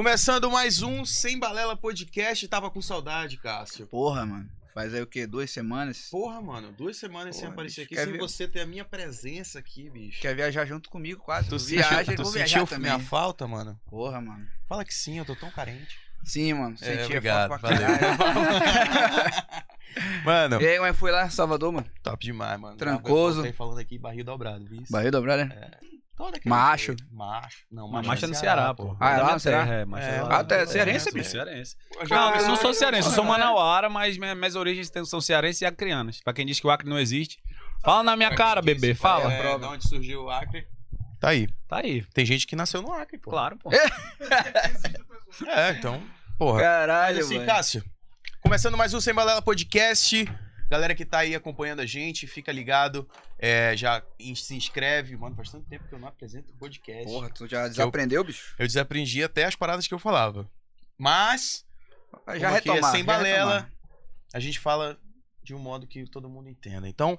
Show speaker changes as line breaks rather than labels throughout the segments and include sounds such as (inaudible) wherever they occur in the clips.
Começando mais um Sem Balela Podcast. Tava com saudade, Cássio.
Porra, mano. Faz aí o quê? Duas semanas?
Porra, mano, duas semanas sem
Porra,
aparecer
bicho,
aqui,
quer
sem
ver-
você ter a minha presença aqui, bicho.
Quer viajar junto comigo quase?
Tu
Eu
sentiu,
viajo, eu
tu
vou
sentiu
viajar também.
minha falta, mano?
Porra, mano.
Fala que sim, eu tô tão carente.
Sim, mano.
É,
Sentia
obrigado,
falta pra
valeu.
caralho.
(laughs) mano,
E aí, mas foi lá, Salvador, mano?
top demais, mano.
Trancoso.
Tem falando aqui, barril dobrado, viu? Então, é isso?
Barril dobrado, né?
Todo aquele
Macho.
jeito. Macho. Não,
Uma
macho,
marcha no Ceará, pô.
Ah, é
Da
lá
minha
no Ceará?
terra, É, marcha
É,
lá.
lá
Ah, tá, é cearense,
É,
bicho?
Cearense.
Eu já
Não,
ouvi
eu não sou cearense, eu sou
Caralho.
manauara, mas minha- minhas origens têm- são cearense e acrianas. Pra quem diz que o Acre não existe, fala na minha cara, bebê, fala.
É, de onde surgiu o Acre. Tá aí.
Tá aí,
Tem gente que nasceu no Acre, pô.
claro, pô.
É, então, porra.
Caralho,
Mas assim,
mano.
Cássio, começando mais um Sem Balela Podcast. Galera que tá aí acompanhando a gente, fica ligado. é, já in- se inscreve. Mano, faz tanto tempo que eu não apresento o podcast.
Porra, tu já desaprendeu, bicho?
Eu desaprendi até as paradas que eu falava. Mas
Já
aqui é
retomar.
sem
já
balela.
retomar.
a gente fala de um modo que todo mundo entenda. Então,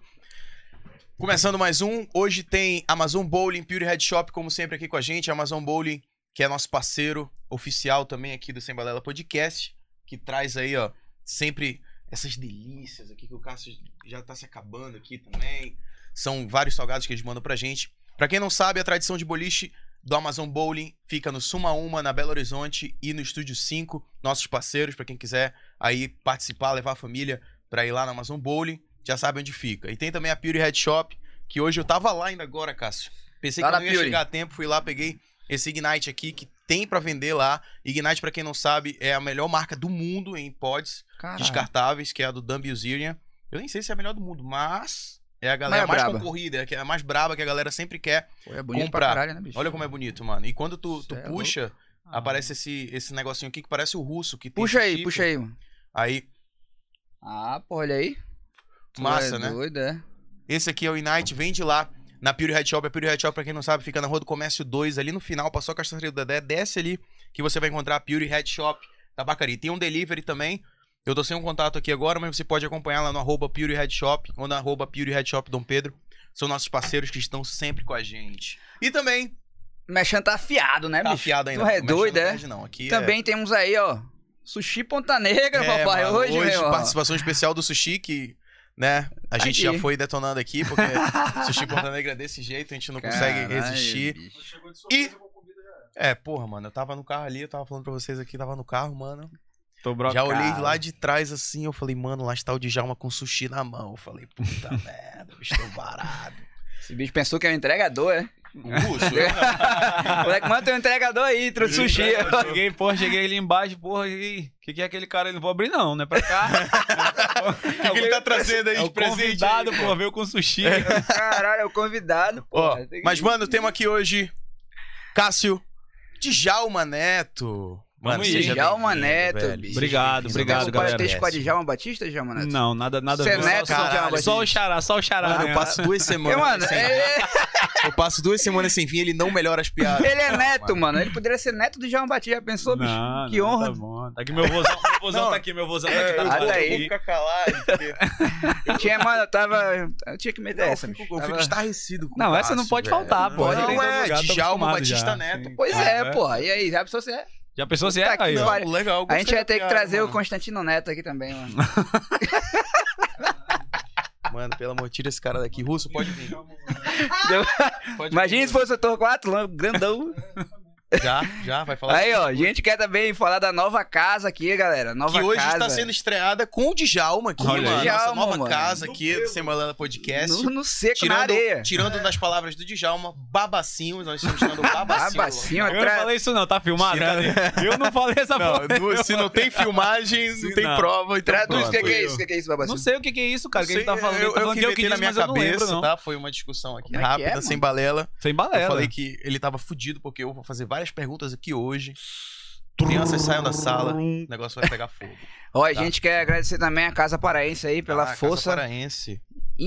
começando mais um. Hoje tem Amazon Bowling, Pure Head Shop, como sempre, aqui com a gente. Amazon Bowling, que é nosso parceiro oficial também aqui do Sem Balela Podcast, que traz aí, ó, sempre essas delícias aqui que o Cássio já tá se acabando aqui também. São vários salgados que eles mandam pra gente. Pra quem não sabe, a tradição de boliche do Amazon Bowling fica no Suma Uma, na Belo Horizonte e no Estúdio 5, nossos parceiros, pra quem quiser aí participar, levar a família pra ir lá na Amazon Bowling, já sabe onde fica. E tem também a Pure Head Shop, que hoje eu tava lá ainda agora, Cássio. Pensei
Lá
que eu
Tá na
não ia
Pure.
chegar a tempo, fui lá, peguei esse Ignite aqui que tem pra vender lá. Ignite, pra quem não sabe, é a melhor marca do mundo em pods
Caralho.
descartáveis, que é a do Dumb Usurian. Eu nem sei se é a melhor do mundo, mas é a galera
Mas é
mais
braba.
concorrida, é a que- a mais braba que a galera sempre quer.
Pô, é bonito
comprar.
pra caralho, né, bicho?
Olha como é bonito, mano. E quando tu, tu
Cê é
puxa,
Ah.
aparece esse, esse negocinho aqui que parece o russo. Que tem
Puxa
esse
aí,
tipo.
puxa aí, mano.
Aí,
Ah, pô, olha aí. Tu
massa,
é
né?
Doido, é.
Esse aqui é o Ignite, vende lá na Pure Head Shop. A Pure Head Shop, pra quem não sabe, fica na Rua do Comércio 2, ali no final, passou a Castanheira do Dedé, desce ali que você vai encontrar a Pure Head Shop Tabacaria. Tem um delivery também. Eu tô sem um contato aqui agora, mas você pode acompanhar lá no arroba Pure Head Shop ou na arroba Pure Head Shop Dom Pedro. São nossos parceiros que estão sempre com a gente. E também,
Mexendo tá afiado, né,
tá
bicho?
afiado ainda.
tu é
não mexe no
doido, é?
grande Não. Aqui
Também temos aí, ó. Sushi Ponta Negra,
é... É,
papai.
mano,
hoje, meu, ó.
participação especial do Sushi, que, né, a gente
Aqui.
já foi detonando aqui, porque Sushi Porta Negra é desse jeito, a gente não consegue
Caralho,
resistir.
bicho.
E. É, porra, mano, eu tava no carro ali, eu tava falando pra vocês aqui, tava no carro, mano.
Tô brocado.
Já (laughs) olhei lá de trás assim, eu falei, mano, lá está o Djalma com sushi na mão. Eu falei, puta (laughs) merda, bicho, tô varado.
Esse bicho pensou que é um entregador, é?
(laughs) Russo,
(laughs) Moleque, manda teu entregador aí, trouxe sushi.
(laughs) Cheguei, porra, cheguei ali embaixo, porra, e o que, que é aquele cara? Ele não vou abrir, não, né? Pra cá.
O que ele tá trazendo aí
é
de
o
presente?
convidado, porra, veio com sushi.
(laughs) Caralho, é o convidado, pô.
Ó, mas, mano, temos aqui hoje Cássio Djalma Neto. Mano,
Vamos
seja
aí.
bem-vindo,
Djalma Neto,
velho.
bicho.
Seja
Obrigado,
bem-vindo.
obrigado,
Você
galera.
Você tem com a Djalma Batista, Djalma Neto?
Não, nada, nada.
Você é
a ver, só-
neto,
só,
Djalma
só,
Batista?
o xará, só o xará.
Mano,
né?
eu passo duas
Porque,
semanas.
mano,
sem-
ele, é,
Eu passo duas semanas sem vir, ele não melhora as (laughs) piadas.
ele é neto, mano. Ele poderia ser neto do Djalma Batista, já pensou, bicho?
Não,
que
não,
honra.
Tá bom. Tá aqui meu vozão, meu vozão
Não.
tá aqui, meu vozão tá aqui.
eu
Tá
olha
bom.
vou- eu
aí.
vou ficar calado, porque-
Tinha, mano, eu tava. Eu tinha que meter
Não,
essa,
eu fico,
bicho.
eu fico
Tava-
estarrecido com o
Não, essa
Cássio,
não pode
velho.
faltar, pô. Essa
Não,
tem todo
é,
lugar, tô
Djalma
acostumado
Batista
já.
Neto,
Sim,
Pois
tá,
é, pô. E aí, já pensou se é?
Já pensou se é?
Tá aqui,
Aí, ó.
vai.
Não, legal.
A gente
gostei
ia ter
da
que
piada,
trazer o
mano.
Constantino Neto aqui também, mano.
Mano, pelo amor, tira esse cara daqui. Russo, pode (laughs) vir.
Deu-
Pode
Imagina
vir.
se fosse o Torquato, lá, grandão.
Já, já, vai falar.
Aí, ó, a gente quer também falar da nova casa aqui, galera. Nova
que hoje
casa.
está sendo estreada com o Djalma aqui,
Olha
mano.
aí.
nossa
Djalma,
nova
mano.
casa aqui do Sembalada Podcast.
no, no seco, na
Tirando,
areia.
tirando das palavras do Djalma, babacinho. Nós estamos
(laughs)
tirando babacinho.
Babacinho,
Eu não
atrás.
falei isso não, tá filmado? Eu não falei essa porra.
(laughs) Não, é se não tem filmagem, não
Se
tem
não.
prova. Então
Traduz, o
pronto.
que, que é
eu.
isso? O que, que é isso, babacinho?
Não sei o que que é isso, cara, que ele
Sei,
tá falando.
eu,
Ele tá
eu
falando
que
que eu
meti
quis,
na minha
mas eu não lembro,
cabeça,
não.
tá? Foi uma discussão aqui
Como é que é,
rápida,
mano?
sem balela.
Sem né?
Eu
balela.
falei que ele tava fudido porque eu vou fazer várias perguntas aqui hoje. Crianças saiam da sala, o negócio vai pegar fogo.
Ó, a
Tá.
gente quer agradecer também a Casa Paraense aí pela
Ah, Casa
força
paraense.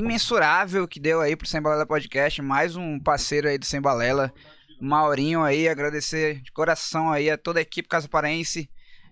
imensurável que deu aí pro Sem Balela Podcast. Mais um parceiro aí do Sem Balela, Maurinho aí. Agradecer de coração aí a toda a equipe Casa Paraense.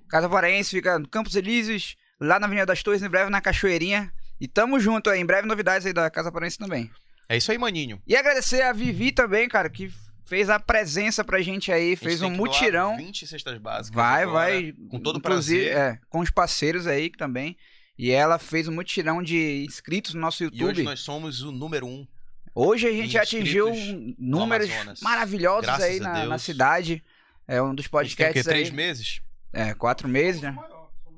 Casa Paraense fica no Campos Elíseos, lá na Avenida das Torres, em breve na Cachoeirinha. E tamo junto aí, em breve novidades aí da Casa Paraense também.
É isso aí, maninho.
E agradecer a Vivi também, cara, que fez a presença pra gente aí,
A gente
fez
tem
um
que doar
mutirão.
20 cestas básicas.
Vai,
agora.
vai.
assim, com todo
inclusive,
prazer.
É, com os parceiros aí que também. E ela fez um mutirão de inscritos no nosso
E hoje
YouTube.
nós somos o número um.
Hoje a gente
Inscritos
atingiu um números
Amazonas.
maravilhosos
Graças
aí
a
na,
Deus.
na cidade. É um dos
A gente tem o quê?
podcasts
Três
aí.
meses?
É, quatro meses, né?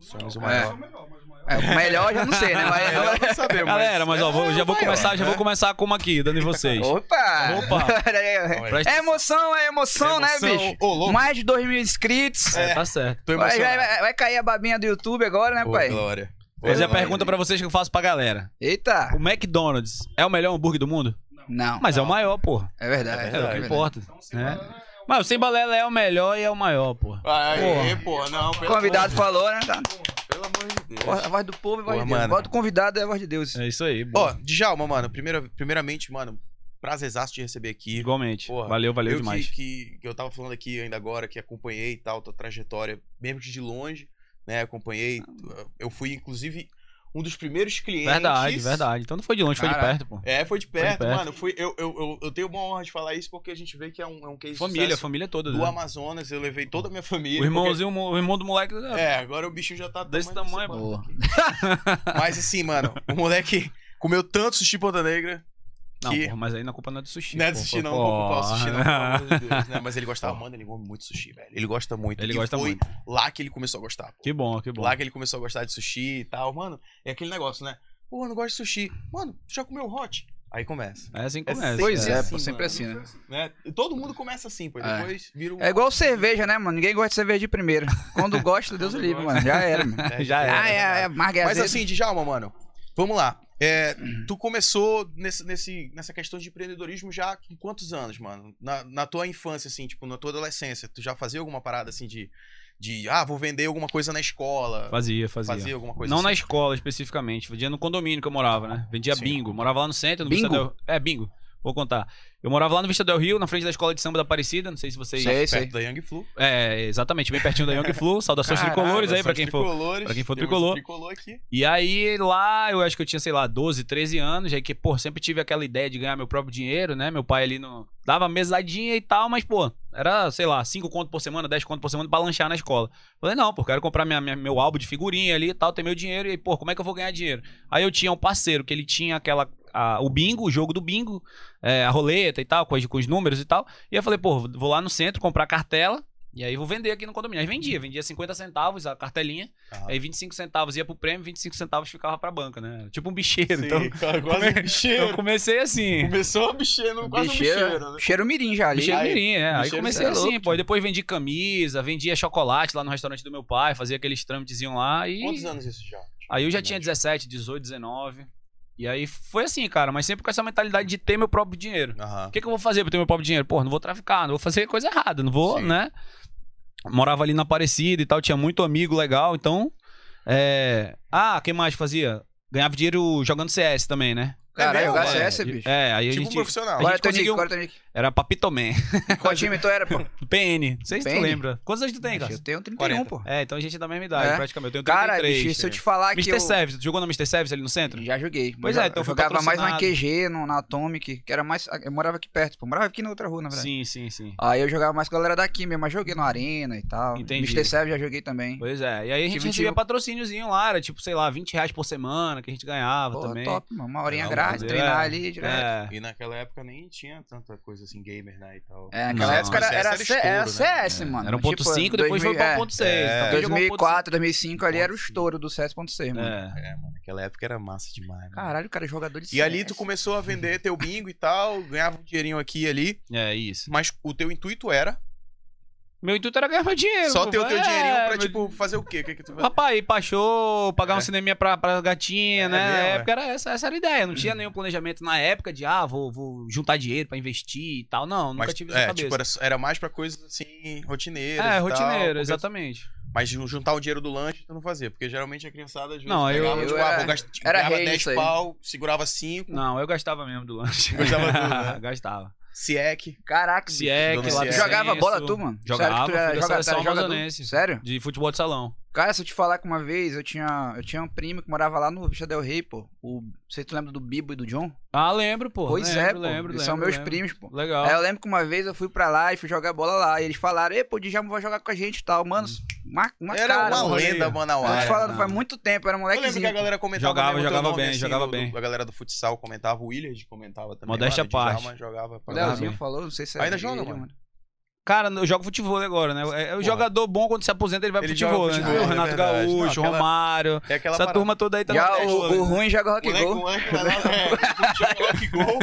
Somos o
maior.
maior.
É, o melhor já não sei, né? Mas-
Melhor não saber, mas-
Galera, mas ó, vou- já vou
maior,
começar, já
né?
vou começar como aqui, dando em vocês.
Opa!
Opa!
(laughs) é
Presta
emoção, é emoção, né,
atenção.
bicho?
Ô, louco,
Mais de dois mil inscritos.
É, tá certo.
tô
Vai, vai-
emocionado.
vai- vai cair a babinha do YouTube agora, né,
Ô,
pai?
Glória.
Mas
Ô,
a
Glória.
pergunta pra vocês que eu faço pra galera.
Eita!
O McDonald's é o melhor hambúrguer do mundo?
Não,
Mas é o maior, porra.
é verdade.
É
É, o que
verdade.
importa. né? Mas o Sem Balela é o melhor e é o maior, porra.
Aê, porra, não.
O
pelo
convidado
amor
falou, né? Tá.
de- Pelo amor de Deus.
A voz do povo é a voz
Porra,
de Deus. A
mano.
voz do convidado é a voz de Deus.
É isso aí,
Ó,
boa.
Djalma, mano, primeira, primeiramente, mano, prazerzaço de receber aqui.
Igualmente.
Porra,
valeu, valeu
eu
demais.
Que, que, que eu tava falando aqui ainda agora, que acompanhei e tal, tua trajetória, mesmo que de longe, né? Acompanhei.
Ah,
Eu fui, inclusive, um dos primeiros clientes.
Verdade, verdade. Então não foi de longe, foi de
Caralho.
perto, pô.
É, foi de
de
perto,
perto.
mano. Fui, eu, eu, eu, eu tenho uma honra de falar isso porque a gente vê que é um, é um case de
Família,
sucesso
família toda.
do
né?
Amazonas. Eu levei toda a minha família.
O irmãozinho, o irmão do moleque. né?
porque- É, agora o bichinho já tá
Desse tamanho,
desse
Boa.
Mas assim, mano, o moleque comeu tanto sushi ponta negra
Não,
que-
porra, mas aí na culpa não é do sushi.
Não é
pô,
sushi, não.
pô,
Vou ocupar o
pô.
sushi, não. Pelo amor de Deus, né? Mas ele gostava, mano, ele come muito sushi, velho. Ele gosta muito.
Ele
E
gosta
foi
muito.
lá que ele começou a gostar. pô.
(laughs) Que bom, que bom.
Lá que ele começou a gostar de sushi e tal. Mano, é aquele negócio, né? Pô, eu não gosto de sushi. Mano, tu já comeu hot? Aí começa,
É assim que
É
começa.
Pois é,
assim,
pô, sempre
mano.
assim, né?
né? E todo mundo começa assim, pô. e
É.
Depois vira um...
É igual cerveja, né, mano? Ninguém gosta de cerveja de primeira. Quando gosta, Deus o livre, mano. Já era, mano.
(laughs) É,
já era.
Ah, (laughs) é, é margarida.
Mas assim, Djalma, mano, vamos lá.
(clears throat)
É, tu começou nesse, nesse- nessa questão de empreendedorismo já com quantos anos, mano? Na, na tua infância, assim, tipo, na tua adolescência, tu já fazia alguma parada assim de. de ah, vou vender alguma coisa na escola.
Fazia, fazia.
Fazia alguma coisa
é,
não
assim.
na escola especificamente, vendia no condomínio que eu morava, né? Vendia
Sim.
bingo. Morava lá no centro, no
Bingo?
Vista Del... É, bingo. Vou contar. Eu morava lá no Vista Del Rio, na frente da escola de samba da Aparecida. Não sei se vocês.
Sei, sei.
Perto da Young Flu. Ah,
É, exatamente, bem pertinho da Young Flu. Saudações
Caralho,
tricolores aí, pra quem for.
Tricolores,
pra quem for
temos um
tricolor.
Tricolor aqui.
E aí lá, eu acho que eu tinha, sei lá, 12, 13 anos, aí que, pô, sempre tive aquela ideia de ganhar meu próprio dinheiro, né? Meu pai ali no dava mesadinha e tal, mas pô, era, sei lá, 5 conto por semana, 10 conto por semana pra lanchar na escola. Falei, não, pô, quero comprar minha, minha- meu álbum de figurinha ali e tal, ter meu dinheiro e, pô, como é que eu vou ganhar dinheiro? Aí eu tinha um parceiro que ele tinha aquela a- o bingo, o jogo do bingo, é, a roleta e tal, com, as- com os números e tal. E eu falei, pô, vou lá no centro comprar cartela e aí vou vender aqui no condomínio. Aí vendia, vendia 50 centavos a cartelinha.
Ah.
Aí 25 centavos ia pro prêmio, 25 centavos ficava pra banca, né? Tipo um bicheiro.
Sim, (laughs)
Então,
cara, quase um
eu
bicheiro.
comecei assim.
Começou a bicheiro, quase um bicheiro, né?
cheiro mirim já ali.
Bicheiro
Aí,
mirim, é. Aí
bicheiro
comecei
é louco,
assim, pô. Aí depois vendi camisa, vendia chocolate lá no restaurante do meu pai, fazia aqueles trâmitezinhos lá e...
Quantos anos isso já? Tipo,
Aí eu já tinha 17, 18, 19. E aí foi assim, cara. Mas sempre com essa mentalidade de ter meu próprio dinheiro.
Aham.
O que, que eu vou fazer pra ter meu próprio dinheiro? Pô, não vou traficar, não vou fazer coisa errada, não vou,
Sim.
né? Morava ali na Aparecida e tal, tinha muito amigo legal, então. É... Ah, quem mais fazia? Ganhava dinheiro jogando CS também, né?
Caralho,
mesmo,
Ah, jogar
mano?
CS, bicho.
É, aí
Tipo
a
um
gente.
profissional.
Vai.
Bora, Tonic,
conseguiu-
bora, Tonic.
Era Papitoman,
Qual time tu era, pô?
do (laughs) PN. Não sei se tu
PN?
lembra. Quantos anos tu tem, cara?
Eu tenho 31,
40.
pô.
É, então a gente é da mesma idade,
É.
praticamente. Eu tenho
Cara,
33.
bicho, se eu te falar que
Mr.
eu...
Service, né? tu jogou na Mr. Service ali no centro?
Já joguei.
Pois
Eu
é, então
eu
foi
jogava mais na
patrocinado.
QG, no, na Atomic, que era mais... Eu morava aqui perto, pô. Morava aqui na outra rua, na verdade.
Sim, sim, sim.
Aí eu jogava mais com a galera daqui mesmo, mas joguei na Arena e tal.
Entendi.
Mr. Serve já joguei também.
Pois é. E aí a gente
Tive-
recebia
tive-
patrocíniozinho lá, era tipo, sei lá, 20 reais por semana que a gente ganhava
Pô,
também.
top, mano. Uma horinha
Não,
grátis,
fazer,
treinar
é.
ali direto.
É.
E naquela época nem tinha tanta coisa assim, gamer, né, e tal.
É, naquela
Não,
época era,
CS
era,
era
C-
estouro,
era
né?
CS, mano.
É. Era 1.5,
Tipo,
depois foi
2000,
pra
é,
1.6.
É.
talvez jogou
2004, 2005 ali era o
Nossa.
estouro do CS.6,
1.6.
mano.
É.
É, mano, naquela época era massa demais. mano.
Caralho, cara, é jogador de
E ali tu
CS.
começou a vender teu bingo e tal, ganhava um dinheirinho aqui e ali,
É isso.
mas o teu intuito era
Meu intuito era ganhar meu dinheiro.
só ter o teu
É,
dinheirinho pra,
meu-
tipo, fazer o quê? O que, que
(laughs)
tu fazia?
Rapaz, ir pra show, pagar
É.
um cineminha pra, pra gatinha,
É
né? Na
mesmo, é.
época era essa, essa era a ideia. Não tinha nenhum planejamento na época de, ah, vou, vou juntar dinheiro pra investir e tal. Não, nunca
Mas,
tive essa
é,
cabeça.
tipo, era, era mais pra coisas assim, rotineiras.
é,
e tal,
rotineiro,
porque-
exatamente.
Mas ju- juntar o dinheiro do lanche tu não fazia, porque geralmente a criançada às vezes
Não, eu-
pegava,
eu
tipo,
era-
ah, vou gastar,
era
ganhava
rei
10
nisso aí.
pau, segurava 5,
Não, eu gastava mesmo do
(laughs)
lanche.
Gastava tudo, né?
(laughs) gastava.
SIEC.
Caraca, bicho.
Se é que
Dona
lá
Ciec.
do
jogava
Censo,
bola tu, mano? Sério que
Jogava,
tu era
fui da
jogador-
seleção
jogador?
amazonense.
Sério?
De futebol de salão.
Cara, se eu te falar que uma vez eu tinha, eu tinha um primo que morava lá no Vista Del Rey, pô. O, você tu lembra do Bibo e do John?
Ah, lembro, pô.
pois
lembro,
é, pô.
Lembro,
eles são
lembro,
meus
lembro.
primos, pô.
Legal.
Aí
É
eu lembro que uma vez eu fui pra lá e fui jogar bola lá. E eles falaram, ei, pô, o Djalma vai jogar com a gente e tal. Mano,
Hum.
uma, uma
Era
cara.
uma
mano.
olha aí.
lenda
Eu
Manauara.
te falando, faz muito tempo, era um
Eu lembro que
molequezinho.
a galera comentava.
Jogava,
lembra o teu
jogava
nome,
bem, jogava
do-
bem.
do- a galera do futsal comentava, o Willard comentava também.
Modéstia
lá, do Djalma,
parte.
Jogava pra
O
Jogava
caralho.
Leozinho
bem.
falou, não sei se é
Ainda
dele,
joga, mano?
Cara, eu jogo futebol agora, né? É, é o
Porra.
jogador bom quando se aposenta, ele vai pro
Ele joga
futebol, né?
futebol,
O
é
Renato
verdade. Não,
Gaúcho,
aquela-
Romário.
É aquela
Essa
parada.
turma toda aí tá
Já
na
Modéstia,
o,
futebol,
o
né?
ruim joga rock
Moleque,
gol. (laughs)
moleque, vai lá, né?
(laughs)
Joga rock gol.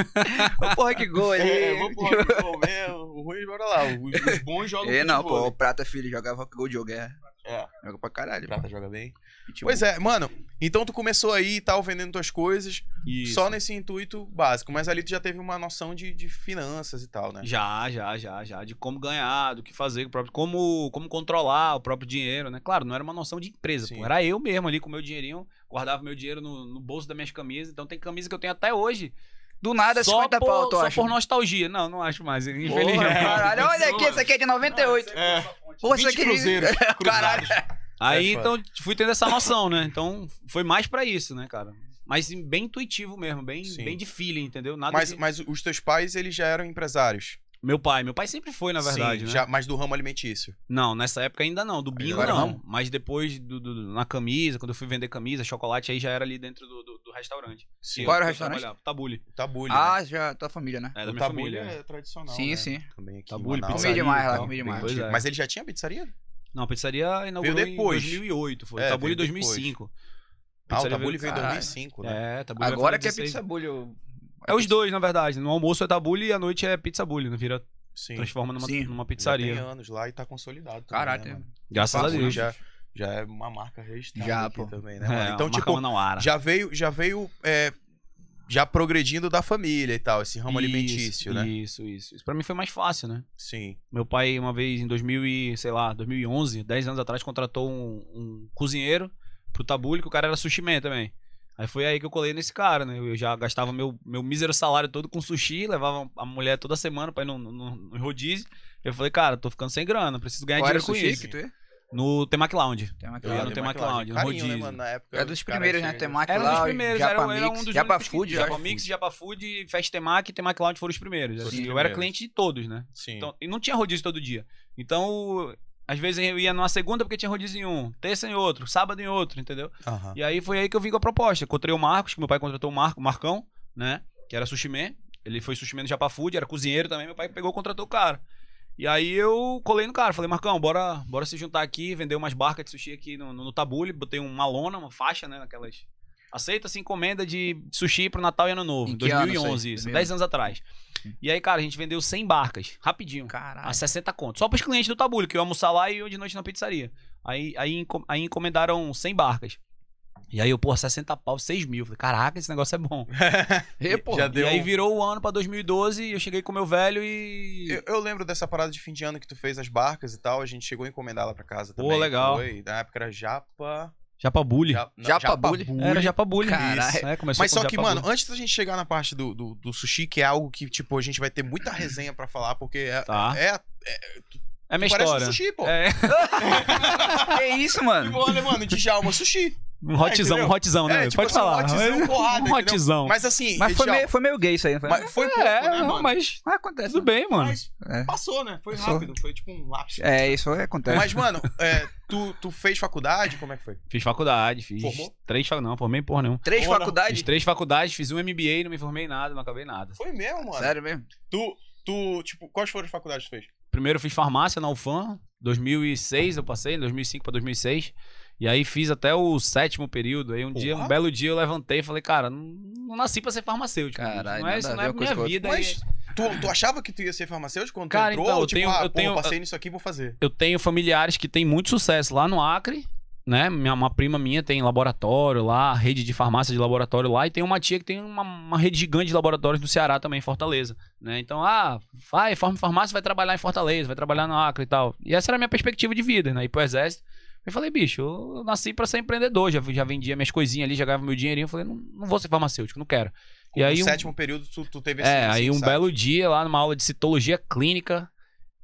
Ô, Porra, que gol ele.
É, vamos pro rock gol mesmo. O ruim joga lá. Os, os bons jogam
Ei, É, não, pô,
futebol.
o Prata Filho jogava rock gol de jogo, é.
É.
Joga pra caralho. tipo,
Prata joga bem.
Pitbull.
Pois é, mano. Então tu começou aí e tal, vendendo tuas coisas.
Isso.
Só nesse intuito básico. Mas ali tu já teve uma noção de, de finanças e tal, né?
Já, já, já, já. De como ganhar, do que fazer, com o próprio, como, como controlar o próprio dinheiro, né? Claro, não era uma noção de empresa,
Sim.
pô. Era eu mesmo ali com o meu dinheirinho, guardava meu dinheiro no, no bolso das minhas camisas. Então tem camisa que eu tenho até hoje.
Do
é
nada,
só
50
por,
pau, tu
só
acha?
por nostalgia. Não, não acho mais, infelizmente.
Caralho, olha aqui, esse aqui é de 98.
É,
Pô, esse
20
aqui é de...
cruzeiros.
Caralho.
Cruzados.
Aí
É foda.
então fui tendo essa noção, né? Então foi mais pra isso, né, cara? Mas sim, bem intuitivo mesmo, bem,
Sim.
bem de feeling, entendeu? Nada
Mas,
de-
mas os teus pais, eles já eram empresários.
Meu pai, meu pai sempre foi, na verdade,
Sim,
né?
já, mas do ramo alimentício.
Não, nessa época ainda não, do bingo
agora
não.
não?
Mas depois do, do- do- na camisa, quando eu fui vender camisa, chocolate, aí já era ali dentro do, do, do restaurante.
Sim.
Qual era o
Eu
restaurante?
trabalhava, Tabule.
Tabule. né?
Ah, já, tua família, né?
É da
o
minha
tabule
família.
é tradicional.
sim,
né?
sim.
Também aqui. em
Tabule,
Manaus.
Comi
pizzaria
demais
e
lá,
tal.
comi demais.
Pois é.
Mas ele já tinha pizzaria?
Não, a pizzaria inaugurou
Veio depois.
em 2008, foi.
É,
Tabule em
veio depois.
2005.
Ah, o
Pizzaria
Tabule veio em
Caralho.
2005, né?
É, Tabule vai
Agora
fazer
que é
16.
pizza bulho.
É os dois, na verdade. No almoço é Tabule e à noite é pizza bully, né? Vira,
Sim.
transforma numa,
Sim.
numa
Já tem
pizzaria.
anos lá e tá consolidado. também,
É,
Caraca,
né, mano?
Graças a
Tabule
Deus.
Já, já é uma marca registrada
Já,
aqui
pô.
também, né? mano?
É,
então,
uma marca
tipo,
manauara.
já veio, já veio é, já progredindo da família e tal, esse ramo
Isso,
é um alimentício, né?
Isso, isso. Isso pra mim foi mais fácil, né?
Sim.
Meu pai, uma vez em 2000 e, sei lá, 2011, 10 anos atrás, contratou um, um cozinheiro pro Tabule, que o cara era sushi man também. Aí foi aí que eu colei nesse cara, né? Eu já gastava meu, meu mísero salário todo com sushi, levava a mulher toda semana pra ir no, no, no rodízio. Eu falei, cara, tô ficando sem grana, preciso ganhar
Qual era o
dinheiro com
sushi
isso.
que tu ia?
No Temac Lounge.
Tem uma
Eu ia no
aquela.
Temac Lounge,
Carinho,
no
né,
um rodízio.
mano? Na época.
Era dos
os caras
primeiros, né?
chegam-
Temaki
Era um dos
lá,
primeiros,
Japa
era, era um
Mix,
dos
Japa
únicos que-
Food,
Japa
Japa
Mix, Japa Food, Fest Temac e Temac Lounge foram os primeiros.
Foram os
assim, eu era
primeiros.
cliente de todos, né?
Sim.
Então, e não tinha rodízio todo dia. Então, às vezes eu ia numa segunda porque tinha rodízio em um, terça em outro, sábado em outro, entendeu?
Aham.
E aí foi aí que eu vim com a proposta. Encontrei o Marcos, que meu pai contratou o Marco, o Marcão, né? Que era sushi man. Ele foi sushi man do Japa Food, era cozinheiro também. Meu pai pegou e contratou o cara. E aí eu colei no cara, falei, Marcão, bora, bora se juntar aqui, vender umas barcas de sushi aqui no, no, no Tabule, botei uma lona, uma faixa, né, naquelas... Aceita-se encomenda de sushi pro Natal e Ano Novo,
Em
em
que ano isso aí? Hum.
2011, isso,
2011.
10 anos atrás. E aí, cara, a gente vendeu 100 barcas, rapidinho. A
Caralho.
60 conto. Só pros clientes do Tabulho, que eu almoçar lá e eu de noite na pizzaria. Aí, aí, encom- aí encomendaram 100 barcas. E aí eu, pô, 60 pau, 6 mil. Falei, caraca, esse negócio é bom.
E, pô,
Já deu. um
E aí virou o ano pra 2012 e eu cheguei com o meu velho e...
Eu, eu lembro dessa parada de fim de ano que tu fez as barcas e tal. A gente chegou a encomendar lá pra casa
Pô,
também.
legal.
Foi. Na época era Japa.
Japa Bully.
Ja- não,
Japa Bully.
Era Japa Bully.
Caralho.
Isso, É, começou
Mas
com
só que,
Japa
mano,
Bully.
antes da gente chegar na parte do, do, do sushi, que é algo que, tipo, a gente vai ter muita resenha pra falar, porque é.
Tá.
É,
É minha
parece
história.
um sushi, pô.
É,
que isso, mano?
Olha, mano, Djalma sushi.
um hotzão,
entendeu?
um hotzão, né?
É, tipo
Pode
assim, um
falar.
hotzão porrada,
um hotzão.
Mas assim,
Mas foi
Djalma,
meio, foi meio gay isso aí, não foi?
mas foi pouco,
É,
né, mano?
mas
Ah, acontece.
tudo bem, mano.
Mas
É.
passou, né? Foi
Passou.
rápido, foi tipo um lapso.
É, isso aí acontece.
Mas, mano, é, tu, tu fez faculdade? Como é que foi?
Fiz faculdade, fiz
Formou?
três faculdades. Não, formei porra nenhuma.
Três
Ou não.
Fiz
faculdades?
três faculdades, fiz um MBA, não me formei em nada, não acabei em nada.
Foi mesmo, mano.
Sério mesmo?
Tu, tu, tipo, quais foram as faculdades que tu fez?
Primeiro eu fiz farmácia na UFAM, 2006 eu passei, 2005 pra 2006. E aí fiz até o sétimo período. Aí um dia,
Porra.
um belo dia eu levantei e falei, cara, não, não nasci pra ser farmacêutico.
Caralho,
não é isso,
nada
não
a
é
ver com
minha
escola.
vida.
Mas
E
tu, tu achava que tu ia ser farmacêutico quando
Cara,
tu entrou?
então,
ou,
eu
tipo,
tenho-
ah, pô,
eu tenho-
passei nisso aqui, vou fazer.
Eu tenho familiares que têm muito sucesso lá no Acre, né? Minha, uma prima minha tem laboratório lá, rede de farmácia de laboratório lá, e tem uma tia que tem uma, uma rede gigante de laboratórios do Ceará também, em Fortaleza, né? Então, ah, vai, forma farmácia, vai trabalhar em Fortaleza, vai trabalhar no Acre e tal. E essa era a minha perspectiva de vida, né? Ir pro exército. Eu falei, bicho, eu nasci pra ser empreendedor, já, já vendia minhas coisinhas ali, já ganhava meu dinheirinho. Eu falei, não, não vou ser farmacêutico, não quero. E aí,
no
um-
sétimo período, tu, tu teve
é,
esse assim,
aí um
insight.
belo dia lá numa aula de citologia clínica,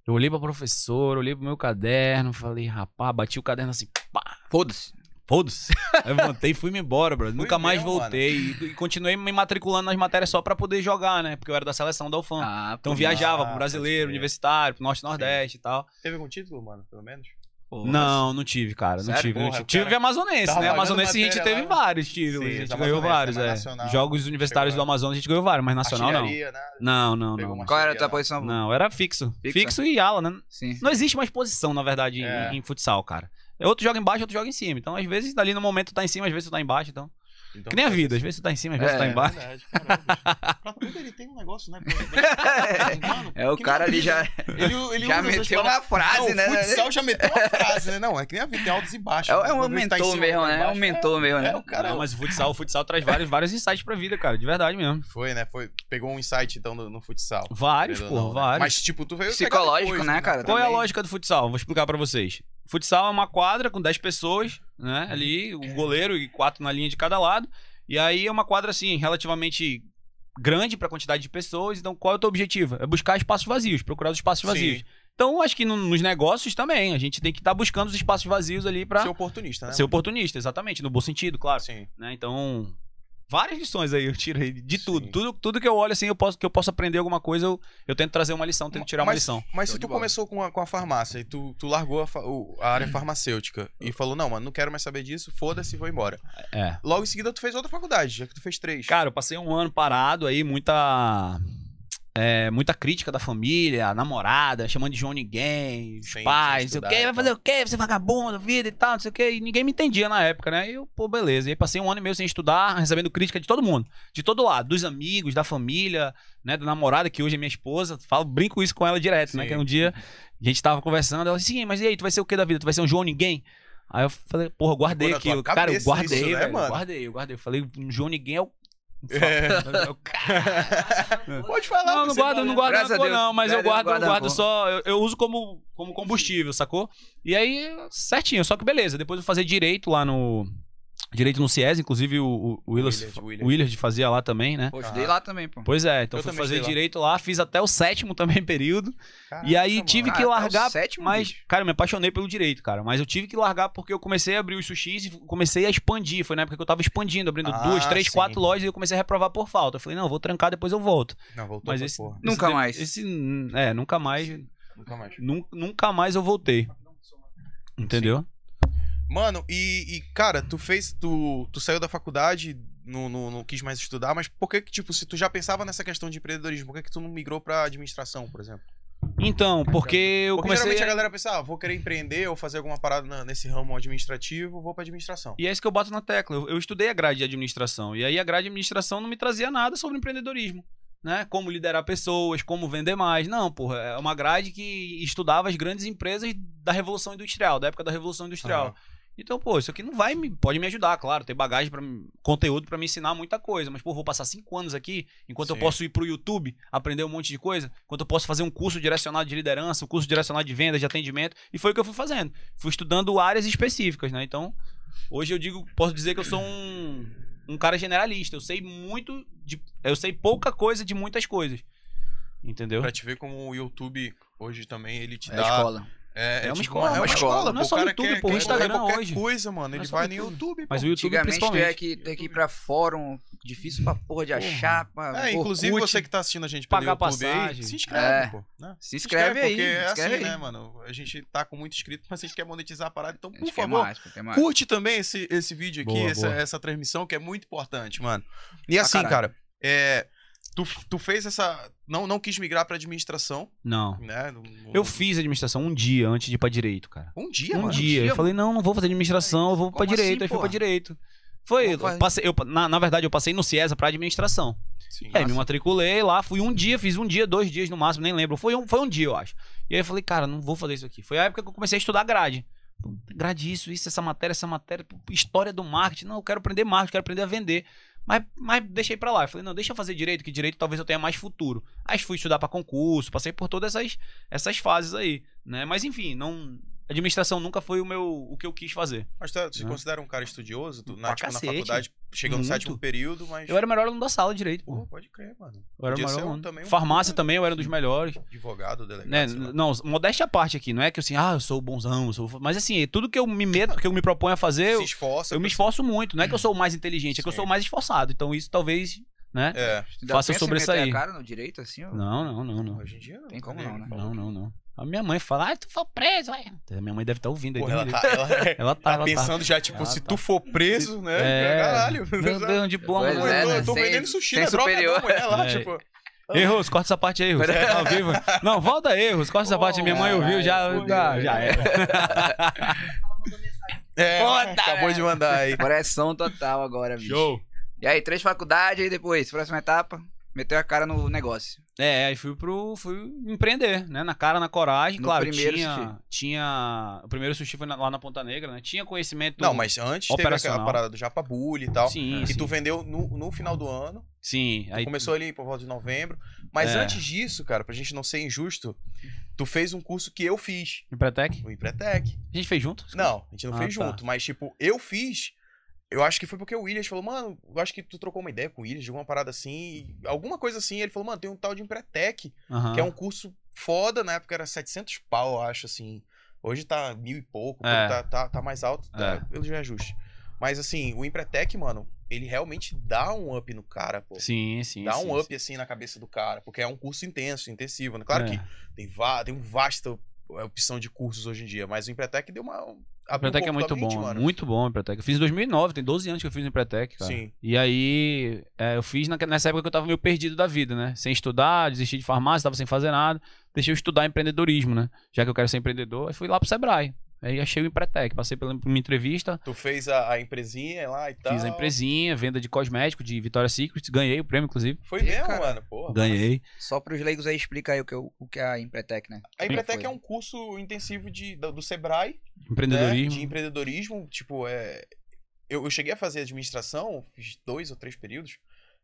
eu olhei pra professora, olhei pro meu caderno, falei, rapaz, bati o caderno assim, pá,
Foda-se.
Foda-se. (laughs) Levantei e fui-me embora, brother.
Foi
Nunca mais
mesmo, mano.
voltei. E, e continuei me matriculando nas matérias só pra poder jogar, né? Porque eu era da seleção da UFAM.
Ah,
então
pô,
viajava
pode
pro brasileiro,
crer.
universitário, pro norte nordeste e tal.
Teve algum título, mano? Pelo menos?
foda-se.
Não, não tive, cara. Não
Sério?
tive. não
Porra,
tive.
o cara
Tive amazonense,
tava
né?
pagando
Amazonense a gente
matéria
teve
lá.
vários títulos.
Sim,
a gente
os
ganhou
amazonenses,
vários,
mas
é.
nacional.
Jogos universitários
Pegou,
do Amazonas a gente ganhou vários, mas nacional não.
Artilharia, nada.
Não, não,
Pegou uma
não.
Qual era a tua
Artilharia lá.
posição?
Não, era fixo.
Fixa.
Fixo e ala, né?
Sim.
Não existe mais posição, na verdade, em,
É.
em futsal, cara. É, Outro joga embaixo, outro joga em cima. Então, às vezes, ali no momento tu tá em cima, às vezes tu tá embaixo. Então.
Então,
que nem a
foi
vida, às
isso.
vezes tu tá em cima, às vezes
É,
tu tá embaixo.
É verdade, caralho. pra tudo ele tem um negócio, né?
(laughs)
pô? Mano,
É, o
que
cara ali
maravilha.
já,
Ele, ele
(laughs) já
usa essas
meteu
palavras-
uma frase,
não,
né?
O futsal já meteu uma frase, né? Não, é que nem a vida, tem altos e baixos.
É, é um
Uma vez tá em
mentor
cima,
mesmo,
outra
né? É um
embaixo.
mentor mesmo,
É,
né?
o cara.
Não, mas o futsal, o futsal traz vários, vários insights pra vida, cara. De verdade mesmo.
Foi, né? Foi, pegou um insight, então, no, no futsal.
Vários,
Querendo
pô,
ou não, né?
vários.
Mas, tipo, tu veio. pegar
Psicológico,
depois,
né, cara?
Qual é a
também.
lógica do futsal? Vou explicar pra vocês. Futsal é uma quadra com 10 pessoas, né? Ali, o goleiro e quatro na linha de cada lado. E aí é uma quadra, assim, relativamente grande pra quantidade de pessoas. Então, qual é o teu objetivo? É buscar espaços vazios, procurar os espaços
Sim.
vazios. Então, acho que no- nos negócios também, a gente tem que estar buscando os espaços vazios ali pra
Ser oportunista, né?
ser oportunista, exatamente, no bom sentido, claro.
Sim.
né? Então, várias lições aí eu tiro aí de tudo.
Sim.
tudo. Tudo que eu olho assim, eu posso, que eu posso aprender alguma coisa, eu, eu tento trazer uma lição, tento tirar uma
Mas-
lição.
Mas
Show
se
de
tu
bola.
começou com a, com a farmácia e tu, tu largou a, fa- o- a área farmacêutica e falou, não, mano, não quero mais saber disso, foda-se, vou embora.
É.
Logo em seguida tu fez outra faculdade, já que tu fez três. (laughs)
Cara, eu passei um ano parado aí, muita. é, muita crítica da família, a namorada, chamando de João ninguém, os
Sem- sem
pais, não sei o
estudar
quê,
e
vai
tal.
fazer o quê? Você é vagabundo, vida e tal, não sei o quê. E ninguém me entendia na época, né? E eu, pô, beleza. E aí passei um ano e meio sem estudar, recebendo crítica de todo mundo, de todo lado, dos amigos, da família, né? Da namorada, que hoje é minha esposa. Falo, brinco isso com ela direto, né?
Sim.
Que um dia a gente tava conversando, ela disse, sim, mas e aí, tu vai ser o quê da vida? Tu vai ser um João ninguém? Aí eu falei, porra, eu guardei
Ficou na tua
aquilo. Cara, eu
cabeça
guardei,
isso, né,
velho,
mano?
eu guardei, eu guardei. Eu falei, um João ninguém é o
(laughs) Pode falar,
não, não
você
guardo,
fala.
não guardo
Graças
na
a
cor,
Deus.
não, mas eu
Graças a
guardo,
Deus, guarda
eu
na
guardo
cor.
só, eu, eu uso como, como combustível, sacou? E aí, certinho, só que beleza, depois eu fazer direito lá no. Direito no CIES, inclusive o, o, o Willard,
Willard,
Willard.
Willard.
fazia lá também, né?
Pô, estudei lá também, pô.
Pois é, então
Eu
fui
também
fazer
estudei lá.
direito lá, fiz até o sétimo também (laughs) período.
Caraca,
E aí
mano.
tive que
até o
largar,
sétimo,
mas,
bicho.
cara, eu me apaixonei pelo direito, cara. Mas eu tive que largar porque eu comecei a abrir os sushis e comecei a expandir. Foi na época que eu tava expandindo, abrindo
Ah,
duas, três,
sim.
quatro lojas e eu comecei a reprovar por falta. Eu falei, não, vou trancar, depois eu volto.
Não, voltou
Mas
pra
esse,
porra.
esse
Nunca
de-
mais.
Esse, é, nunca mais.
Nunca mais.
nun- Nunca mais eu voltei. Entendeu?
Mano, e, e, cara, tu fez. Tu, tu saiu da faculdade, não, não, não quis mais estudar, mas por que que, tipo, se tu já pensava nessa questão de empreendedorismo, por que que tu não migrou pra administração, por exemplo?
Então, porque eu
Porque
comecei.
geralmente a
a-
galera pensa, ah, vou querer empreender ou fazer alguma parada na- nesse ramo administrativo, vou pra administração.
E é isso que eu bato na tecla. Eu, eu estudei a grade de administração. E aí a grade de administração não me trazia nada sobre empreendedorismo. Né? Como liderar pessoas, como vender mais. Não, porra. É uma grade que estudava as grandes empresas da Revolução Industrial, da época da Revolução Industrial.
Aham.
Então, pô, isso aqui não vai me. Pode me ajudar, claro. Tem bagagem para conteúdo pra me ensinar muita coisa. Mas, pô, vou passar cinco anos aqui, enquanto eu
Sim.
posso ir pro YouTube, aprender um monte de coisa, enquanto eu posso fazer um curso direcionado de liderança, um curso direcionado de vendas, de atendimento. E foi o que eu fui fazendo. Fui estudando áreas específicas, né? Então, hoje eu digo, posso dizer que eu sou um, um cara generalista. Eu sei muito de. Eu sei pouca coisa de muitas coisas. Entendeu?
Pra te ver como o YouTube hoje também, ele te
É a
dá.
escola.
É,
É uma
tipo,
escola,
é uma escola.
Não é
pô,
só
o cara
YouTube,
quer-
pô, o
quer
Instagram
qualquer
hoje.
coisa, mano,
Não é
ele
só
vai no
YouTube.
YouTube, pô.
Mas o YouTube
Antigamente tu
principalmente.
ia que, ter que ir pra fórum, difícil pra porra de achar, pra
É, inclusive
Orkut.
você que tá assistindo a gente pelo
Pagar
YouTube aí,
passagem.
se inscreve,
É.
pô. né?
Se inscreve aí,
porque
se
é
inscreve
assim,
aí.
né, mano? A gente tá com muito inscrito, mas a gente quer monetizar a parada, então,
A
por
gente quer
favor,
mais, pô, quer mais.
curte também esse, esse vídeo aqui,
Boa,
essa,
boa.
essa transmissão, que é muito importante, mano. E
Ah,
assim,
caralho.
cara, é, tu, tu fez essa... Não, não quis migrar pra administração,
Não.
né? no- no-
Eu fiz administração um dia antes de ir pra direito, cara.
Um dia,
um
mano.
dia.
dia,
Eu falei, não, não vou fazer administração, eu vou pra
Como
direito.
assim,
aí fui pra
porra?
direito. Foi,
Como
eu
faz?
passei, eu, na, na verdade, eu passei no CIESA pra administração.
Sim.
Aí É, me
Nossa.
matriculei lá, fui um dia, fiz um dia, dois dias no máximo, nem lembro. Foi um, foi um dia, eu acho. E aí eu falei, cara, não vou fazer isso aqui. Foi a época que eu comecei a estudar grade. Pô, Grade isso, isso, essa matéria, essa matéria, pô, história do marketing. Não, eu quero aprender marketing, quero aprender a vender. Mas, mas deixei pra lá. Eu falei, não, deixa eu fazer direito, que direito talvez eu tenha mais futuro. Aí fui estudar pra concurso, passei por todas essas, essas fases aí, né? Mas enfim, não administração nunca foi o meu o que eu quis fazer.
Mas tu se
Né?
considera um cara estudioso? Tu, na,
Pra
tipo, na
cacete.
faculdade, chegou no
Muito.
sétimo período, mas.
Eu era o melhor aluno da sala direito, pô.
Pô, pode crer, mano.
Eu era o
Podia
melhor
ser um-
aluno.
também um-
Farmácia também, eu era um dos melhores.
Advogado, delegado.
Né?
sei lá.
Não, modéstia à parte aqui, não é que assim, ah, eu sou bonzão, eu sou. Mas assim, tudo que eu me meto, que eu me proponho a fazer, eu,
se esforça.
eu me
pra-
esforço muito. Não é que eu sou o mais inteligente, é que eu
Sim.
sou o mais esforçado. Então isso talvez, né?
É.
Ainda
Faça
pensa em
sobressair.
meter a cara no direito, assim? ó?
Não, não, não, não.
Hoje em dia não.
Tem como
cadê?
não, né?
Não, não, não. A minha mãe fala, ah, tu foi preso, vai. A minha mãe deve estar ouvindo aí.
Porra,
Deus
ela
me
tá,
livre.
ela tá
(laughs) ela tá, ela
pensando já, tipo,
Ela
se
tá.
tu for preso, né?
É.
Caralho.
tá.
(laughs)
Meu Deus, um diploma.
Pois
Não,
é,
eu tô-
né?
eu tô
Sem-
vendendo sushi
sem
na droga
superior.
da mulher lá,
É.
tipo...
Erros, corta essa parte
(laughs)
aí, Erros. Tá ao vivo. Não, volta aí, Erros, corta essa
Oh,
parte. Minha mãe ouviu, já,
caralho,
já,
fudeu.
já era.
É,
Puta,
acabou
velho.
de mandar aí.
Pressão total agora, bicho.
(laughs) Show.
E aí, três faculdades e depois, próxima etapa, meteu a cara no negócio.
É, aí fui pro. fui empreender, né? Na cara, na coragem.
No
claro,
primeiro
tinha.
sushi.
Tinha. O primeiro sushi foi na- lá na Ponta Negra, né? Tinha conhecimento.
Não, mas antes teve aquela
Operacional.
parada do Japa Bully e tal.
Sim,
Que
sim.
tu vendeu no, no final do ano.
Sim. Aí
Começou ali por volta de novembro. Mas
É.
antes disso, cara, pra gente não ser injusto, tu fez um curso que eu fiz,
Empretec?
o Empretec.
A gente fez junto?
Não, a gente não
Ah,
fez
tá.
junto, mas tipo, eu fiz. Eu acho que foi porque o Williams falou, mano, eu acho que tu trocou uma ideia com o Williams, de alguma parada assim, e alguma coisa assim. Ele falou, mano, tem um tal de Empretec,
Aham.
que é um curso foda, na época era 700 pau, eu acho, assim. Hoje tá mil e pouco,
É.
tá, tá, tá mais alto, tá,
É.
pelos reajustes. Mas assim, o Empretec, mano, ele realmente dá um up no cara, pô.
Sim, sim.
Dá
sim,
um
sim.
up assim na cabeça do cara, porque é um curso intenso, intensivo. Né? Claro
É.
que tem, va tem um vasta é, opção de cursos hoje em dia, mas o Empretec deu uma. abriu um
Empretec
pouco
é
a
muito
mente,
bom, é muito bom o Empretec. Eu fiz em 2009, tem 12 anos que eu fiz o Empretec, cara.
Sim.
E aí, é, eu fiz naque- nessa época que eu tava meio perdido da vida, né? Sem estudar, desisti de farmácia, tava sem fazer nada. Deixei eu estudar empreendedorismo, né? Já que eu quero ser empreendedor, aí fui lá pro Sebrae. Aí achei o Empretec, passei pela por uma entrevista,
Tu fez a, a empresinha lá e tal.
fiz a empresinha, venda de cosmético de Vitória Secret, ganhei o prêmio, inclusive.
Foi
Ih,
mesmo,
cara.
mano. Porra.
Ganhei.
Só pros leigos aí, explica aí o que, é o- o que é a Empretec, né?
A Empretec
Foi.
é um curso intensivo de, do, do Sebrae, né? De
Empreendedorismo.
empreendedorismo. Tipo, é. Eu, eu cheguei a fazer administração, fiz dois ou três períodos.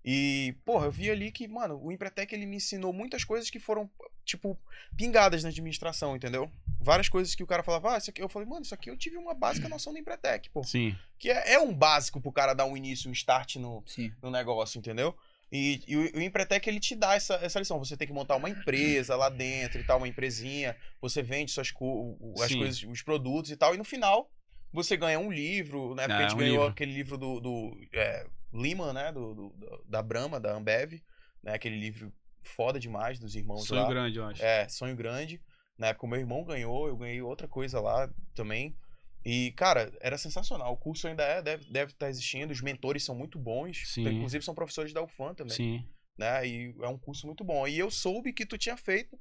E, porra, eu vi ali que, mano, o Empretec ele me ensinou muitas coisas que foram, tipo, pingadas na administração, entendeu? Várias coisas que o cara falava, ah, isso aqui. Eu falei, mano, isso aqui eu tive uma básica noção do Empretec, pô.
Sim.
Que é, é um básico pro cara dar um início, um start no,
Sim.
no negócio, entendeu? E, e o, o Empretec, ele te dá essa, essa lição. Você tem que montar uma empresa lá dentro e tal, uma empresinha. Você vende suas co o- as
Sim.
coisas, os produtos e tal. E no final, você ganha um livro, né? Porque
Ah,
a gente
um
ganhou
livro.
aquele livro do, do é, Lima, né? Do, do- do- da Brahma, da Ambev. Né? Aquele livro foda demais dos irmãos
Sonho
lá.
grande, eu acho.
É, Sonho Grande. Na época, o meu irmão ganhou, eu ganhei outra coisa lá também. E, cara, era sensacional. O curso ainda é, deve, deve estar existindo. Os mentores são muito bons. Então,
Sim.
Inclusive, são professores da UFAM também.
Sim.
Né? E é um curso muito bom. E eu soube que tu tinha feito.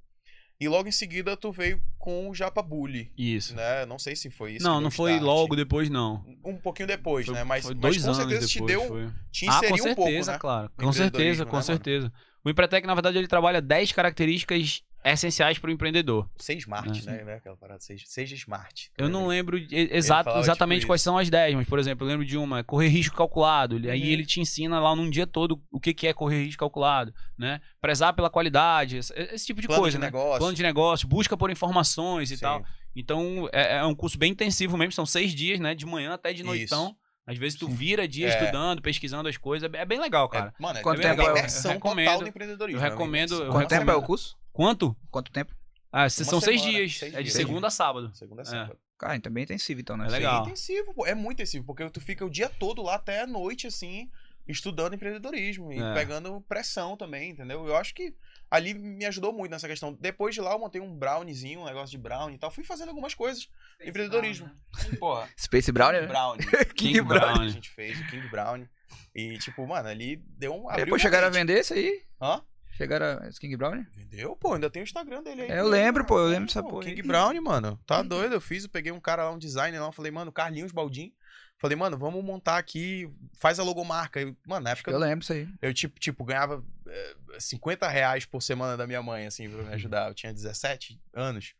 E logo em seguida, tu veio com o Japa Bully.
Isso.
Né? Não sei se foi isso. que
não,
deu
não foi
start.
logo depois, não.
Um pouquinho depois,
Foi-
né? Mas,
foi
mas
dois
com
anos
certeza
depois,
te deu.
foi.
Te
Ah,
inseriu
com
um pouco,
certeza,
né?
claro.
No
Com certeza,
empreendedorismo,
com
né, mano?
certeza. O Empretec, na verdade, ele trabalha 10 características essenciais para o empreendedor.
Seis smart,
É.
né? né? Aquela parada, seis, seis smart.
Eu não lembro de- exato,
falava,
exatamente
tipo,
quais são as 10, mas, por exemplo, eu lembro de uma, é correr risco calculado. Ele-
Uhum.
Aí ele te ensina lá num dia todo o que, que é correr risco calculado, né? Prezar pela qualidade, esse, esse tipo de
Plano
coisa,
de
né?
negócio.
Plano de negócio, busca por informações e
Sim.
tal. Então, é, é um curso bem intensivo mesmo, são seis dias, né? De manhã até de
Isso.
noitão. Às vezes tu vira
É.
dia estudando, pesquisando as coisas. É bem legal, cara.
É, mano,
Quanto
é
tempo
a
eu-
imersão
eu recomendo-
total do empreendedorismo.
eu
né,
recomendo-
amigo?
eu
Uma
Quanto tempo é o
semana.
curso?
Quanto?
Quanto tempo?
Ah, se-
Uma
são seis
semana,
dias.
seis
é de
dias.
segunda a sábado.
Segunda a
É.
sábado.
Cara, então bem intensivo, então, né?
É legal.
É intensivo, pô. É muito intensivo, porque tu fica o dia todo lá até a noite, assim, estudando empreendedorismo e
É.
pegando pressão também, entendeu? Eu acho que ali me ajudou muito nessa questão. Depois de lá, eu montei um browniezinho, um negócio de brownie e tal. Fui fazendo algumas coisas. empreendedorismo. Porra.
Space Brown, né? (laughs)
Brownie.
King Brownie.
A gente fez o King Brownie. E, tipo, mano, ali deu um. abriu
Depois
minha
chegaram a
mente.
vender isso aí?
Hã?
Chegaram a esse King Brown? né?
Vendeu, pô, ainda tem o Instagram dele aí.
É, eu lembro, pô, eu lembro dessa porra
King
aí. Uhum.
Brown, mano. Tá doido, eu fiz, eu peguei um cara lá, um designer lá, eu falei, mano, Carlinhos Baldin. Falei, mano, vamos montar aqui, faz a logomarca. E, mano, na época
Eu
eu,
lembro isso aí.
tipo, tipo, ganhava eh, 50 reais por semana da minha mãe, assim, pra
Uhum.
me ajudar. Eu tinha 17 anos.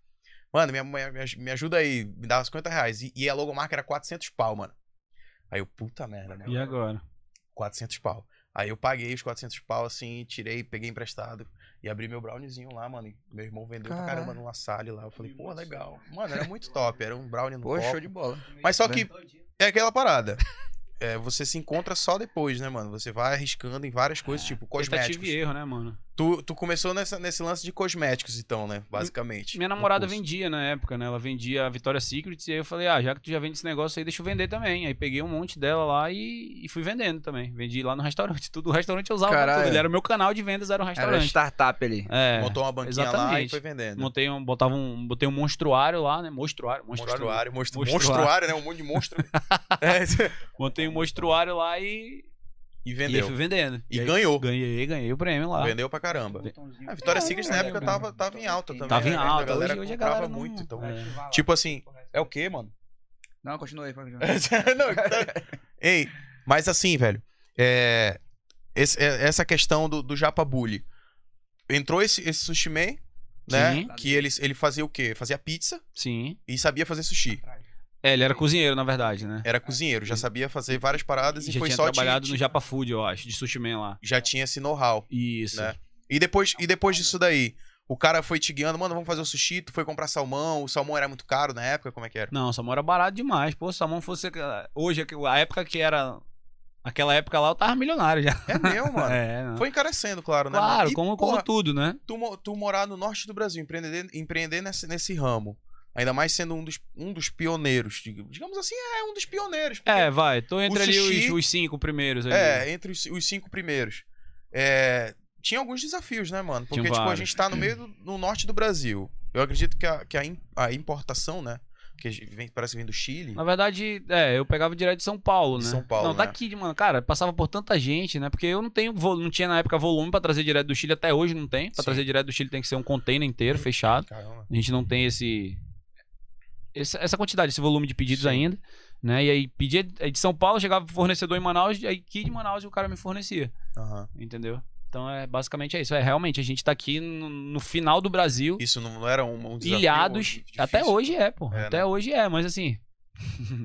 Mano, minha mãe me aj- me ajuda aí, me dava 50 reais. E, e a logomarca era 400 pau, mano. Aí eu, puta merda, né?
E agora?
400 pau. Aí eu paguei os 400 pau, assim, tirei, peguei emprestado. E abri meu browniezinho lá, mano. e meu irmão vendeu pra
Caralho.
caramba numa sala lá. Eu falei, pô, legal. Mano, era muito top. Era um brownie no
Pô,
copo.
show de bola. né?
Mas só que é aquela parada. É, você se encontra só depois, né, mano? Você vai arriscando em várias coisas, tipo
Tentativa
cosméticos.
e erro, né, mano?
Tu, tu começou nessa- nesse lance de cosméticos, então, né? Basicamente.
Minha
no
namorada
curso.
vendia na época, né? Ela vendia a Vitória Secrets e aí eu falei, ah, já que tu já vende esse negócio aí, deixa eu vender também. Aí peguei um monte dela lá e, e fui vendendo também. Vendi lá no restaurante. (laughs) Tudo o restaurante eu usava pra
Caralho.
tudo. Ele era o meu canal de vendas, era um
Era
restaurante.
startup ali.
É.
Montou uma banquinha lá e
exatamente.
foi vendendo.
Montei um, botava um, botei um monstruário lá, né? Monstruário, monstruário.
Monstruário, monstru...
Monstruário.
monstruário, né? Um monte de monstro.
(laughs)
É, (laughs) isso.
Montei um monstruário lá e,
e
e aí
vendeu.
fui vendendo.
E,
aí
ganhou.
Ganhei, ganhei o prêmio lá.
Vendeu pra caramba. A Vitória
É,
Secret na época tava, tava em alta também.
Tava em
né?
alta,
A galera
hoje- hoje a
comprava
galera não-
muito. Então,
É.
Tipo
(laughs)
assim, (laughs) é o quê, mano?
Não, continua aí. pode continuar.
Não, tá- Ei, mas assim, velho, é, esse- é- essa questão do, do Japa Bully. Entrou esse, esse sushi man, né?
Sim.
Que ele, ele fazia o quê? Fazia pizza
Sim.
e sabia fazer sushi.
É, ele era cozinheiro, na verdade, né?
Era cozinheiro, já sabia fazer várias paradas e,
já
foi
tinha
só de-
trabalhado
de-
no Japa Food, eu acho, de sushi man lá.
já tinha esse know-how.
Isso.
Né? E depois, e depois disso daí, o cara foi te guiando, mano, vamos fazer o sushi, tu foi comprar salmão, o salmão era muito caro na época, como é que era?
Não, Samão era barato demais. Pô, se Samão fosse. aquela- Hoje, a época que era. Aquela época lá, eu tava milionário já.
É meu, mano.
É, não.
Foi encarecendo, claro, né? mano?
claro,
E,
como,
porra,
como tudo, né?
tu, mo- tu morar no norte do Brasil, empreender, empreender nesse, nesse ramo. Ainda mais sendo um dos, um dos pioneiros. dig- Digamos assim, é um dos pioneiros. porque-
É, vai. Tô entre ali
sushi-
os, os cinco primeiros ali.
é, entre os, os cinco primeiros. É, tinha alguns desafios, né, mano? Porque,
Tinham
tipo, a
vários.
gente tá no meio do no norte do Brasil. Eu acredito que a, que a, im- a importação, né? Que vem, parece que vem do Chile.
Na verdade, é, eu pegava direto de São Paulo, né?
De São Paulo,
Não,
né?
daqui, mano. Cara, passava por tanta gente, né? Porque eu não tenho, vo- não tinha na época volume pra trazer direto do Chile, até hoje não tem. Pra
Sim.
trazer direto do Chile tem que ser um container inteiro, fechado.
Caramba.
A gente não tem esse. esse- essa quantidade, esse volume de pedidos
Sim.
ainda, né? E aí pedia aí de São Paulo, chegava pro fornecedor em Manaus, aí aqui de Manaus o cara me fornecia,
Aham.
entendeu? Então é basicamente é isso. É realmente a gente tá aqui no, no final do Brasil,
Isso não não era um, um desafio.
ilhados.
difícil?
Até hoje é, pô.
É,
até
né?
hoje é, mas assim,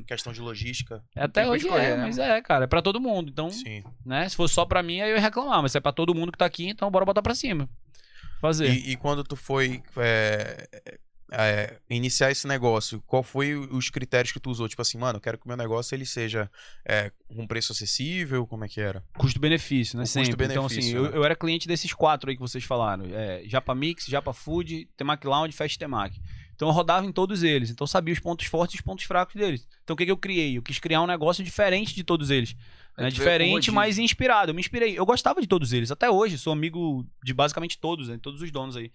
Questão de logística.
até
pra
hoje
escolher,
é,
né,
mas é, cara, é pra todo mundo. Então,
Sim.
né? Se fosse só pra mim, aí eu ia reclamar, mas se é pra todo mundo que tá aqui, então bora botar pra cima. Fazer.
E, e quando tu foi é, é, iniciar esse negócio, qual foi o- os critérios que tu usou? Tipo assim, mano, eu quero que o meu negócio ele seja é, com preço acessível, como é que (laughs) era?
Custo-benefício, né?
O
Sempre. então, assim,
custo-benefício,
eu,
né?
eu era cliente desses quatro aí que vocês falaram: é, Japa Mix, Japa Food, Temac Lounge, Fast Temac. Então, eu rodava em todos eles. Então, eu sabia os pontos fortes e os pontos fracos deles. Então, o que, que eu criei? Eu quis criar um negócio diferente de todos eles.
É
Aí tu
né?
veio com
Diferente,
rodízio.
mas inspirado. Eu me inspirei. Eu gostava de todos eles. Até hoje, sou amigo de basicamente todos, né? todos os donos aí.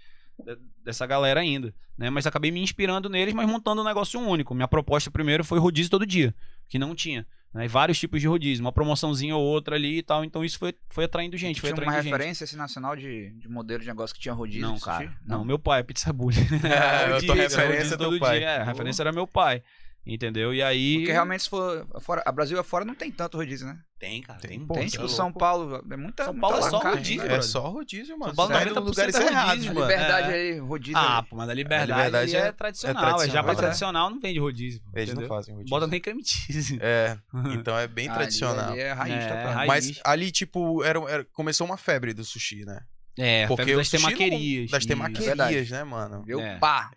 de- Dessa galera ainda, né? Mas acabei me inspirando neles, mas montando um negócio único. Minha proposta primeiro foi rodízio todo dia, que não tinha. Né? E vários tipos de rodízio, uma promoçãozinha ou outra ali e tal. Então isso foi, foi atraindo (laughs) gente, foi
tinha Tipo, uma
atraindo gente.
referência esse nacional de, de modelo de negócio que tinha rodízio?
Não,
de sushi?
cara. Não, meu pai, pizza bully.
Ah,
(laughs)
eu tô
Rodízio,
referência
rodízio
é teu pai.
Dia. É, a
Boa.
referência era meu pai. Entendeu? E aí.
Porque realmente, se for fora, a Brasil afora não tem tanto rodízio, né?
Tem, cara.
Tem,
Tem,
pô,
tem,
você
tipo,
é
São
louco.
Paulo. É muita,
São Paulo
muita
é só
alavancagem,
rodízio,
né?
é
brother.
só rodízio, mano.
São Paulo,
Você tá indo
90%
em lugares
é rodízio,
errados,
mano.
mano.
Liberdade
É.
aí, rodízio.
Ah,
aí.
pô, mas a liberdade,
A liberdade
é,
é-
tradicional.
é
É
tradicional,
Japa
né?
tradicional não vende rodízio. Pô,
Eles não
entendeu?
fazem rodízio.
Bota nem creme cheese. (laughs)
É, então é bem
Ali,
tradicional.
ali é raiz,
É,
tá pra-
raiz.
Mas ali, tipo, era, era- começou uma febre do sushi, né?
É,
Porque
febre
o
das
sushi não-
temaquerias.
Das
Isso.
temaquerias,
Verdade.
né, mano?
Deu
É.
pá.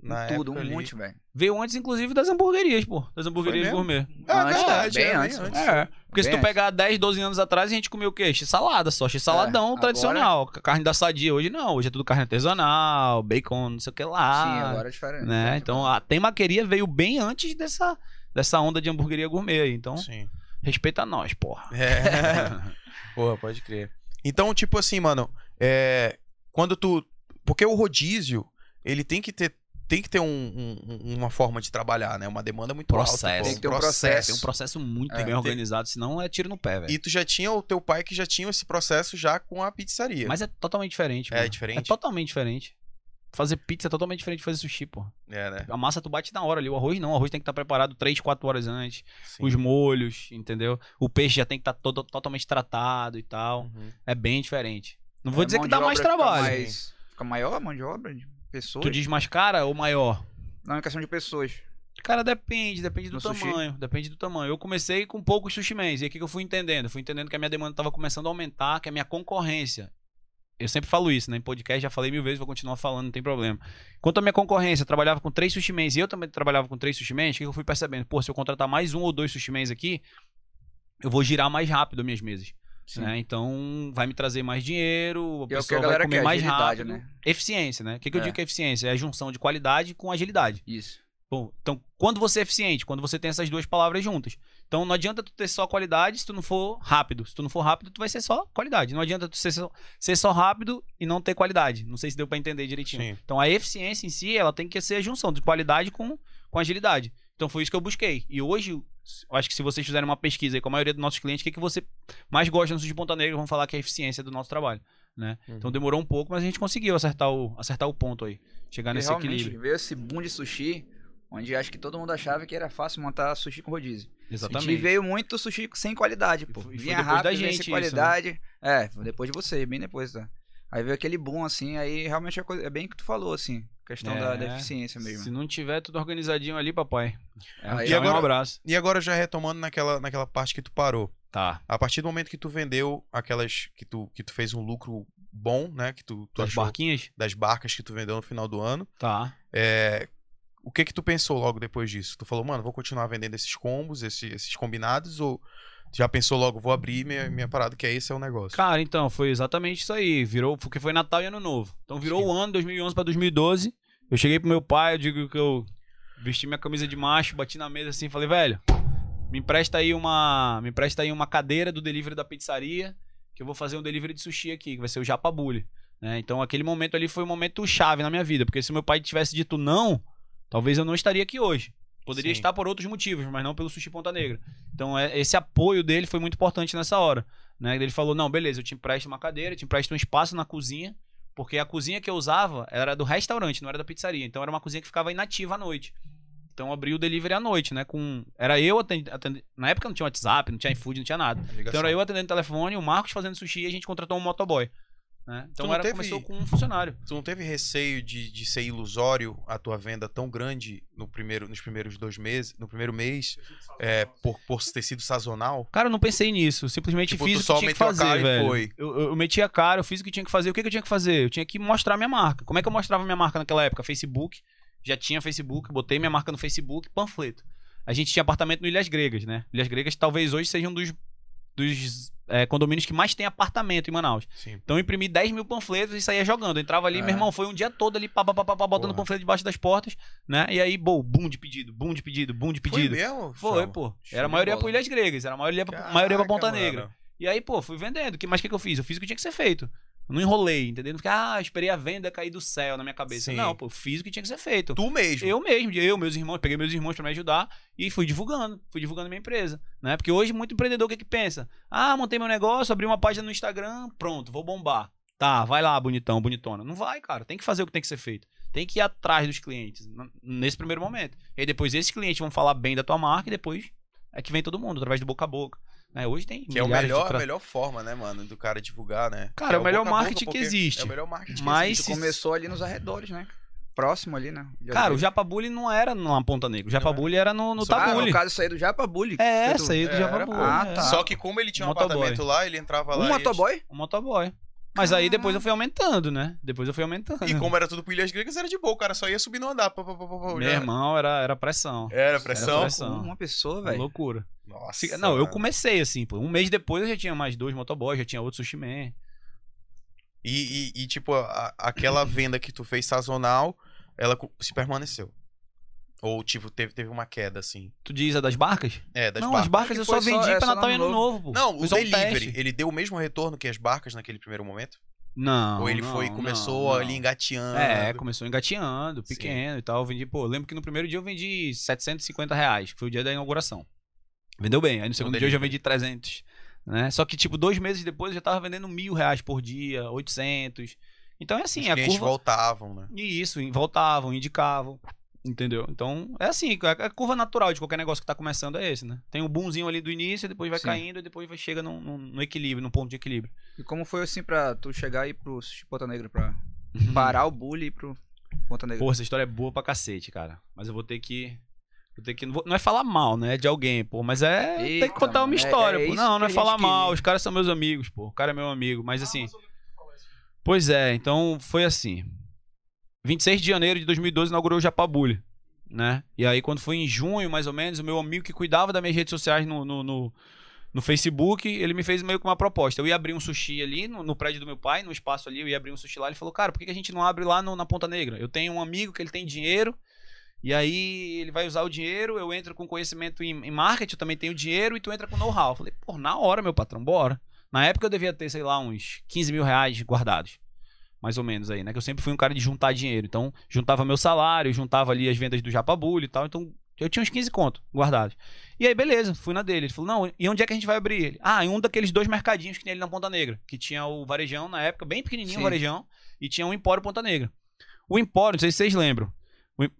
Na
em tudo,
época
um
ali.
monte, velho.
Veio antes, inclusive, das hamburguerias, pô. Das hamburguerias
mesmo?
gourmet.
É
Antes,
verdade,
bem
é,
antes.
É. Porque se
Bem
tu pegar 10, 12 anos atrás, a gente comia o quê? X-salada só.
É,
X-saladão
agora-
tradicional. Carne da sadia. Hoje não. Hoje é tudo carne artesanal, bacon, não sei o que lá.
Sim, agora é diferente.
Né? Então a temaqueria veio bem antes dessa, dessa onda de hamburgueria gourmet. aí. Então,
Sim.
respeita nós, porra.
É. (laughs) Porra, pode crer. Então, tipo assim, mano, é, quando tu. Porque o rodízio, ele tem que ter, tem que ter um- um- um- uma forma de trabalhar, né? Uma demanda muito alta.
Processo.
pô.
Tem
que ter um processo.
Tem um processo muito
É,
bem
tem-
organizado, senão é tiro no pé, velho.
E tu já tinha, o teu pai que já tinha esse processo já com a pizzaria.
Mas é totalmente diferente,
É
mano.
diferente?
É totalmente diferente. Fazer pizza é totalmente diferente de fazer sushi, pô.
É, né?
A massa tu bate na hora ali. O arroz não. O arroz tem que estar preparado 3, 4 horas antes.
Sim.
Os molhos, entendeu? O peixe já tem que estar todo, totalmente tratado e tal.
Uhum.
É bem diferente. Não
É,
vou dizer
mão
que
de
dá mais
obra fica
trabalho.
mais- Fica maior a mão de obra de pessoas?
Tu diz mais cara ou maior?
Não, é questão de pessoas.
Cara, depende, depende do
No sushi?
tamanho. Depende do tamanho. Eu comecei com poucos sushi mans, e aqui que eu fui entendendo. Eu Fui entendendo que a minha demanda estava começando a aumentar, que a minha concorrência Eu sempre falo isso, né? Em podcast já falei mil vezes, vou continuar falando, não tem problema. Quanto à minha concorrência, eu trabalhava com três sushimens e eu também trabalhava com três sushimens, o que eu fui percebendo? Pô, se eu contratar mais um ou dois sushimens aqui, eu vou girar mais rápido as minhas mesas.
Sim.
né? Então vai me trazer mais
E é
dinheiro, a
o que a
pessoa vai
galera
comer
quer,
mais
agilidade,
rápido.
né?
Eficiência, né? O que, que eu
É.
digo que é eficiência? É a junção de qualidade com agilidade.
Isso.
Bom, então, quando você é eficiente? Quando você tem essas duas palavras juntas. Então, não adianta tu ter só qualidade se tu não for rápido. Se tu não for rápido, tu vai ser só qualidade. Não adianta tu ser só, ser só rápido e não ter qualidade. Não sei se deu pra entender direitinho.
Sim.
Então, a eficiência em si, ela tem que ser a junção de qualidade com, com agilidade. Então, foi isso que eu busquei. E hoje, eu acho que se vocês fizerem uma pesquisa aí com a maioria dos nossos clientes, o que, que você mais gosta no Sul de Ponta Negra, vão falar que é a eficiência do nosso trabalho. Né?
Uhum.
Então, demorou um pouco, mas a gente conseguiu acertar o, acertar o ponto aí. Chegar
Porque
nesse
É, realmente
equilíbrio.
veio esse boom de sushi, onde acho que todo mundo achava que era fácil montar sushi com rodízio.
Exatamente.
E veio muito sushi sem qualidade, pô.
E foi- e foi
Vinha
depois da
rápido, vinha
gente
sem
isso, né?
qualidade. É, foi depois de você, bem depois, tá? Aí veio aquele boom, assim, aí realmente é, coisa- é bem o que tu falou, assim, questão da, da
É.
eficiência mesmo.
Se não tiver tudo organizadinho ali, papai. É,
Aí
e
agora-
um abraço.
E agora já retomando naquela, naquela parte que tu parou.
Tá.
A partir do momento que tu vendeu aquelas. que tu, que tu fez um lucro bom, né? Que tu, tu
Tuas
achou
barquinhas?
das barcas que tu vendeu no final do ano.
Tá.
É, o que que tu pensou logo depois disso? Tu falou, mano, vou continuar vendendo esses combos, esse- esses combinados, ou tu já pensou logo, vou abrir minha, minha parada, que é esse é o negócio?
Cara, então, foi exatamente isso aí. Virou, porque foi Natal e Ano Novo. Então virou
Sim.
o ano 2011 pra 2012. Eu cheguei pro meu pai, eu digo que eu vesti minha camisa de macho, bati na mesa assim, e falei, velho, me empresta aí uma, me empresta aí uma cadeira do delivery da pizzaria, que eu vou fazer um delivery de sushi aqui, que vai ser o Japabulli. Né? Então aquele momento ali foi um momento chave na minha vida, porque se meu pai tivesse dito não, talvez eu não estaria aqui hoje. Poderia
Sim.
estar por outros motivos, mas não pelo Sushi Ponta Negra. Então é- esse apoio dele foi muito importante nessa hora. né? Ele falou, não, beleza, eu te empresto uma cadeira, eu te empresto um espaço na cozinha, porque a cozinha que eu usava era do restaurante, não era da pizzaria. Então era uma cozinha que ficava inativa à noite. Então eu abri o delivery à noite, né? Com... Era eu atendendo. Na época não tinha WhatsApp, não tinha iFood, não tinha nada.
Tá
Então era eu atendendo o telefone, o Marcos fazendo sushi e a gente contratou um motoboy. né?
Tu
Então
não
era,
teve-
começou com um funcionário.
Tu não teve receio de, de ser ilusório a tua venda tão grande no primeiro, nos primeiros dois meses, no primeiro mês, é, por, por ter sido sazonal?
Cara, eu não pensei nisso. eu Simplesmente
Tipo,
fiz
tu
o que
só
tinha que
meteu a
fazer,
cara e
velho.
foi.
Eu, eu- eu meti a cara, eu fiz o que tinha que fazer. O que, que eu tinha que fazer? Eu tinha que mostrar minha marca. Como é que eu mostrava minha marca naquela época? Facebook. Já tinha Facebook, botei minha marca no Facebook, panfleto. A gente tinha apartamento no Ilhas Gregas, né? Ilhas Gregas talvez hoje seja um dos, dos é, condomínios que mais tem apartamento em Manaus.
Sim.
Então eu imprimi 10 mil panfletos e saía jogando. Eu entrava ali,
É.
meu irmão, foi um dia todo ali, pá, pá, pá, pá, pá, botando
Porra.
panfleto debaixo das portas, né? E aí, bom, boom de pedido, boom de pedido, boom de
Foi
pedido.
mesmo?
Foi,
Chalma?
pô.
Show
Era a
de
maioria
bola.
pra Ilhas Gregas, era a maioria, pra, maioria pra
Caraca,
Ponta
mano.
Negra. E aí, pô, fui vendendo. Que, mas o que, que eu fiz? Eu fiz o que tinha que ser feito. Eu não enrolei, entendeu? Não fiquei, ah, esperei a venda cair do céu na minha cabeça.
Sim.
Não, pô, fiz o que tinha que ser feito.
Tu mesmo.
Eu mesmo, eu, meus irmãos, peguei meus irmãos pra me ajudar e fui divulgando, fui divulgando minha empresa, né? Porque hoje muito empreendedor o que que pensa? Ah, montei meu negócio, abri uma página no Instagram, pronto, vou bombar. Tá, vai lá, bonitão, bonitona. Não vai, cara, tem que fazer o que tem que ser feito. Tem que ir atrás dos clientes n- nesse primeiro momento. E aí depois esses clientes vão falar bem da tua marca e depois é que vem todo mundo através do boca a boca, né? Hoje tem
Que é o
milhares de
melhor,
tra-
a melhor forma, né, mano, do cara divulgar, né?
Cara,
Que
é o melhor
boca a boca,
marketing que
porque
existe.
É o melhor marketing
Mas-
que
Isso
Esses-
começou ali nos arredores, né? Próximo ali, né?
Cara,
é.
o Japabully não era na Ponta Negra, o Japabully era no, no
Só-
Ah,
Tabule.
no caso, isso aí do Japabully.
É,
Feito-
essa aí do
É, era,
Japabully.
ah,
é.
tá.
existe. Só que como ele tinha um
Motoboy.
apartamento lá, ele entrava lá
Um
e eles-
motoboy?
O motoboy. Mas aí depois eu fui aumentando, né? Depois eu fui aumentando.
E como era tudo por Ilhas Gregas, era de boa, o cara só ia subir no andar. Pá, pá, pá, pá, pá,
Meu
já-
irmão, era, era pressão.
Era pressão?
Era pressão. Tá
Com Uma pessoa,
Era
velho.
loucura.
É, Nossa.
Se- não, eu
mano.
comecei assim, pô. Um mês depois eu já tinha mais dois motoboys, já tinha outro sushi man.
E, e- e, tipo, a- aquela venda que tu fez sazonal, ela co- se permaneceu. Ou, tipo, teve, teve uma queda, assim.
Tu diz a das barcas?
É, das
não, as
barcas.
barcas eu
Acho
só
que foi só-
vendi
é,
pra
só
Natal e
ano
Ano Novo, pô.
Não,
Foi
o
só um
delivery,
teste.
ele deu o mesmo retorno que as barcas naquele primeiro momento?
Não.
Ou ele
não,
foi começou
não,
ali
não.
engateando?
É, começou engateando,
Sim.
pequeno e tal. Eu vendi, pô, eu lembro que no primeiro dia eu vendi 750 reais, que foi o dia da inauguração. Vendeu bem. Aí no segundo dia eu já
delivery.
vendi 300, né? Só que, tipo, dois meses depois eu já tava vendendo mil reais por dia, 800. Então é assim,
Os
a
clientes
curva...
voltavam, né?
E isso, e voltavam, indicavam. Entendeu? Então, é assim, a a curva natural de qualquer negócio que tá começando é esse, né? Tem um boomzinho ali do início, e depois vai
Sim.
caindo, e depois vai, chega num, num- no equilíbrio, num ponto de equilíbrio.
E como foi assim pra tu chegar aí pro Sushi Ponta Negra pra
Uhum.
parar o bullying e pro Ponta Negra?
Pô, essa história é boa pra cacete, cara. Mas eu vou ter que. Vou ter que não, vou- não é falar mal, né? De alguém, pô. Mas é. tem
Eita,
que contar
mano,
uma
é-
história,
é
pô.
isso
Não, não é
que a
falar
gente
mal.
queria.
Os caras são meus amigos, pô. O cara é meu amigo. Mas assim. Pois é, então foi assim. 26 de janeiro de 2012 inaugurou o Japabulho, né? E aí quando foi em junho, mais ou menos, o meu amigo que cuidava das minhas redes sociais no, no, no, no Facebook, ele me fez meio que uma proposta. Eu ia abrir um sushi ali no, no prédio do meu pai, no espaço ali, eu ia abrir um sushi lá. Ele falou, cara, por que que a gente não abre lá no- na Ponta Negra? Eu tenho um amigo que ele tem dinheiro, e aí ele vai usar o dinheiro, eu entro com conhecimento em, em marketing, eu também tenho dinheiro, e tu entra com know-how. Eu Falei, pô, na hora, meu patrão, bora. Na época eu devia ter, sei lá, uns 15 mil reais guardados. Mais ou menos aí, né? Que eu sempre fui um cara de juntar dinheiro. Então, juntava meu salário, juntava ali as vendas do Japabulho e tal. Então, eu tinha uns 15 conto guardados. E aí, beleza, fui na dele. Ele falou, não, e onde é que a gente vai abrir ele? Ah, em um daqueles dois mercadinhos que tem ali na Ponta Negra. Que tinha o varejão na época, bem pequenininho
Sim.
o varejão. E tinha o Empório Ponta Negra. O Empório, não sei se vocês lembram. O, Em-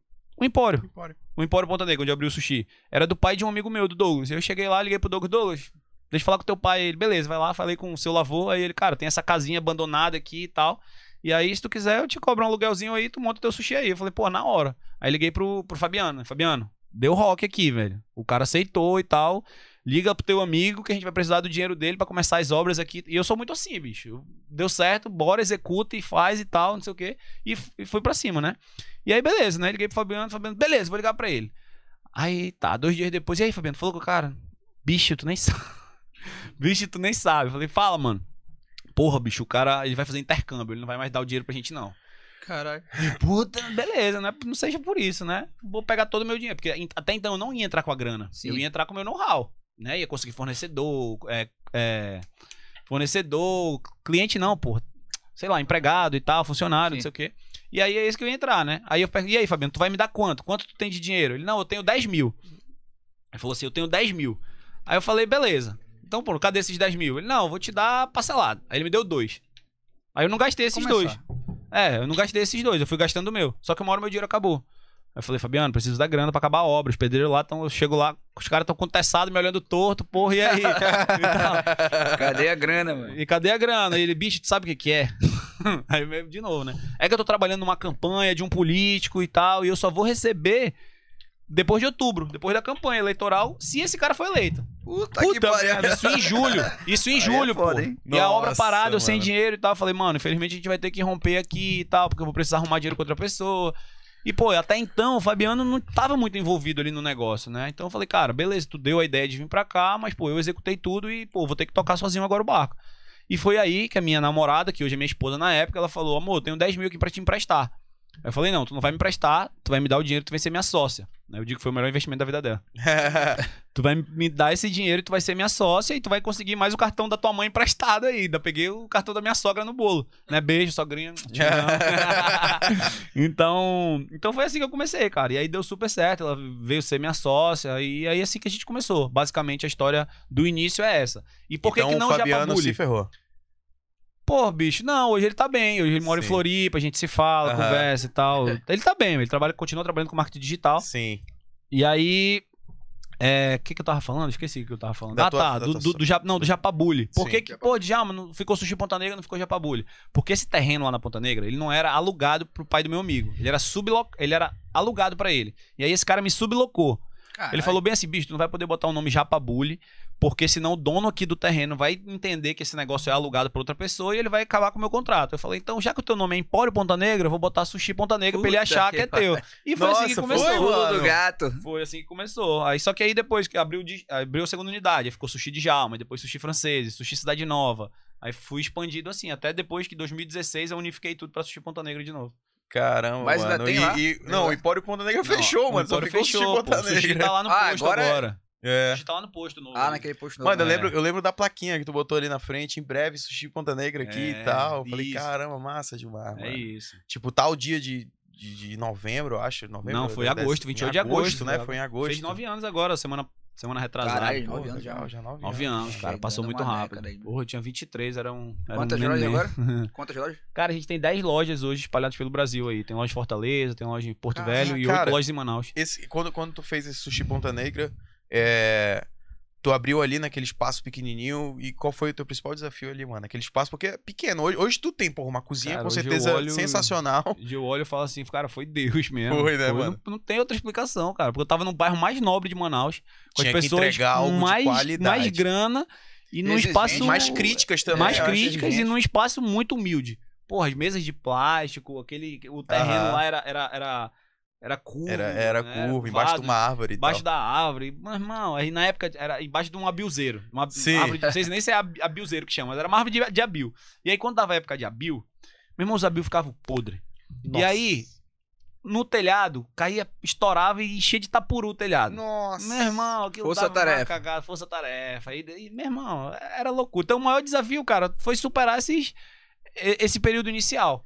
o Empório. O um Empório Ponta Negra, onde eu abri o sushi. Era do pai de um amigo meu, do Douglas. Eu cheguei lá, liguei pro Douglas, Douglas, deixa eu falar com teu pai. Ele, beleza, vai lá, falei com o seu avô. Aí ele, cara, tem essa casinha abandonada aqui e tal. E aí, se tu quiser, eu te cobro um aluguelzinho aí, tu monta teu sushi aí. Eu falei, pô, na hora. Aí liguei pro, pro Fabiano. Fabiano, deu rock aqui, velho. O cara aceitou e tal. Liga pro teu amigo que a gente vai precisar do dinheiro dele pra começar as obras aqui. E eu sou muito assim, bicho. Eu- Deu certo, bora, executa e faz e tal, não sei o quê. E, f- e fui pra cima, né? E aí, beleza, né? Liguei pro Fabiano, Fabiano, beleza, vou ligar pra ele. Aí tá, dois dias depois, e aí, Fabiano, falou com o cara? Bicho, tu nem sabe. (laughs) bicho, tu nem sabe. Eu falei, fala, mano. Porra, bicho, o cara, ele vai fazer intercâmbio, ele não vai mais dar o dinheiro pra gente, não.
Caralho.
Puta, beleza, né? Não seja por isso, né? Vou pegar todo o meu dinheiro, porque em- até então eu não ia entrar com a grana.
Sim.
Eu ia entrar com o meu know-how, né? Ia conseguir fornecedor, é, é, fornecedor, cliente não, porra. Sei lá, empregado e tal, funcionário, não
Sim.
sei o quê. E aí é isso que eu ia entrar, né? Aí eu perguntei, e aí, Fabiano, tu vai me dar quanto? Quanto tu tem de dinheiro? Ele, não, eu tenho 10 mil. Ele falou assim, eu tenho 10 mil. Aí eu falei, beleza. Então, pô, cadê esses 10 mil? Ele, não, eu vou te dar parcelado. Aí ele me deu dois. Aí eu não gastei esses dois.
Começar.
É, eu não gastei esses dois, eu fui gastando o meu. Só que uma hora meu dinheiro acabou. Aí eu falei, Fabiano, preciso da grana pra acabar a obra. Os pedreiros lá estão. Eu chego lá, os caras estão contestados, me olhando torto, porra, e aí? Então, e, tal.
Cadê a grana, mano?
E cadê a grana? E ele, bicho, tu sabe o que, que é? (laughs) aí eu, de novo, né? É que eu tô trabalhando numa campanha de um político e tal, e eu só vou receber depois de outubro, depois da campanha eleitoral, se esse cara for eleito.
Puta, assim,
Puta, merda, isso em julho. Isso em julho,
é foda,
pô.
hein?
E a obra
Nossa,
parada, eu sem
mano.
dinheiro e tal. Eu Falei, mano, infelizmente a gente vai ter que romper aqui e tal, porque eu vou precisar arrumar dinheiro com outra pessoa. E, pô, até então o Fabiano não tava muito envolvido ali no negócio, né? Então eu falei, cara, beleza, tu deu a ideia de vir pra cá, mas, pô, eu executei tudo e, pô, vou ter que tocar sozinho agora o barco. E foi aí que a minha namorada, que hoje é minha esposa na época, ela falou, amor, eu tenho 10 mil aqui pra te emprestar. Aí eu falei, não, tu não vai me emprestar, tu vai me dar o dinheiro, tu vai ser minha sócia. Aí eu digo que foi o melhor investimento da vida dela. Tu vai me dar esse dinheiro e tu vai ser minha sócia e tu vai conseguir mais o cartão da tua mãe emprestado aí. Ainda peguei o cartão da minha sogra no bolo. Né?
(laughs)
Beijo, sogrinha. Te amo. (laughs) então, então foi assim que eu comecei, cara. E aí deu super certo. Ela veio ser minha sócia. E aí é assim que a gente começou. Basicamente, a história do início é essa. E por que,
então,
que não
o Fabiano
Japabulho?
se ferrou.
Pô, bicho, não, hoje ele tá bem. Hoje ele mora em
Sim.
Floripa, a gente se fala,
Aham.
conversa
(laughs)
e tal. Ele tá bem, ele trabalha, continua trabalhando com marketing digital.
Sim.
E aí. é, O que, que eu tava falando? Esqueci o que eu tava falando.
Da
ah,
tua-
tá.
da
Do,
tua
do, do Jap- não, do Japabulho. Por
Sim.
que, que pô, Djalma, não ficou Sushi Ponta Negra não ficou Japabulho? Porque esse terreno lá na Ponta Negra, ele não era alugado pro pai do meu amigo. Ele era, sublo... ele era alugado pra ele. E aí esse cara me sublocou. (laughs) Ele falou bem assim, bicho, tu não vai poder botar o nome Japabulho, porque senão o dono aqui do terreno vai entender que esse negócio é alugado pra outra pessoa e ele vai acabar com o meu contrato. Eu falei, então, já que o teu nome é Empório Ponta Negra, eu vou botar Sushi Ponta Negra pra ele
Puta
achar
que
que é teu. E foi assim que
Nossa,
começou.
foi, mano.
do gato.
Foi assim que começou. Aí só que aí depois que abriu, de- abriu a segunda unidade, aí ficou sushi de Jalma, aí depois sushi francês, sushi Cidade Nova. Aí fui expandido assim, até depois que em 2016 eu unifiquei tudo pra sushi Ponta Negra de novo.
Caramba,
Mas ainda
mano.
tem
e,
lá?
e- não, o Empório Ponta Negra
Não,
fechou,
o
mano. Só
Empório
ficou o Chico
pô.
Ponta
O sushi (laughs)
Negra.
tá lá no
Ah,
posto
agora
agora.
é-
É.
O sushi tá lá no posto novo.
Ah, naquele posto novo.
Mano, eu
É.
né?
lembro, eu lembro da plaquinha que tu botou ali na frente, em breve, sushi Ponta Negra aqui
É,
e tal. Eu falei,
isso.
caramba, massa demais,
É
mano.
isso.
Tipo, tal dia de, de, de novembro, eu acho. Novembro,
Não, foi
né?
agosto,
Em
28 de agosto,
né?
foi
Foi em agosto.
Fez nove anos agora, semana, semana retrasada.
Caralho,
Pô,
nove anos já,
Legal,
mano.
já nove,
nove
anos.
anos, cara.
Gente,
Passou
dando
muito
uma
rápido.
década aí.
Porra, eu tinha 23, era um. Era
Quantas
um
lojas
neném. (laughs)
agora? Quantas lojas?
Cara, a gente tem 10 lojas hoje espalhadas pelo Brasil aí. Tem loja em Fortaleza, tem loja em Porto
Ah,
Caraca,
Velho e
cara.
oito lojas em Manaus.
Esse, quando, quando tu fez esse Sushi Ponta Negra, é, tu abriu ali naquele espaço pequenininho e qual foi o teu principal desafio ali, mano? Aquele espaço, porque é pequeno. Hoje, hoje tu tem, porra, uma cozinha
Cara,
com
hoje eu
certeza
olho-
sensacional.
De eu olho e falo assim, cara, foi Deus mesmo.
Foi, né,
não-
mano?
Não, tem outra explicação, cara. Porque eu tava no bairro mais nobre de Manaus, com
Tinha
as
que
pessoas
entregar algo
com
de
mais,
qualidade.
mais grana e num
Exigente,
espaço.
mais críticas também.
mais
eu acho.
críticas e
exigente.
num espaço muito humilde. Porra, as mesas de plástico, aquele. O terreno
Aham.
lá era. Era, era, era curvo.
Era, era
né?
curva, embaixo de
vaso,
uma árvore e
Embaixo
tal.
da árvore. Mas, irmão, aí na época era embaixo de um abilzeiro. Uma ab-
Sim.
árvore de- não sei nem se é ab- abilzeiro que chama, mas era uma árvore de, de abil. E aí, quando dava a época de abil, meu irmão, os abil ficavam podre. E
Nossa.
aí, no telhado, caía, estourava e enchia de tapuru o telhado.
Nossa.
Meu irmão, aquilo
Força
dava uma
tarefa.
Cagada, força tarefa. E, e, meu irmão, era loucura. Então o maior desafio, cara, foi superar esses, e- esse período inicial.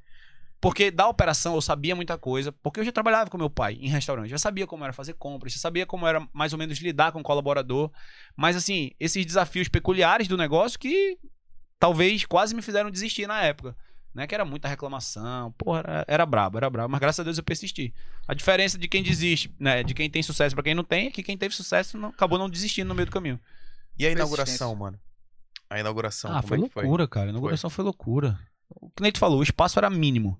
Porque da operação eu sabia muita coisa, porque eu já trabalhava com meu pai em restaurante, já sabia como era fazer compras, já sabia como era mais ou menos lidar com o colaborador. Mas assim, esses desafios peculiares do negócio que talvez quase me fizeram desistir na época. Né, que era muita reclamação, porra, era, era brabo, era brabo, mas graças a Deus eu persisti. A diferença de quem desiste, né, de quem tem sucesso pra quem não tem, é que quem teve sucesso não- acabou não desistindo no meio do caminho.
E a inauguração, mano? A inauguração,
ah,
como
foi
é que foi?
loucura, cara. A inauguração foi, loucura. O que nem tu falou, o espaço era mínimo.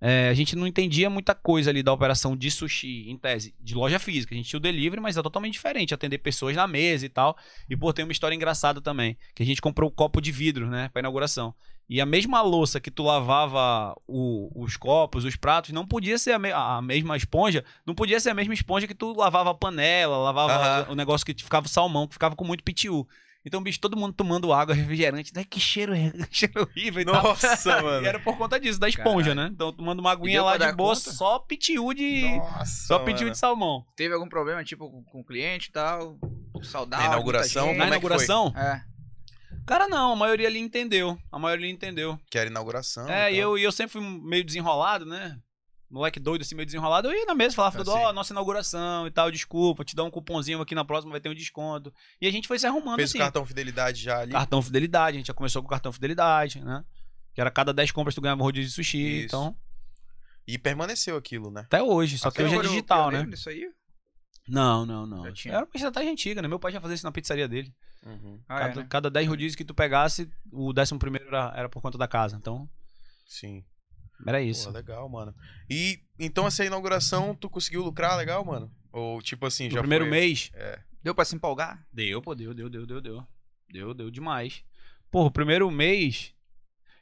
É, a gente não entendia muita coisa ali da operação de sushi, em tese, de loja física. A gente tinha o delivery, mas é totalmente diferente. Atender pessoas na mesa e tal. E, pô, tem uma história engraçada também. Que a gente comprou o copo de vidro, né, pra inauguração. E a mesma louça que tu lavava o- os copos, os pratos, não podia ser a, me- a mesma esponja. Não podia ser a mesma esponja que tu lavava a panela, lavava
Aham.
o negócio que ficava salmão, que ficava com muito pitiu. Então, bicho, todo mundo tomando água, refrigerante. Né? Que cheiro, (laughs) cheiro horrível e tal.
(laughs) Nossa,
(laughs) E
mano.
era por conta disso, da esponja, né? Então, tomando uma aguinha
deu
lá
pra
de
dar
boa,
conta?
só pitiu de...
Nossa,
Só pitiu
mano.
de salmão.
Teve algum problema, tipo, com- com o cliente e tal? Saudável.
Na inauguração,
muita
Na
Como é
gente?
que foi?
inauguração,
É.
cara, não. A maioria ali entendeu. A maioria ali entendeu.
Que era inauguração.
é, e
então.
eu, e eu sempre fui meio desenrolado, né? Moleque doido, assim, meio desenrolado. Eu ia na mesa, falava,
Assim.
ó, nossa inauguração e tal, desculpa, te dá um cupomzinho aqui na próxima, vai ter um desconto. E a gente foi se arrumando,
Fez
assim.
o cartão fidelidade já ali.
Cartão Fidelidade, a gente já começou com o cartão Fidelidade, né? Que era cada 10 compras tu ganhava um rodízio de sushi,
Isso.
então...
E permaneceu aquilo, né?
Até hoje, só que
Você
hoje é
foi o
digital, né?
pioneiro nisso aí?
Não, não, não.
Já tinha.
Era uma estratégia antiga, né? Meu pai já fazia isso na pizzaria dele.
Ah,
cada,
é, né?
cada 10 rodízios que tu pegasse, o 11 primeiro era, era por conta da casa. Então,
Sim.
era
Isso.
isso.
Pô, legal, mano. E então essa inauguração, tu conseguiu lucrar legal, mano? Ou tipo assim,
no
já
primeiro
foi...
mês,
É. Deu pra se empolgar?
Deu, pô, deu, deu, deu, deu, deu. Deu, deu demais. Pô, o primeiro mês,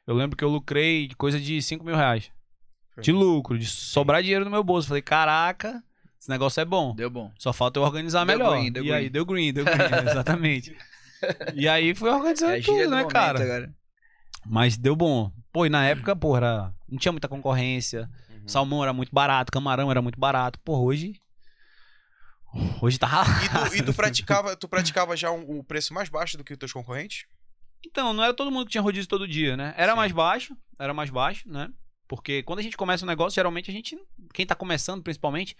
eu lembro que eu lucrei de coisa de 5 mil reais.
Foi.
De lucro, de sobrar dinheiro no meu bolso. Falei, caraca, esse negócio é bom.
Deu bom.
Só falta eu organizar
Deu
melhor.
green, deu
e
green.
aí deu
(laughs)
green, deu green, exatamente. E aí foi organizando
É a gíria
tudo,
do
né,
momento
cara?
agora.
Mas deu bom. Pô, e na época, pô, era... não tinha muita concorrência.
Uhum.
Salmão era muito barato, camarão era muito barato. Pô, hoje. Hoje tá
E tu,
(laughs)
e tu praticava, tu praticava já um- o preço mais baixo do que os teus concorrentes?
Então, não era todo mundo que tinha rodízio todo dia, né? Era
Sim.
mais baixo, era mais baixo, né? Porque quando a gente começa um negócio, geralmente a gente, quem tá começando principalmente,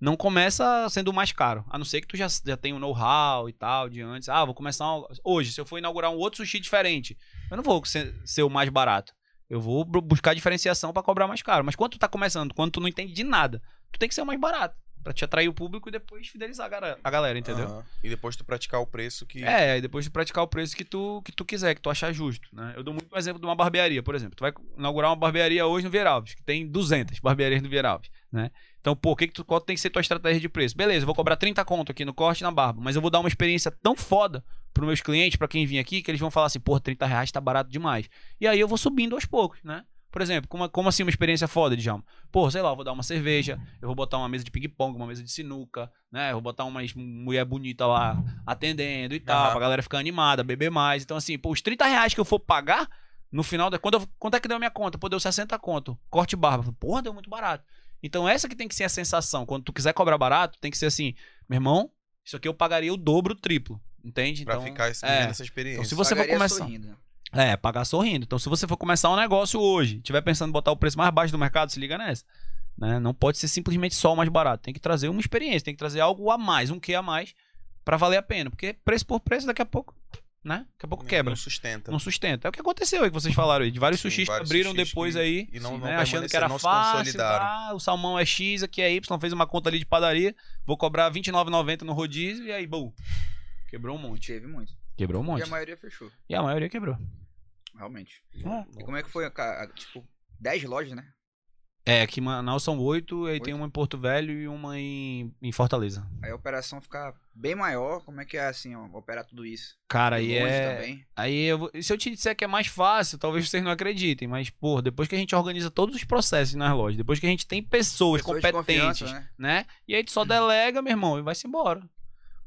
não começa sendo o mais caro. A não ser que tu já, já tenha um know-how e tal de antes. Ah, vou começar um- hoje, se eu for inaugurar um outro sushi diferente, eu não vou ser, ser o mais barato. Eu vou bu- buscar diferenciação pra cobrar mais caro. Mas quando tu tá começando, quando tu não entende de nada, tu tem que ser o mais barato. Pra te atrair o público e depois fidelizar a gara- a galera, entendeu?
Aham. E depois tu praticar o preço que.
É, e depois de praticar o preço que tu, que tu quiser, que tu achar justo, né? Eu dou muito o exemplo de uma barbearia, por exemplo. Tu vai inaugurar uma barbearia hoje no Vieralves, que tem 200 barbearias no Vieralves, né? Então, pô, o que que tu, qual tem que ser tua estratégia de preço? Beleza, eu vou cobrar 30 conto aqui no corte e na barba, mas eu vou dar uma experiência tão foda pros meus clientes, pra quem vir aqui, que eles vão falar assim, pô, 30 reais tá barato demais. E aí eu vou subindo aos poucos, né? Por exemplo, como, como assim uma experiência foda, Djalma? Pô, sei lá, eu vou dar uma cerveja, eu vou botar uma mesa de ping-pong, uma mesa de sinuca, né? Eu vou botar uma mulher bonita lá atendendo e tal,
Aham.
pra galera ficar animada, beber mais. Então, assim, pô, os 30 reais que eu for pagar, no final da. Quando eu- quanto é que deu a minha conta? Pô, deu 60 conto. Corte e barba. Porra, deu muito barato. Então, essa que tem que ser a sensação. Quando tu quiser cobrar barato, tem que ser assim, meu irmão, isso aqui eu pagaria o dobro, o triplo. Entende?
Pra
então,
ficar esse,
é.
essa experiência.
Então, se você for
Pagaria
começar.
sorrindo.
É, pagar sorrindo. Então, se você for começar um negócio hoje, tiver pensando em botar o preço mais baixo do mercado, se liga nessa. Né? Não pode ser simplesmente só o mais barato. Tem que trazer uma experiência, tem que trazer algo a mais, um que a mais, pra valer a pena. Porque preço por preço, daqui a pouco, né? Daqui a pouco
Não-
quebra.
Não sustenta.
Não sustenta. É o que aconteceu aí que vocês falaram aí, de vários
Sim,
sushis
vários
que abriram
sushis
depois
que-
aí,
e não-
sim,
não
né, achando que
permaneceram,
era
não se
fácil.
consolidaram.
Ah, o salmão é X, aqui é Y, fez uma conta ali de padaria, vou cobrar R$29,90 no rodízio e aí, bum, quebrou um monte.
Teve muito.
Quebrou um
E
monte.
a maioria fechou,
E a maioria quebrou.
realmente.
É.
E como é que foi, cara? Tipo, 10 lojas, né?
É, aqui em Manaus são oito, aí tem
Oito?
uma em Porto Velho e uma em, em Fortaleza.
Aí a operação fica bem maior. Como é que é assim, ó, operar tudo isso?
Cara, aí
Longe
é.
também.
Aí eu vou- se eu te disser que é mais fácil, talvez vocês não acreditem, mas, pô, depois que a gente organiza todos os processos nas lojas, depois que a gente tem pessoas,
Pessoas de
competentes,
confiança,
né?
né?
E aí tu só delega, meu irmão, e vai-se embora.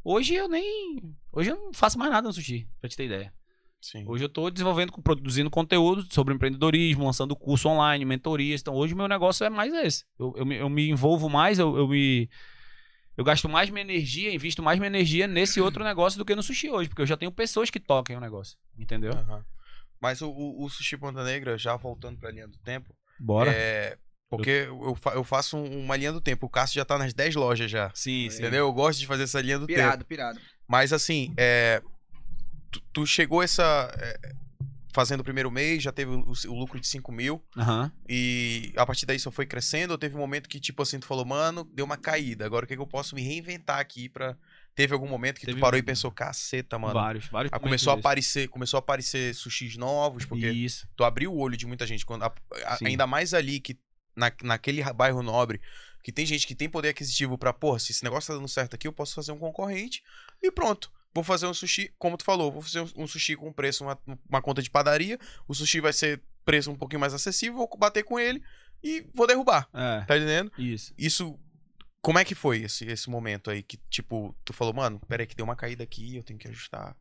Hoje eu nem. Hoje eu não faço mais nada no sushi, pra te ter ideia.
Sim.
Hoje eu tô desenvolvendo, produzindo conteúdo sobre empreendedorismo, lançando curso online, mentorias. Então hoje o meu negócio é mais esse. Eu, eu, me- eu me envolvo mais, eu, eu me. Eu gasto mais minha energia, invisto mais minha energia (clears throat) nesse outro negócio do que no sushi hoje, porque eu já tenho pessoas que tocam o negócio. Entendeu?
Aham. Mas o, o, o Sushi Ponta Negra, já voltando pra linha do tempo,
Bora.
É, porque eu, fa- eu faço um- uma linha do tempo. O Cássio já tá nas 10 lojas já.
Sim,
Entendeu? Eu gosto de fazer essa linha do tempo.
Pirado, pirado.
Mas assim, é, tu, tu chegou essa. é, fazendo o primeiro mês, já teve o, o lucro de 5 mil.
Aham.
E a partir daí só foi crescendo. Ou teve um momento que, tipo assim, tu falou, mano, deu uma caída. Agora o que, que eu posso me reinventar aqui pra. Teve algum momento que
Teve
tu parou e pensou, caceta, mano.
Vários, vários.
Aí começou a
momentos
aparecer, começou a aparecer sushis novos, porque
desses. Isso.
tu abriu o olho de muita gente. Quando a- a-
Sim.
ainda mais ali, que na, naquele ra- bairro nobre, que tem gente que tem poder aquisitivo pra, porra, se esse negócio tá dando certo aqui, eu posso fazer um concorrente e pronto. Vou fazer um sushi, como tu falou, vou fazer um, um sushi com preço, uma, uma conta de padaria. O sushi vai ser preço um pouquinho mais acessível, vou bater com ele e vou derrubar.
É,
Tá entendendo?
isso.
Isso. Como é que foi esse, esse momento aí que, tipo, tu falou, mano, peraí que deu uma caída aqui, eu tenho que ajustar.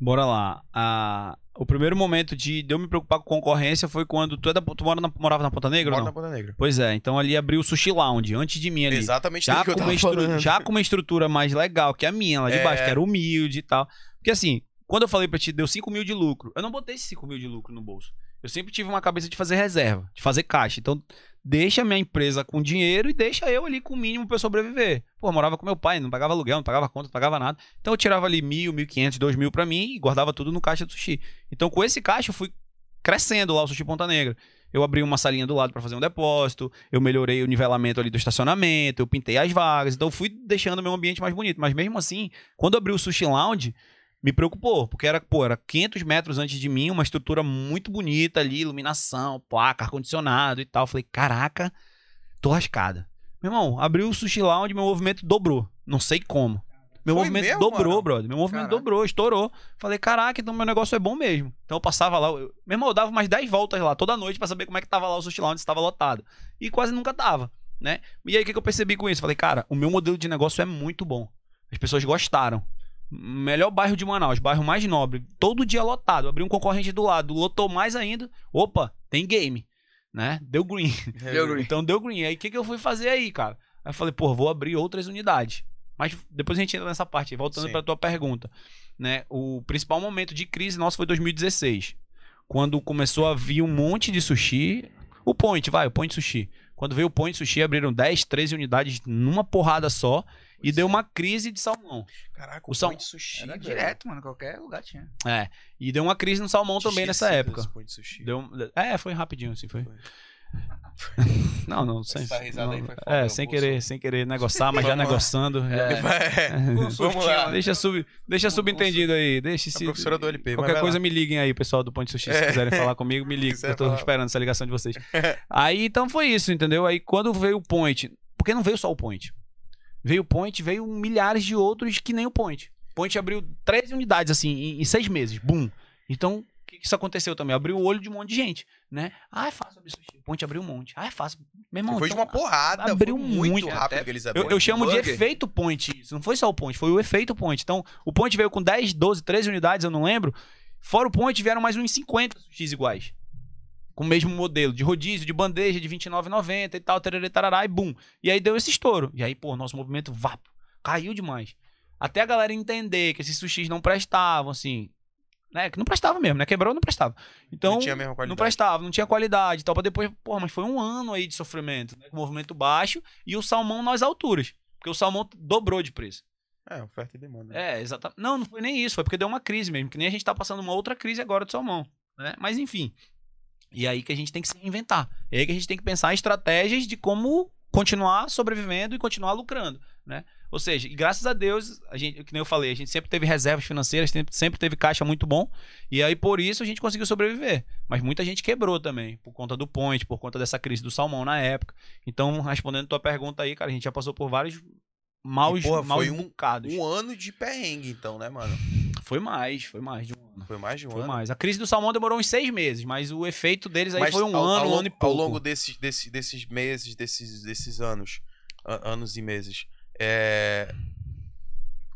Bora lá. Ah, o primeiro momento de, de eu me preocupar com concorrência foi quando tu, é da- tu mora na- morava na Ponta Negra ou
Bora
não?
na Ponta Negra.
Pois é, então ali abriu o Sushi Lounge, antes de mim ali.
Exatamente
Já
tudo
com,
que eu
uma
tava
estru-
(laughs) falando.
já com uma estrutura mais legal que a minha lá de
É.
baixo, que era humilde e tal. Porque assim, quando eu falei pra ti, deu 5 mil de lucro. Eu não botei esses 5 mil de lucro no bolso. Eu sempre tive uma cabeça de fazer reserva, de fazer caixa. Então, deixa a minha empresa com dinheiro e deixa eu ali com o mínimo pra eu sobreviver. Pô, eu morava com meu pai, não pagava aluguel, não pagava conta, não pagava nada. Então, eu tirava ali mil, mil quinhentos, dois mil pra mim e guardava tudo no caixa do sushi. Então, com esse caixa, eu fui crescendo lá o Sushi Ponta Negra. Eu abri uma salinha do lado pra fazer um depósito, eu melhorei o nivelamento ali do estacionamento, eu pintei as vagas, então eu fui deixando o meu ambiente mais bonito. Mas mesmo assim, quando eu abri o Sushi Lounge, me preocupou, porque era, pô, era 500 metros antes de mim, uma estrutura muito bonita ali, iluminação, placa, ar-condicionado e tal. Eu Falei, caraca, tô lascada. Meu irmão, abriu o Sushi Lounge, meu movimento dobrou. Não sei como. Meu
Foi
movimento
mesmo,
dobrou,
mano?
brother. Meu movimento
Caraca.
dobrou, estourou. Falei, caraca, então meu negócio é bom mesmo. Então eu passava lá, eu, meu irmão, eu dava umas 10 voltas lá toda noite pra saber como é que tava lá o Sushi Lounge, se tava lotado. E quase nunca tava, né? E aí o que, que eu percebi com isso? Falei, cara, o meu modelo de negócio é muito bom. As pessoas gostaram. Melhor bairro de Manaus, bairro mais nobre. Todo dia lotado. Abriu um concorrente do lado, lotou mais ainda. Opa, tem game. Né? Deu green.
Deu green.
Então deu green. Aí o que, que eu fui fazer aí, cara? Aí eu falei, pô, vou abrir outras unidades. Mas depois a gente entra nessa parte, aí, voltando
Sim.
pra tua pergunta. Né? O principal momento de crise nosso foi 2016. Quando começou a vir um monte de sushi. O Point, vai, o Point Sushi. Quando veio o Point Sushi, abriram 10, 13 unidades numa porrada só. E
é.
deu uma crise de salmão.
Caraca,
O
o,
sal-
pão de sushi.
Era
velho.
direto, mano. Qualquer lugar tinha.
E deu uma crise no salmão
Tinha
também nessa
esquecido
época.
desse pão de sushi.
Deu, um- é, foi rapidinho, assim, foi.
Foi.
(laughs) Não, não, sem.
Essa risada aí
não-
foi foda,
é,
eu
sem
vou
querer, sem querer negociar, mas já
Vamos lá.
negociando. É.
(laughs) Vamos lá.
Deixa, sub, deixa subentendido aí. Deixa
A
se.
professora do LP. mas vai
Qualquer
lá.
coisa me liguem aí, pessoal do Ponte Sushi. Se
É.
quiserem falar
(laughs)
comigo, me liguem.
Quiser
Eu tô
falar.
esperando essa ligação de
(laughs)
vocês. aí então foi isso, entendeu? Aí quando veio o Point. Porque não veio só o Point. Veio o Point, veio milhares de outros que nem o Point. Point abriu 13 unidades, assim, em, em seis meses. Bum. Então, o que que isso aconteceu também? Abriu o olho de um monte de gente, né? Ah, é fácil abrir sushi. O Point abriu um monte. Ah, é fácil. Meu irmão,
Foi de
então-
uma porrada.
abriu
foi
muito,
muito
até-
rápido que eles abriram.
eu, eu chamo de
Burger.
efeito point isso. Não foi só o point, foi o efeito point. Então, o point veio com 10, 12, 13 unidades, eu não lembro. Fora o point, vieram mais uns 50 sushis iguais. Com o mesmo modelo, de rodízio, de bandeja, de R$29,90 e tal, tererê, tarará, e bum. E aí deu esse estouro. E aí, pô, nosso movimento vapo. Caiu demais. Até a galera entender que esses sushis não prestavam, assim. Né? Que não prestava mesmo, né? Quebrou, não prestava. Então,
não tinha a mesma
não
qualidade.
prestava, não tinha qualidade e tal. Pra depois, pô, mas foi um ano aí de sofrimento, né? Com movimento baixo e o salmão nas alturas. Porque o salmão dobrou de preço.
É, oferta e demanda.
É, exatamente. Não, não foi nem isso, foi porque deu uma crise mesmo, que nem a gente tá passando uma outra crise agora do salmão, né? Mas enfim. E aí que a gente tem que se reinventar. E aí que a gente tem que pensar em estratégias de como continuar sobrevivendo e continuar lucrando, né? Ou seja, e graças a Deus, a gente, que nem eu falei, a gente sempre teve reservas financeiras, sempre, sempre teve caixa muito bom. E aí, por isso, a gente conseguiu sobreviver. Mas muita gente quebrou também, por conta do point, por conta dessa crise do salmão na época. Então, respondendo tua pergunta aí, cara, a gente já passou por vários maus,
E, porra,
maus
foi um-
bocados.
Um ano de perrengue, então, né, mano?
Foi mais, foi mais de um ano.
Foi mais de um
Foi
ano.
mais. A crise do salmão demorou uns seis meses, mas o efeito deles aí
Mas
foi um
ao-
ano,
ao
um
longo-
ano e pouco.
Ao longo desses, desses, desses meses, desses, desses anos, a- anos e meses, é,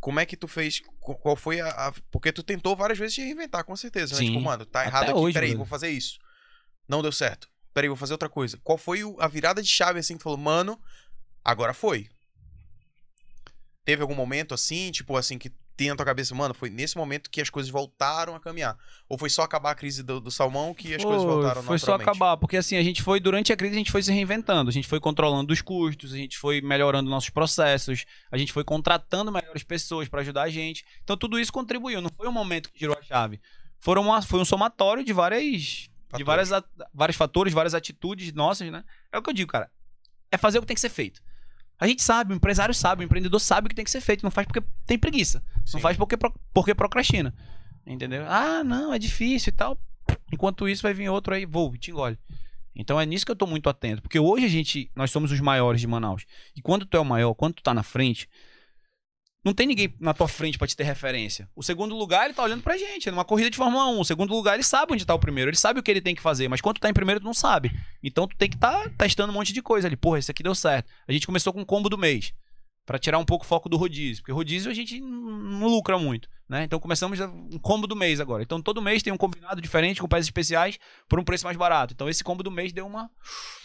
como é que tu fez? qu- Qual foi a, a- Porque tu tentou várias vezes te reinventar, com certeza. Né?
Sim.
Tipo, mano, tá
Até
errado aqui,
hoje,
peraí,
brother.
vou fazer isso. Não deu certo. Peraí, vou fazer outra coisa. Qual foi o- a virada de chave, assim, que tu falou, mano, agora foi. Teve algum momento, assim, tipo, assim, que tem na tua cabeça, mano, foi nesse momento que as coisas voltaram a caminhar. Ou foi só acabar a crise do, do salmão que as coisas
Foi,
voltaram
Foi só
naturalmente?
acabar, porque assim, a gente foi, durante a crise, a gente foi se reinventando, a gente foi controlando os custos, a gente foi melhorando nossos processos, a gente foi contratando melhores pessoas pra ajudar a gente. Então tudo isso contribuiu, não foi um momento que girou a chave. Foram uma- foi um somatório de várias. De
Fatores.
várias, a- vários fatores, várias atitudes nossas, né? É o que eu digo, cara. É fazer o que tem que ser feito. A gente sabe, o empresário sabe, o empreendedor sabe o que tem que ser feito, não faz porque tem preguiça. Não
Sim.
faz porque, pro- porque procrastina. Entendeu? Ah, não, é difícil e tal. Enquanto isso, vai vir outro aí, vou, te engole. Então é nisso que eu tô muito atento. Porque hoje a gente, nós somos os maiores de Manaus. E quando tu é o maior, quando tu tá na frente, não tem ninguém na tua frente pra te ter referência. O segundo lugar, ele tá olhando pra gente. É numa corrida de Fórmula 1. O segundo lugar, ele sabe onde tá o primeiro. Ele sabe o que ele tem que fazer. Mas quando tu tá em primeiro, tu não sabe. Então tu tem que tá testando um monte de coisa ali. Porra, esse aqui deu certo. A gente começou com o combo do mês. Pra tirar um pouco o foco do rodízio, porque rodízio a gente não lucra muito, né? Então começamos a- um combo do mês agora. Então todo mês tem um combinado diferente com peças especiais por um preço mais barato. Então esse combo do mês deu uma,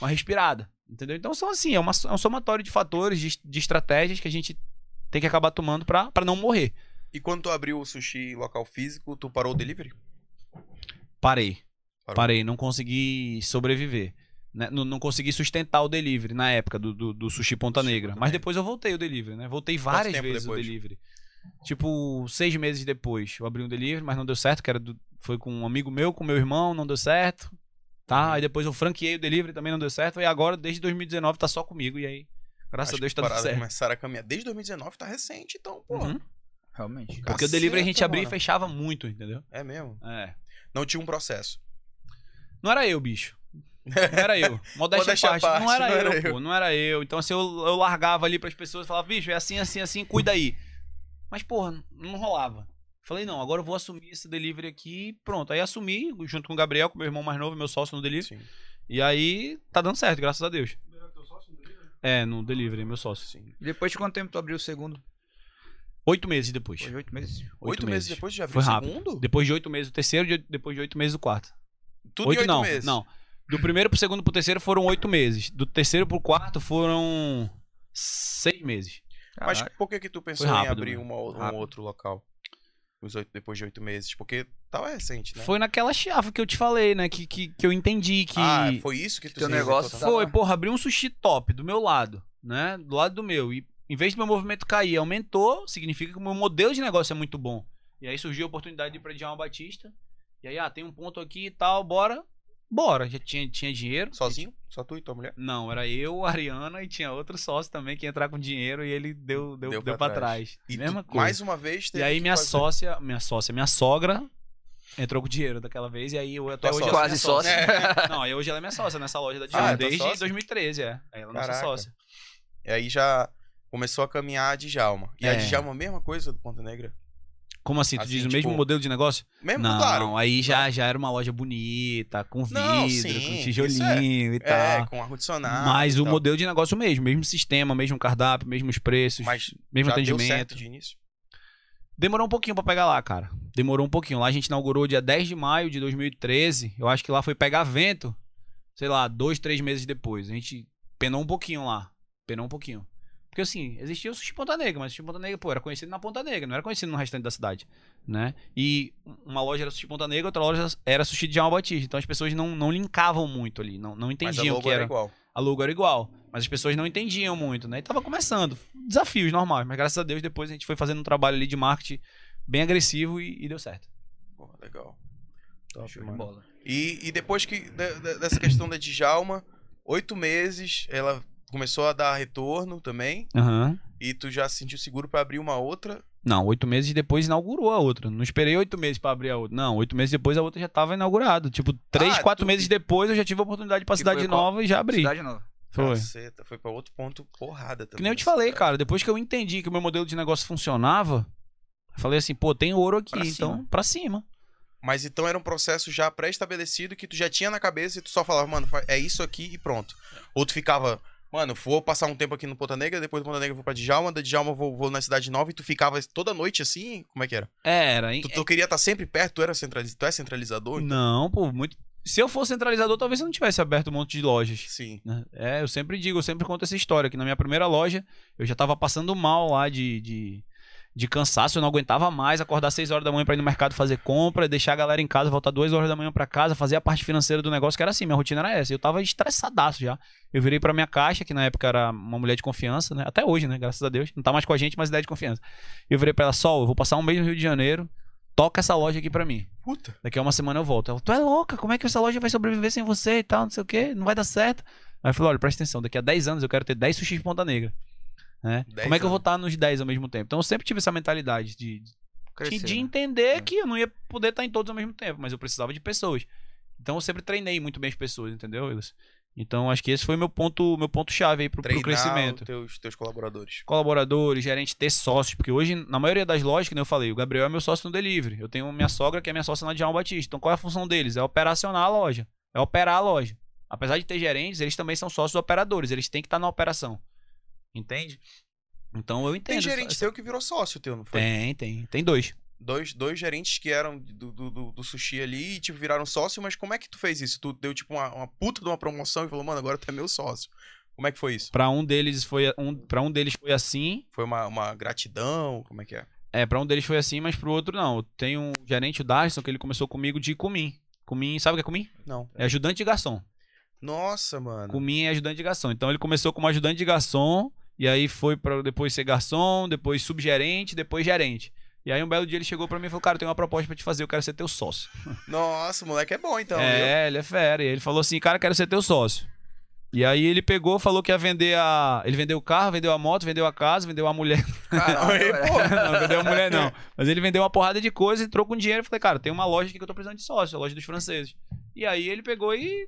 uma respirada, entendeu? Então são assim, é, uma, é um somatório de fatores, de, de estratégias que a gente tem que acabar tomando pra pra não morrer.
E quando tu abriu o sushi em local físico, tu parou o delivery?
Parei.
Parou.
Parei, não consegui sobreviver. né? Não, não consegui sustentar o delivery na época do, do, do Sushi Ponta
Sushi
Negra.
Ponta
Mas
Negra.
depois eu voltei o delivery, né? Voltei várias
tempo
vezes
depois?
o delivery. Tipo, seis meses depois eu abri um delivery, mas não deu certo, que era do- foi com um amigo meu, com meu irmão, não deu certo. Tá?
Uhum.
Aí depois eu franqueei o delivery, também não deu certo. E agora, desde 2019, tá só comigo. E aí, graças
As
a Deus, tá tudo
paradas
certo.
começaram a caminhar. Desde 2019 tá recente, então, pô.
Uhum.
Realmente.
Porque o delivery a gente
Caceta,
abria e
mano.
fechava muito, entendeu?
É mesmo.
É.
Não tinha um processo.
Não era
(laughs)
eu, bicho. Não era eu. Modéstia,
Modéstia
à
à
parte. Não
parte,
era eu, pô. Não era eu. Então, assim, eu, eu largava ali pras pessoas e falava, bicho, é assim, assim, assim, cuida aí. Mas, porra, não rolava. Falei, não, agora eu vou assumir esse delivery aqui e pronto. Aí assumi, junto com o Gabriel, com meu irmão mais novo, meu sócio no delivery.
Sim,
E aí, tá dando certo, graças a Deus. É, no delivery, meu sócio.
sim.
E depois de quanto tempo tu abriu o segundo?
Oito meses depois.
Hoje, oito meses?
Oito, meses. depois já abriu
Foi
o
rápido.
segundo?
Depois de oito meses o terceiro, de- depois de oito meses o quarto.
Tudo em oito
não,
meses.
Não. Do primeiro pro segundo pro terceiro foram oito meses. Do terceiro pro quarto foram seis meses.
Mas
Caraca.
por que que tu pensou
rápido,
em abrir
mano.
uma, ou- um
Rápido.
outro local? Os oito, depois de oito meses? Porque tava recente, né?
Foi naquela chave que eu te falei, né? Que, que, que eu entendi que.
Ah, foi isso que tu
teu
se reinventou
negócio
também?
Foi,
Tá.
porra, abri um sushi top do meu lado, né? Do lado do meu. E em vez do meu movimento cair, aumentou, significa que o meu modelo de negócio é muito bom. E aí surgiu a oportunidade de ir pra Djalma Batista. E aí, ah, tem um ponto aqui e tal, bora. Bora. Já tinha, tinha dinheiro.
Sozinho? Só tu e tua mulher?
Não, era eu, a Ariana e tinha outro sócio também que ia entrar com dinheiro e ele deu, deu,
Hum, Deu
deu,
pra
pra trás.
E
Mesma
tu,
coisa.
mais um uma vez
E
teve
aí
que
minha
fazer-
sócia, minha sócia, minha sogra entrou com dinheiro daquela vez e aí eu até
Tua sócia.
hoje ela é
Quase
minha
(laughs)
sócio.
Não, aí hoje ela é minha sócia nessa loja da
Ah,
Dijon
é tua
desde
sócia?
2013, é. Aí Ela é nossa
Caraca.
sócia.
E aí já começou a caminhar a Djalma. E a
É.
Djalma, a mesma coisa do Ponta Negra?
Como assim? Tu
Assim,
diz o
tipo,
mesmo modelo de negócio?
Mesmo,
Não,
claro.
aí já, já era uma loja bonita, com vidro,
Não, sim, isso
com
é-
tijolinho e tal.
É, com ar-condicionado.
Mas
e
o
tal.
modelo de negócio é o mesmo, mesmo sistema, mesmo cardápio, mesmos preços,
Mas
mesmo
já deu
atendimento.
certo de início.
Demorou um pouquinho pra pegar lá, cara. Demorou um pouquinho. Lá a gente inaugurou dia 10 de maio de 2013. Eu acho que lá foi pegar vento, sei lá, dois, três meses depois. A gente penou um pouquinho lá. Penou um pouquinho. Porque assim, existia o Sushi Ponta Negra, mas o Sushi Ponta Negra, pô, era conhecido na Ponta Negra, não era conhecido no restante da cidade, né? E uma loja era Sushi Ponta Negra, outra loja era Sushi de Alma Batista. Então as pessoas não, não linkavam muito ali, não,
Mas
não
a
entendiam o
logo
que era
igual.
a logo era igual. Mas as pessoas não entendiam muito, né? E tava começando. Desafios normais. Mas graças a Deus, depois a gente foi fazendo um trabalho ali de marketing bem agressivo e, e deu certo.
Pô, legal. Top,
Show de
mano.
bola.
E, e depois que de- de- dessa questão da Djalma, oito meses, ela começou a dar retorno também.
Aham.
E tu já se sentiu seguro pra abrir uma outra?
Não, oito meses depois inaugurou a outra. Não esperei oito meses pra abrir a outra. Não, oito meses depois a outra já tava inaugurada. Tipo, três,
Ah,
quatro
tu-
meses depois eu já tive a oportunidade pra
Que
Cidade
foi qual?
Nova e já abri.
Cidade Nova.
Foi.
Caceta, foi pra outro ponto porrada também. assim,
Que nem eu te
essa
falei,
parada.
cara, depois que eu entendi que o meu modelo de negócio funcionava, eu falei assim, pô, tem ouro aqui,
Pra
então
cima.
pra cima.
Mas então era um processo já pré-estabelecido que tu já tinha na cabeça e tu só falava, mano, fa- é isso aqui e pronto. Ou tu ficava, mano, vou passar um tempo aqui no Ponta Negra, depois do Ponta Negra eu vou pra Djalma, da Djalma eu vou, vou na Cidade Nova e tu ficava toda noite assim? Como é que era?
Era, hein?
Tu, tu queria estar sempre perto, tu era centralizado, tu é centralizador?
Não, pô, muito. Se eu fosse centralizador, talvez eu não tivesse aberto um monte de lojas.
Sim.
né? É, eu sempre digo, eu sempre conto essa história, que na minha primeira loja eu já tava passando mal lá de, de, de cansaço, eu não aguentava mais acordar às 6 horas da manhã pra ir no mercado fazer compra, deixar a galera em casa, voltar 2 horas da manhã pra casa, fazer a parte financeira do negócio, que era assim, minha rotina era essa. Eu tava estressadaço já. Eu virei pra minha caixa, que na época era uma mulher de confiança, né? Até hoje, né? Graças a Deus. Não tá mais com a gente, mas ideia de confiança. Eu virei pra ela, Sol, eu vou passar um mês no Rio de Janeiro, toca essa loja aqui pra mim.
Puta.
Daqui a uma semana eu volto. Ela, tu é louca, como é que essa loja vai sobreviver sem você e tal, não sei o quê, não vai dar certo. Aí eu falei, olha, presta atenção, daqui a 10 anos eu quero ter 10 sushis de ponta negra. Né?
10
Como é que eu vou
anos.
estar nos 10 ao mesmo tempo? Então eu sempre tive essa mentalidade de, de- de,
Cresceu, né?
entender
É.
que eu não ia poder estar em todos ao mesmo tempo, mas eu precisava de pessoas. Então eu sempre treinei muito bem as pessoas, entendeu, Willis? Então acho que esse foi meu ponto, meu ponto chave aí pro, pro
Treinar
crescimento
os teus, teus colaboradores.
colaboradores, gerente, ter sócios, porque hoje, na maioria das lojas, que nem eu falei, o Gabriel é meu sócio no delivery. Eu tenho minha sogra, que é minha sócia na Djalma Batista. Então, qual é a função deles? É operacionar a loja. É operar a loja. Apesar de ter gerentes, eles também são sócios operadores. Eles têm que estar na operação. Entende? Então, eu entendo.
Tem gerente
essa-
teu que virou sócio teu, não foi?
Tem, tem. Tem dois.
Dois, dois gerentes que eram do, do, do- do sushi ali e, tipo, viraram sócio, mas como é que tu fez isso? Tu deu, tipo, uma, uma puta de uma promoção e falou, mano, agora tu é meu sócio. Como é que foi isso?
Pra um deles foi um, para um deles foi assim.
Foi uma, uma gratidão? Como é que é?
É, pra um deles foi assim, mas pro outro não. Tem um gerente, o Darson, que ele começou comigo de cumim. Cumim, sabe o que é cumim?
Não.
É ajudante de garçom.
Nossa, mano.
Cumim é ajudante de garçom. Então ele começou como ajudante de garçom, e aí foi para depois ser garçom, depois subgerente, depois gerente. E aí um belo dia ele chegou pra mim e falou: "Cara, eu tenho uma proposta pra te fazer, eu quero ser teu sócio".
Nossa, o moleque é bom, então. viu?
é, ele é fera. E ele falou assim: "Cara, eu quero ser teu sócio". E aí ele pegou, falou que ia vender a, ele vendeu o carro, vendeu a moto, vendeu a casa, vendeu a mulher. (laughs)
Aí,
(laughs) Caralho,
pô,
velho.
não, vendeu a mulher não. Mas ele vendeu uma porrada de coisa, entrou com dinheiro, eu falei: "Cara, tem uma loja aqui que eu tô precisando de sócio, a loja dos franceses". E aí ele pegou e
E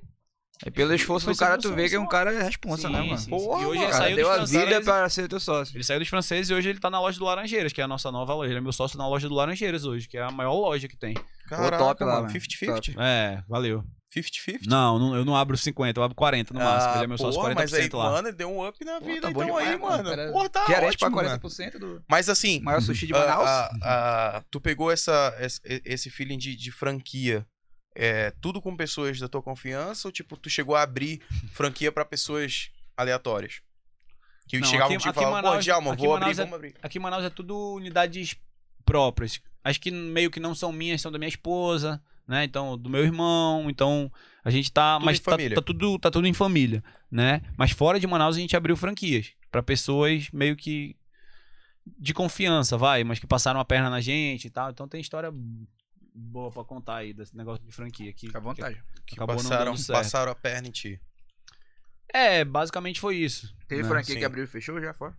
É pelo esforço
Foi
do cara,
sem
tu vê
noção,
que é um
só.
cara responsa,
Sim,
né, mano?
sim, sim.
Porra,
E hoje
mano.
ele
cara
saiu
deu
dos
a vida
franceses-
pra ser teu sócio.
Ele saiu dos franceses e hoje ele tá na loja do Laranjeiras, que é a nossa nova loja. Ele é meu sócio na loja do Laranjeiras hoje, que é a maior loja que tem.
Caraca,
top lá,
mano.
velho.
50-50?
É, valeu.
50-50?
Não, não- eu não abro 50, eu abro 40 no máximo. ele é meu sócio
Ah, porra,
40%
mas aí,
lá.
mano, ele deu um up na
Pô,
vida,
tá bom
então aí,
demais, mano.
mano.
Cara,
Porra, tá
Gerente pra
ótimo,
né?
mano.
40% do
Mas assim,
maior sushi de
Ah,
Manaus.
ah, ah, tu pegou essa, esse- esse feeling de, de franquia. É, tudo com pessoas da tua confiança ou tipo, tu chegou a abrir franquia pra pessoas aleatórias? Que
Não,
chegavam
aqui-
tipo,
aqui
e
em
falavam, pô,
Manaus-
Djalma,
aqui em
vou abrir,
Manaus é-
vamos abrir.
Aqui em Manaus é tudo unidades próprias. As que meio que não são minhas, são da minha esposa, né? Então, do meu irmão. Então, a gente tá.
Tudo
mas
em
tá,
família.
tá tudo, tá tudo em família, né? Mas fora de Manaus a gente abriu franquias pra pessoas meio que de confiança, vai, mas que passaram a perna na gente e tal. Então tem história boa pra contar aí desse negócio de franquia aqui.
Fica à vontade.
Que, acabou não
Passaram,
dando certo.
passaram a perna em ti.
É, basicamente foi isso.
Teve
né?
franquia
sim.
que abriu e fechou já fora?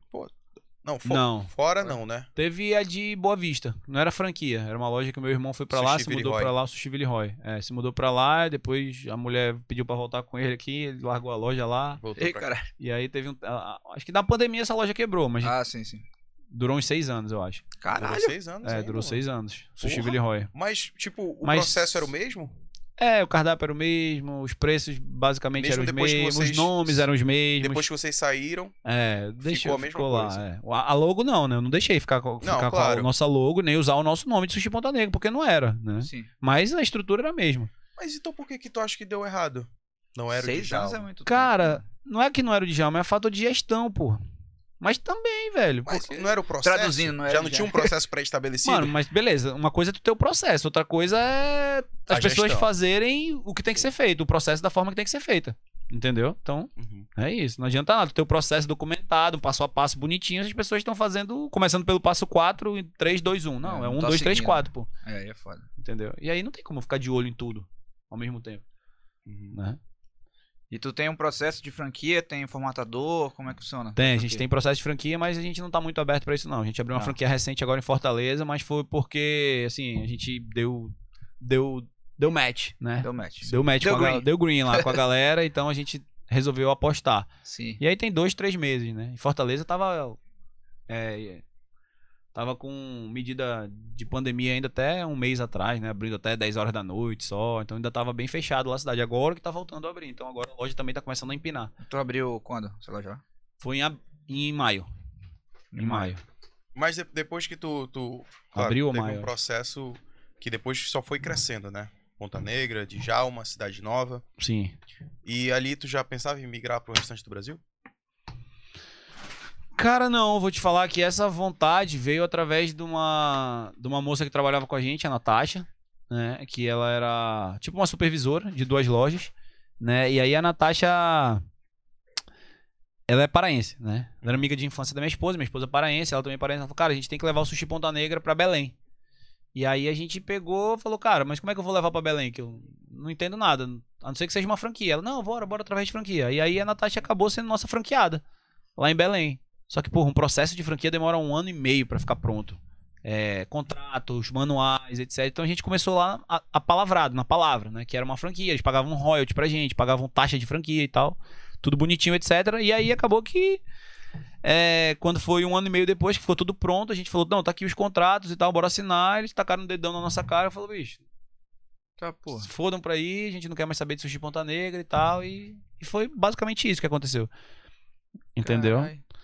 Não, fo-
Não.
fora não, né?
Teve a de Boa Vista. Não era franquia. Era uma loja que meu irmão foi pra lá,
Sushi
se
Villeroy.
mudou pra lá, o Sushi Villeroy. É, se mudou pra lá, depois a mulher pediu pra voltar com ele aqui, ele largou a loja lá.
Voltou
Ei,
pra-
cara.
E aí teve um. a- a- Acho que na pandemia essa loja quebrou, mas
Ah, sim, sim.
durou uns seis anos, eu acho.
Durou
Caralho.
seis anos.
É,
hein,
durou
mano?
seis anos. Sushi
Porra.
Villeroy.
Mas, tipo, o
Mas-
processo era o mesmo?
É, o cardápio era o mesmo, os preços basicamente
Mesmo
eram os
depois que
mesmos,
vocês-
os nomes eram os mesmos.
Depois que vocês saíram.
É, deixou,
a mesma
ficou
coisa.
lá. é. O- A a logo não, né? Eu não deixei ficar, co- ficar com
claro.
a nossa logo, nem usar o nosso nome de Sushi Ponta Negra, porque não era, né?
Sim.
Mas a estrutura era a mesma.
Mas então por que que tu acha que deu errado? Não era o
Seis anos é
Djalma.
muito tempo.
Cara, não é que não era o Djalma, é falta de gestão, pô. Mas também, velho.
Mas
porque-
não era o processo?
Traduzindo, não é era
Já não
já.
tinha um processo pré-estabelecido?
Mano, mas beleza, uma coisa é tu ter o processo, outra coisa é
A
as pessoas
gestão.
fazerem o que tem que ser feito, o processo da forma que tem que ser feita. Entendeu? Então,
Uhum.
é isso. Não adianta nada. Tu Ter o processo documentado, um passo a passo bonitinho, as pessoas estão fazendo, começando pelo passo 4 e 3, 2, 1.
É,
Não, é
não
1,
tá
2, 3,
seguindo.
4, pô.
É, aí é foda.
Entendeu? E aí não tem como ficar de olho em tudo ao mesmo tempo, né?
E tu tem um processo de franquia, tem formatador, como é que funciona?
Tem, a
Franquia.
gente tem processo de franquia, mas a gente não tá muito aberto pra isso, não. A gente abriu uma
Tá.
franquia recente agora em Fortaleza, mas foi porque, assim, a gente deu. Deu. Deu match, né?
Deu match.
Deu match
Deu
com a
green.
galera. Deu green
(laughs)
lá com a galera, então a gente resolveu apostar.
Sim.
E aí tem dois, três meses, né? Em Fortaleza tava. É, tava com medida de pandemia ainda até um mês atrás, né? Abrindo até 10 horas da noite só. Então ainda tava bem fechado lá a cidade. Agora que tá voltando a abrir. Então agora a loja também tá começando a empinar.
Tu abriu quando? Sei lá já.
Foi em, ab- em maio. Em maio.
Mas de- depois que tu. tu claro,
Abril ou
teve
maio?
um processo que depois só
Uhum.
foi crescendo, né? Ponta Negra, Djalma, Cidade Nova.
Sim.
E ali tu já pensava em migrar pro restante do Brasil?
Cara, não, vou te falar que essa vontade veio através de uma, de uma moça que trabalhava com a gente, a Natasha, né? Que ela era tipo uma supervisora de duas lojas, né? E aí a Natasha. Ela é paraense, né? Ela era amiga de infância da minha esposa, minha esposa é paraense, ela também é paraense. Ela falou, cara, a gente tem que levar o sushi Ponta Negra pra Belém. E aí a gente pegou e falou, cara, mas como é que eu vou levar pra Belém? Que eu não entendo nada, a não ser que seja uma franquia. Ela, não, bora, bora através de franquia. E aí a Natasha acabou sendo nossa franqueada lá em Belém. Só que, porra, um processo de franquia demora um ano e meio pra ficar pronto. É, contratos, manuais, etc. Então a gente começou lá a, a palavrado, na palavra, né? Que era uma franquia, eles pagavam royalty pra gente, pagavam taxa de franquia e tal. Tudo bonitinho, etc. E aí acabou que. é, quando foi um ano e meio depois que ficou tudo pronto, a gente falou: não, tá aqui os contratos e tal, bora assinar. Eles tacaram o dedão na nossa cara e falou: bicho,
Tá, porra.
se fodam pra aí, a gente não quer mais saber de sushi Ponta Negra e tal. E, e foi basicamente isso que aconteceu. Entendeu?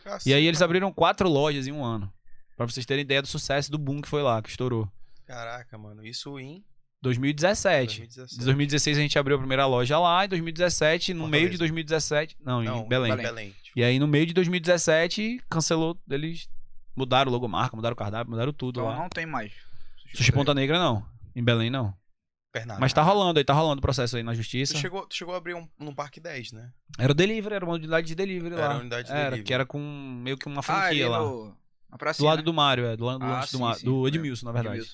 Caralho.
E aí eles abriram quatro lojas em um ano. Pra vocês terem ideia do sucesso do boom que foi lá, que estourou.
Caraca, mano. Isso em
2017.
2017.
Em 2016 a gente abriu a primeira loja lá, em 2017, no
Fortaleza.
meio de 2017. Não,
Não,
em Belém.
Belém. Tipo,
E aí no meio de 2017, cancelou. Eles mudaram o logomarca, mudaram o cardápio, mudaram tudo
Então
lá.
não tem mais.
Sushi Ponta Negra não. Em Belém não.
Pernambuco.
Mas tá rolando aí, tá rolando o processo aí na
Tu
justiça.
chegou, tu chegou a abrir um, num Parque 10, né?
Era o delivery, era uma unidade de delivery
Era
lá.
a unidade de
era,
delivery.
que era com meio que uma
Ah, ali
franquia lá. Do
no... Na praça.
lado do Mário, é. Do lado do
Ah,
lanche do,
sim,
Ma-
sim,
do
lembro.
Edmilson, na verdade.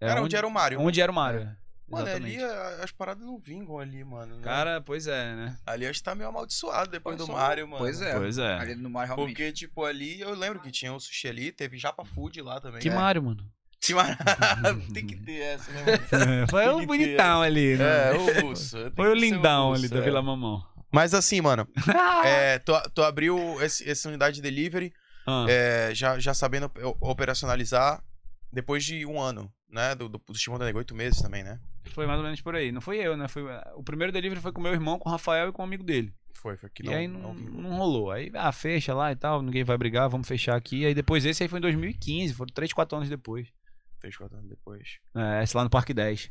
É
Era onde era o Mário.
Onde era o Mário.
Mano,
Exatamente.
ali é a- as paradas não vingam ali, mano. né?
Cara, pois é, né?
Ali acho que tá meio amaldiçoado depois do
Pois é.
Mario, mano.
Pois é.
Pois é.
Ali no mar realmente.
Porque, tipo, ali eu lembro que tinha o sushi ali, teve Japa Food lá também.
Que
né?
Mário, mano. (laughs)
Tem uma- (laughs) Tem que ter essa, né, mano?
É, Foi
Que
o bonitão ali,
É,
né?
o russo. tem
Foi o
que ser
lindão
russo,
ali da
é.
Vila Mamão. (laughs)
Mas assim, mano, é, tu, tu abriu esse- essa unidade de delivery
Ah,
é, já, já sabendo o- operacionalizar depois de um ano, né? Do, do, do Timão da Negro, oito meses também, né?
Foi mais ou menos por aí. Não fui eu, né? Foi... O primeiro delivery foi com meu irmão, com o Rafael e com um amigo dele.
Foi, foi que
e
não.
aí não,
vingou.
não rolou. Aí, ah, fecha lá e tal, ninguém vai brigar, vamos fechar aqui. Aí depois esse aí foi em 2015, foram 3, 4 anos depois.
Fez quatro anos depois.
É, esse lá no Parque 10.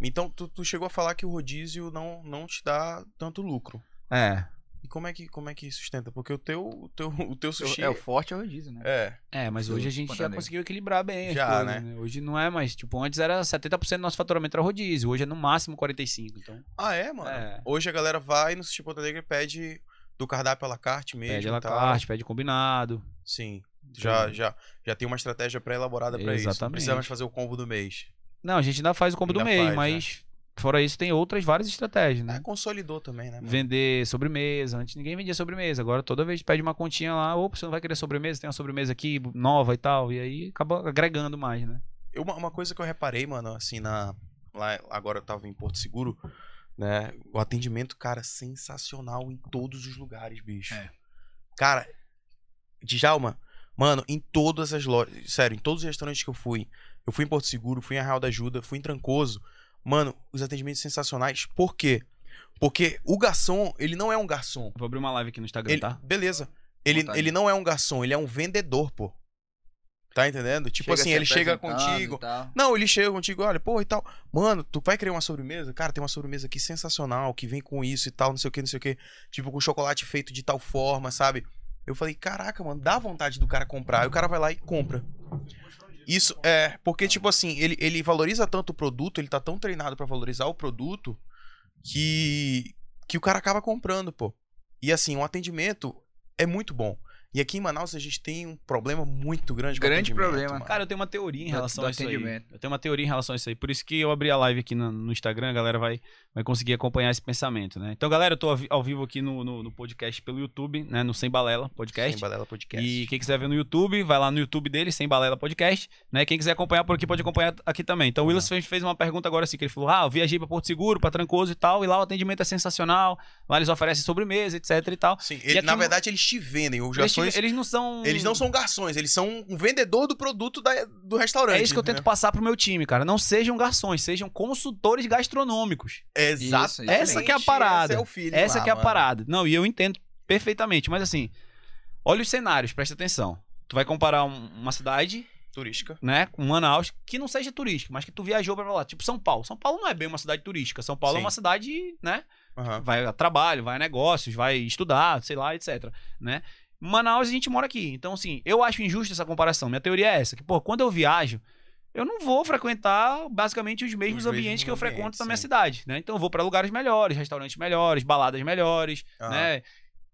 Então, tu, tu chegou a falar que o rodízio não, não te dá tanto lucro.
É.
E como é que, como é que sustenta? Porque o teu, o teu, (laughs) o teu sushi.
É o forte é o rodízio, né?
É,
É, mas
Sim,
hoje a gente
Ponta
já
Negra.
conseguiu equilibrar bem as
Já,
coisas,
né?
né? Hoje não é mais, tipo, antes era 70% do nosso faturamento era rodízio, hoje é no máximo 45, então.
Ah, é, mano?
É.
Hoje a galera vai no Sushi Ponta Negra e pede do cardápio à la carte mesmo.
Pede
e
a la
tal.
carte, pede combinado.
Sim. Já, já, já tem uma estratégia pré-elaborada pra isso. Não
Exatamente.
precisa mais fazer o combo do mês.
Não, a gente ainda faz o combo do
Ainda
meio,
faz, né?
mas fora isso tem outras várias estratégias, né?
É, consolidou também, né? mano?
Vender sobremesa. Antes ninguém vendia sobremesa. Agora toda vez pede uma continha lá. Opa, você não vai querer sobremesa? Tem uma sobremesa aqui nova e tal. E aí acaba agregando mais, né?
Eu- Uma, uma coisa que eu reparei, mano, assim, na. Lá, agora eu tava em Porto Seguro, né? O atendimento, cara, sensacional em todos os lugares, bicho.
É.
Cara, Djalma, mano, em todas as lojas. Sério, em todos os restaurantes que eu fui. Eu fui em Porto Seguro, fui em Arraial da Ajuda, fui em Trancoso. Mano, os atendimentos sensacionais. Por quê? Porque o garçom, ele não é um garçom.
Vou abrir uma live aqui no Instagram,
Ele,
tá?
beleza. Ele,
Vontade.
ele não é um garçom, ele é um vendedor, pô. Tá entendendo? Tipo
Chega
assim,
se
ele chega
apresentando e
contigo.
tal.
Não, ele chega contigo, olha, pô, e tal. Mano, tu vai querer uma sobremesa? Cara, tem uma sobremesa aqui sensacional, que vem com isso e tal, não sei o que, não sei o que. Tipo, com chocolate feito de tal forma, sabe? Eu falei, caraca, mano, dá vontade do cara comprar. Aí o cara vai lá e compra. Isso é, porque, tipo assim, ele, ele valoriza tanto o produto, ele tá tão treinado pra valorizar o produto, que, que o cara acaba comprando, pô. E assim, o atendimento um é muito bom. E aqui em Manaus a gente tem um problema muito grande com
Grande
atendimento,
problema.
mano.
Cara, eu tenho uma teoria em
Do-
relação
do
a isso aí.
atendimento.
Eu tenho uma teoria em relação a isso aí. Por isso que eu abri a live aqui no, no Instagram, a galera vai, vai conseguir acompanhar esse pensamento, né? Então, galera, eu tô ao, vi- ao vivo aqui no, no, no podcast pelo YouTube, né? No Sem Balela Podcast.
Sem Balela Podcast.
E quem quiser ver no YouTube, vai lá no YouTube dele, Sem Balela Podcast, né? Quem quiser acompanhar por aqui, pode acompanhar aqui também. Então, o Willis fez, fez uma pergunta agora assim, que ele falou, ah, eu viajei pra Porto Seguro, pra Trancoso e tal, e lá o atendimento é sensacional, lá eles oferecem sobremesa, etc e tal.
Sim,
E
ele-
aqui
na
no-
verdade eles te vendem. Os
Eles,
garçons,
eles hum. não são...
eles não são garçons, eles são um vendedor do produto da- do restaurante.
É isso que eu tento
né?
passar pro meu time, cara. Não sejam garções, sejam consultores gastronômicos.
Exato.
Isso, isso
Essa
mesmo.
que é a parada.
Esse é o feeling
Essa
lá,
que é a
mano.
parada. Não, e eu entendo perfeitamente, mas assim, olha os cenários, presta atenção. Tu vai comparar um- uma cidade,
Turística.
né, com Manaus, que não seja turística, mas que tu viajou pra lá, tipo São Paulo. São Paulo não é bem uma cidade turística. São Paulo é
Sim.
uma cidade, né,
Aham.
vai a trabalho, vai a negócios, vai estudar, sei lá, etc, né? Manaus a gente mora aqui. Então, assim, eu acho injusta essa comparação. Minha teoria é essa, que, pô, quando eu viajo, eu não vou frequentar basicamente os mesmos
Os
ambientes
mesmos
que eu frequento
ambientes,
na minha
sim.
cidade, né? Então, eu vou pra lugares melhores, restaurantes melhores, baladas melhores,
Aham.
né?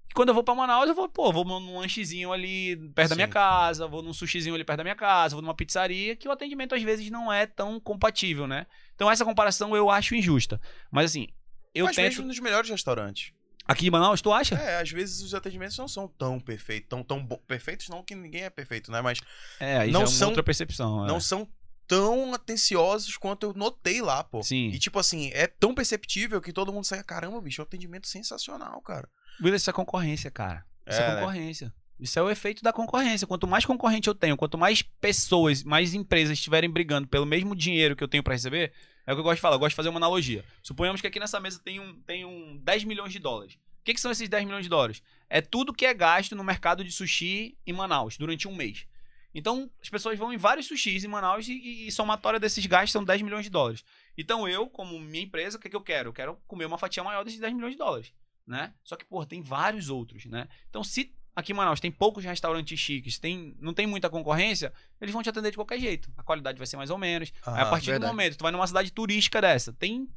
E quando eu vou pra Manaus, eu vou, pô, vou num lanchezinho ali perto da minha
Sim.
casa, vou num sushizinho ali perto da minha casa, vou numa pizzaria, que o atendimento às vezes não é tão compatível, né? Então, essa comparação eu acho injusta. Mas, assim, eu
Mas
tento...
mesmo nos melhores
(laughs)
restaurantes.
Aqui em Manaus, tu acha?
É, às vezes os atendimentos não são tão perfeitos, tão, tão bo- perfeitos, não que ninguém é perfeito, né? Mas
É, aí
Não
já é uma
são-
outra percepção. é.
não são tão atenciosos quanto eu notei lá, pô.
Sim.
E tipo assim, é tão perceptível que todo mundo sai, caramba, bicho, é um atendimento sensacional, cara.
Willis, isso é concorrência, cara. Isso
É,
é,
né?
concorrência. Isso é o efeito da concorrência. Quanto mais concorrente eu tenho, quanto mais pessoas, mais empresas estiverem brigando pelo mesmo dinheiro que eu tenho pra receber, é o que eu gosto de falar. Eu gosto de fazer uma analogia. Suponhamos que aqui nessa mesa tem um, tem um 10 milhões de dólares. O que, que são esses 10 milhões de dólares? É tudo que é gasto no mercado de sushi em Manaus durante um mês. Então, as pessoas vão em vários sushis em Manaus e, e, e somatória desses gastos são 10 milhões de dólares. Então, eu, como minha empresa, o que, que eu quero? Eu quero comer uma fatia maior desses 10 milhões de dólares, né? Só que, pô, tem vários outros, né? Então, se aqui em Manaus tem poucos restaurantes chiques, tem, não tem muita concorrência, eles vão te atender de qualquer jeito. A qualidade vai ser mais ou menos. Aí, a
Ah,
partir
verdade.
do momento, tu vai numa cidade turística dessa, tem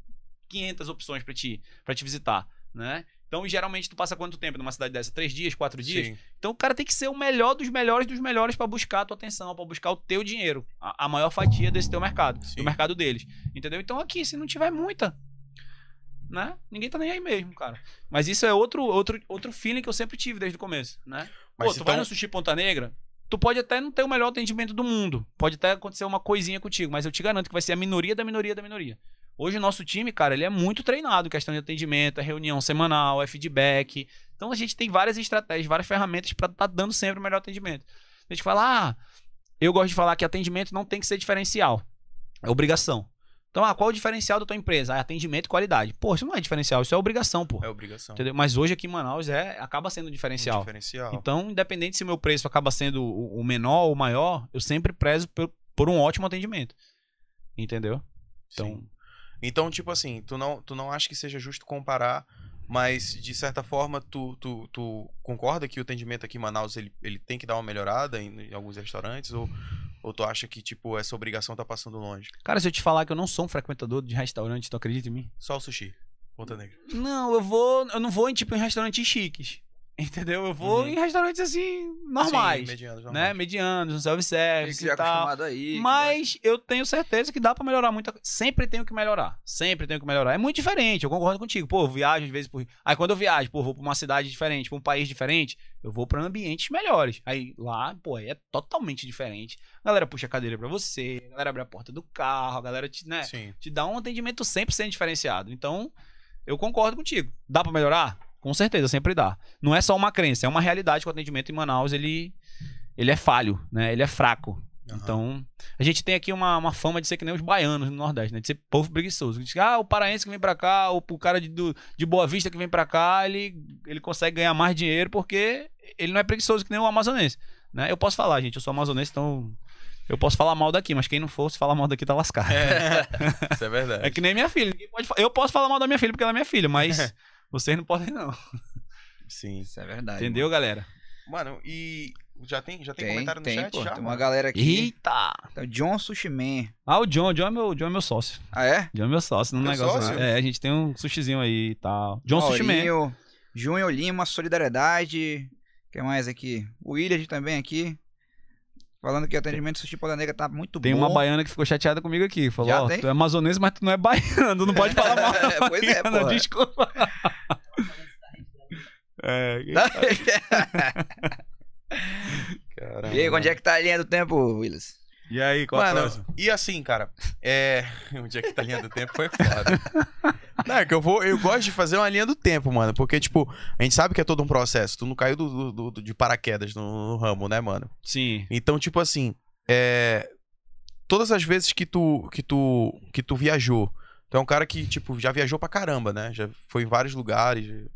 500 opções pra ti, para te visitar, né? Então, geralmente, tu passa quanto tempo numa cidade dessa? Três dias, quatro dias?
sim.
Então o cara tem que ser o melhor dos melhores dos melhores pra buscar a tua atenção, pra buscar o teu dinheiro, a, a maior fatia desse teu mercado,
Sim.
do mercado deles. Entendeu? Então aqui, se não tiver muita, né? Ninguém tá nem aí mesmo, cara. Mas isso é outro outro outro feeling que eu sempre tive desde o começo, né?
Mas
Pô, tu vai
então-
no sushi Ponta Negra, tu pode até não ter o melhor atendimento do mundo, pode até acontecer uma coisinha contigo, mas eu te garanto que vai ser a minoria da minoria da minoria. Hoje o nosso time, cara, ele é muito treinado, em questão de atendimento, é reunião semanal, é feedback, então a gente tem várias estratégias, várias ferramentas pra estar dando sempre o melhor atendimento. A gente fala, ah, eu gosto de falar que atendimento não tem que ser diferencial. É obrigação. Então, ah, qual é o diferencial da tua empresa? Ah, atendimento e qualidade. Pô, isso não é diferencial, isso é obrigação, pô.
É obrigação.
Entendeu? Mas hoje aqui em Manaus é, acaba sendo
Um
diferencial.
diferencial.
Então, independente se o meu preço acaba sendo o o menor ou o maior, eu sempre prezo por, por um ótimo atendimento. Entendeu?
Então,
Então,
então tipo assim, tu não, tu não acha que seja justo comparar, mas de certa forma tu, tu, tu concorda que o atendimento aqui em Manaus ele, ele tem que dar uma melhorada em, em alguns restaurantes ou ou tu acha que tipo essa obrigação tá passando longe?
cara, se eu te falar que eu não sou um frequentador de restaurante, tu acredita em mim?
Só o sushi. Ponta Negra.
Não, eu vou. Eu não vou em tipo em restaurantes chiques. (laughs) Entendeu? Eu vou
Uhum.
em restaurantes assim, normais.
Sim, medianos, normais.
né? Medianos, um
É,
Fica
self-service
já é
tá
e tal.
acostumado aí.
Mas eu tenho certeza que dá pra melhorar muita coisa. Sempre tenho que melhorar. Sempre tenho que melhorar. É muito diferente, eu concordo contigo. Pô, eu viajo às vezes por. Aí quando eu viajo, pô, eu vou pra uma cidade diferente, pra um país diferente, eu vou pra ambientes melhores. Aí lá, pô, aí é totalmente diferente. A galera puxa a cadeira pra você, a galera abre a porta do carro, a galera te, né,
Sim.
te dá um atendimento 100% diferenciado. Então, eu concordo contigo. Dá pra melhorar? Com certeza, sempre dá. Não é só uma crença, é uma realidade que o atendimento em Manaus, ele, ele é falho, né? Ele é fraco.
Aham.
Então, a gente tem aqui uma, uma fama de ser que nem os baianos no Nordeste, né? De ser povo preguiçoso. Diz que, ah, o paraense que vem pra cá, ou o cara de, do- de Boa Vista que vem pra cá, ele, ele consegue ganhar mais dinheiro porque ele não é preguiçoso que nem o amazonense, né? Eu posso falar, gente, eu sou amazonense, então eu posso falar mal daqui, mas quem não for, se falar mal daqui tá lascado.
É, isso é
É
verdade.
que nem minha filha. ninguém pode fa- eu posso falar mal da minha filha porque ela é minha filha, mas (laughs) vocês não podem, não.
Sim.
Isso é verdade.
Entendeu, galera?
Mano, e já tem, já tem,
Tem, tem,
comentário no chat?
pô,
já,
tem
mano?
uma galera aqui.
Eita!
Então, John Sushi Man.
Ah, o John, John é meu, John é meu sócio.
Ah, é?
John é meu sócio no
Teu
negócio.
sócio?
É, a gente tem um sushizinho aí e tal. John Sushi Man.
Maurinho, Júnior Lima, Solidariedade. Quem mais aqui? O Willard também aqui. Falando que o atendimento sushi Poda Negra tá muito
Tem
bom.
uma baiana que ficou chateada comigo aqui. Falou,
Já
ó,
tem?
tu é amazonense, mas tu não é baiano. Tu
(laughs)
não pode falar mal da
Pois (laughs) é,
baiana,
porra.
desculpa. É,
(laughs) Caramba.
Tá? e aí, onde é que tá a linha do tempo, Willis?
e aí, qual a
Mano,
próxima?
e assim, cara, é. (laughs) Onde é que tá a linha do tempo? Foi foda. Não, é que eu vou. Eu gosto de fazer uma linha do tempo, mano. Porque, tipo, a gente sabe que é todo um processo. Tu não caiu do, do- do- do- de paraquedas no, no ramo, né, mano?
Sim.
Então, tipo assim, é. Todas as vezes que tu. que tu. que tu viajou. Tu é um cara que, tipo, já viajou pra caramba, né? Já foi em vários lugares.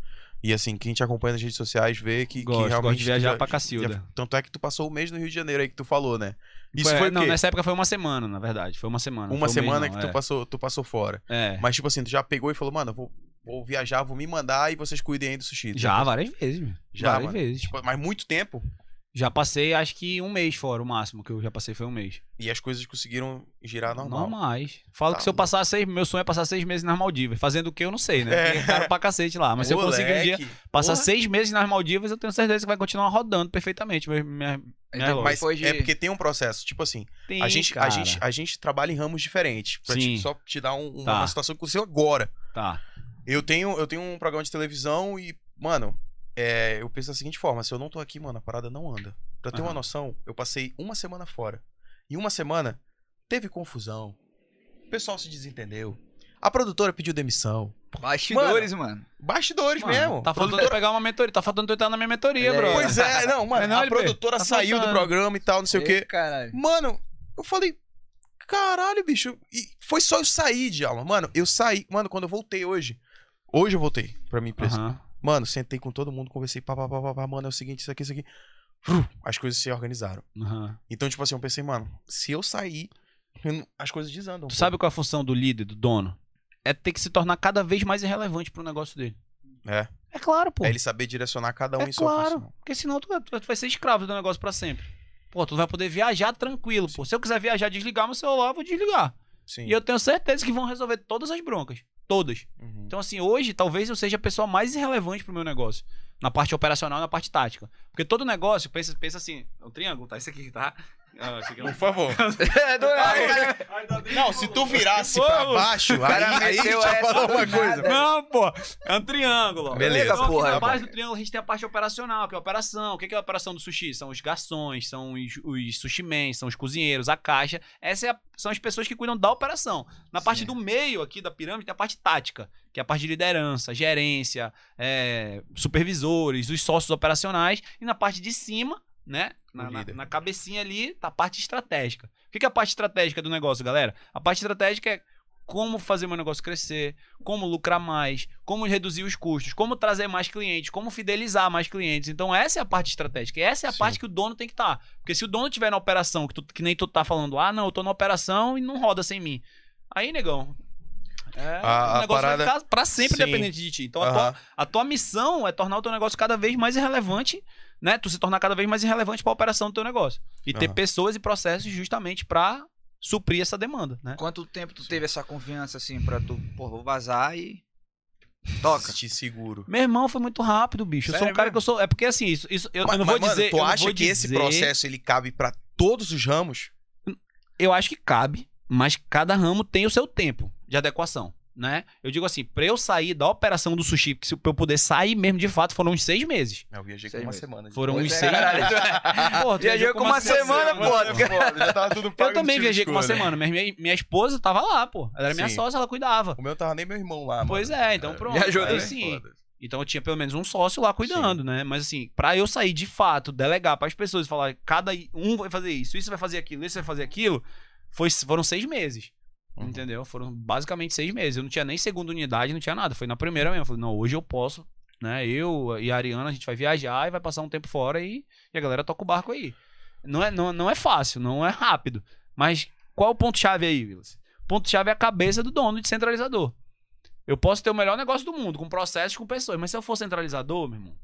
E assim, quem te acompanha nas redes sociais vê que, que
Gosto,
realmente.
gosto de
tu
viajar
já-
pra Cacilda.
já- Tanto é que tu passou o mês no Rio de Janeiro aí que tu falou, né? Isso foi, o
não, é
quê?
nessa época foi uma semana, na verdade. Foi uma semana. não
uma
foi um mês,
semana
não,
que tu, passou, tu passou fora.
É. É.
Mas, tipo assim, tu já pegou e falou, mano, eu vou, vou viajar, vou me mandar e vocês cuidem aí do sushi.
Já, várias vezes. meu.
Então, tá. Já,
várias
mano.
vezes.
Tipo, mas muito tempo.
Já passei, acho que um mês fora, o máximo que eu já passei foi um mês.
E as coisas conseguiram girar normal.
Não mais. Falo
Tá
que se eu passar seis, meu sonho é passar seis meses nas Maldivas. Fazendo o que eu não sei, né?
É.
Porque é caro pra cacete lá. Mas se eu conseguir um dia passar
porra.
seis meses nas Maldivas, eu tenho certeza que vai continuar rodando perfeitamente. Mas minha- É,
Então,
lógico.
Mas
depois de...
é porque tem um processo. Tipo assim,
Tem,
a, gente, a,
cara.
gente, a gente trabalha em ramos diferentes. Pra
Sim.
te- só te dar um- uma,
Tá.
uma situação que aconteceu agora.
Tá.
Eu tenho, eu tenho um programa de televisão e, mano, é, eu penso da seguinte forma: se eu não tô aqui, mano, a parada não anda. Pra ter uma
Aham.
noção, eu passei uma semana fora. E uma semana teve confusão. O pessoal se desentendeu. A produtora pediu demissão.
Bastidores, mano.
Bastidores
Mano,
mesmo.
Tá faltando eu pegar uma mentoria. Tá faltando eu entrar na minha mentoria,
Olha aí.
bro.
Pois é, não, mano.
É não,
a
LB?
produtora
Tá
saiu do
faltando.
programa e tal, não sei o quê.
Ih, Caralho.
Mano, eu falei, caralho, bicho. E foi só eu sair de aula. Mano, eu saí. Mano, quando eu voltei hoje. Hoje eu voltei pra minha empresa.
Aham.
Mano, sentei com todo mundo, conversei, pá, pá, pá, pá, pá, mano, é o seguinte, isso aqui, isso aqui. Fru, As coisas se organizaram.
aham.
Então, tipo assim, eu pensei, mano, se eu sair, eu não- as coisas desandam.
Tu
pô.
sabe qual é a função do líder, do dono? É ter que se tornar cada vez mais irrelevante pro negócio dele.
É.
É claro, pô.
É ele saber direcionar cada um
É
em sua
claro,
função.
porque senão tu, tu vai ser escravo do negócio pra sempre. Pô, tu vai poder viajar tranquilo, pô. Se eu quiser viajar, desligar meu celular, eu vou desligar.
Sim.
E eu tenho certeza que vão resolver todas as broncas. Todas.
Uhum.
(laughs) Então, assim, hoje talvez eu seja a pessoa mais irrelevante pro meu negócio. Na parte operacional e na parte tática. Porque todo negócio, pensa, pensa assim, é um triângulo, tá? Esse aqui, tá? Ah, esse aqui não.
Por favor.
É, do nada.
Não, se tu virasse
Pô,
pra
mano.
baixo, aí,
cara
aí a gente
meteu
já
essa
falou
do
uma
nada.
coisa.
Não, pô. É um triângulo. ó.
Beleza,
Então, aqui
porra,
Na
rapaz.
base do triângulo a gente tem a parte operacional, que é a operação. O que que é a operação do sushi? São os garçons, são os, os sushi men, são os cozinheiros, a caixa. Essas são as pessoas que cuidam da operação. Na parte
Sim.
do meio aqui da pirâmide tem a parte tática, que é a parte de liderança, gerência, é, supervisores, os sócios operacionais. E na parte de cima, né? Na,
O
na-
líder.
na cabecinha ali, tá a parte estratégica. O que que é a parte estratégica do negócio, galera? A parte estratégica é como fazer meu negócio crescer, como lucrar mais, como reduzir os custos, como trazer mais clientes, como fidelizar mais clientes. Então, essa é a parte estratégica. Essa é a
Sim.
parte que o dono tem que estar. Porque se o dono tiver na operação, que, tu- que nem tu tá falando, ah, não, eu tô na operação e não roda sem mim. Aí, negão. é,
A- a
o negócio
parada-
vai ficar pra sempre
Sim.
dependente de ti. Então, a,
Aham.
tua, a tua missão é tornar o teu negócio cada vez mais irrelevante, né? Tu se tornar cada vez mais irrelevante pra operação do teu negócio. E ter
Aham.
pessoas e processos justamente pra suprir essa demanda, né?
Quanto tempo tu teve essa confiança, assim, pra tu, pô, vou vazar e... Toca.
Te seguro.
Meu irmão foi muito rápido, bicho. eu sou
Sério
um cara
mesmo?
que eu sou. É porque assim, isso, isso- eu, eu não vou
mano,
dizer.
tu
eu não
acha
vou
que esse
dizer-
processo ele cabe pra todos os ramos?
Eu acho que cabe, mas cada ramo tem o seu tempo de adequação, né? Eu digo assim, pra eu sair da operação do sushi, que se pra eu poder sair mesmo de fato, foram uns seis meses.
É, Eu viajei
Sei mesmo.
semana.
Foram
Pois
uns
é,
Um seis
caralho.
meses. (laughs) Porra, tu assim?
Viajou com uma semana,
semana,
pô.
Já tava tudo
Eu também viajei com uma
né?
semana, mas minha, minha esposa tava lá, pô. Ela era minha
Sim.
sócia, ela cuidava.
O meu tava nem meu irmão lá,
Pois
mano. Ah,
é, então pronto.
viajou
aí
também.
sim. Então eu tinha pelo menos um sócio lá cuidando, né? Mas assim, pra eu sair de fato, delegar pras pessoas e falar, cada um vai fazer isso, isso vai fazer aquilo, isso vai fazer aquilo, foi, foram seis meses.
Uhum.
Entendeu? Foram basicamente seis meses. Eu não tinha nem segunda unidade, não tinha nada. Foi na primeira mesmo. Eu falei, não, hoje eu posso, né? Eu e a Ariana, a gente vai viajar e vai passar um tempo fora e, e a galera toca o barco aí. Não é, não, não é fácil, não é rápido. Mas qual é o ponto-chave aí, Willis? Ponto-chave é a cabeça do dono de centralizador. Eu posso ter o melhor negócio do mundo, com processos, com pessoas, mas se eu for centralizador, meu irmão,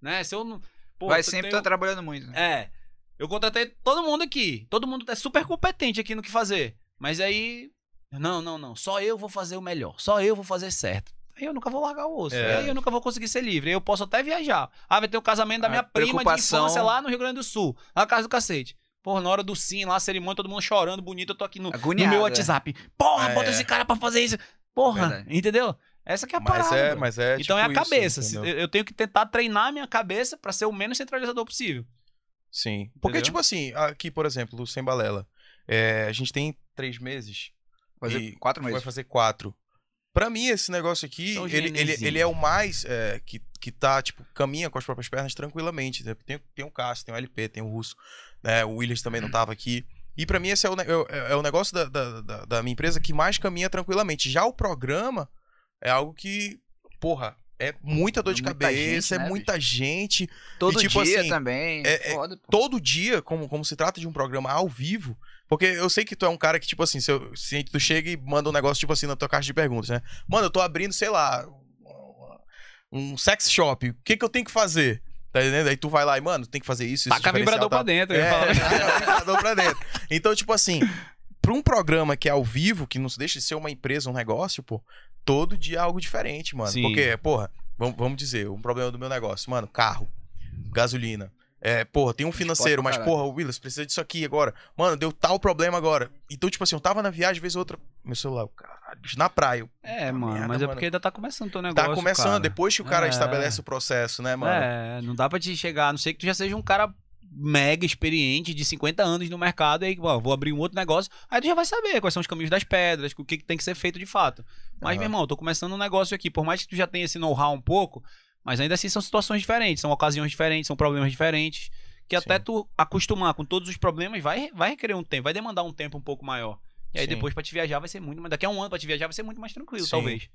né? Se eu não. Pô,
Vai
eu
sempre
tenho-
tá trabalhando muito. né?
é. Eu contratei todo mundo aqui. Todo mundo é super competente aqui no que fazer. Mas aí. Não, não, não. Só eu vou fazer o melhor. Só eu vou fazer certo. Aí eu nunca vou largar o osso.
É.
Aí eu nunca vou conseguir ser livre. Aí eu posso até viajar. Ah, vai ter o casamento da
A
minha prima de
preocupação-
infância lá no Rio Grande do Sul. Lá na casa do cacete. Porra, na hora do sim, lá, cerimônia, todo mundo chorando, bonito. Eu tô aqui no, no
Agoniado. é.
meu WhatsApp. Porra,
É.
bota esse cara pra fazer isso. Porra,
Verdade.
entendeu? Essa que é a
mas
parada.
é,
bro.
mas é.
então é a
tipo isso,
cabeça. Se-
entendeu?
eu eu tenho que tentar treinar a minha cabeça pra ser o menos centralizador possível.
Sim. Porque,
Entendeu?
tipo assim, aqui, por exemplo, o Sem Balela, é, a gente tem três meses,
Fazer
E
quatro
vai
meses.
fazer quatro. Pra mim, esse negócio aqui,
São os
ele, ele,
nenenzinhos.
ele é o mais é, que, que tá, tipo, caminha com as próprias pernas tranquilamente. né? Tem, tem o Cássio, tem o LP, tem o Russo, né? o Williams também não tava aqui. E pra mim, esse é o, ne- é o- é o negócio da, da, da- da minha empresa que mais caminha tranquilamente. Já o programa é algo que, porra, é muita dor de
Muita
cabeça,
gente, né,
é muita gente
Todo
e, tipo
dia
assim,
também.
é- é
Foda, pô.
todo dia, como, como se trata de um programa ao vivo, porque eu sei que tu é um cara que, tipo assim, se, eu- se tu chega e manda um negócio, tipo assim, na tua caixa de perguntas, né? Mano, eu tô abrindo, sei lá, um sex shop, o que que eu tenho que fazer? Tá entendendo? Aí tu vai lá e, mano, tem que fazer isso, isso,
Taca
diferencial,
vibrador pra
tal.
dentro. eu ia falar.
(laughs) É, taca vibrador pra dentro. Então, tipo assim, pra um programa que é ao vivo, que não deixa de ser uma empresa, um negócio, pô, todo dia é algo diferente, mano.
Sim.
Porque, porra, vamos, vamos dizer, um problema do meu negócio, mano, carro, gasolina. É, porra, tem um financeiro,
pra
mas,
caralho.
porra, Willis, precisa disso aqui agora. Mano, deu tal problema agora. Então, tipo assim, eu tava na viagem, vez ou outra, meu celular, eu, caralho, bicho, na praia. eu,
É,
puta
mano,
merda,
mas é porque ainda tá começando teu negócio.
Tá começando,
cara.
depois que o cara
É.
estabelece o processo, né, mano?
É, não dá pra te chegar, a não sei que tu já seja um cara mega experiente de 50 anos no mercado aí, ó, vou abrir um outro negócio, aí tu já vai saber quais são os caminhos das pedras, o que, que tem que ser feito de fato. Mas,
Aham.
meu irmão, eu tô começando um negócio aqui, por mais que tu já tenha esse know-how um pouco, mas ainda assim são situações diferentes, são ocasiões diferentes, são problemas diferentes, que até
Sim.
tu acostumar com todos os problemas vai, vai requerer um tempo, vai demandar um tempo um pouco maior. E aí
Sim.
depois pra te viajar vai ser muito, mas daqui a um ano pra te viajar vai ser muito mais tranquilo,
Sim.
talvez.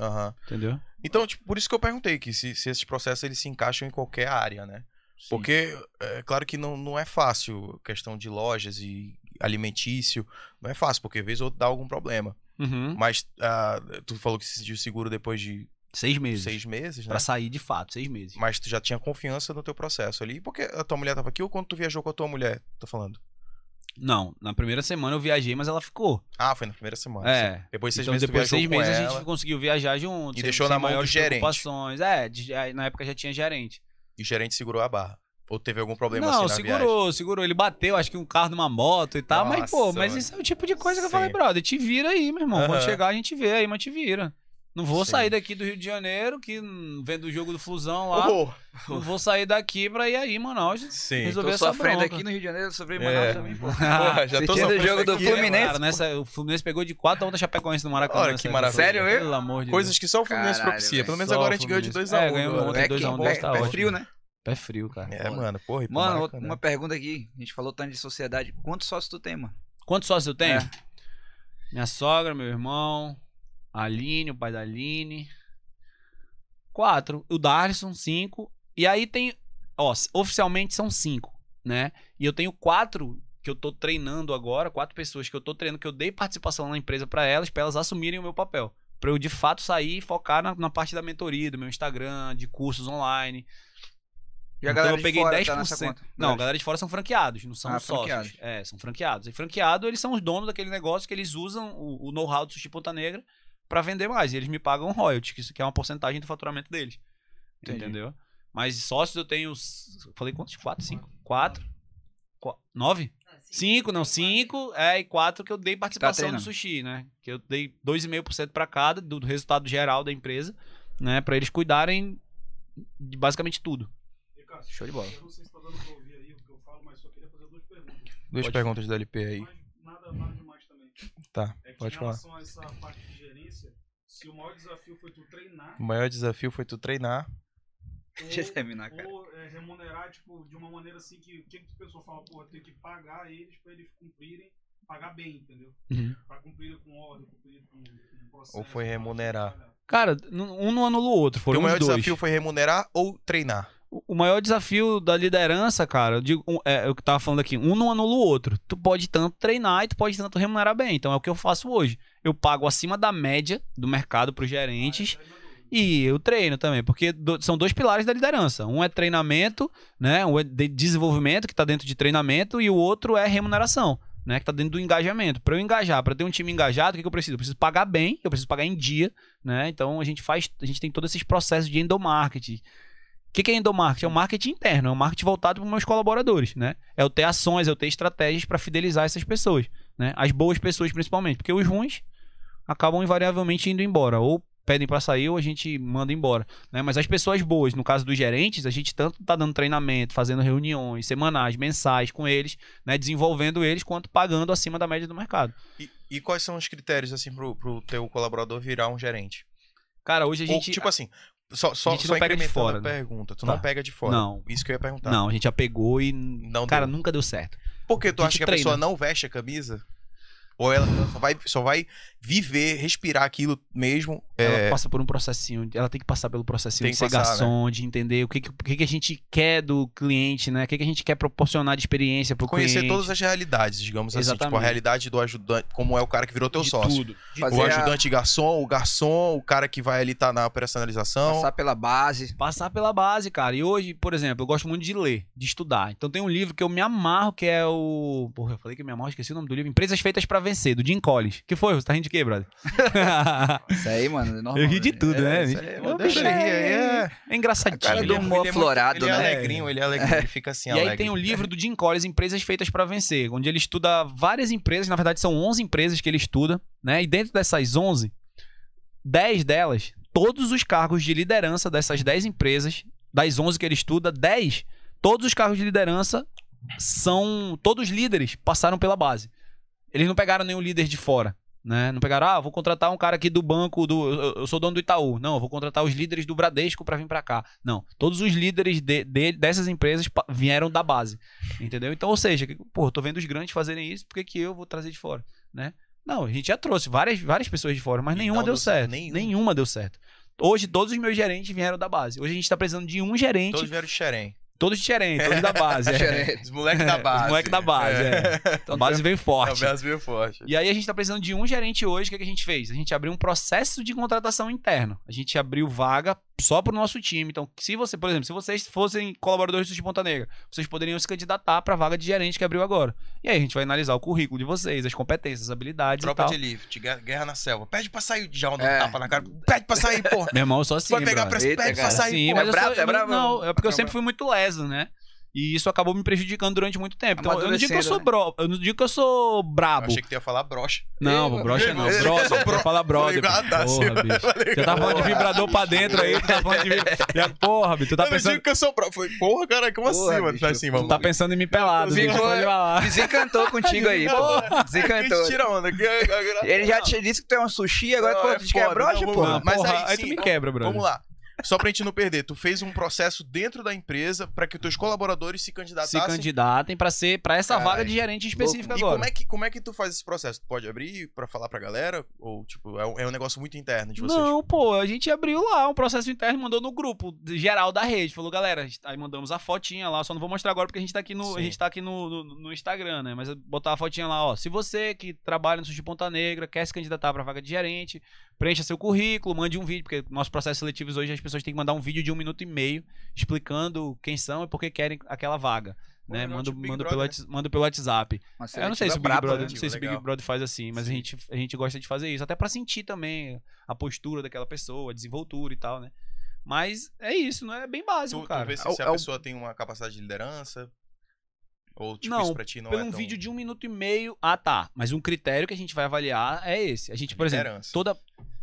Aham.
Entendeu?
Então, tipo, por isso que eu perguntei que se, se esses processos eles se encaixam em qualquer área, né? Porque, é claro que não, não é fácil questão de lojas e alimentício. Não é fácil, porque vez ou outra dá algum problema.
Uhum.
Mas ah, tu falou que se sentiu seguro depois de
Seis meses.
seis meses, né?
Pra sair de fato, seis meses.
Mas tu já tinha confiança no teu processo ali. Porque a tua mulher tava aqui ou quando tu viajou com a tua mulher? Tô falando.
Não, na primeira semana eu viajei, mas ela ficou.
Ah, foi na primeira semana. sim.
é.
Depois de seis
Então
meses
depois de
tu
seis
viajou com
meses a
ela.
gente conseguiu viajar junto.
E deixou na mão do
maiores
gerente.
preocupações. É, de- aí na época já tinha gerente.
E o gerente segurou a barra. Ou teve algum problema assim
não,
na viagem?
segurou, segurou. Ele bateu, acho que um carro numa moto e tal. mas, pô,
Nossa,
mas
mano.
isso é o tipo de coisa que eu falei,
Sim.
brother. Te vira aí, meu irmão. Quando
Aham.
chegar, a gente vê aí, mas te vira. Não vou
Sim.
sair daqui do Rio de Janeiro, que hum, vendo o jogo do Flusão lá.
Oh,
Não vou sair daqui pra ir aí, Manaus.
sim.
Resolveu
Tô
essa
sofrendo
bronca.
aqui no Rio de Janeiro, sofri em
É.
Manaus também, pô.
Porra, já tô
Assistindo Ah, o
sofrendo
jogo do
aqui, né,
Fluminense,
Cara, nessa, o Fluminense pegou de 4 a 1 da Chapecoense no Maracanã.
Olha, que
essa-
maravilha.
Sério, eu?
Pelo amor de Deus.
Coisas que só o Fluminense
Caralho,
propicia.
velho.
Pelo menos
Só
agora
o
a gente ganhou de
Fluminense.
2x1.
É, ganhamos ontem.
É,
dois
que-
a um, dois tá
é, é
ótimo.
frio, né?
Pé frio, cara.
É, mano, porra. ir pro
Mano,
Maracanã.
uma pergunta aqui. A gente falou tanto de sociedade. Quantos sócios tu tem, mano?
Quantos sócios eu tenho?
É.
Minha sogra, meu irmão, a Aline, o pai da Aline. Quatro. O Darlison, cinco. E aí tem. Ó, s- oficialmente são cinco, né? E eu tenho quatro que eu tô treinando agora, quatro pessoas que eu tô treinando, que eu dei participação na empresa pra elas, pra elas assumirem o meu papel. Pra eu de fato sair e focar na, na parte da mentoria, do meu Instagram, de cursos online.
E a
Então
galera
eu peguei
de fora
10%.
tá nessa conta?
Não, a galera de fora são franqueados, não são
Ah,
os sócios.
franqueados.
É, são franqueados. E franqueado, eles são os donos daquele negócio que eles usam o, o know-how do Sushi Ponta Negra pra vender mais. E eles me pagam royalty, que isso que é uma porcentagem do faturamento deles.
Entendi.
Entendeu? Mas sócios eu tenho. s- Falei quantos? Quatro? Cinco? Quatro? Qua- Nove? Cinco, não, cinco, é, e quatro que eu dei participação no
Tá treinando.
sushi, né? Que eu dei 2,5% pra cada do, do resultado geral da empresa, né? Pra eles cuidarem de basicamente tudo. Show de bola.
Eu não sei se tá dando pra ouvir aí o que eu falo, mas só queria fazer duas perguntas.
Duas
Pode-
perguntas do LP aí.
Mas nada, nada demais também.
Tá,
É que
pode
em
falar.
relação a essa parte de gerência, se o maior desafio foi tu treinar
O maior desafio foi tu treinar.
(laughs) Deixa eu terminar,
ou,
cara.
ou é, remunerar, tipo, de uma maneira assim que o que, que o pessoal fala, porra, tem que pagar eles pra eles cumprirem, pagar bem, entendeu?
Uhum.
Pra cumprir com ordem, cumprir com, com processo.
Ou foi
pra
remunerar.
trabalhar.
Cara, n- um não anula o outro. Foram
Teu maior
os dois.
desafio foi remunerar ou treinar?
O- O maior desafio da liderança, cara, eu digo, um- é, é o que eu tava falando aqui, um não anula o outro. Tu pode tanto treinar e tu pode tanto remunerar bem. Então é o que eu faço hoje. Eu pago acima da média do mercado pros gerentes
Ah, é, tá ligado?
e eu treino também, porque do- são dois pilares da liderança. Um é treinamento, né? Um é de desenvolvimento, que tá dentro de treinamento, e o outro é remuneração. né? Que tá dentro do engajamento. Pra eu engajar, pra ter um time engajado, o que, que eu preciso? Eu preciso pagar bem, eu preciso pagar em dia, né? Então a gente faz, a gente tem todos esses processos de endomarketing. O que, que é endomarketing? É um marketing interno, é um marketing voltado para meus colaboradores, né? É eu ter ações, é eu ter estratégias para fidelizar essas pessoas, né? As boas pessoas principalmente, porque os ruins acabam invariavelmente indo embora, ou pedem para sair ou a gente manda embora, né? Mas as pessoas boas, no caso dos gerentes, a gente tanto tá dando treinamento, fazendo reuniões semanais, mensais com eles, né, desenvolvendo eles quanto pagando acima da média do mercado.
E, e quais são os critérios, assim, pro, pro teu colaborador virar um gerente?
Cara, hoje a
Ou,
gente
tipo assim, só, só,
a gente
só
não pega de
incrementando
fora,
a
né?
pergunta. Tu
Tá.
não pega de fora.
Não.
Isso que eu ia perguntar.
não, a gente já pegou e
Não
cara,
deu.
nunca deu certo.
Por que tu
a
acha
gente
que a
treina.
pessoa não veste a camisa? Ou ela ela só vai, só vai viver, respirar aquilo mesmo? é,
Ela passa por um processinho, ela tem que passar pelo processinho
Tem
de
que
ser
passar, né?
garçom, de entender o que, que, o que, que a gente quer do cliente, né? O que, que a gente quer proporcionar de experiência pro
Conhecer
cliente.
todas as realidades, digamos assim. Tipo, a
Exatamente.
realidade do ajudante, como é o cara que virou teu
de
sócio.
tudo.
O
Fazer a,
ajudante garçom, o garçom, o cara que vai ali tá na operacionalização.
passar pela base.
Passar pela base, cara. E hoje, por exemplo, eu gosto muito de ler, de estudar. Então tem um livro que eu me amarro, que é o. Porra, eu falei que eu me amarro, esqueci o nome do livro. Empresas Feitas pra Vencer, do Jim Collins. Que foi? Você tá rindo de
(laughs)
quê, brother? (laughs)
Isso aí, mano. é normal,
eu ri de
né?
tudo, né?
isso aí,
bicho?
mano,
O
deixa
bicho
ele rir aí, é.
é engraçadinho.
Cara do
ele é
humor
muito-
florado,
ele é
né?
alegrinho, ele é alegrinho, ele fica assim,
E aí
alegre.
tem
(laughs)
o livro do Jim Collins, Empresas Feitas para Vencer, onde ele estuda várias empresas, na verdade são 11 empresas que ele estuda, né? E dentro dessas 11, 10 delas, todos os cargos de liderança dessas 10 empresas, das 11 que ele estuda, 10, todos os cargos de liderança são, todos os líderes passaram pela base. Eles não pegaram nenhum líder de fora. Né? Não pegaram, ah, vou contratar um cara aqui do banco, do, eu, eu sou dono do Itaú. Não, eu vou contratar os líderes do Bradesco para vir para cá. Não, todos os líderes de- de- dessas empresas pa- vieram da base, entendeu? Então, ou seja, que, pô, eu tô vendo os grandes fazerem isso, por que, que eu vou trazer de fora, né? Não, a gente já trouxe várias, várias pessoas de fora, mas
E
nenhuma
não
deu,
deu certo,
certo.
nenhuma.
Nenhuma deu certo. Hoje, todos os meus gerentes vieram da base. Hoje a gente tá precisando de um gerente,
Todos
todos,
vieram de xerém.
de gerente, todos
(laughs)
da base. (laughs) é.
Os moleques (laughs) da base.
Os moleque da base, é. Então, a base veio
É, o
forte.
Brasil veio forte.
E aí a gente tá precisando de um gerente hoje, o que, é que a gente fez? A gente abriu um processo de contratação interno. A gente abriu vaga só pro nosso time. Então, se você, por exemplo, se vocês fossem colaboradores do Sushi Ponta Negra, vocês poderiam se candidatar pra vaga de gerente que abriu agora. E aí a gente vai analisar o currículo de vocês, as competências, as habilidades
Tropa
e é tal.
de elite, guerra, guerra na selva. Pede pra sair, já dá um
É.
tapa na cara. Pede pra sair, porra.
Meu irmão, eu sou assim,
Vai pegar
brother.
pra,
Eita,
pede pra
cara.
sair,
Sim,
porra.
mas
é
eu
bravo,
sou,
é bravo?
Não, é porque eu
Não,
sempre fui muito leso, né? E isso acabou me prejudicando durante muito tempo. Então, eu não digo que eu
Amadurecendo,
sou
né?
bro, eu não digo que eu sou
Eu
brabo.
achei que tu ia falar brocha.
Não,
Ei,
brocha
mano.
não.
Ei, eu sou
Brother,
bro-
pra falar brother.
Falei, ah, tá,
porra,
sim.
bicho.
Falei,
Você tá falando de
Porra,
vibrador pra dentro aí, tu tá falando de vibrador. Porra, bicho, tu tá
eu não
pensando,
digo que eu sou brocha. Foi, porra, cara, como
Porra,
assim, mano?
bicho,
Tá assim,
tu
vamos.
tá pensando em mim pelado.
Vingou-
bicho, pode falar.
Desencantou contigo aí, pô. Desencantou.
Tira onda. que- é,
Ele já te disse que tu é um sushi, agora
Não,
tu
é
diz que é
foda,
broche,
não,
pô.
vamos lá.
mas
mas
porra, aí,
aí
tu
sim,
me
então,
quebra, brother.
Vamos lá. Só pra gente não perder, tu fez um processo dentro da empresa pra que os teus colaboradores se
Se
candidatassem.
candidatem pra ser pra essa
Caralho.
vaga de gerente específica
E
agora.
como é, que, como é que tu faz esse processo? Tu pode abrir pra falar pra galera? Ou, tipo, é um, é um negócio muito interno de vocês? Tipo,
Não, pô, a gente abriu lá um processo interno, mandou no grupo geral da rede. Falou, galera, aí mandamos a fotinha lá, só não vou mostrar agora porque a gente tá aqui no, a
Sim.
gente tá aqui no, no- no Instagram, né? Mas eu botar a fotinha lá, ó. Se você que trabalha no Sushi Ponta Negra, quer se candidatar pra vaga de gerente, preencha seu currículo, mande um vídeo, porque nosso processo seletivo hoje as pessoas têm que mandar um vídeo de um minuto e meio explicando quem são e por que querem aquela vaga.
Pô,
Né?
legal,
Manda,
tipo Big
manda,
Brother,
pelo,
né?
Whats- manda pelo WhatsApp.
Uma
É, eu não
seletiva
sei, se o, Big
braba,
Brother,
né?
não sei se o Big
Legal.
Brother faz assim, mas a
Sim.
gente, a gente gosta de fazer isso, até pra sentir também a postura daquela pessoa, a desenvoltura e tal, né? Mas é isso, não é bem
Tu,
básico,
tu
cara.
vê se,
É o-
se a
é o-
pessoa tem uma capacidade de liderança? Ou, tipo,
Não,
isso pra ti não
Pelo
é
um
tão...
vídeo de um minuto e meio, ah tá, mas um critério que a gente vai avaliar é esse. A gente, por exemplo,
liderança.
toda...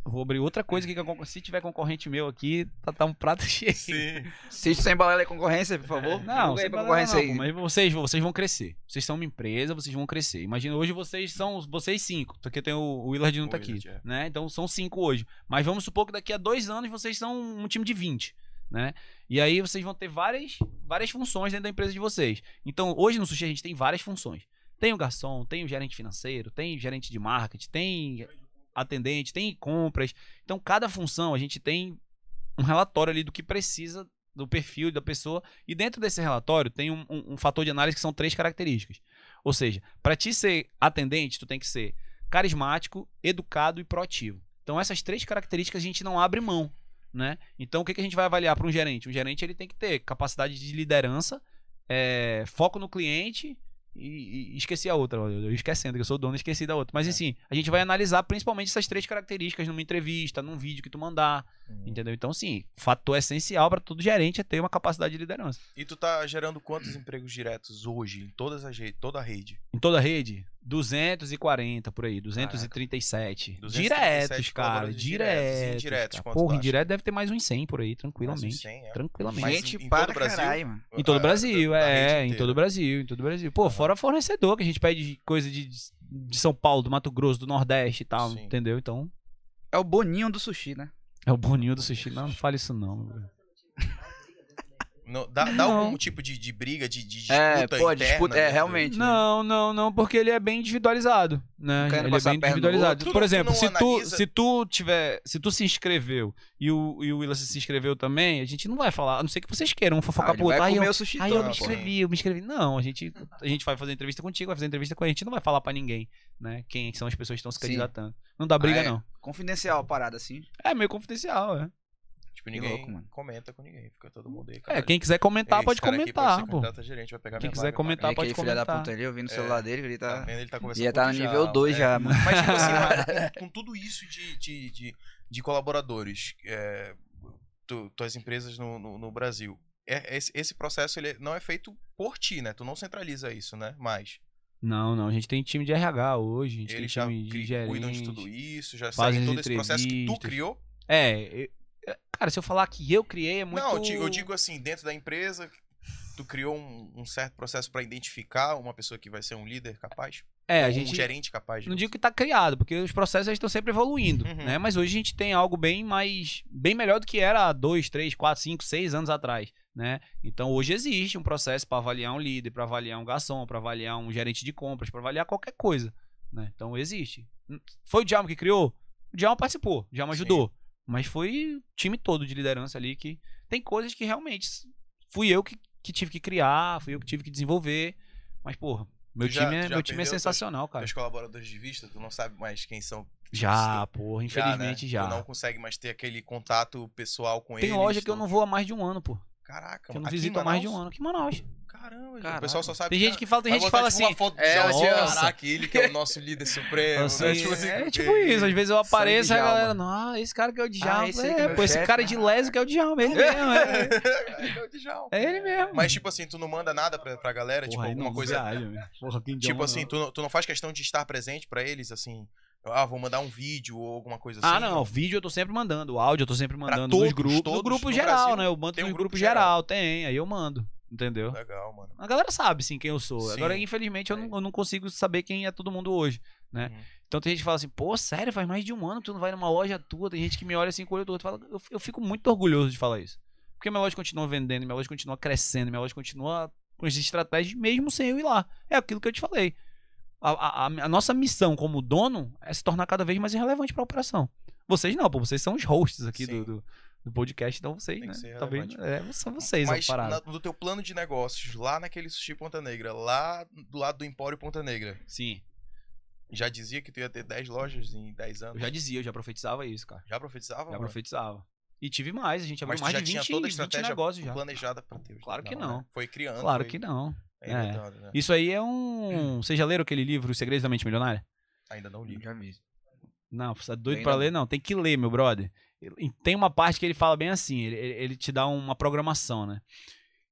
Vou abrir outra coisa que a concor- se tiver concorrente meu aqui, tá, tá um prato (laughs) cheio.
Sim.
Assiste sem balela e concorrência, por favor.
Não,
Divulga aí
sem
pra
problema
concorrência
não,
aí.
pô, mas vocês, vocês vão crescer. Vocês são uma empresa, vocês vão crescer. Imagina, hoje vocês são vocês cinco, porque tem o, o Willard não
O
tá aqui,
Willard, é.
né? Então são cinco hoje. Mas vamos supor que daqui a dois anos vocês são um time de 20, né? E aí vocês vão ter várias, várias funções dentro da empresa de vocês. Então hoje no Sushi a gente tem várias funções. Tem o garçom, tem o gerente financeiro, tem o gerente de marketing, tem atendente, tem compras. Então cada função a gente tem um relatório ali do que precisa do perfil da pessoa e dentro desse relatório tem um, um- um fator de análise que são três características. Ou seja, para ti ser atendente, tu tem que ser carismático, educado e proativo. Então essas três características a gente não abre mão, né? Então o que, que a gente vai avaliar para um gerente? Um gerente ele tem que ter capacidade de liderança, é, foco no cliente e, e esqueci a outra. Eu eu esquecendo que eu sou o dono, esqueci da outra. Mas assim, a gente vai analisar principalmente essas três características numa entrevista, num vídeo que tu mandar,
Hum.
entendeu? Então, sim, fator essencial para todo gerente é ter uma capacidade de liderança.
E tu tá gerando quantos empregos diretos hoje em todas as re- toda a rede?
Em toda a rede, 240 por aí, 237.
237
diretos, cara,
colaboradores diretos,
diretos.
indiretos,
cara.
quanto tu
Porra,
acha?
indireto deve ter mais uns 100 por aí, tranquilamente.
Mais uns 100, é.
Tranquilamente.
Mas
Gente
em- em
para
todo o Brasil?
caralho, mano.
Em todo o
Ah,
Brasil,
da- da
é,
rede
em
inteira.
todo o Brasil, em todo o Brasil. Pô, fora fornecedor, que a gente pede coisa de, de São Paulo, do Mato Grosso, do Nordeste e tal,
Sim.
entendeu? Então,
É o boninho do sushi, né?
é o boninho do sushi. Não, não fale isso não. meu velho.
Não, dá, dá
Não.
algum tipo de, de briga, de, de disputa
É, pô, a
interna,
disputa- é,
né?
realmente.
Não, não, não, porque ele é bem individualizado, né?
Não quero
Ele é
passar
bem
a perna no
individualizado.
outro.
Por
Tu
exemplo,
não
se tu,
analisa-
se tu tiver, se tu se inscreveu e o, e o Willis se inscreveu também, a gente não vai falar, a não ser que vocês queiram um fofocar
Ah,
pro
ele vai
outro. Aí eu,
comer o sushi
aí eu
todo,
me
pô.
inscrevi, eu me inscrevi. Não, a gente, a gente vai fazer entrevista contigo, vai fazer entrevista com a gente, não vai falar pra ninguém, né? Quem são as pessoas que estão se
Sim.
candidatando. Não dá briga,
Ah, é.
não.
pô. Confidencial a parada, assim.
É meio confidencial, é.
Tipo, ninguém
louco, mano.
comenta com ninguém, fica todo mundo aí.
É,
caralho.
quem quiser comentar,
Esse
pode
cara aqui
comentar,
ser
pô.
candidato a gerente, vai pegar
Quem
minha
quiser
vaga, vai
comentar,
pagar.
Aí
pode
aquele filho da
comentar.
puta ali, eu vi no
É.
celular dele, ele
Tá
tá...
vendo? Ele tá conversando
Ia tá no
com o
nível
Djalma,
2
é.
já, mano.
Mas, tipo assim,
(laughs)
mano, com, com tudo isso de, de, de, de colaboradores, é, tu- tuas empresas no, no, no Brasil, é, esse, esse processo ele não é feito por ti, né? Tu não centraliza isso, né? Mas
Não, não, a gente tem time de RH hoje, a gente
eles
tem
já
time de
tá cri-
gerente.
cuidam de tudo isso, já
fazem
seguem
as
todo esse processo que tu
entrevistas.
criou.
É, eu- cara, se eu falar que eu criei é muito...
Não, eu, ti- eu digo assim, dentro da empresa, tu criou um, um certo processo pra identificar uma pessoa que vai ser um líder capaz?
É, a
Ou
gente...
Um gerente capaz?
Não digo que tá criado, porque os processos eles estão sempre evoluindo,
Uhum.
né? Mas hoje a gente tem algo bem mais... Bem melhor do que era há dois, três, quatro, cinco, seis anos atrás, né? Então hoje existe um processo para avaliar um líder, para avaliar um garçom, para avaliar um gerente de compras, para avaliar qualquer coisa, né? Então existe. Foi o Djalma que criou? O Djalma participou, o Djalma
Sim.
ajudou. Mas foi o time todo de liderança ali que... Tem coisas que realmente fui eu que, que tive que criar, fui eu que tive que desenvolver. Mas, porra, meu
Tu já-
time é,
tu já
meu time
perdeu
é
teus-
sensacional, cara.
Teus colaboradores de vista, tu não sabe mais quem são.
Já, porra,
Já, né?
infelizmente já.
Tu não consegue mais ter aquele contato pessoal com
Tem
eles.
loja que eu
tu-
não vou há mais de um ano, pô.
Caraca,
Que eu não
aqui em
visito há mais de um
Manaus? tá.
ano. Que Manaus.
Caramba, gente,
Caraca.
o pessoal só sabe.
Tem gente que fala, tem gente que fala assim.
Uma foto do
é,
Djalma,
assim, ó.
caraca, ele que é o nosso líder
(laughs)
supremo.
assim,
né? Tipo assim,
é
porque-
tipo isso, às vezes eu apareço e a
Djalma.
galera, não, esse cara que é o
Ah,
Djalma.
esse aí que é
é,
meu
pô, esse
chefe,
cara
né?
de lésbico é o
(laughs)
Djalma, ele mesmo. É,
Ele (laughs) é o Djalma.
é ele mesmo.
Mas, tipo assim, tu não manda nada pra, pra galera, tipo,
Porra, aí não-
alguma
não
coisa.
viaja, velho. Porra, quem
Tipo
Djalma
assim,
não.
tu não, tu não faz questão de estar presente pra eles, assim. Ah, vou mandar um vídeo ou alguma coisa assim.
ah, não, o vídeo eu tô sempre mandando, o áudio eu tô sempre mandando
todos,
nos grupos,
todos,
no grupo
no
geral,
Brasil
né? Eu mando
tem
no
um
grupo,
grupo
geral.
geral.
tem, aí eu mando, entendeu?
Legal, mano.
A galera sabe, sim, quem eu sou.
Sim. é.
Agora, infelizmente, eu não, eu não consigo saber quem é todo mundo hoje, né?
Uhum.
Então tem gente que fala assim, pô, sério, faz mais de um ano que tu não vai numa loja tua. Tem gente que me olha assim com o olho todo. Fala, eu, eu fico muito orgulhoso de falar isso. Porque minha loja continua vendendo, minha loja continua crescendo, minha loja continua com as estratégias mesmo sem eu ir lá. É aquilo que eu te falei. A, a- a- a nossa missão como dono é se tornar cada vez mais irrelevante para a operação. Vocês não, pô, vocês são os hosts aqui do,
Sim.
do, do podcast, então vocês,
Tem que
né?
ser
Talvez é, são vocês
Mas
a parada.
na- do teu plano de negócios, lá naquele Sushi Ponta Negra, lá do lado do Empório Ponta Negra,
Sim.
já dizia que tu ia ter 10 lojas em 10
Eu
anos?
já dizia, eu já profetizava isso, cara.
Já profetizava?
Já
mano?
profetizava. E tive mais, a gente abriu
Mas tu
mais
já
de
tinha
20,
toda a
20
estratégia
negócios já.
planejada pra ter.
Claro que não.
né? Foi criando.
Claro
foi
que não.
aí
é.
botando, né?
Isso aí é um. Você já leram aquele livro, Os Segredos da Mente Milionária?
Ainda não li.
Já vi.
Não, você tá doido
Ainda
pra
não.
ler? Não, tem que ler, meu brother. E Tem uma parte que ele fala bem assim: ele, ele- ele te dá uma programação, né?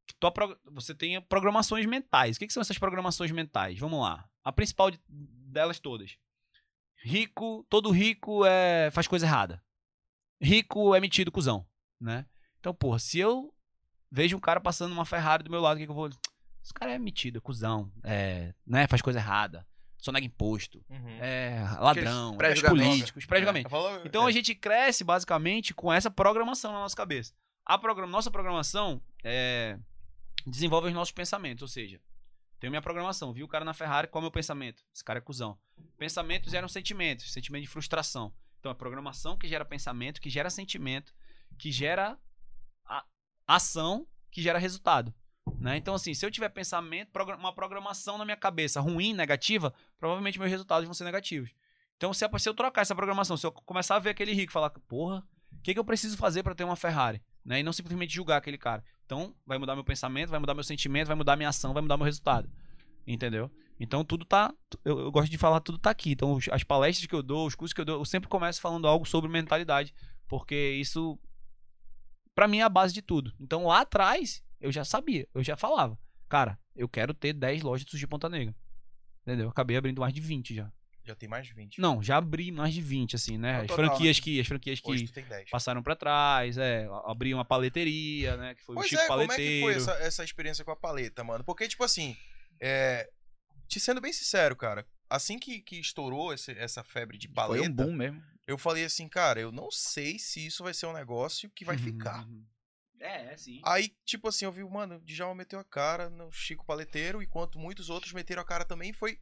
Que tua pro- Você tem programações mentais. O que, que são essas programações mentais? Vamos lá. A principal de- delas todas: rico, todo rico é, faz coisa errada. Rico é metido, cuzão, né? Então, porra, se eu vejo um cara passando uma Ferrari do meu lado, o que, que eu vou. Esse cara é metido, é cuzão, é, né? Faz coisa errada, só nega imposto
Uhum.
é, ladrão,
Aqueles
os
pré-julgamentos.
políticos, pré-julgamento.
Falou-
Então a
é.
gente cresce basicamente com essa programação na nossa cabeça. A progra- nossa programação é, desenvolve os nossos pensamentos, ou seja, tenho minha programação, vi o cara na Ferrari, qual é o meu pensamento? Esse cara é cuzão. Pensamentos geram sentimentos, sentimento de frustração. Então é programação que gera pensamento, que gera sentimento, que gera a- ação, que gera resultado. né? Então, assim, se eu tiver pensamento, progra- uma programação na minha cabeça ruim, negativa, provavelmente meus resultados vão ser negativos. Então, se a- se eu trocar essa programação, se eu começar a ver aquele rico e falar, porra, o que, que eu preciso fazer pra ter uma Ferrari? Né? E não simplesmente julgar aquele cara. Então, vai mudar meu pensamento, vai mudar meu sentimento, vai mudar minha ação, vai mudar meu resultado. Entendeu? Então tudo tá. Eu, eu gosto de falar, tudo tá aqui. Então, os- as palestras que eu dou, os cursos que eu dou, eu sempre começo falando algo sobre mentalidade. Porque isso, pra mim, é a base de tudo. Então lá atrás, eu já sabia, eu já falava. Cara, eu quero ter 10 lojas de sushi Ponta Negra. Entendeu? Eu Acabei abrindo mais de 20 já.
é, Já tem mais de 20.
Não, já abri mais de 20, assim, né?
É o
As
total,
franquias que. As franquias que
Hoje tu tem 10.
passaram pra trás, é, abriram uma paleteria, né, que foi o
Pois
Chico
é, como é que
Paleteiro.
foi essa, essa experiência com a paleta, mano? Porque, tipo assim, é, te sendo bem sincero, cara, assim que, que estourou esse- essa febre de paleta,
Foi um boom mesmo.
eu falei assim, cara, eu não sei se isso vai ser um negócio que vai
Uhum.
Uhum,
ficar.
É, é sim.
Aí, tipo assim, eu vi, mano, o Djalma meteu a cara no Chico Paleteiro, enquanto muitos outros meteram a cara também, foi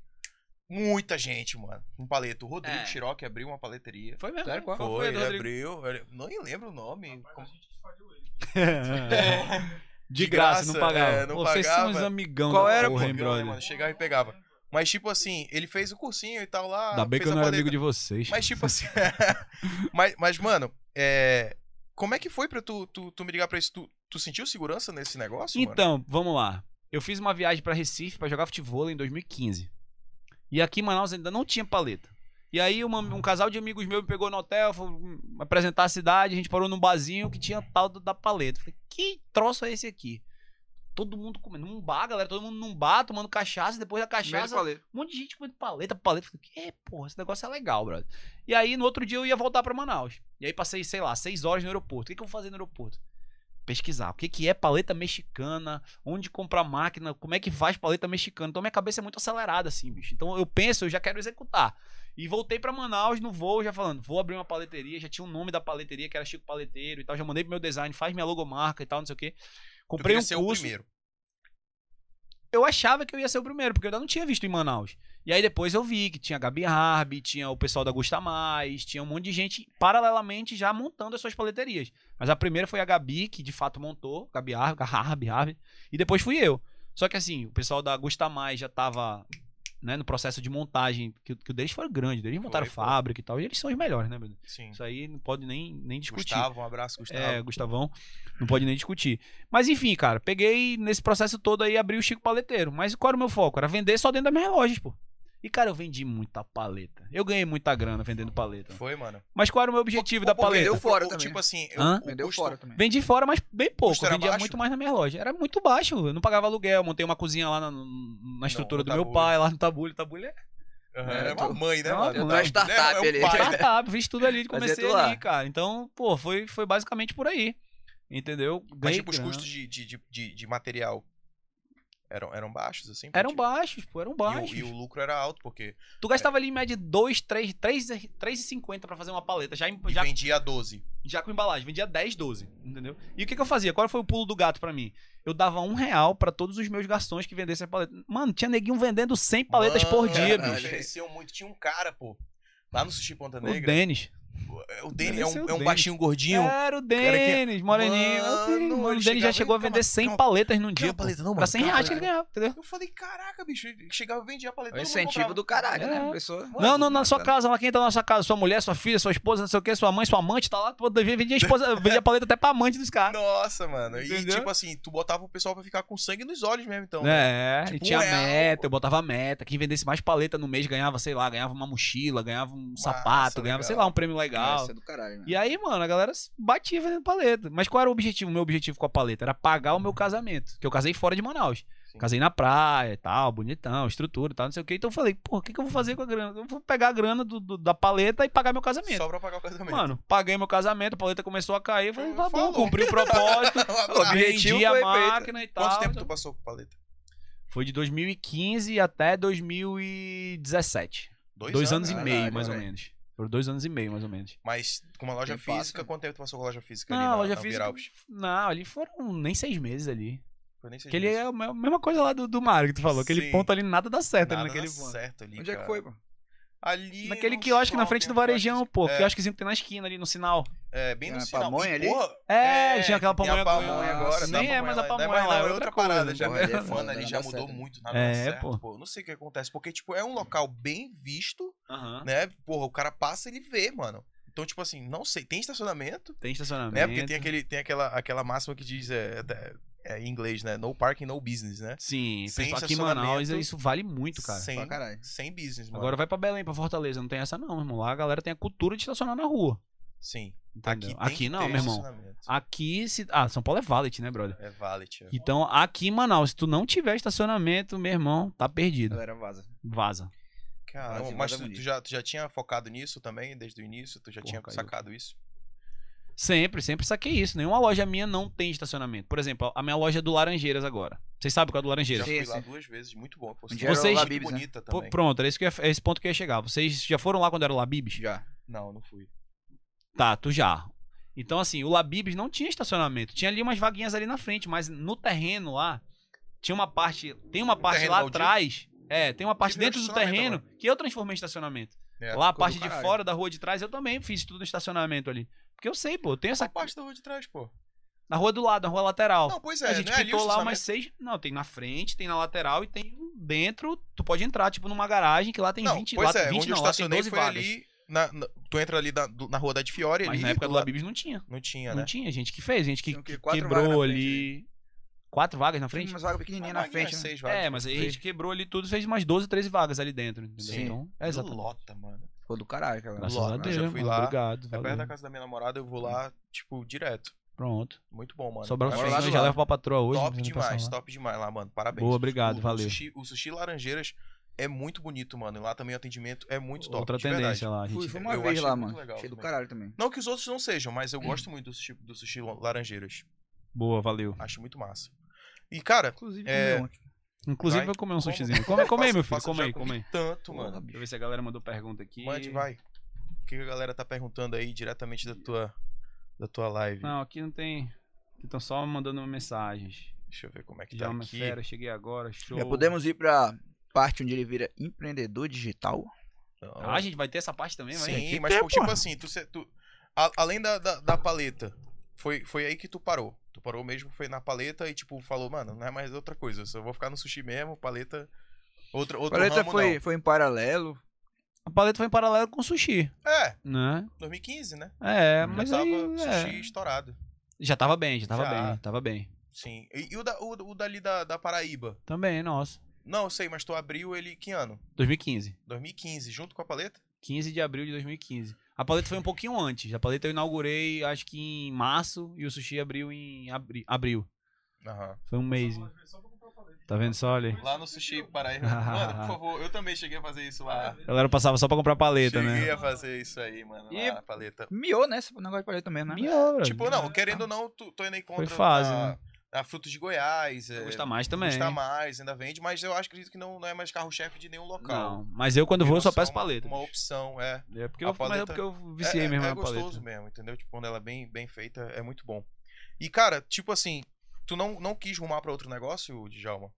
muita gente, mano. Um paleto. O Rodrigo
É.
Xiroque abriu uma paleteria.
Foi mesmo.
Sério, qual?
Qual foi,
ele
Rodrigo?
abriu. eu Não lembro o nome.
Mas a
como-
gente que faliu ele.
(laughs)
(laughs)
É.
De graça,
graça,
não pagava.
é, não
Pô, Vocês são uns
pagava.
amigão
Qual
da
era,
porra,
pô?
hein,
Virou, né,
brother?
mano? Chegava e pegava. Mas, tipo assim, ele fez o cursinho e tal lá.
Ainda bem que
Ah, fez
eu
a
não era
paleta.
amigo de vocês.
Mas,
(laughs)
tipo assim. (laughs) mas, mas, mano, é, como é que foi pra tu, tu, tu me ligar pra isso? Tu, tu sentiu segurança nesse negócio? mano?
Então, vamos lá. Eu fiz uma viagem pra Recife pra jogar futebol em 2015. E aqui em Manaus ainda não tinha paleta. E aí uma- um casal de amigos meus me pegou no hotel, foi hum, apresentar a cidade, a gente parou num barzinho que tinha tal do- da paleta. Falei, que troço é esse aqui? Todo mundo comendo num bar, galera, todo mundo num bar, tomando cachaça, e depois da
Primeiro
cachaça,
falei.
um monte de gente comendo paleta, paleta. Falei, que porra, esse negócio é legal, brother. E aí, no outro dia, eu ia voltar pra Manaus. E aí, passei, sei lá, seis horas no aeroporto. O que, que eu vou fazer no aeroporto? Pesquisar. O que, que é paleta mexicana? Onde comprar máquina? Como é que faz paleta mexicana? Então, minha cabeça é muito acelerada, assim, bicho. Então, eu penso, eu já quero executar. E voltei pra Manaus no voo, já falando, vou abrir uma paleteria. Já tinha o nome da paleteria, que era Chico Paleteiro e tal. Já mandei pro meu design, faz minha logomarca e tal, não sei o quê.
tu
Comprei
queria
um
ser o
curso
primeiro.
eu achava que eu ia ser o primeiro, porque eu ainda não tinha visto em Manaus. E aí depois eu vi que tinha a Gabi Harbi, tinha o pessoal da Gusta Mais, tinha um monte de gente paralelamente já montando as suas paleterias. Mas a primeira foi a Gabi, que de fato montou, Gabi Harbi, (laughs) Harbi, Harbi, e depois fui eu. Só que assim, o pessoal da Gusta Mais já tava né, no processo de montagem, que, que o deles foi grande, eles montaram
Foi, foi.
fábrica e tal, e eles são os melhores, né, Bruno?
Sim.
Isso aí não pode nem, nem discutir.
Gustavo, um abraço, Gustavo.
É, Gustavão, não pode nem discutir. Mas enfim, cara, peguei nesse processo todo aí, abri o Chico Paleteiro. Mas qual era o meu foco? Era vender só dentro das minhas lojas, pô. E, cara, eu vendi muita paleta. Eu ganhei muita grana vendendo paleta.
Foi, mano.
Mas qual era o meu objetivo da
Pô, pô,
paleta?
vendeu
Fora
pouco,
também.
Tipo assim, eu-
Hã?
o
Vendeu
custo-
fora também.
Vendi fora, mas bem pouco.
custo era
Vendia
baixo?
muito mais na minha loja. Era muito baixo. Eu não pagava aluguel, montei uma cozinha lá na, na estrutura
no
do meu
Tabule.
pai, lá no tabulho. Tabulho é
Aham,
É,
era uma
tu-
mãe, né,
é uma
mano?
mãe.
Tá-
É startup
né, é um
ele.
pai.
startup, fiz tudo ali,
Fazia
comecei
tudo lá.
ali, cara. Então, pô, foi, foi basicamente por aí. Entendeu?
Mas,
Ganhei
tipo, os
grana.
custos de, de, de, de- de material eram, eram baixos, assim?
Eram
porque-
baixos, pô, eram baixos.
E o, e o lucro era alto, porque...
Tu gastava ali em média 2, 3, 3, 3,50 pra fazer uma paleta, já, em-
E
já,
vendia 12.
já com embalagem. Vendia 10, 12, entendeu? E o que, que eu fazia? Qual foi o pulo do gato pra mim? Eu dava um real pra todos os meus garçons que vendessem a paleta. Mano, tinha neguinho vendendo 100 paletas por dia,
Mano,
bicho.
Cresceu muito. Tinha um cara, pô, lá no Sushi Ponta
O
Negra.
Denis.
é O Dene é
Esse é
um,
o
é um
Denis.
baixinho gordinho.
Era o
Cara que-
Denis, moreninho.
Mano,
Mano, o
ele
Denis
chegava
já
e-
chegou a
calma,
vender 100
calma.
paletas num
Não,
dia. pô.
paleta não, mano,
Pra 100 reais que ele
caralho.
ganhava, entendeu?
Eu falei, caraca, bicho. ele Chegava e vendia a paleta.
É um
todo mundo
incentivo
comprava.
do caralho, né?
É.
A pessoa.
Não,
assim,
não, na sua casa, lá quem tá na sua casa, sua mulher, sua filha, sua esposa, não sei o que, sua mãe, sua amante, tá lá, pô, vendia, a esposa, vendia a paleta até pra amante dos caras.
Nossa, mano. E,
Entendeu?
tipo assim, tu botava o pessoal pra ficar com sangue nos olhos mesmo, então. né?
É,
Tipo,
e tinha
um real,
meta, eu botava meta. Quem vendesse mais paleta no mês ganhava, sei lá, ganhava uma mochila, ganhava um sapato, ganhava,
legal.
sei lá, um prêmio legal.
Isso é do caralho, né?
E aí, mano, a galera se batia vendendo paleta. Mas qual era o objetivo? O meu objetivo com a paleta era pagar o meu casamento. Que eu casei fora de Manaus.
Sim.
Casei na praia e tal, bonitão, estrutura e tal, não sei o que. Então eu falei, pô, o que, que eu vou fazer com a grana? Eu vou pegar a grana do- do- da paleta e pagar meu casamento.
Só pra pagar o casamento. (laughs)
Mano, paguei meu casamento, a paleta começou a cair. Eu falei, tá bom,
Falou.
cumpri
(laughs)
o propósito.
Agora,
Ah, objetivo
vendi a
foi feito.
máquina e tal.
Um Quanto tempo
então-
tu passou com paleta?
foi de 2015 até 2017. Dois, anos, e
né? caralho,
meio, mais ou
velho.
menos. Foram dois anos e meio, mais ou menos.
Mas com uma loja
Tem passo,
física,
né?
quanto tempo tu passou com a loja física ali
Não,
na,
loja
na
física.
Beralves?
um Não, ali foram nem seis meses ali.
Foi nem seis
Que ele
meses.
é a me- mesma coisa lá do, do Mário que tu falou. Aquele
Sim.
ponto ali nada dá certo
Nada
ali né, naquele
dá
ponto.
certo ali,
Onde é que
cara.
foi, pô?
Ali
Naquele
no
quiosque na frente do
shopping,
varejão,
atrás-
pô.
É.
Quiosquezinho que tem na esquina ali, no sinal.
É, bem no
Era
sinal.
pamonha
E,
ali?
porra,
É, tinha aquela
tem a
pamonha,
pamonha
agora.
agora.
Nem
tá,
é mais a
lá-
pamonha
mas
lá,
lá
é outra coisa,
parada. Já
né?
é
Pô,
fana ali,
não
já
dá
mudou
certo, né?
muito. Nada
É,
dá certo, pô.
pô.
Não sei o que acontece. Porque, tipo, é um local bem visto,
Aham.
né? Porra, o cara passa e ele vê, mano. Então, tipo assim, não sei. Tem estacionamento,
Tem estacionamento.
né? Porque tem, aquele, tem aquela, aquela máxima que diz... É, é, é, em inglês, né? No parking, no business, né?
Sim,
Sem
pessoal, aqui em Manaus
estacionamento.
isso vale muito, cara.
Sem,
Pra caralho.
sem business, mano.
Agora vai pra Belém, pra Fortaleza, não tem essa não, meu irmão. Lá a galera tem a cultura de estacionar na rua.
Sim.
entendeu?
tem que
não,
ter
meu irmão.
estacionamento.
Aqui se. Ah, São Paulo é valet, né, brother?
É valet. é.
Então, aqui em Manaus, se tu não tiver estacionamento, meu irmão, tá
É.
perdido.
Galera, vaza.
Vaza.
Caramba,
Valet
assim, mas é
nada
tu,
bonito.
tu já, tu já tinha focado nisso também, desde o início? Tu já
Porra,
tinha
caiu.
sacado isso?
Sempre, sempre saquei isso. Nenhuma loja minha não tem estacionamento. Por exemplo, a minha loja é do Laranjeiras agora. Vocês sabem qual é a do
Já
Laranjeiras?
fui
Sim,
lá
sim.
duas vezes, muito bom. Pô,
Um dia
cidade
era o
muito
Labibs, né?
bonita
Pô,
também.
pronto, era isso que eu ia- é esse ponto que eu ia chegar. Vocês já foram lá quando era o Labibs?
Já.
Não, não fui.
Tá, tu já. Então, assim, o Labibs não tinha estacionamento. Tinha ali umas vaguinhas ali na frente, mas no terreno lá, tinha uma parte. Tem uma parte
terreno
lá
baldio?
atrás. É, tem uma parte
virou
dentro do
estacionamento
terreno que eu transformei em estacionamento.
É,
lá a
ficou do
parte de
caralho.
fora da rua de trás, eu também fiz tudo no estacionamento ali. Porque eu sei, pô, tem
Essa
essa.
parte da rua de trás, pô.
Na rua do lado, na rua lateral.
Não, pois é,
a gente
não é ali o
pintou lá umas
estacionamento?
seis. Não, tem na frente, tem na lateral e tem dentro. Tu pode entrar, tipo, numa garagem que lá tem
não,
20
pois
lá, tem
é,
20
onde eu
não, lá tem
estacionei
12
foi
vagas.
ali. Na, na- tu entra ali da- do- na rua da de Fiore
Mas
ali.
na época do
lá-
Labibs não tinha.
Não tinha,
Não
né?
tinha, gente que fez, gente que
Tinha o quê?
que
Quatro
quebrou
vagas na frente,
ali. Quatro vagas na frente?
Tinha umas vagas pequenininhas na
Mas vaguinha,
frente. né?
seis vagas.
É, mas aí a
Sim.
gente quebrou ali tudo, fez umas 12, 13 vagas ali dentro. Entendeu?
Sim.
Então, é
Exato.
exatamente.
Lota, mano.
Ficou do caralho aquela.
Graças
Lota,
a
né?
Deus.
Eu já fui
mano,
lá,
Obrigado.
É
valeu.
perto da casa da minha namorada, eu vou lá, tipo, direto.
Pronto.
Muito bom, mano.
Sobrar um
Parabéns.
sushi, eu já levo pra patroa hoje.
Top
né, passar
demais,
lá.
top demais lá, mano. Parabéns.
Boa, obrigado,
O-
valeu.
O sushi, o sushi Laranjeiras é muito bonito, mano. E lá também o atendimento é muito top.
Outra
de verdade.
tendência lá, a gente.
Fui, fui uma
eu
vez
achei
lá,
muito
mano.
legal
Cheio do
também.
caralho também.
Não que os outros não sejam, mas
Hum.
eu gosto muito do sushi, do sushi Laranjeiras.
Boa, valeu.
Acho muito massa. E, cara,
Inclusive,
É,
comi ontem.
Inclusive,
Vai.
vai comer um
Como- (laughs)
sushizinho. Come, come aí,
faço-
meu filho.
faço-
Come
já
aí,
comi
come aí.
Tanto,
Porra,
mano.
bicho.
Deixa eu ver se a galera mandou pergunta aqui.
Mande, vai. O que a galera tá perguntando aí diretamente da tua, da tua live?
Não, aqui não tem. Aqui estão só mandando mensagens.
Deixa eu ver como é que
Já
tá
uma
aqui.
fera, cheguei agora, show.
Já podemos ir pra parte onde ele vira empreendedor digital?
Não.
Ah, a gente vai ter essa parte também, vai?
Sim,
que
mas
ter,
pô, tipo
porra.
assim, tu, se- tu- a- além da, da, da paleta, foi, foi aí que tu parou. Tu parou mesmo, foi na paleta e tipo, falou, mano, não é mais outra coisa, eu só vou ficar no sushi mesmo, paleta, outra, outro
Paleta
ramo
foi, foi em paralelo.
A paleta foi em paralelo com o sushi,
não. É,
né?
2015, né?
É,
Já
mas
tava
aí, é.
sushi estourado.
Já tava bem, já tava
Já.
bem, tava bem.
Sim. E, e o, da, o, o dali da, da Paraíba?
Também, nossa.
Não, eu sei, mas tu abriu ele que ano?
2015.
2015, junto com a paleta?
15 de abril de 2015. A paleta foi um pouquinho antes. A paleta eu inaugurei, acho que em março, e o sushi abriu em abri abril.
Aham.
Foi um mês. Tá vendo só ali?
Lá no sushi Paraíba.
(laughs)
Mano, por favor, eu também cheguei a fazer isso lá.
A galera passava só pra comprar paleta,
cheguei
né?
a fazer isso aí, mano,
E-
lá na paleta.
Miou, né? Esse negócio de paleta também, né?
Minha obra.
Tipo, não, querendo ou não, tu, tu ainda encontra
tá. fase,
a,
né?
a Frutos de Goiás. é,
Custa mais também.
Custa mais, ainda vende, mas eu acho acredito que não, não é mais carro-chefe de nenhum local.
Não, mas eu quando vou eu só
Virou
peço
uma-
paleta.
Uma opção, é.
É porque
A
eu, mas é
paleta-
porque eu viciei
É- é,
mesmo
é
na
gostoso
paleta.
mesmo, entendeu? Tipo, quando ela é bem, bem feita, é muito bom. E, cara, tipo assim, tu não, não quis rumar pra outro negócio, Djalma?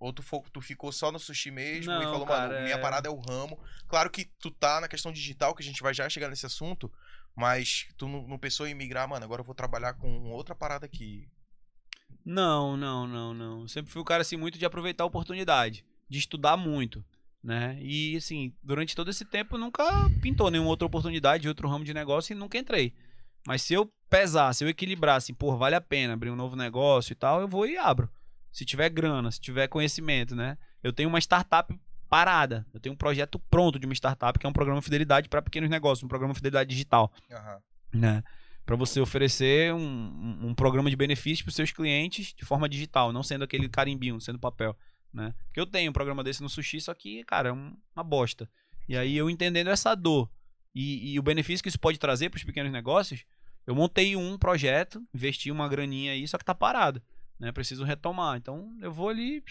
Ou tu, fo- tu ficou só no sushi mesmo e
Não,
falou,
cara,
mano, minha
é-
parada é o ramo. Claro que tu tá na questão digital, que a gente vai já chegar nesse assunto, mas tu não, não pensou em migrar, mano, agora eu vou trabalhar com outra parada aqui.
Não, não, não, não. Eu Sempre fui um cara assim muito de aproveitar a oportunidade, de estudar muito, né? E assim, durante todo esse tempo nunca pintou nenhuma outra oportunidade de outro ramo de negócio e nunca entrei. Mas se eu pesar, se eu equilibrar, assim, pô, vale a pena abrir um novo negócio e tal, eu vou e abro. Se tiver grana, se tiver conhecimento, né? Eu tenho uma startup parada, eu tenho um projeto pronto de uma startup que é um programa de fidelidade para pequenos negócios, um programa de fidelidade digital
Aham.
né? Para você oferecer um, um, um programa de benefícios para seus clientes de forma digital, não sendo aquele carimbinho, sendo papel, né? Porque eu tenho um programa desse no sushi, só que, cara, é um- uma bosta. E aí eu entendendo essa dor e, e o benefício que isso pode trazer para os pequenos negócios, eu montei um projeto, investi uma graninha aí, só que tá parado, né? Preciso retomar. Então eu vou ali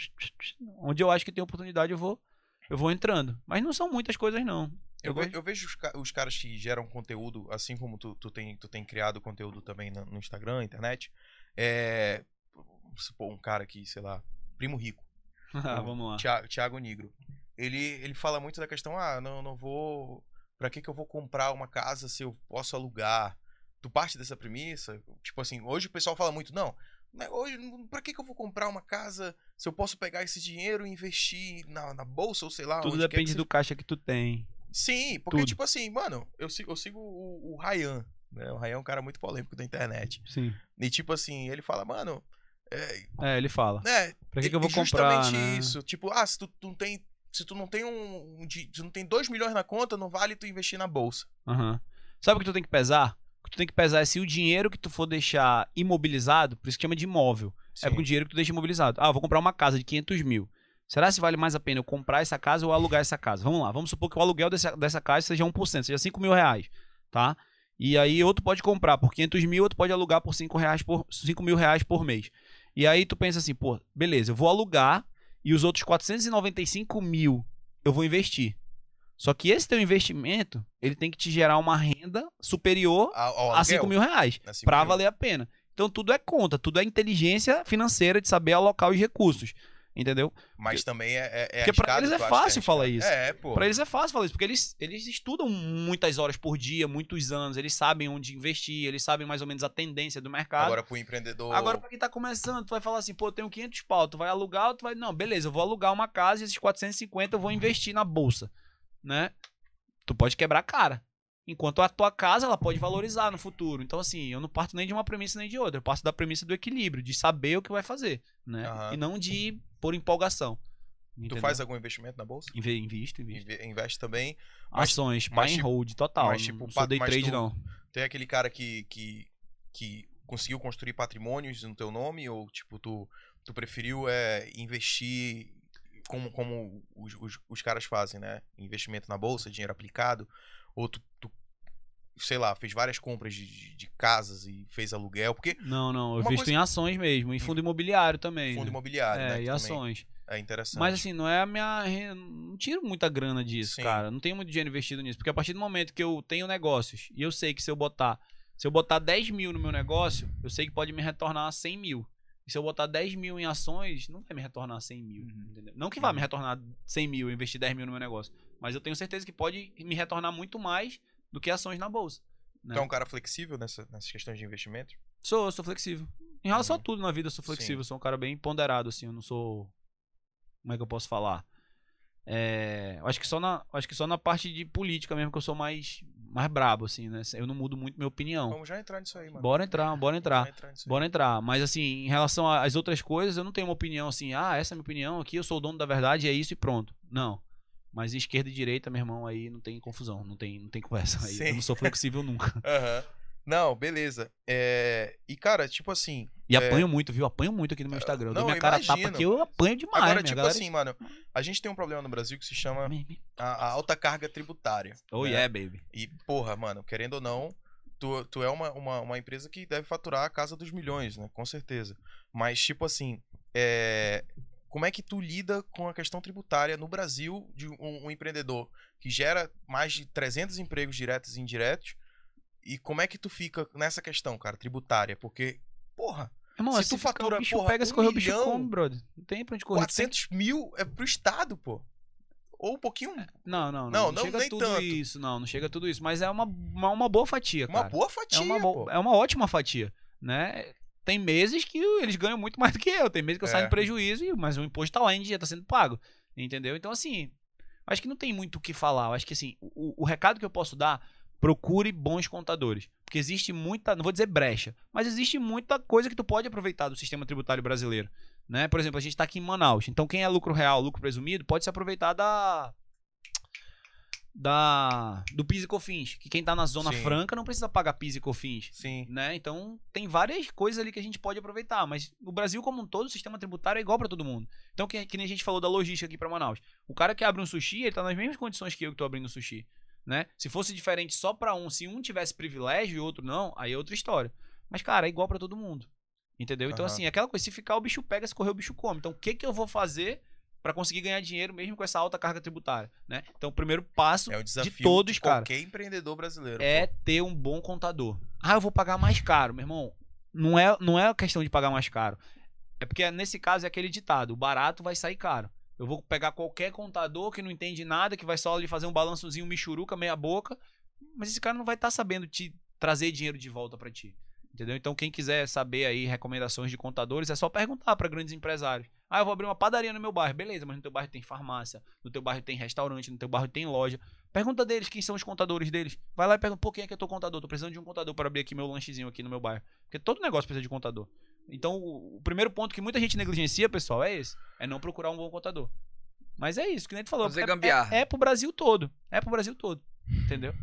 onde eu acho que tem oportunidade, eu vou eu vou entrando. Mas não são muitas coisas não.
Eu,
Eu
ve-
vejo-
eu vejo os, ca- os caras que geram conteúdo, assim como tu, tu, tem, tu tem criado conteúdo também na- no, Instagram, internet. É. Vamos supor, um cara aqui, sei lá, Primo Rico,
(laughs) Ah, vamos lá.
Thiago, Thiago Nigro. Ele, ele fala muito da questão: ah, não, não vou. Pra que, que eu vou comprar uma casa se eu posso alugar? Tu parte dessa premissa? Tipo assim, hoje o pessoal fala muito, não. né, Hoje, não- pra que, que eu vou comprar uma casa se eu posso pegar esse dinheiro e investir na, na bolsa ou sei lá?
Tudo
onde quer que
depende
seja?"
do caixa que tu tem.
Sim, porque,
Tudo.
tipo assim, mano, eu sigo, eu sigo o, o Ryan, né? O Rayan é um cara muito polêmico da internet.
Sim.
E tipo assim, ele fala, mano. É,
É, ele fala.
né,
Pra que,
E-
que eu vou
e
comprar,
justamente
né?
isso. Tipo, ah, se tu, tu não tem. Se tu não tem um. um di- se não tem 2 milhões na conta, não vale tu investir na bolsa.
Aham. Sabe o que tu tem que pesar? O que tu tem que pesar é se o dinheiro que tu for deixar imobilizado, por isso que chama de imóvel. É porque o dinheiro que tu deixa imobilizado. Ah, eu vou comprar uma casa de 500 mil. Será se vale mais a pena eu comprar essa casa ou alugar essa casa? Vamos lá, vamos supor que o aluguel dessa, dessa casa seja 1%, seja 5 mil reais, tá? E aí outro pode comprar por 500 mil, outro pode alugar por 5, reais por 5 mil reais por mês. E aí tu pensa assim, pô, beleza, eu vou alugar e os outros 495 mil eu vou investir. Só que esse teu investimento, ele tem que te gerar uma renda superior
A, ao
a
aluguel,
5 Ah, mil reais
a é cinco
para
mil.
valer a pena. Então tudo é conta, tudo é inteligência financeira de saber alocar os recursos. Entendeu?
Mas também é. é, é
Porque pra
arriscado,
eles é
tu acha
fácil
que
falar
arriscado?
isso.
É, pô.
Para eles é fácil falar isso, porque eles, eles estudam muitas horas por dia, muitos anos, eles sabem onde investir, eles sabem mais ou menos a tendência do mercado. é Agora,
Agora pro empreendedor.
para pra quem tá começando, tu vai falar assim, pô, eu tenho 500 pau, tu vai alugar ou tu vai... Não, beleza, eu vou alugar uma casa e esses 450 eu vou investir na bolsa, né? Tu pode quebrar a cara. Enquanto a tua casa, ela pode valorizar no futuro. Então, assim, eu não parto nem de uma premissa nem de outra. Eu parto da premissa do equilíbrio, de saber o que vai fazer, né?
Aham.
E não de ir por empolgação.
tu
entendeu?
faz algum investimento na bolsa?
Inve- Invisto, invisto.
Inve- Investe também. Mas-
Ações,
mas
buy and
tipo-
hold, total.
mas tipo,
não
pa-
sou day
mas
trade,
tu-
não.
Tem aquele cara que, que, que conseguiu construir patrimônios no teu nome? Ou, tipo, tu, tu preferiu é, investir como, como os, os, os caras fazem, né? Investimento na bolsa, dinheiro aplicado. Ou tu, tu, sei lá, fez várias compras de, de, de casas e fez aluguel. Porque
Não, não. Eu
Uma
visto
coisa- Hum.
em ações mesmo, em fundo imobiliário também.
fundo
né?
imobiliário,
É,
né? que
e
também
ações.
É interessante.
Mas assim, não é a minha. re- Não tiro muita grana disso,
Sim.
cara. Não tenho muito dinheiro investido nisso. Porque a partir do momento que eu tenho negócios e eu sei que se eu botar. Se eu botar 10 mil no meu negócio, eu sei que pode me retornar 100 mil. E se eu botar 10 mil em ações, não vai me retornar 100 mil.
Uhum.
entendeu? Não que vá me retornar 100 mil, eu investir 10 mil no meu negócio. Mas eu tenho certeza que pode me retornar muito mais do que ações na bolsa. né?
Tu é um cara flexível nessa, nessas questões de investimento?
Sou, eu sou flexível. Em relação
Uhum.
a tudo na vida, eu sou flexível. Eu sou um cara bem ponderado, assim. Eu não sou. Como é que eu posso falar? É, eu acho que só na, eu acho que só na parte de política mesmo que eu sou mais, mais brabo, assim, né? Eu não mudo muito minha opinião.
Vamos já entrar nisso aí, mano.
Bora entrar, bora entrar.
Já nisso aí.
Bora entrar. Mas assim, em relação às outras coisas, eu não tenho uma opinião assim, ah, essa é a minha opinião aqui, eu sou o dono da verdade, é isso e pronto. Não. Mas esquerda e direita, meu irmão, aí não tem confusão, não tem, não tem conversa. Aí
Sim.
eu não sou flexível nunca.
Aham. Não, beleza. É, E, cara, tipo assim,
E
É.
apanho muito, viu? Apanho muito aqui no meu Instagram. Eu dou
não,
minha
eu
cara a
imagino.
tapa que eu apanho demais,
Agora,
minha
tipo
galera.
assim, mano, a gente tem um problema no Brasil que se chama
Me- me-
a, a alta carga tributária.
Oh
né?
yeah, baby.
E, porra, mano, querendo ou não, tu, tu é uma, uma, uma empresa que deve faturar a casa dos milhões, né? Com certeza. Mas, tipo assim, é, como é que tu lida com a questão tributária no Brasil de um, um empreendedor que gera mais de 300 empregos diretos e indiretos? E como é que tu fica nessa questão, cara, tributária? Porque, porra,
Irmão,
Se
assim,
tu fatura,
o bicho
porra,
pega, se
um
correr o bicho
milhão,
come, brother. Não tem pra onde correr.
400 mil é pro Estado, pô. Ou um pouquinho
Não, não, não.
Não,
Não,
não,
chega
nem
tudo
tanto.
isso, não. Não chega tudo isso. Mas é uma, uma, uma boa fatia,
Uma
cara.
boa fatia,
é, uma
pô.
bo... é uma ótima fatia, né? Tem meses que eles ganham muito (laughs) mais do que eu. Tem meses que eu saio
É.
em prejuízo, e- mas o imposto tá lá em dia, tá sendo pago. Entendeu? Então, assim, acho que não tem muito o que falar. Eu acho que, assim, o, o recado que eu posso dar, procure bons contadores. Porque existe muita, não vou dizer brecha, mas existe muita coisa que tu pode aproveitar do sistema tributário brasileiro. Né? Por exemplo, a gente tá aqui em Manaus. Então, quem é lucro real, lucro presumido, pode se aproveitar da... Da, do PIS e COFINS, que quem tá na Zona
Sim.
Franca não precisa pagar PIS e COFINS
Sim.
né? Então tem várias coisas ali que a gente pode aproveitar, mas o Brasil como um todo, o sistema tributário é igual pra todo mundo. Então que, que nem a gente falou da logística aqui pra Manaus. O cara que abre um sushi, ele tá nas mesmas condições que eu que tô abrindo um sushi, né? Se fosse diferente só pra um, se um tivesse privilégio e outro não, aí é outra história. Mas cara, é igual pra todo mundo. Entendeu? Então
Aham.
assim, aquela coisa, se ficar o bicho pega, se correr o bicho come. Então o que que eu vou fazer pra conseguir ganhar dinheiro mesmo com essa alta carga tributária, né? Então o primeiro passo
É o desafio
de todos,
de
cara
qualquer empreendedor brasileiro.
é ter um bom contador. Ah, eu vou pagar mais caro, meu irmão. Não é, não é a questão de pagar mais caro. É porque nesse caso é aquele ditado: o barato vai sair caro. Eu vou pegar qualquer contador que não entende nada, que vai só ali fazer um balançozinho michuruca, meia boca, mas esse cara não vai estar sabendo te trazer dinheiro de volta pra ti. Entendeu? Então, quem quiser saber aí recomendações de contadores, é só perguntar pra grandes empresários. Ah, eu vou abrir uma padaria no meu bairro. Beleza, mas no teu bairro tem farmácia, no teu bairro tem restaurante, no teu bairro tem loja. Pergunta deles quem são os contadores deles. Vai lá e pergunta, pô, quem é que é teu contador? Tô precisando de um contador para abrir aqui meu lanchezinho aqui no meu bairro. Porque todo negócio precisa de contador. Então, o o primeiro ponto que muita gente negligencia, pessoal, é esse. É não procurar um bom contador. Mas é isso, que nem tu falou.
Fazer
é,
gambiarra.
é, é pro Brasil todo. É pro Brasil todo. Entendeu?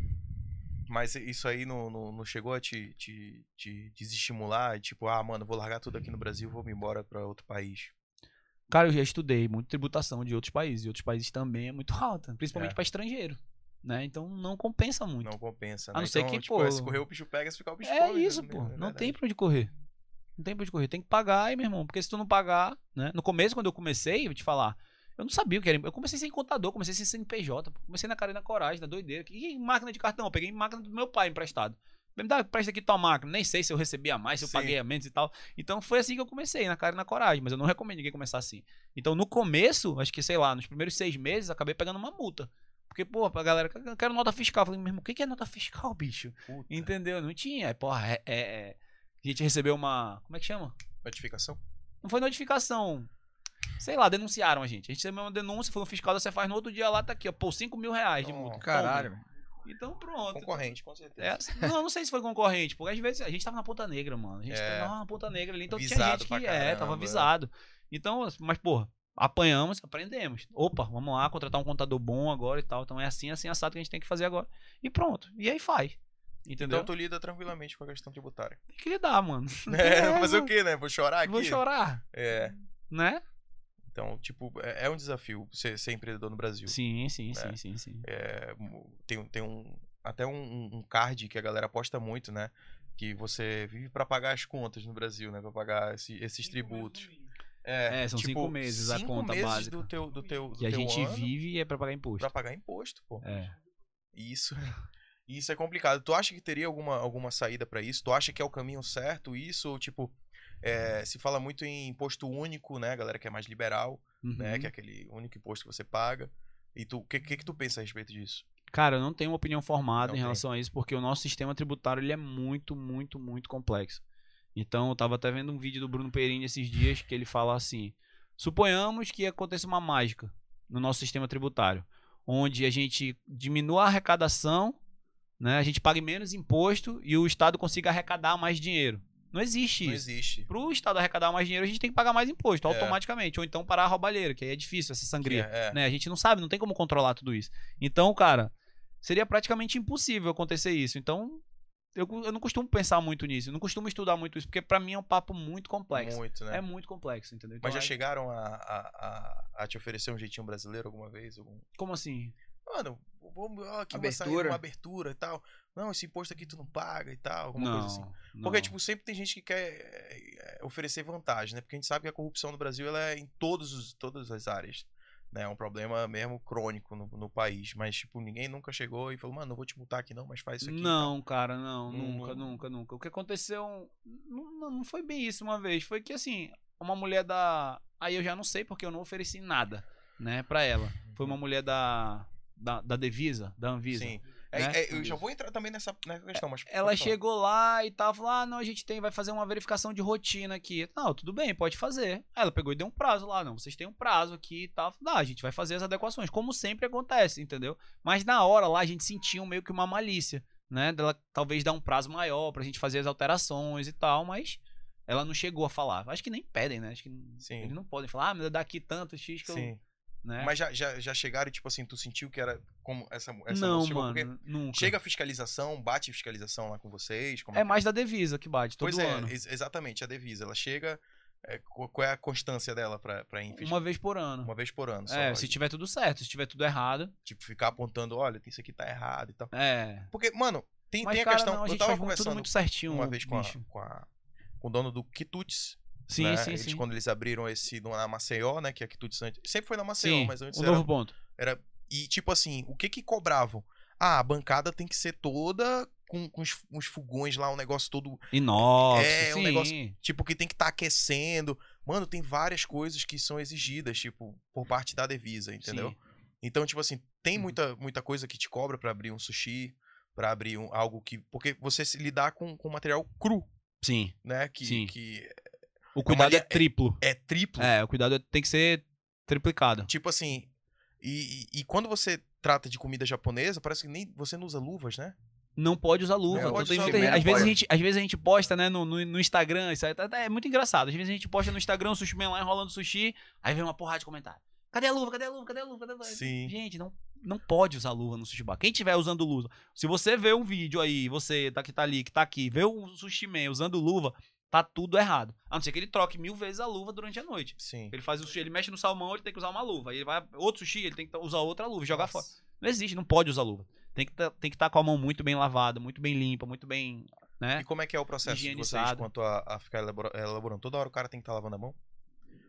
Mas isso aí não, não, não chegou a te, te, te desestimular? Tipo, ah, mano, vou largar tudo aqui no Brasil, vou me embora pra outro país.
Cara, eu já estudei muito tributação de outros países. E outros países também é muito (laughs) alta, principalmente
É.
pra estrangeiro. Né? Então não compensa muito.
Não compensa,
A
né?
não ser
então,
que,
tipo,
pô,
se correr o bicho pega, se ficar o bicho
É
come,
isso,
né?
pô.
É
Não
verdade.
tem pra onde correr. Não tem pra onde correr. Tem que pagar aí, meu irmão. Porque se tu não pagar, né? No começo, quando eu comecei, vou te falar. Eu não sabia o que era. Eu comecei sem contador, comecei sem CNPJ. pô. Comecei na cara e na coragem, na doideira. E em máquina de cartão? Eu peguei máquina do meu pai emprestado. Me dá, presta aqui tua máquina. Nem sei se eu recebia mais, se eu
Sim.
paguei a menos e tal. Então foi assim que eu comecei, na cara e na coragem. Mas eu não recomendo ninguém começar assim. Então no começo, acho que sei lá, nos primeiros seis meses, acabei pegando uma multa. Porque, pô, pra galera, eu quero nota fiscal. Eu falei, meu irmão, o que que é nota fiscal, bicho?
Puta.
Entendeu? Não tinha. Aí, Porra, é, é- é. A gente recebeu uma. Como é que chama?
Notificação?
Não foi notificação. Sei lá, denunciaram a gente. A gente recebeu uma denúncia, foi um fiscal da Cefaz no outro dia lá, tá aqui, ó. Pô, 5 mil reais de multa.
Oh,
Caralho.
Toma. Então pronto.
Concorrente, com certeza.
É assim. não, não sei se foi concorrente, porque às vezes a gente tava na ponta negra, mano. A gente
É.
tava na ponta negra ali, então tinha
Visado
gente
pra
que é, tava
caramba.
avisado. Então, mas, porra, apanhamos, aprendemos. Opa, vamos lá, contratar um contador bom agora e tal. Então é assim, assim, assado que a gente tem que fazer agora. E pronto. E aí faz. Entendeu?
Então tu lida tranquilamente com a questão
(laughs)
tributária.
Tem que lidar, mano.
(laughs) É, fazer o quê, né? Vou chorar aqui?
Vou chorar,
É.
né?
Então, tipo, é, é um desafio ser, ser empreendedor no Brasil.
Sim, sim,
É.
sim, sim, sim.
É, mo- tem, tem um. Até um- um, um card que a galera aposta muito, né? Que você vive pra pagar as contas no Brasil, né? Pra pagar esse- esses tributos. tipo,
É, são cinco meses a
cinco
conta
meses
básica.
Do teu, do teu, do
Que a
teu
gente
um ano
vive é pra pagar imposto.
Pra pagar imposto, pô.
É.
Isso. (laughs) Isso é complicado. Tu acha que teria alguma, alguma saída pra isso? Tu acha que é o caminho certo isso? Ou, tipo,
Uhum.
é, se fala muito em imposto único, né? A galera que é mais liberal, né?
Uhum.
Que é aquele único imposto que você paga. E tu, o que, que que tu pensa a respeito disso?
Cara, eu não tenho uma opinião formada
Não
em
tem.
relação a isso, porque o nosso sistema tributário ele é muito, muito, muito complexo. Então, eu tava até vendo um vídeo do Bruno Perini esses dias que ele fala assim: suponhamos que aconteça uma mágica no nosso sistema tributário, onde a gente diminua a arrecadação, né? A gente pague menos imposto e o Estado consiga arrecadar mais dinheiro. Não existe
Não
isso.
existe.
Pro Estado arrecadar mais dinheiro, a gente tem que pagar mais imposto
É.
automaticamente. Ou então parar a roubalheira, que aí é difícil essa sangria.
É, é.
Né? A gente não sabe, não tem como controlar tudo isso. Então, cara, seria praticamente impossível acontecer isso. Então, eu, eu não costumo pensar muito nisso. Eu não costumo estudar muito isso, porque pra mim é um papo muito complexo.
Muito, né?
É muito complexo, entendeu? Então,
Mas já
é-
chegaram a, a, a, a te oferecer um jeitinho brasileiro alguma vez? Algum...
Como assim?
Mano, vamos, ó, aqui vai sair
Abertura.
uma abertura e tal. Não, esse imposto aqui tu não paga e tal, alguma
Não,
coisa assim.
não.
Porque, tipo, sempre tem gente que quer eh, eh, oferecer vantagem, né? Porque a gente sabe que a corrupção no Brasil ela é em todos os, todas as áreas. Né? É um problema mesmo crônico no, no país. Mas, tipo, ninguém nunca chegou e falou, mano, não vou te multar aqui não, mas faz isso aqui. e
Não, cara,
Não,
não,
né?
nunca,
não.
nunca, nunca. O que aconteceu. Não, não- não foi bem isso uma vez. Foi que assim, uma mulher da. Aí eu já não sei porque eu não ofereci nada, né, pra ela. Foi uma mulher da. Da, da Devisa, da
tal.
Anvisa.
Sim. É,
né?
é, eu já vou entrar também nessa, nessa questão, mas.
Ela
pode falar.
chegou lá e tal, falou: Ah, não, a gente tem, vai fazer uma verificação de rotina aqui. Não, tudo bem, pode fazer. Aí ela pegou e deu um prazo lá, não, vocês têm um prazo aqui e tal. Falei, ah, a gente vai fazer as adequações, como sempre acontece, entendeu? Mas na hora lá a gente sentia meio que uma malícia, né? Dela talvez dar um prazo maior pra gente fazer as alterações e tal, mas ela não chegou a falar. Acho que nem pedem, né? Acho que
Sim.
eles não podem falar, ah, mas daqui tanto X que
Sim.
eu. Né?
Mas já, já, já chegaram e, tipo assim, tu sentiu que era como essa, essa
não,
moça chegou, porque
mano, nunca.
Chega a fiscalização, bate fiscalização lá com vocês? Como
É
que
mais da devisa que bate todo
Pois é,
ano.
ex- exatamente, a devisa. Ela chega. é, qu- qual é a constância dela pra, pra ir em
Uma vez por ano.
Uma vez por ano. Só,
É, se tiver tudo certo, se tiver tudo errado.
Tipo, ficar apontando, olha, isso aqui tá errado e tal.
É.
Porque, mano, tem,
Mas,
tem a
cara,
questão.
não, a
eu
gente
tava
faz muito- tudo
conversando
muito certinho.
uma vez com, a,
bicho.
com, a- com o dono do Quitutes.
Sim,
né?
sim,
eles,
sim.
Quando eles abriram esse na Maceió, né? Que a Quitutes antes. Sempre foi na Maceió,
Sim,
mas antes
um
era.
novo ponto.
E, tipo assim, o que que cobravam? Ah, a bancada tem que ser toda com, com os, uns fogões lá, um negócio todo
Inox,
É, um
sim.
negócio- Tipo, que tem que estar aquecendo. Mano, tem várias coisas que são exigidas, tipo, por parte da Devisa, entendeu?
Sim.
Então, tipo assim, tem
Uhum.
muita, muita coisa que te cobra pra abrir um sushi, pra abrir um, algo que. Porque você se lidar com, com material cru,
Sim.
né? Que,
Sim.
que
O cuidado é,
li- é-
triplo.
é triplo.
É, o cuidado é- tem que ser triplicado.
Tipo assim. E, e- e quando você trata de comida japonesa, parece que nem você não usa luvas, né?
Não pode usar luva.
Não
Então
pode
tem-
usar
tem-
luva,
às,
não
vezes a
pode.
gente, às vezes a gente posta, né, no, no, no Instagram, isso aí tá- tá- é muito engraçado. Às vezes a gente posta no Instagram, o Sushi Man lá enrolando sushi, aí vem uma porrada de comentário. Cadê a luva? Cadê a luva? Cadê a luva? Cadê a luva?
Sim.
Gente, não, não pode usar luva no sushi bar. Quem tiver usando luva, se você vê um vídeo aí, você tá que tá ali, que tá aqui, vê um sushi man usando luva, tá tudo errado. A não ser que ele troque mil vezes a luva durante a noite.
Sim.
Ele faz o sushi, ele mexe no salmão, ele tem que usar uma luva. Aí Ele vai outro sushi, ele tem que usar outra luva, e jogar fora. Não existe, não pode usar luva. Tem que tá, tem que estar com a mão muito bem lavada, muito bem limpa, muito bem, né?
E como é que é o processo de vocês
Higienizado.
quanto a, a ficar elabora- elaborando? Toda hora o cara tem que estar lavando a mão?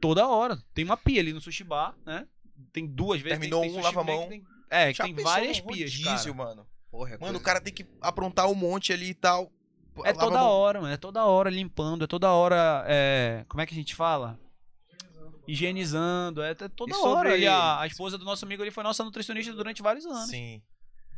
Toda hora. Tem uma pia ali no sushi bar, né? Tem duas vezes.
Terminou
tem, tem
um,
sushi
lava a
man que
mão.
tem- é, que
Já
tem
pensou
várias
num
pias,
rodízio,
cara.
mano.
Porra, é
Mano, o cara tem que aprontar um monte ali e tal. Pô,
É
lava a
toda
mão.
hora, mano. É toda hora limpando, é toda hora. é, Como é que a gente fala? Higienizando, é t- toda
E sobre-
hora. E a, a esposa do nosso amigo ele foi nossa nutricionista durante vários anos.
Sim.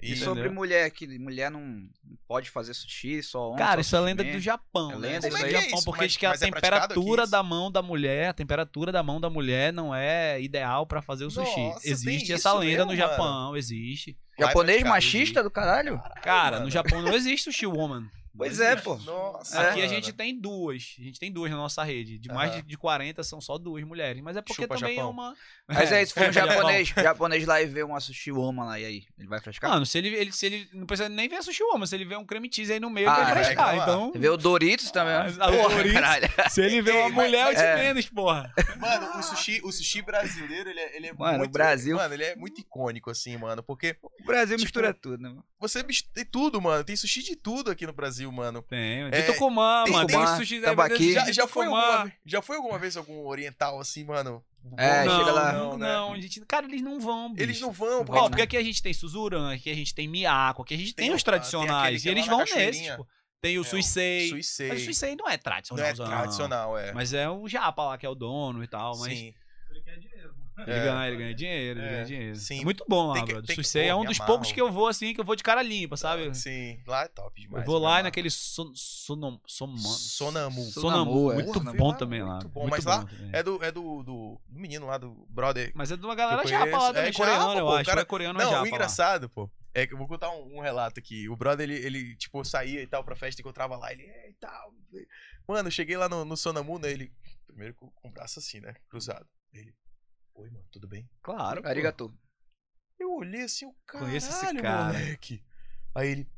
E
E,
sobre
Entendeu?
mulher, que mulher não não pode fazer sushi, só homem.
Cara,
só
isso é
sushi
lenda
man.
do Japão.
É
né?
lenda,
Isso
isso
é do
aí.
Japão,
Mas-
porque
mas-
diz que a
mas é praticado aqui
temperatura
isso?
da mão da mulher, a temperatura da mão da mulher não é ideal pra fazer o sushi.
Nossa, tem
existe
isso
essa lenda
mesmo,
no Japão, existe.
Japonês
Vai, vai,
machista do caralho?
Cara,
mano.
no Japão não existe sushi
(laughs)
woman.
Pois
Não
é, (laughs)
existe.
pô.
Nossa.
Aqui a
mano.
gente tem duas. A gente tem duas na nossa rede. De mais
Aham.
de, de 40 são só duas mulheres. Mas é porque
Chupa,
também
Japão.
é uma.
Mas é
(laughs)
isso, foi um
Japão.
japonês, japonês lá e vê uma sushi woman lá, e aí? Ele vai frescar?
Mano, se ele, ele- se ele. Não precisa nem ver sushi woman. Se ele vê um creme cheese aí no meio,
Ah,
ele vai
é,
frescar.
claro.
Então.
Vê o Doritos também, ó.
Ah, o
Porra,
Doritos.
caralho.
Se ele vê uma
Ei, mas-
mulher, eu te
é.
menos, porra.
Mano, o sushi, o sushi brasileiro, ele é, ele é
Mano, o
muito.
Brasil-
Mano, ele é muito icônico, assim, mano. Porque
O Brasil
Tipo,
mistura tudo, né? mano?
você mis- tem tudo, mano. Tem sushi de tudo aqui no Brasil, mano.
Tem. De
É,
Tucumã,
tem
mano. Tem
Tucumã,
sushi
tambaqui.
Já,
de
já, foi
Tucumã.
alguma, ve- já foi alguma vez algum oriental assim, mano?
É,
não,
chega lá.
Não,
né?
não, gente, cara, eles não vão. bicho.
Eles não vão,
vão, né?
Ó,
porque.
porque aqui a gente tem Suzuran, aqui a gente tem Miyako, aqui a gente tem,
Tem,
os
ah, tem aquele
tradicionais.
que é
e eles
lá na
vão nesses,
cachoeirinha.
tipo. Tem o
É, o
Suisei.
Suicei.
Mas o Suisei não é
Não é
tradicional.
tradicional, é.
Mas é o Japa lá que é o dono e tal. Mas
Sim.
Ele quer dinheiro, mano.
Ele, ganha, ele ganha dinheiro,
É,
ele ganha dinheiro.
sim.
É muito bom lá,
Tem que-
brother.
tem que-
Suicei é
pô,
um
me
dos
amarro.
poucos que eu vou assim, que eu vou de cara limpa, sabe?
Sim, lá é top demais.
eu vou lá
mano.
e naquele son, sonom, sonom,
Sonamu.
Sonamu,
é.
muito
Porra, fui
bom
lá,
também lá.
muito bom,
muito
mas lá
também.
É do, é do, do do menino lá, do brother.
Mas é de uma galera
Eu
japa
conheço,
lá também,
é
coreana,
japa,
eu
pô, o
acho.
cara-
Ou é coreano ou é
Não, o
japa lá.
engraçado, pô, é que eu vou contar um, um relato aqui. O brother, ele, ele, tipo, saía e tal pra festa, encontrava lá, ele, "É, e tal. Mano, eu cheguei lá no, no Sonamu, né, ele, primeiro com, com o braço assim, né, cruzado. Ele, oi, mano, tudo bem?
Claro. pô.
Arigato.
Eu olhei assim, o caralho,
Conheço esse cara."
moleque. Aí ele,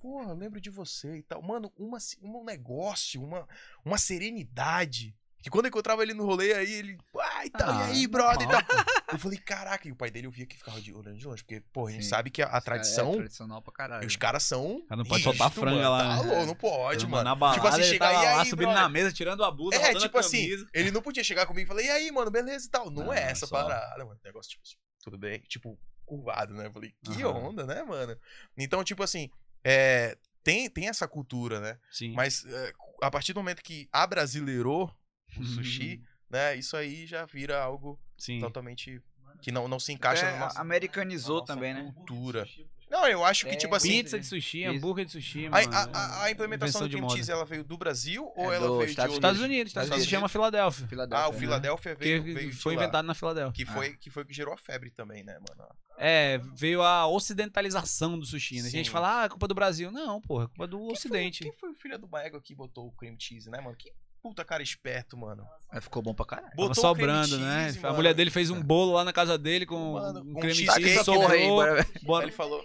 porra, eu lembro de você e tal. Mano, uma, se- um negócio, uma, uma serenidade. Que quando eu encontrava ele no rolê, aí ele, ah, e tal,
Ah,
e aí, brother, e tal.
normal, pô.
Eu falei, caraca, e o pai dele eu via que ficava de, olhando de longe, porque, pô, a gente
Sim.
sabe que a, a tradição,
É tradicional pra caralho.
os caras são.
Cara, não pode soltar
rígido,
franga
mano,
lá,
Tá
né?
louco, não pode, mano.
Na balada,
tipo assim,
ele
chega
tava
aí,
lá,
aí,
subindo
brother.
na mesa, tirando a blusa,
É,
rodando
tipo
a
assim,
camisa.
ele não podia chegar comigo e falar, e aí, mano, beleza e tal. Não,
Não,
é essa
só.
parada, mano. Negócio, tipo, assim, tudo bem, tipo, curvado, né? Eu falei, que
Aham.
onda, né, mano? Então, tipo assim, é, tem, tem essa cultura, né?
Sim.
Mas é, a partir do momento que abrasileirou o
(laughs)
sushi, né, isso aí já vira algo
Sim.
totalmente que não, não se encaixa
Até
na nossa.
Americanizou
na nossa
também, né?
Cultura.
Sushi, pô.
Não, eu acho que,
Tem
tipo assim.
Pizza de sushi,
Isso.
hambúrguer de sushi,
A,
mano. é,
a- a- a implementação do
Invenção de
cream
moda.
cheese, ela veio do Brasil ou
É
ela
dos
veio
Estados
de
Estados
outros?
Unidos, Estados
Estados
Unidos se chama Filadélfia.
Ah,
Filadélfia,
o
né?
Filadélfia veio, veio
Porque
de
foi
lá.
inventado na Filadélfia.
Que foi, que foi o que gerou a febre também, né, mano?
É, veio a ocidentalização do sushi, né? A gente
Sim.
fala, ah, é culpa do Brasil. Não, porra, é culpa do
Quem foi-
ocidente.
Quem foi o filho do Baego que botou o cream cheese, né, mano? Que puta cara esperto, mano.
né? Mas ficou bom pra caralho.
Tava
Botou o cream
sobrando, né?
cheese,
A
mano.
mulher dele fez um bolo lá na casa dele com
Mano,
um
com
creme
cheese,
Tá aqui
cheese,
essa
Isso,
porra aí,
sobrou.
bora.
Aí
Bora.
Ele falou,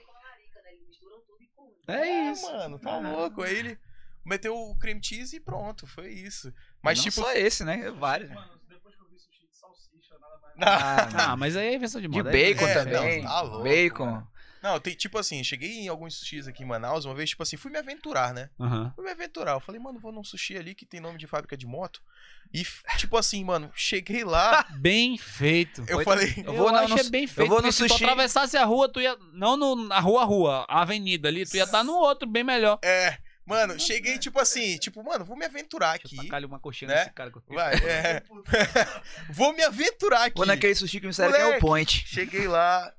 É isso.
é, mano, tá louco. Aí ele meteu o cream cheese e pronto, foi isso. Mas, (laughs)
Não
tipo,
só esse, né? Vários.
(laughs) Mano, depois que eu vi sushi de salsicha, nada mais.
Ah, mas aí é invenção de
De
moda.
bacon
É,
também.
não, tá louco,
bacon.
mano. não, tem, tipo assim, cheguei em alguns sushis aqui em Manaus uma vez, tipo assim, fui me aventurar, né?
Aham.
Fui me aventurar. Eu falei, mano, vou num sushi ali que tem nome de fábrica de moto. E, f- tipo assim, mano, cheguei
(laughs)
lá,
Bem feito.
eu
Foi-
falei,
Eu vou
acho
no,
é bem feito.
vou no
porque se
sushi-
tu atravessasse a rua, tu ia. Não no, na rua, rua, a avenida ali, tu ia estar no outro, bem melhor.
É, mano, cheguei tipo assim, tipo, mano, vou me aventurar aqui.
Deixa eu tacar-lhe uma coxinha
né?
nesse cara que eu
Vai, é. vou me aventurar aqui.
Vou naquele sushi que me serve que é o
Moleque.
point.
Cheguei lá,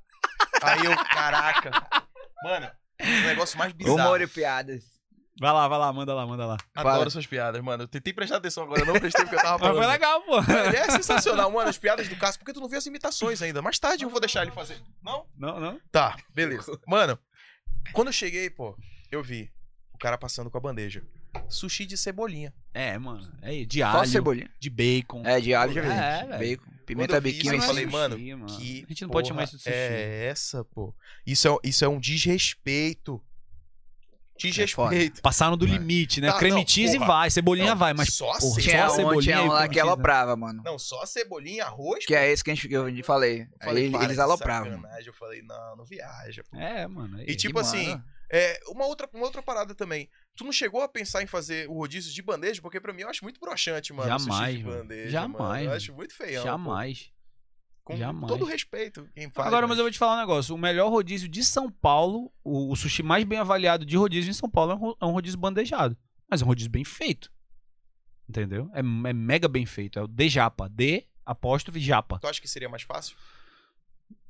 aí eu, caraca. Mano, o é um negócio mais bizarro.
Humor e piadas.
Vai lá, vai lá, manda lá, manda lá.
Adoro
Fala.
suas piadas, mano. Eu tentei prestar atenção agora, eu não prestei porque eu tava
Mas
falando.
foi legal, pô. (laughs)
Ele é sensacional, mano. As piadas do Cássio, porque tu não viu as imitações ainda. Mais tarde eu vou deixar ele fazer. Não?
Não, não.
Tá, beleza. Mano, quando eu cheguei, pô, eu vi o cara passando com a bandeja. Sushi de cebolinha.
É, mano. É de
Só
alho,
cebolinha.
de bacon.
É, de alho já
É,
vi.
velho.
Bacon,
Quando
pimenta
eu vi isso,
biquinho.
eu
em
falei,
cima.
mano,
sushi, mano.
Que
Ah, A gente não pode chamar
porra
isso de sushi. né?
É essa, pô. Isso é, isso é um desrespeito.
É
Desrespeito.
Passaram do
Vai.
limite, né?
Tá,
Creme
não,
cheese
porra.
vai, cebolinha
Não,
vai, mas
só a
porra,
cebolinha.
Tinha
só a
um,
cebolinha
tinha
e
um lá
pimenta,
que aloprava, mano.
Não, só a cebolinha, arroz.
Que é esse que a gente, que eu falei.
pô. Eu
Aí
para
eles
de
alopravam. mano.
sacanagem. Eu falei, não, não viaja. pô.
é, mano. aí.
E tipo
mano.
assim, é, uma, outra, uma outra parada também. Tu não chegou a pensar em fazer o rodízio de bandeja? Porque pra mim eu acho muito broxante, mano. o sushi
Jamais,
de
mano.
bandeja,
Jamais,
mano. Eu
mano.
acho muito feião. pô.
jamais.
Com
jamais.
todo respeito quem faz. né?
Agora, mas eu vou te falar um negócio. O melhor rodízio de São Paulo, o, o sushi mais bem avaliado de rodízio em São Paulo é um, ro- é um rodízio bandejado. Mas é um rodízio bem feito. Entendeu? É, é mega bem feito. É o de japa. D, apóstrofe, japa.
Tu acha que seria mais fácil?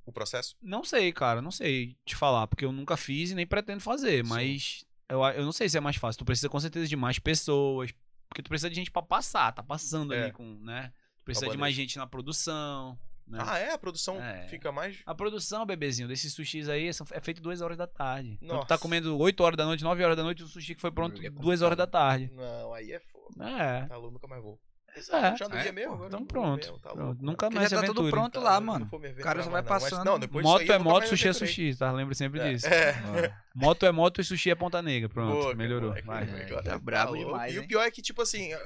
O processo?
Não sei, cara, não sei te falar, porque eu nunca fiz e nem pretendo fazer,
Sim.
mas eu, a- eu não sei se é mais fácil. Tu precisa com certeza de mais pessoas, porque tu precisa de gente pra passar, tá passando
É.
ali com, né? Tu precisa de
bandeja.
mais gente na produção, né?
Ah, é? A produção
É.
fica mais.
A produção, bebezinho, desses sushis aí são- é feito 2 horas da tarde. Então tu
Nossa.
tá comendo 8 horas da noite, 9 horas da noite, um sushi que foi pronto
É complicado.
2 horas da tarde.
Não, aí é foda.
É.
Tá louco, nunca mais vou.
é.
Já não
É,
ia mesmo?
pô,
Agora
Então
não vou
pronto.
mesmo, tá
Pronto,
louco.
Nunca
Porque
mais
já
se
tá tudo
aventure.
pronto
Tá
lá,
louco,
mano.
não vou me
O cara só vai
aventurar mais
passando.
Não, depois disso aí
Moto
eu
é
nunca
moto,
mais
sushi é
aventurei.
sushi, tá? Lembra sempre
É.
disso.
É.
Moto é moto e sushi é ponta negra. Pronto,
Boa, cara, É
melhorou.
moleque,
Vai.
moleque,
Tá
olha,
brabo
louco.
demais,
E o
hein?
pior é que, tipo assim, a-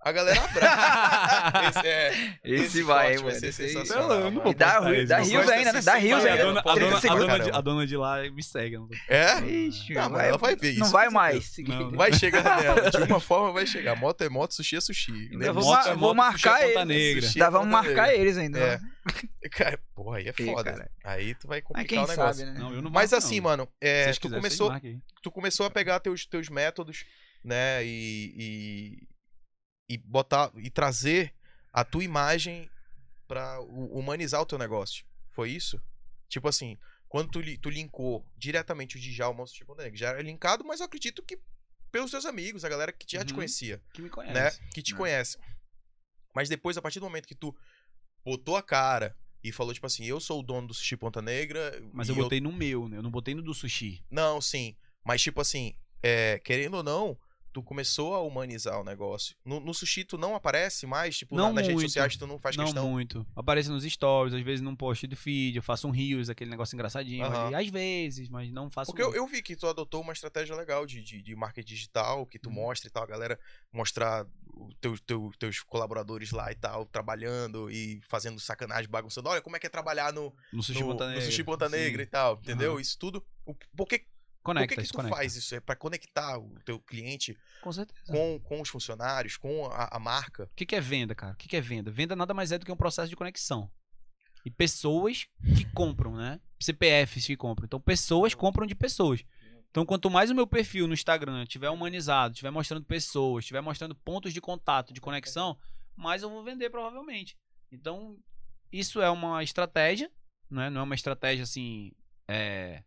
a galera abraça.
(laughs)
Esse, é,
Esse
esse
vai,
corte
mano,
ser
esse aí-
sensacional,
Não, eu não
mano.
vou
E dá,
postar isso,
dá
não
rios
gosto
ainda, né?
desse
Dá rios
Mas
é, a,
aí,
ainda.
dona,
pô,
a,
30
dona, a,
segundos.
dona de,
cara.
a dona de lá me segue. eu não vou-
É?
Ixi,
Não, mas ela vai ver isso.
Não vai mais.
Não,
Vai chegar nela. De uma forma vai chegar. Moto é moto, sushi é sushi.
Ainda vou,
Lembra?
Moto
ma-
é
vou
moto, sushi é
marcar
ponta
eles.
negra.
Sushi é
Dá, vamos
ponta
marcar
negra. É,
eles ainda. né?
Cara, porra, aí é
Ih,
foda.
cara.
Aí tu vai
Mas
complicar
quem
o negócio.
sabe, né?
Não, eu não
Mas
marco,
assim,
não.
mano,
Se
é,
vocês
tu,
quiserem, vocês
começou,
marquem aí.
tu começou a pegar teus, teus métodos, né? E, e, e botar e trazer a tua imagem pra hu- humanizar o teu negócio. Foi isso? Tipo assim, quando tu, li- tu linkou diretamente o Djalma ao Sushi Ponta Negra, já era linkado, mas eu acredito que pelos teus amigos, a galera que já te
Uhum.
conhecia
Que me
né?
conhece.
Que te
É.
conhece. Mas depois, a partir do momento que tu botou a cara e falou, tipo assim, eu sou o dono do Sushi Ponta Negra.
Mas
e
eu botei no meu, né? Eu não botei no do sushi.
Não, sim. Mas, tipo assim, é, querendo ou não, tu começou a humanizar o negócio. No, no sushi, tu não aparece mais, tipo, na-
Não
nas redes
muito.
sociais tu não faz
não
questão.
muito. Aparece nos stories, às vezes num post do feed, eu faço um reels, aquele negócio engraçadinho.
Aham.
ali. Às vezes, mas não faço
Porque eu,
muito.
eu vi que tu adotou uma estratégia legal de, de, de marketing digital, que tu
Uhum.
mostra e tal, a galera mostrar os teus, teu- teus colaboradores lá e tal, trabalhando e fazendo sacanagem, bagunçando. Olha como é que é trabalhar no,
No sushi
no,
Ponta
no
Negra.
Sushi Ponta
Sim.
Negra e tal, entendeu?
Aham.
Isso tudo. O, por que, por
Conecta,
que, que
isso
tu
conecta.
faz isso? É pra conectar o teu cliente
Com certeza.
com, com os funcionários, com a, a marca.
O que, que é venda, cara? O que, que é venda? Venda nada mais é do que um processo de conexão. E pessoas que compram, né? CPFs que compram. Então, pessoas compram de pessoas. Então, quanto mais o meu perfil no Instagram tiver humanizado, tiver mostrando pessoas, tiver mostrando pontos de contato, de conexão, mais eu vou vender, provavelmente. Então, isso é uma estratégia, né? Não é uma estratégia, assim, é,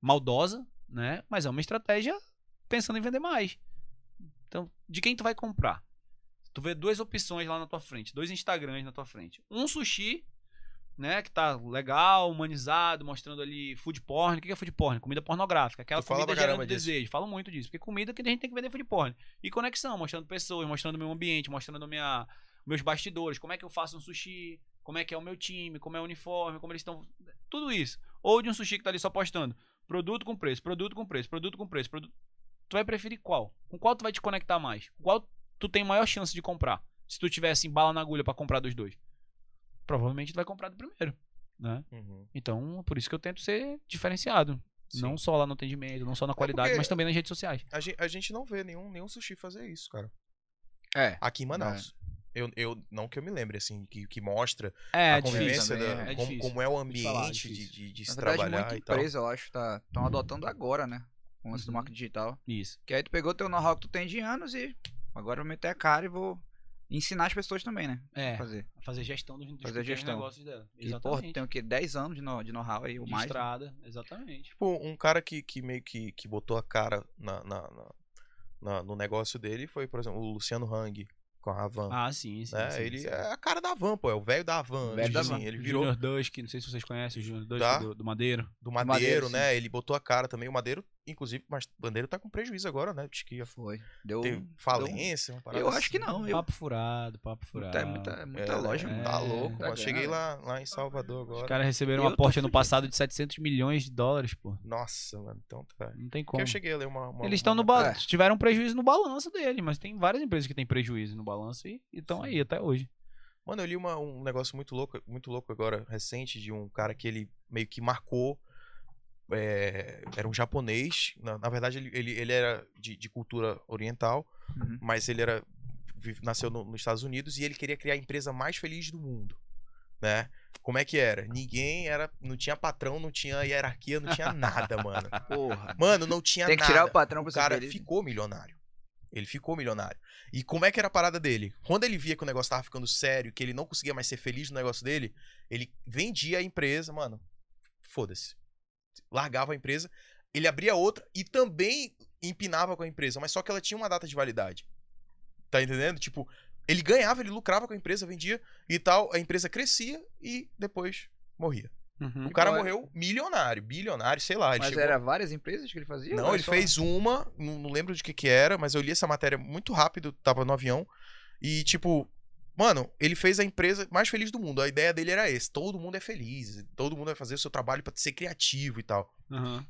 maldosa, né? Mas é uma estratégia pensando em vender mais. Então, de quem tu vai comprar? Tu vê duas opções lá na tua frente, dois Instagrams na tua frente. Um sushi, né, que tá legal, humanizado, mostrando ali food porn. O que que é food porn? Comida pornográfica. Aquela
Tu fala
comida
pra caramba
gerando
disso.
desejo. Falo muito disso, porque comida que a gente tem que vender é food porn. E conexão, mostrando pessoas, mostrando meu ambiente, mostrando minha meus bastidores, como é que eu faço um sushi, como é que é o meu time, como é o uniforme, como eles estão. Tudo isso. Ou de um sushi que tá ali só postando. Produto com preço, produto com preço, produto com preço, produto. Tu vai preferir qual? Com qual tu vai te conectar mais? Com qual tu tem maior chance de comprar? Se tu tiver assim, bala na agulha pra comprar dos dois. Provavelmente tu vai comprar do primeiro. Né? Então, por isso que eu tento ser diferenciado.
Sim. É
Não só lá no atendimento, não só na qualidade,
porque-
mas também nas redes sociais.
A, gente, a gente não vê nenhum, nenhum sushi fazer isso, cara.
É.
Aqui em Manaus. Eu, eu, não que eu me lembre, assim, que, que mostra
É,
a
difícil.
convivência,
também,
da-
é. É
como,
difícil.
como é o
Vou te falar, é
ambiente de,
difícil.
de, de
Na
se
verdade,
trabalhar
muita
e tal.
empresa, eu acho, tá tão adotando agora, né? Com o lance do
Uhum.
marketing digital.
Isso.
Que aí tu pegou teu know-how que tu tem de anos e agora eu vou meter a cara e vou ensinar as pessoas também, né?
É.
Fazer.
Fazer gestão dos, dos
Fazer
pequenos
gestão.
negócios dela.
E, porra,
Exatamente.
um
tem o quê? 10 anos de know- de know-how aí, ou
De
mais. né?
estrada, exatamente.
Tipo, um cara que, que meio que, que botou a cara na, na, na- na- no negócio dele foi, por exemplo, o Luciano Hang com a Havan.
Ah, sim, sim.
né?
sim,
ele
sim.
é a cara da Havan, pô. É o velho da Havan.
Velho
antes,
da
assim,
Havan.
Ele virou
Junior Dusk, não sei se vocês conhecem o Junior Dusk
Tá.
do, do Madeiro.
do
Madeiro,
Madeiro,
sim.
né? Ele botou a cara também. O Madeiro, inclusive, mas o Madeiro tá com prejuízo agora, né? Diz que ia
Foi. Deu. um
ter falência, uma parada
Então, Eu acho que
assim.
não. Eu...
Papo furado, papo furado.
Muita, muita, muita
É,
loja,
é,
mano.
Tá
É,
louco,
tá
mano. Cheguei
grana,
lá, lá em Salvador agora.
Os caras receberam
Eu
uma
tô
Porsche no
fudido.
passado de 700 milhões de dólares, pô.
Nossa, mano, então tá.
Não tem como.
Porque eu cheguei a ler uma. uma-
Eles estão no
uma-
ba...
É.
tiveram um prejuízo no balanço dele, mas tem várias empresas que têm prejuízo no balanço e estão
Sim.
aí até hoje.
Mano, eu li uma- um negócio muito louco, muito louco agora, recente, de um cara que ele meio que marcou. é, era um japonês. Na, na verdade, ele, ele, ele era de, de cultura oriental,
Uhum.
mas ele era. vive- nasceu no- nos Estados Unidos e ele queria criar a empresa mais feliz do mundo. Né? Como é que era? Ninguém era. Não tinha patrão, não tinha hierarquia, não tinha nada, mano.
Porra.
Mano, não tinha
Tem que
nada.
tirar o patrão pra
O
ser
cara
feliz.
ficou milionário. Ele ficou milionário. E como é que era a parada dele? Quando ele via que o negócio tava ficando sério, que ele não conseguia mais ser feliz no negócio dele, ele vendia a empresa, mano. Foda-se. Largava a empresa, ele abria outra e também empinava com a empresa, mas só que ela tinha uma data de validade. Tá entendendo? Tipo, ele ganhava, ele lucrava com a empresa, vendia e tal, a empresa crescia e depois morria. O cara
Olha.
morreu milionário, bilionário, sei lá. ele
é Mas
chegou-
era várias empresas que ele fazia?
não,
Ou
ele
só-
fez uma, não, não lembro de que que era, mas eu li essa matéria muito rápido, tava no avião. E tipo, mano, ele fez a empresa mais feliz do mundo. A ideia dele era esse, todo mundo é feliz, todo mundo vai fazer o seu trabalho pra ser criativo e tal.
Aham.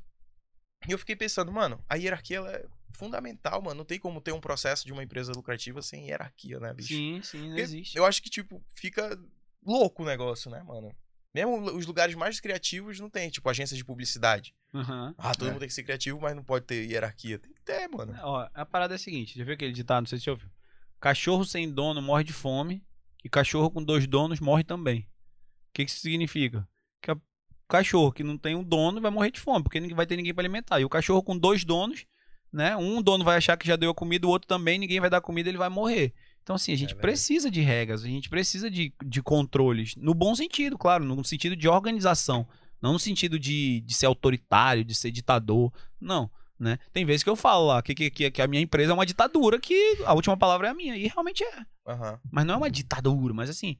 E eu fiquei pensando, mano, a hierarquia ela é fundamental, mano, não tem como ter um processo de uma empresa lucrativa sem hierarquia, né, bicho?
Sim, sim, não
Porque
existe.
Eu acho que tipo, fica louco o negócio, né, mano? Mesmo os lugares mais criativos não tem, tipo, agências de publicidade.
Aham.
Ah, todo
É.
mundo tem que ser criativo, mas não pode ter hierarquia. Tem que ter, mano.
Ó, a parada é a seguinte, já viu aquele ditado, não sei se você ouviu. Cachorro sem dono morre de fome e cachorro com dois donos morre também. O que que isso significa? Que a- o cachorro que não tem um dono vai morrer de fome, porque não vai ter ninguém pra alimentar. E o cachorro com dois donos, né? Um dono vai achar que já deu a comida, o outro também, ninguém vai dar comida, ele vai morrer. Então, assim, a gente
É verdade.
precisa de regras, a gente precisa de, de controles. No bom sentido, claro, no sentido de organização. Não no sentido de, de ser autoritário, de ser ditador. Não né? Tem vezes que eu falo lá que, que, que- que a minha empresa é uma ditadura, que a última palavra é a minha. E realmente é.
Aham.
Mas não é uma ditadura, mas assim.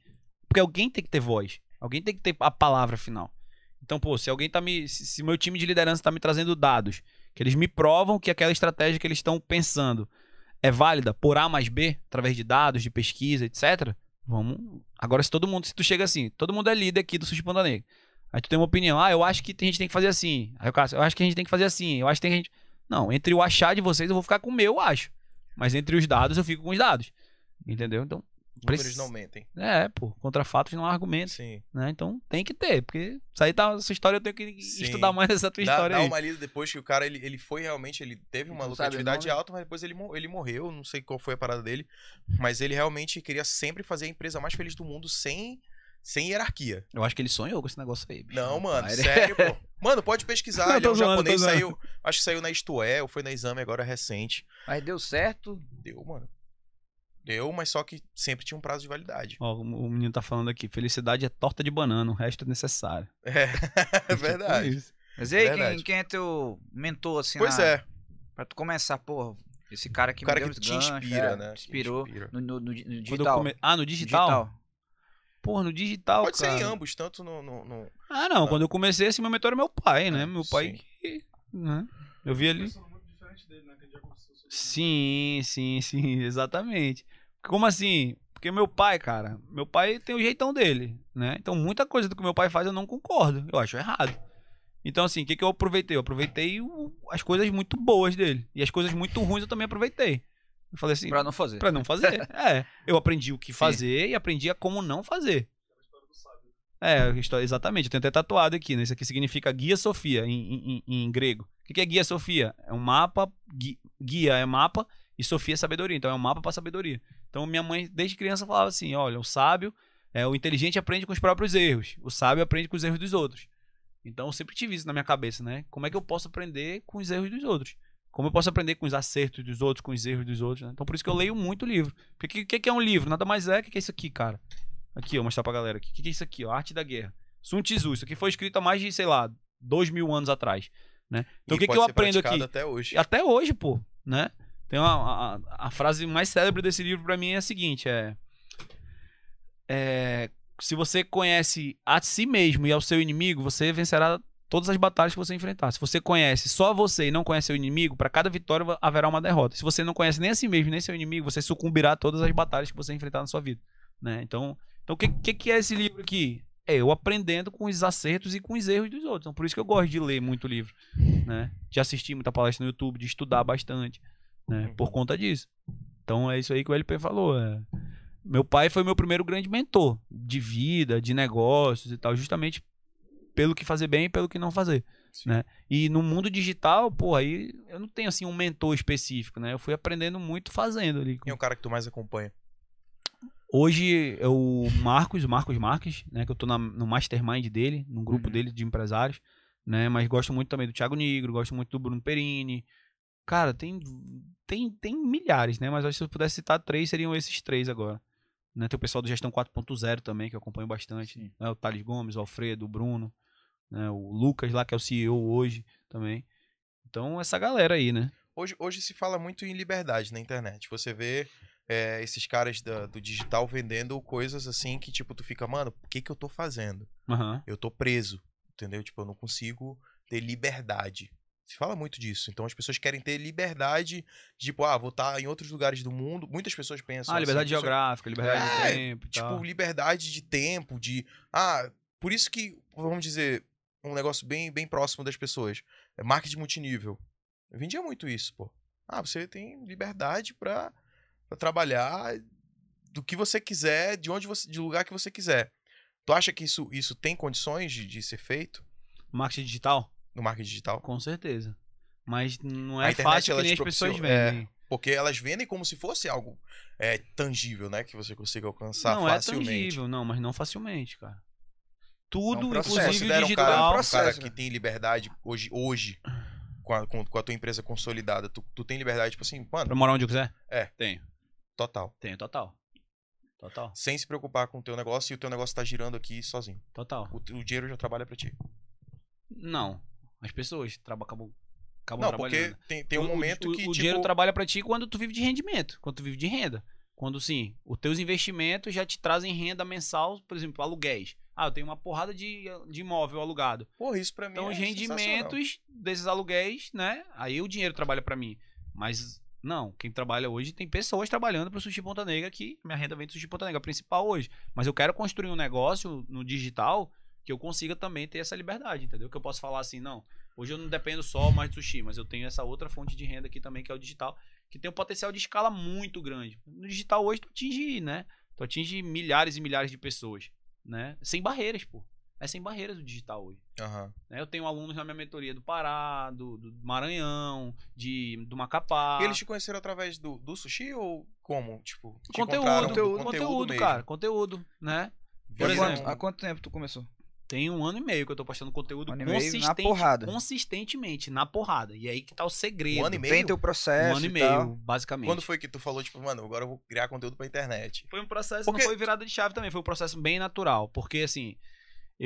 Porque alguém tem que ter voz. Alguém tem que ter a palavra final. Então, pô, se alguém tá me. Se se meu time de liderança tá me trazendo dados, que eles me provam que aquela estratégia que eles estão pensando é válida por A mais B, através de dados, de pesquisa, etc. Vamos. Agora, se todo mundo. Se tu chega assim, todo mundo é líder aqui do Sushi Panda Negra. Aí tu tem uma opinião, ah, eu acho que a gente tem que fazer assim. Aí o cara, eu acho que a gente tem que fazer assim. Eu acho que tem que a gente. Não, entre o achar de vocês, eu vou ficar com o meu, eu acho. Mas entre os dados, eu fico com os dados. Entendeu? Então.
Números
preci-
não mentem.
é, pô, contra fatos não há argumento,
Sim.
né? Então tem que ter, porque isso aí tá essa história, eu tenho que
Sim.
estudar mais essa tua
Dá,
história
dá
aí.
uma lida depois que o cara, ele, ele foi realmente, ele teve uma
Não sabe
lucratividade
o nome?
alta, mas depois ele, mo- ele morreu, não sei qual foi a parada dele, mas ele realmente queria sempre fazer a empresa mais feliz do mundo sem, sem hierarquia.
Eu acho que ele sonhou com esse negócio aí, bicho.
Não, mano,
rapaz.
sério, pô. Mano, pode pesquisar,
Eu
ele é
tô
um
zoando,
japonês,
tô zoando.
saiu, acho que saiu na Isto É, ou foi na Exame agora recente.
Mas deu certo.
Deu, mano. Deu, mas só que sempre tinha um prazo de validade. (laughs)
Ó, o o menino tá falando aqui, felicidade é torta de banana, o resto é necessário.
É, é verdade.
Tipo isso.
Mas e aí,
Verdade.
quem, quem é teu mentor, assim,
Pois
na-
é,
Pra tu começar, porra, esse cara que
o cara
me deu
que
esse
te
gancho,
inspira,
é,
né?
te inspirou
Que inspira.
no, no- no- no
Quando eu
digital.
come- Ah, no digital? Porra, no digital,
Pode ser
cara.
em ambos, tanto no- no- no,
Ah, não, quando eu comecei, assim, meu mentor era meu pai, né? Meu pai
É, Sim.
que... né? Eu vi
Uma
ele...
pessoa muito diferente dele, né? Que ele já conversou sobre isso.
Sim, sim, sim, (laughs) exatamente. Como assim? Porque meu pai, cara, meu pai tem o jeitão dele, né? Então muita coisa do que meu pai faz eu não concordo, eu acho errado. Então assim, o que, que eu aproveitei? Eu aproveitei o- as coisas muito boas dele e as coisas muito ruins eu também aproveitei. Eu falei assim,
Pra não fazer.
pra não fazer.
(laughs)
é, eu aprendi o que
Sim.
fazer e aprendi a como não fazer. É, a história- exatamente. Eu tenho até tatuado aqui, né? Isso aqui significa guia Sofia em, em- em- em grego. O que que é guia Sofia? É um mapa, gui- guia é mapa e Sofia é sabedoria. Então é um mapa pra sabedoria. Então minha mãe, desde criança, falava assim: olha, o sábio, é, o inteligente aprende com os próprios erros, o sábio aprende com os erros dos outros. Então eu sempre tive isso na minha cabeça, né? Como é que eu posso aprender com os erros dos outros? Como eu posso aprender com os acertos dos outros, com os erros dos outros, né? Então por isso que eu leio muito livro. Porque o que, que é um livro? Nada mais é, o que, que é isso aqui, cara? Aqui, eu vou mostrar pra galera. O que, que é isso aqui, ó? Arte da Guerra. Sun Tzu. Isso aqui foi escrito há mais de, sei lá, dois mil anos atrás, né? Então o
E
que, que
pode
eu
ser
aprendo aqui?
praticado até hoje.
Até hoje, pô, né? Tem uma, a, a frase mais célebre desse livro pra mim é a seguinte: é, é, se você conhece a si mesmo e ao seu inimigo, você vencerá todas as batalhas que você enfrentar. Se você conhece só você e não conhece seu inimigo, pra cada vitória va- haverá uma derrota. Se você não conhece nem a si mesmo nem seu inimigo, você sucumbirá a todas as batalhas que você enfrentar na sua vida, né? Então, então o que, que que é esse livro aqui? É eu aprendendo com os acertos e com os erros dos outros. Então, por isso que eu gosto de ler muito livro, né? De assistir muita palestra no YouTube, de estudar bastante, né? Por conta disso. Então é isso aí que o LP falou. é. Meu pai foi meu primeiro grande mentor de vida, de negócios e tal, justamente pelo que fazer bem e pelo que não fazer.
Sim.
Né? E no mundo digital, pô, aí eu não tenho assim um mentor específico, né? Eu fui aprendendo muito fazendo ali.
Quem é o cara que tu mais acompanha?
Hoje é o Marcos, o Marcos Marques, né? Que eu tô na- no mastermind dele, no grupo
Uhum.
dele de empresários, né? Mas gosto muito também do Thiago Nigro, gosto muito do Bruno Perini. Cara, tem, tem, tem milhares, né? Mas acho que se eu pudesse citar três, seriam esses três agora. Né? Tem o pessoal do Gestão 4.0 também, que eu acompanho bastante. né? O Thales Gomes, o Alfredo, o Bruno, né? o Lucas lá, que é o CEO hoje também. Então, essa galera aí, né?
Hoje, hoje se fala muito em liberdade na internet. Você vê é, esses caras da- do digital vendendo coisas assim que, tipo, tu fica, mano, o que que eu tô fazendo?
Aham.
Eu tô preso, entendeu? Tipo, eu não consigo ter liberdade. Se fala muito disso. Então as pessoas querem ter liberdade, tipo, ah, vou estar em outros lugares do mundo. Muitas pessoas pensam.
Ah, liberdade
assim,
geográfica, liberdade
É,
de tempo e tal.
Tipo, liberdade de tempo, de. Ah, por isso que, vamos dizer, um negócio bem, bem próximo das pessoas. É marketing multinível. Eu vendia muito isso, pô. Ah, você tem liberdade pra, pra trabalhar do que você quiser, de onde você. de lugar que você quiser. Tu acha que isso, isso tem condições de, de ser feito
Marketing digital?
no marketing digital?
Com certeza. Mas não
A
é
internet,
fácil
ela
que nem as
te
pessoas
propicia- é,
vendem.
Porque elas vendem como se fosse algo é, tangível, né? Que você consiga alcançar
não
facilmente.
é tangível, não, mas não facilmente, cara.
É um
Tudo,
processo.
inclusive
Considera Um cara, um
o digital.
cara
Processo,
que
né?
tem liberdade hoje, hoje com, a, com- com a tua empresa consolidada, tu, tu tem liberdade, tipo assim,
pra
mano,
morar onde eu quiser?
É.
Tenho.
total.
Tenho, total. Total,
Sem se preocupar com o teu negócio e o teu negócio tá girando aqui sozinho.
total.
O, o dinheiro já trabalha pra ti.
Não. As pessoas traba, acabam, acabam
Não, porque
trabalhando.
tem, tem um
O- o-
momento
o,
que,
o
tipo...
dinheiro trabalha pra ti quando tu vive de rendimento, quando tu vive de renda. Quando sim, os teus investimentos já te trazem renda mensal, por exemplo, aluguéis. Ah, eu tenho uma porrada de, de imóvel alugado.
Porra, isso pra mim
Então,
é
os
sensacional.
rendimentos desses aluguéis, né? Aí o dinheiro trabalha pra mim. Mas, não, quem trabalha hoje tem pessoas trabalhando pro Sushi Ponta Negra, que minha renda vem do Sushi Ponta Negra, a principal hoje. Mas eu quero construir um negócio no digital que eu consiga também ter essa liberdade, entendeu? Que eu posso falar assim, não, hoje eu não dependo só mais do sushi, mas eu tenho essa outra fonte de renda aqui também, que é o digital, que tem um potencial de escala muito grande. No digital hoje tu atinge, né? Tu atinge milhares e milhares de pessoas, né? Sem barreiras, pô. É sem barreiras o digital hoje.
Aham.
Né? Eu tenho alunos na minha mentoria do Pará, do, do Maranhão, de, do Macapá.
E eles te conheceram através do, do sushi ou como? Tipo, te
conteúdo,
encontraram?
conteúdo,
mesmo. um
cara, conteúdo, né?
Viram
Por
Há quanto-
exemplo.
Há quanto tempo tu começou?
Tem um ano e meio que eu tô postando conteúdo
Um ano e meio, na
consistente,
porrada.
consistentemente, na porrada. E aí que tá o segredo.
Um ano um e meio?
Tem teu processo
Um ano e
e tal.
meio, basicamente.
Quando foi que tu falou, tipo, mano, agora eu vou criar conteúdo pra internet?
Foi um processo,
Porque-
não foi virada de chave também, foi um processo bem natural. Porque, assim,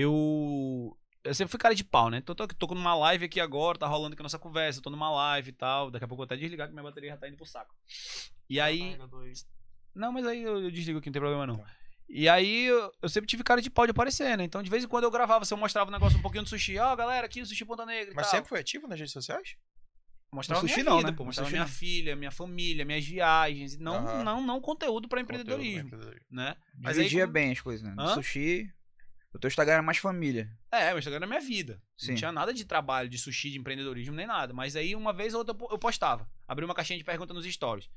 eu. Eu sempre fui cara de pau, né? Tô, tô, tô numa live aqui agora, tá rolando aqui a nossa conversa, eu tô numa live e tal. Daqui a pouco eu vou até desligar que minha bateria já tá indo pro saco. E aí.
Carregador aí.
Não, mas aí eu, eu desligo aqui, não tem problema não.
Tá.
E aí eu, eu sempre tive cara de pau de aparecer, né? Então de vez em quando eu gravava, se eu mostrava um negócio um pouquinho do sushi, ó, galera, aqui o sushi Ponta Negra e
Mas
tal.
sempre foi ativo nas redes sociais?
Mostrava
No sushi
minha
não,
vida,
né?
pô.
No
Mostrava
sushi
minha
não.
filha, minha família, minhas viagens. e Não,
Aham.
não, não conteúdo pra
Conteúdo pra
empreendedorismo,
empreendedorismo.
né? Mas aí
Dividia
como-
bem as coisas, né? No
Hã?
sushi, o teu Instagram era mais família.
É, o Instagram era minha vida.
Sim.
Não tinha nada de trabalho, de sushi, de empreendedorismo, nem nada. Mas aí, uma vez ou outra, eu po- eu postava. Abri uma caixinha de perguntas nos stories.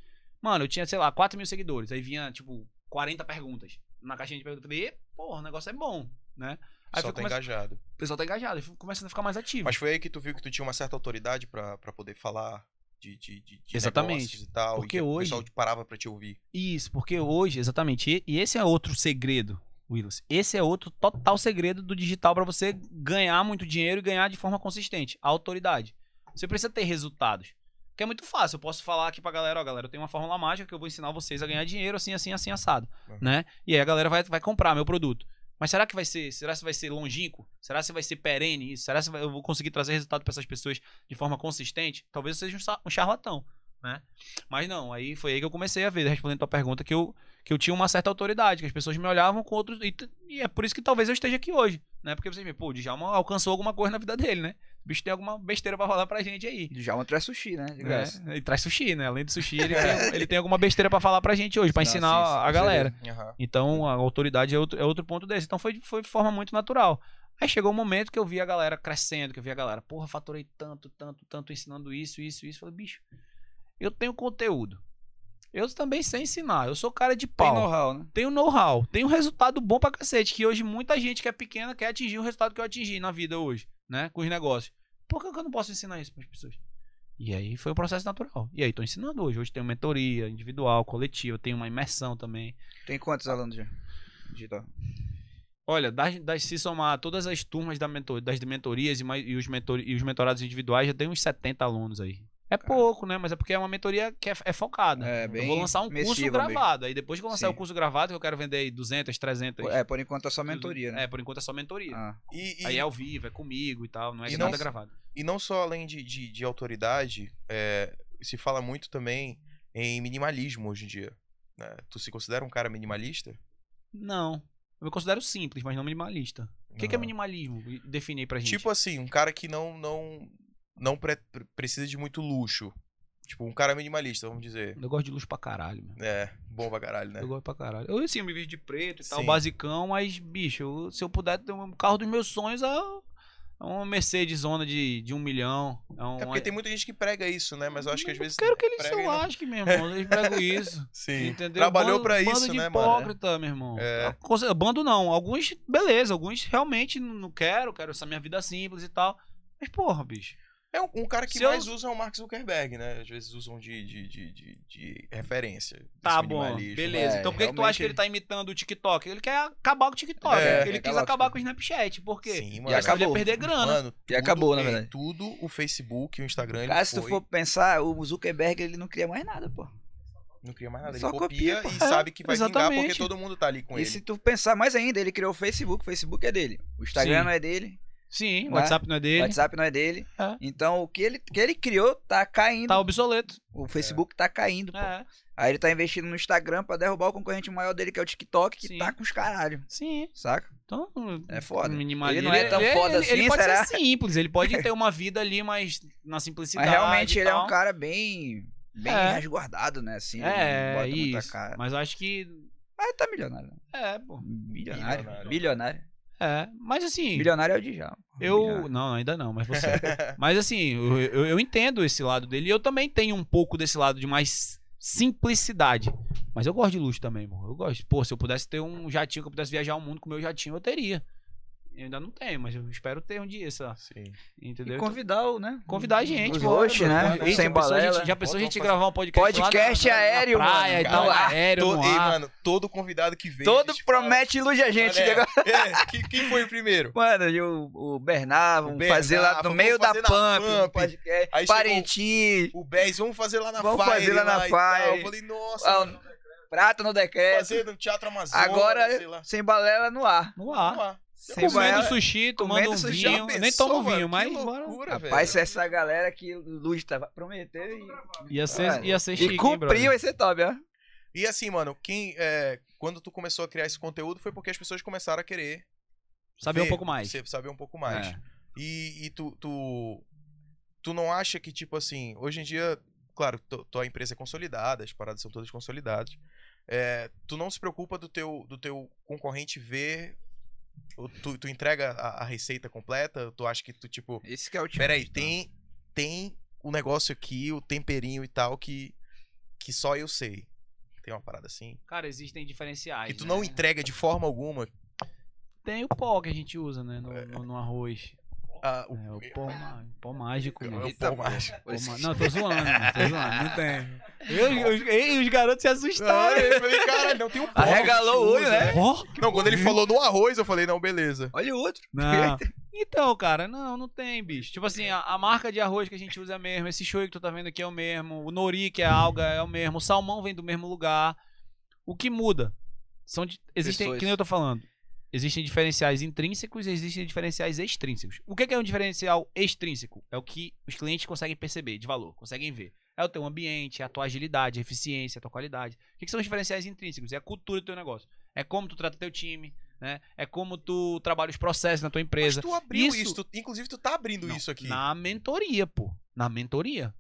Mano, eu tinha, sei lá, 4 mil seguidores. Aí vinha, tipo, 40 perguntas na caixinha de perguntas. Eu falei, "Ê, porra, o negócio é bom, né? Aí
Só
fui
tá
começando-
engajado.
o pessoal tá engajado, aí fui começando a ficar mais ativo.
Mas foi aí que tu viu que tu tinha uma certa autoridade pra pra poder falar de, de, de, de
Exatamente.
negócios e tal.
Porque
e que
hoje-
O pessoal te parava pra te ouvir.
Isso, porque hoje, exatamente, e- e esse é outro segredo, Willis. Esse é outro total segredo do digital para você ganhar muito dinheiro e ganhar de forma consistente. A autoridade. Você precisa ter resultados. Que é muito fácil. Eu posso falar aqui pra galera, ó, galera, eu tenho uma fórmula mágica que eu vou ensinar vocês a ganhar dinheiro assim, assim, assim, assado.
Uhum.
Né? E aí a galera vai, vai comprar meu produto. Mas será que vai ser? Será que vai ser longínquo? Será que vai ser perene? isso? Será que eu vou conseguir trazer resultado para essas pessoas de forma consistente? Talvez eu seja um sa- um charlatão. né? Mas não, aí foi aí que eu comecei a ver, respondendo tua pergunta, que eu, que eu tinha uma certa autoridade, que as pessoas me olhavam com outros. E, t- e é por isso que talvez eu esteja aqui hoje, né? Porque vocês me, pô, o Djalma alcançou alguma coisa na vida dele, né? O bicho tem alguma besteira pra falar pra gente aí.
Já um traz sushi, né? De
Né?
graça.
Ele traz sushi, né? Além do sushi,
(laughs)
ele tem, ele tem alguma besteira pra falar pra gente hoje, pra
É. Não,
ensinar
sim, sim,
a galera.
Aham.
Então, a autoridade é outro, é outro ponto desse. Então, foi, de- foi de forma muito natural. Aí chegou um momento que eu vi a galera crescendo, que eu vi a galera, porra, faturei tanto, tanto, tanto, ensinando isso, isso, isso. Eu Falei, bicho, eu tenho conteúdo. Eu também sei ensinar. Eu sou cara de
Tem
pau.
know-how, né?
Tenho know-how. Tenho resultado bom pra cacete. Que hoje muita gente que é pequena quer atingir o resultado que eu atingi na vida hoje, né? Com os negócios. Por que que eu não posso ensinar isso pras pessoas? E aí foi um processo natural. E aí tô ensinando hoje. Hoje tenho mentoria individual, coletiva, tenho uma imersão também.
Tem quantos
Ah.
alunos já? Digital.
Olha, das, das- se somar todas as turmas da mentor, das mentorias e, mais- e os mentor- e os mentorados individuais, já tem uns 70 alunos aí. É pouco, né? Mas é porque é uma mentoria que é, é focada.
É,
eu
bem
vou lançar um curso
imersiva
gravado. Aí depois que eu lançar
Sim.
o curso gravado, que eu quero vender aí 200, 300.
É, por enquanto é só mentoria, né?
É, por enquanto é só mentoria.
Ah.
E, e-
Aí é ao vivo, é comigo e tal, não é
E
nada
não-
gravado.
e não só além de, de, de autoridade, é, se fala muito também em minimalismo hoje em dia. né? Tu se considera um cara minimalista?
Não. Eu me considero simples, mas não minimalista. O que, que é
Ah.
minimalismo? Definir pra gente.
Tipo assim, um cara que não não não pre- pre- precisa de muito luxo. Tipo, um cara minimalista, vamos dizer.
eu gosto de luz pra caralho, meu.
É, bom pra caralho, né?
Eu gosto pra caralho. Eu, assim, eu me visto de preto e tal,
Sim.
basicão, mas, bicho, eu- se eu puder ter um carro dos meus sonhos, é um- é uma Mercedes zona de, de um milhão. É, um,
É porque tem muita gente que prega isso, né? Mas eu acho que às vezes.
quero que eles se
prega e não-
lasquem, meu irmão. Eles
(laughs)
pregam isso.
Sim.
Entendeu?
Trabalhou
Bando-
pra
bando
isso,
de
né, mano?
hipócrita, meu irmão. Ah,
É.
Com cer- Bando não. Alguns, beleza. Alguns realmente não não quero, quero essa minha vida simples e tal. Mas, porra, bicho.
É um, um cara que
Se eu-
mais usa é o Mark Zuckerberg, né? Às vezes usam de, de, de, de, de referência. desse
Tá bom,
minimalismo.
beleza.
É,
então por que que tu
realmente-
acha que ele tá imitando o TikTok? Ele quer acabar com o TikTok.
É,
ele
é
quis
galáctico.
acabar com o Snapchat. Por quê?
Sim, mano.
acabou.
Ele ia perder grana.
Mano,
E acabou, na
é,
verdade.
Tudo o Facebook, o Instagram. ele
Cara, se tu
foi-
for pensar, o Zuckerberg ele não cria mais nada, pô.
Não cria mais nada. Ele
Só
copia,
copia, pô.
e sabe que vai vingar porque
Exatamente.
todo mundo tá ali com
e
ele.
se tu pensar mais ainda, ele criou o Facebook, o Facebook é dele. O Instagram
Sim.
não é dele,
Sim, o
Né?
WhatsApp não é
o
dele.
WhatsApp não é dele.
É.
Então o que ele, que ele criou tá caindo.
Tá obsoleto.
O Facebook tá caindo, pô.
É,
Aí ele tá investindo no Instagram pra derrubar o concorrente maior dele, que é o TikTok, que
Sim.
tá com os caralho,
sim.
saca?
Então,
É foda.
minimalista.
Ele não é tão foda
ele- Ele
assim,
pode
será?
ser simples, ele
(laughs)
pode ter uma vida ali, mas na simplicidade.
Mas realmente
e
ele é
tal.
um cara bem. Bem
É.
resguardado, né? Assim, ele não
É,
bota muita
isso.
cara.
Mas acho que.
Mas tá milionário.
É, pô.
Milionário.
Bilionário.
Milionário.
É. Mas assim.
Milionário é o Djalma.
Eu.
Milionário.
Não, ainda não,
(laughs)
mas você. mas assim, eu, eu, eu entendo esse lado dele. E eu também tenho um pouco desse lado de mais simplicidade. Mas eu gosto de luxo também, amor. Eu gosto. Pô, se eu pudesse ter um jatinho, que eu pudesse viajar o mundo com o meu jatinho, eu teria. Eu ainda não tenho, mas eu espero ter um dia, sei lá.
Sim.
Entendeu?
E convidar o, né?
Convidar a gente,
Os
pô.
hosts, né?
Gente,
Sem
já pensou a gente-
balela.
Já pensou a
Bota
gente
uma coisa-
gravar um podcast? lá na-
Podcast
na, na,
aéreo,
na praia
mano. Tá
e tal,
Cara,
aéreo,
Todo,
no
ei,
ar.
mano, todo convidado que vem.
Todo
(laughs)
promete ilude a gente. né?
quem, "É, quem foi o primeiro?
(laughs) Mano, e o, o Bernard, vamos
O
fazer lá
Bernard,
no
vamos
meio da
fazer na
Pump,
Pump.
um podcast.
Aí chegou
Parintins,
O Bez, vamos fazer lá na
Vamos
Fire.
fazer lá na
e tal.
Fire.
Eu falei, nossa,
ah,
mano,
Prata no Decreto.
fazer no Teatro Amazonas,
Agora,
sei lá.
sem balela no ar.
No ar.
Vamos lá.
Sem
Comendo
balela.
sushi, tomando
comendo
um
sushi.
vinho.
Já
Ah, Nem tomo
pensou, mano?
vinho, mas
Que
bora.
loucura, velho.
Rapaz, se essa galera que o Lude tava prometeu e,
Ia ser, ia ser chique,
e
hein,
cumpriu
É.
brother?
vai ser top, ó.
E assim, mano, quem é, quando tu começou a criar esse conteúdo foi porque as pessoas começaram a querer
Saber
ver,
um pouco mais.
se- Saber um pouco mais.
É.
E, e tu, tu tu não acha que tipo assim, hoje em dia, claro, tu- tua empresa é consolidada, as paradas são todas consolidadas. É, tu não se preocupa do teu do teu concorrente ver ou tu, tu entrega a, a receita completa? Tu acha que tu tipo,
Esse que é o time.
peraí, tem tem o negócio aqui, o temperinho e tal que que só eu sei. Tem uma parada assim.
Cara, existem diferenciais. né?
Que tu não entrega de forma alguma
Tem o pó que a gente usa, né? No, no- no arroz.
ah, É. o, é
É, o pó, má- pó mágico,
eu- eu-
mano.
eu-
Eita,
pô, mas-
Pô,
(laughs)
mano. Não, tô zoando, mano. Tô zoando. Não tem. Eu- os- ei, os garotos se
Ah,
assustaram.
eu falei, caralho, não tem um pó.
Arregalou o olho, né?
Pó?
Não, quando ele falou no arroz, eu falei, não, beleza.
Olha o outro.
Não. (laughs) Então, cara, não, não tem, bicho. Tipo assim, a, a marca de arroz que a gente usa é a mesma, esse shoyu que tu tá vendo aqui é o mesmo, o nori, que é a alga, é o mesmo, o salmão vem do mesmo lugar. O que muda? São de- existem,
Pessoas.
que nem eu tô falando. Existem diferenciais intrínsecos e existem diferenciais É extrínsecos. O que que é um diferencial extrínseco? É o que os clientes conseguem perceber de valor, conseguem ver. É o teu ambiente, é a tua agilidade, a eficiência, a tua qualidade. O que, que são os diferenciais intrínsecos? É a cultura do teu negócio. É como tu trata teu time, né? É como tu trabalha os processos na tua
Mas
empresa.
tu abriu isso,
Isso-
tu- inclusive tu tá abrindo
Não,
isso aqui.
Na mentoria, pô. Na mentoria.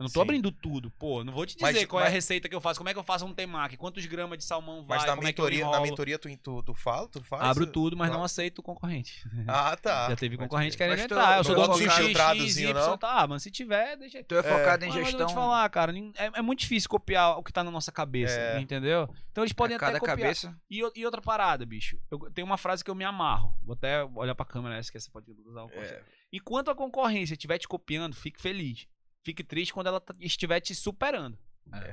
Eu não tô
Sim.
abrindo tudo, pô. Eu Não vou te
Mas-
dizer qual é a
mas-
receita que eu faço, como é que eu faço um temaki, quantos gramas de salmão vai,
Mas na
como é que eu
mentoria, na
enrolo.
mentoria tu, tu, tu fala, tu faz?
Abro tudo, mas não
Claro.
aceito o concorrente.
(laughs) Ah, tá.
Já teve
Pode
concorrente
crer.
querendo
Mas tu-
entrar. Eu
tu
sou
não
do
gosta de um
filtradozinho, não?
Tá, mas se tiver, deixa
Tu é focado em
Mas, mas eu
gestão.
vou te falar, cara, nin- é, é muito difícil copiar o que tá na nossa cabeça,
É.
entendeu? Então eles podem
é
até
cada
copiar.
cabeça.
E, o- e outra parada, bicho. Eu, tem uma frase que eu me amarro. Vou até olhar pra câmera, essa que você pode usar o corte.
É.
Enquanto a concorrência estiver te copiando, fique feliz. Fique triste quando ela tá- estiver te superando,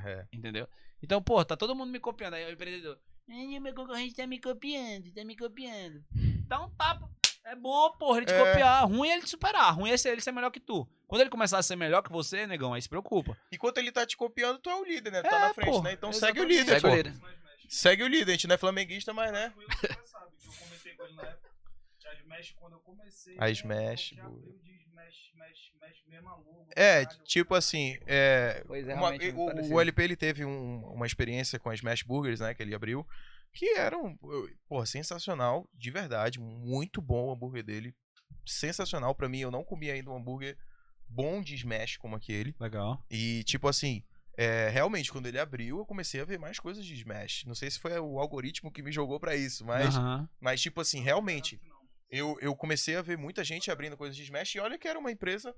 É.
entendeu? Então, pô, tá todo mundo me copiando. Aí o empreendedor, "Ai, meu concorrente tá me copiando, tá me copiando. Dá um tapa. É boa, porra, ele te
É.
copiar. Ruim é ele te superar. Ruim é ser- ele ser melhor que tu. Quando ele começar a ser melhor que você, negão, aí se preocupa.
Enquanto ele tá te copiando, tu é o líder, né? Tu tá
É,
na frente,
pô.
né? Então
Exatamente.
segue o líder,
Segue
pô.
o líder.
Mas mexe.
Segue o líder, a gente não é flamenguista, mas né?
Tranquilo, você já sabe que eu comentei com ele na época. Já Smash, quando eu comecei.
A
né,
Smash,
eu já
boa.
abriu de Smash, Smash, Smash mesmo a logo,
É,
caralho.
tipo assim, é,
Pois é,
uma-
realmente,
o-
muito
o,
parecido.
LP ele teve um- uma experiência com as Smash Burgers, né, que ele abriu, que era um, eu- porra, sensacional, de verdade, muito bom o hambúrguer dele, sensacional pra mim, eu não comi ainda um hambúrguer bom de Smash como aquele,
Legal.
e tipo assim, é, realmente, quando ele abriu, eu comecei a ver mais coisas de Smash, não sei se foi o algoritmo que me jogou pra isso, mas, mas tipo assim, realmente, eu, eu comecei a ver muita gente abrindo coisas de Smash e olha que era uma empresa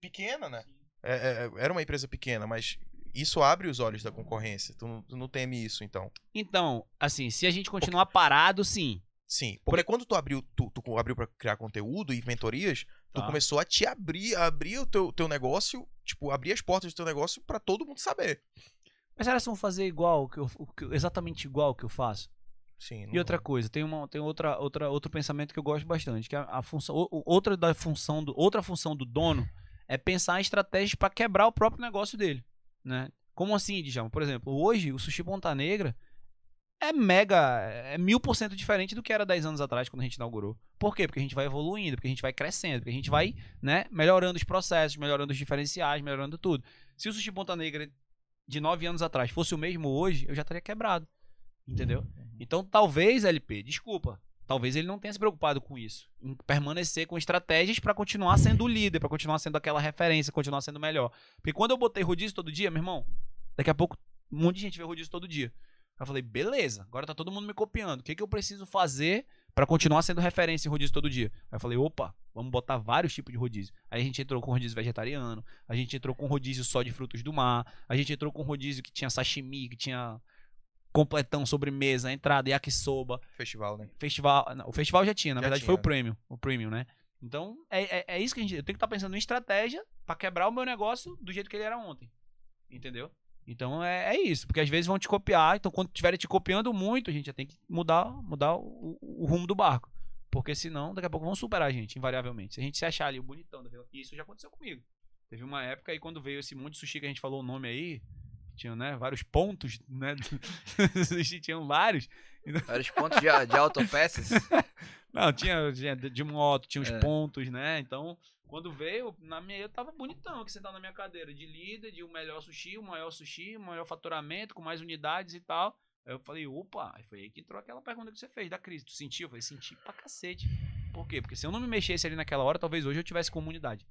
pequena, né? É, é, era uma empresa pequena, mas isso abre os olhos da concorrência. Tu, não- tu não teme isso, então.
Então, assim, se a gente continuar parado, sim.
Sim. Porque quando tu abriu, tu, tu co- abriu pra criar conteúdo e mentorias, tu
Tá.
começou a te abrir, a abrir o teu, teu negócio, tipo, abrir as portas do teu negócio pra todo mundo saber.
Mas elas vão fazer igual, o que eu- o que eu- exatamente igual o que eu faço.
Sim.
E outra coisa, tem, uma, tem outra, outra, outro pensamento que eu gosto bastante, que é a, a função, o- o- outra, da função do, outra função do dono é pensar em estratégias para quebrar o próprio negócio dele, né? Como assim, Djalma? Por exemplo, hoje o Sushi Ponta Negra é mega, é mil por cento diferente do que era 10 anos atrás quando a gente inaugurou. Por quê? Porque a gente vai evoluindo, porque a gente vai crescendo, porque a gente vai, né, melhorando os processos, melhorando os diferenciais, melhorando tudo. Se o Sushi Ponta Negra de 9 anos atrás fosse o mesmo hoje, eu já estaria quebrado, entendeu? Então, talvez, LP, desculpa, talvez ele não tenha se preocupado com isso, em permanecer com estratégias pra continuar sendo o líder, pra continuar sendo aquela referência, continuar sendo o melhor. Porque quando eu botei rodízio todo dia, meu irmão, daqui a pouco um monte de gente vê rodízio todo dia. Eu falei, beleza, agora tá todo mundo me copiando. O que, que eu preciso fazer pra continuar sendo referência em rodízio todo dia? Aí eu falei, opa, vamos botar vários tipos de rodízio. Aí a gente entrou com rodízio vegetariano, a gente entrou com rodízio só de frutos do mar, a gente entrou com rodízio que tinha sashimi, que tinha completão, sobremesa, entrada, yakisoba
Festival, né?
festival. ah, não, o festival já tinha, na
Já
verdade
tinha,
foi o
né?
prêmio. O premium, né? Então, é, é, é isso que a gente. Eu tenho que estar pensando em estratégia pra quebrar o meu negócio do jeito que ele era ontem. Entendeu? Então é, é isso. Porque às vezes vão te copiar. Então, quando estiverem te copiando muito, a gente já tem que mudar, mudar o, o- o rumo do barco. Porque senão, daqui a pouco vão superar a gente, invariavelmente. Se a gente se achar ali o bonitão da Vila- e Isso já aconteceu comigo. Teve uma época aí quando veio esse monte de sushi que a gente falou o nome aí. Tinha, né? Vários pontos, né? (laughs) sushi (laughs) tinham vários.
Vários pontos de, de autopeças.
Não, tinha, tinha de de moto, tinha os
É.
pontos, né? Então, quando veio, na minha, eu tava bonitão aqui sentado na minha cadeira, de líder, de o melhor sushi, o maior sushi, o maior faturamento, com mais unidades e tal. Aí eu falei, opa, aí foi aí que entrou aquela pergunta que você fez da crise. Tu sentiu? Eu falei, senti pra cacete. Por quê? Porque se eu não me mexesse ali naquela hora, talvez hoje eu tivesse comunidade.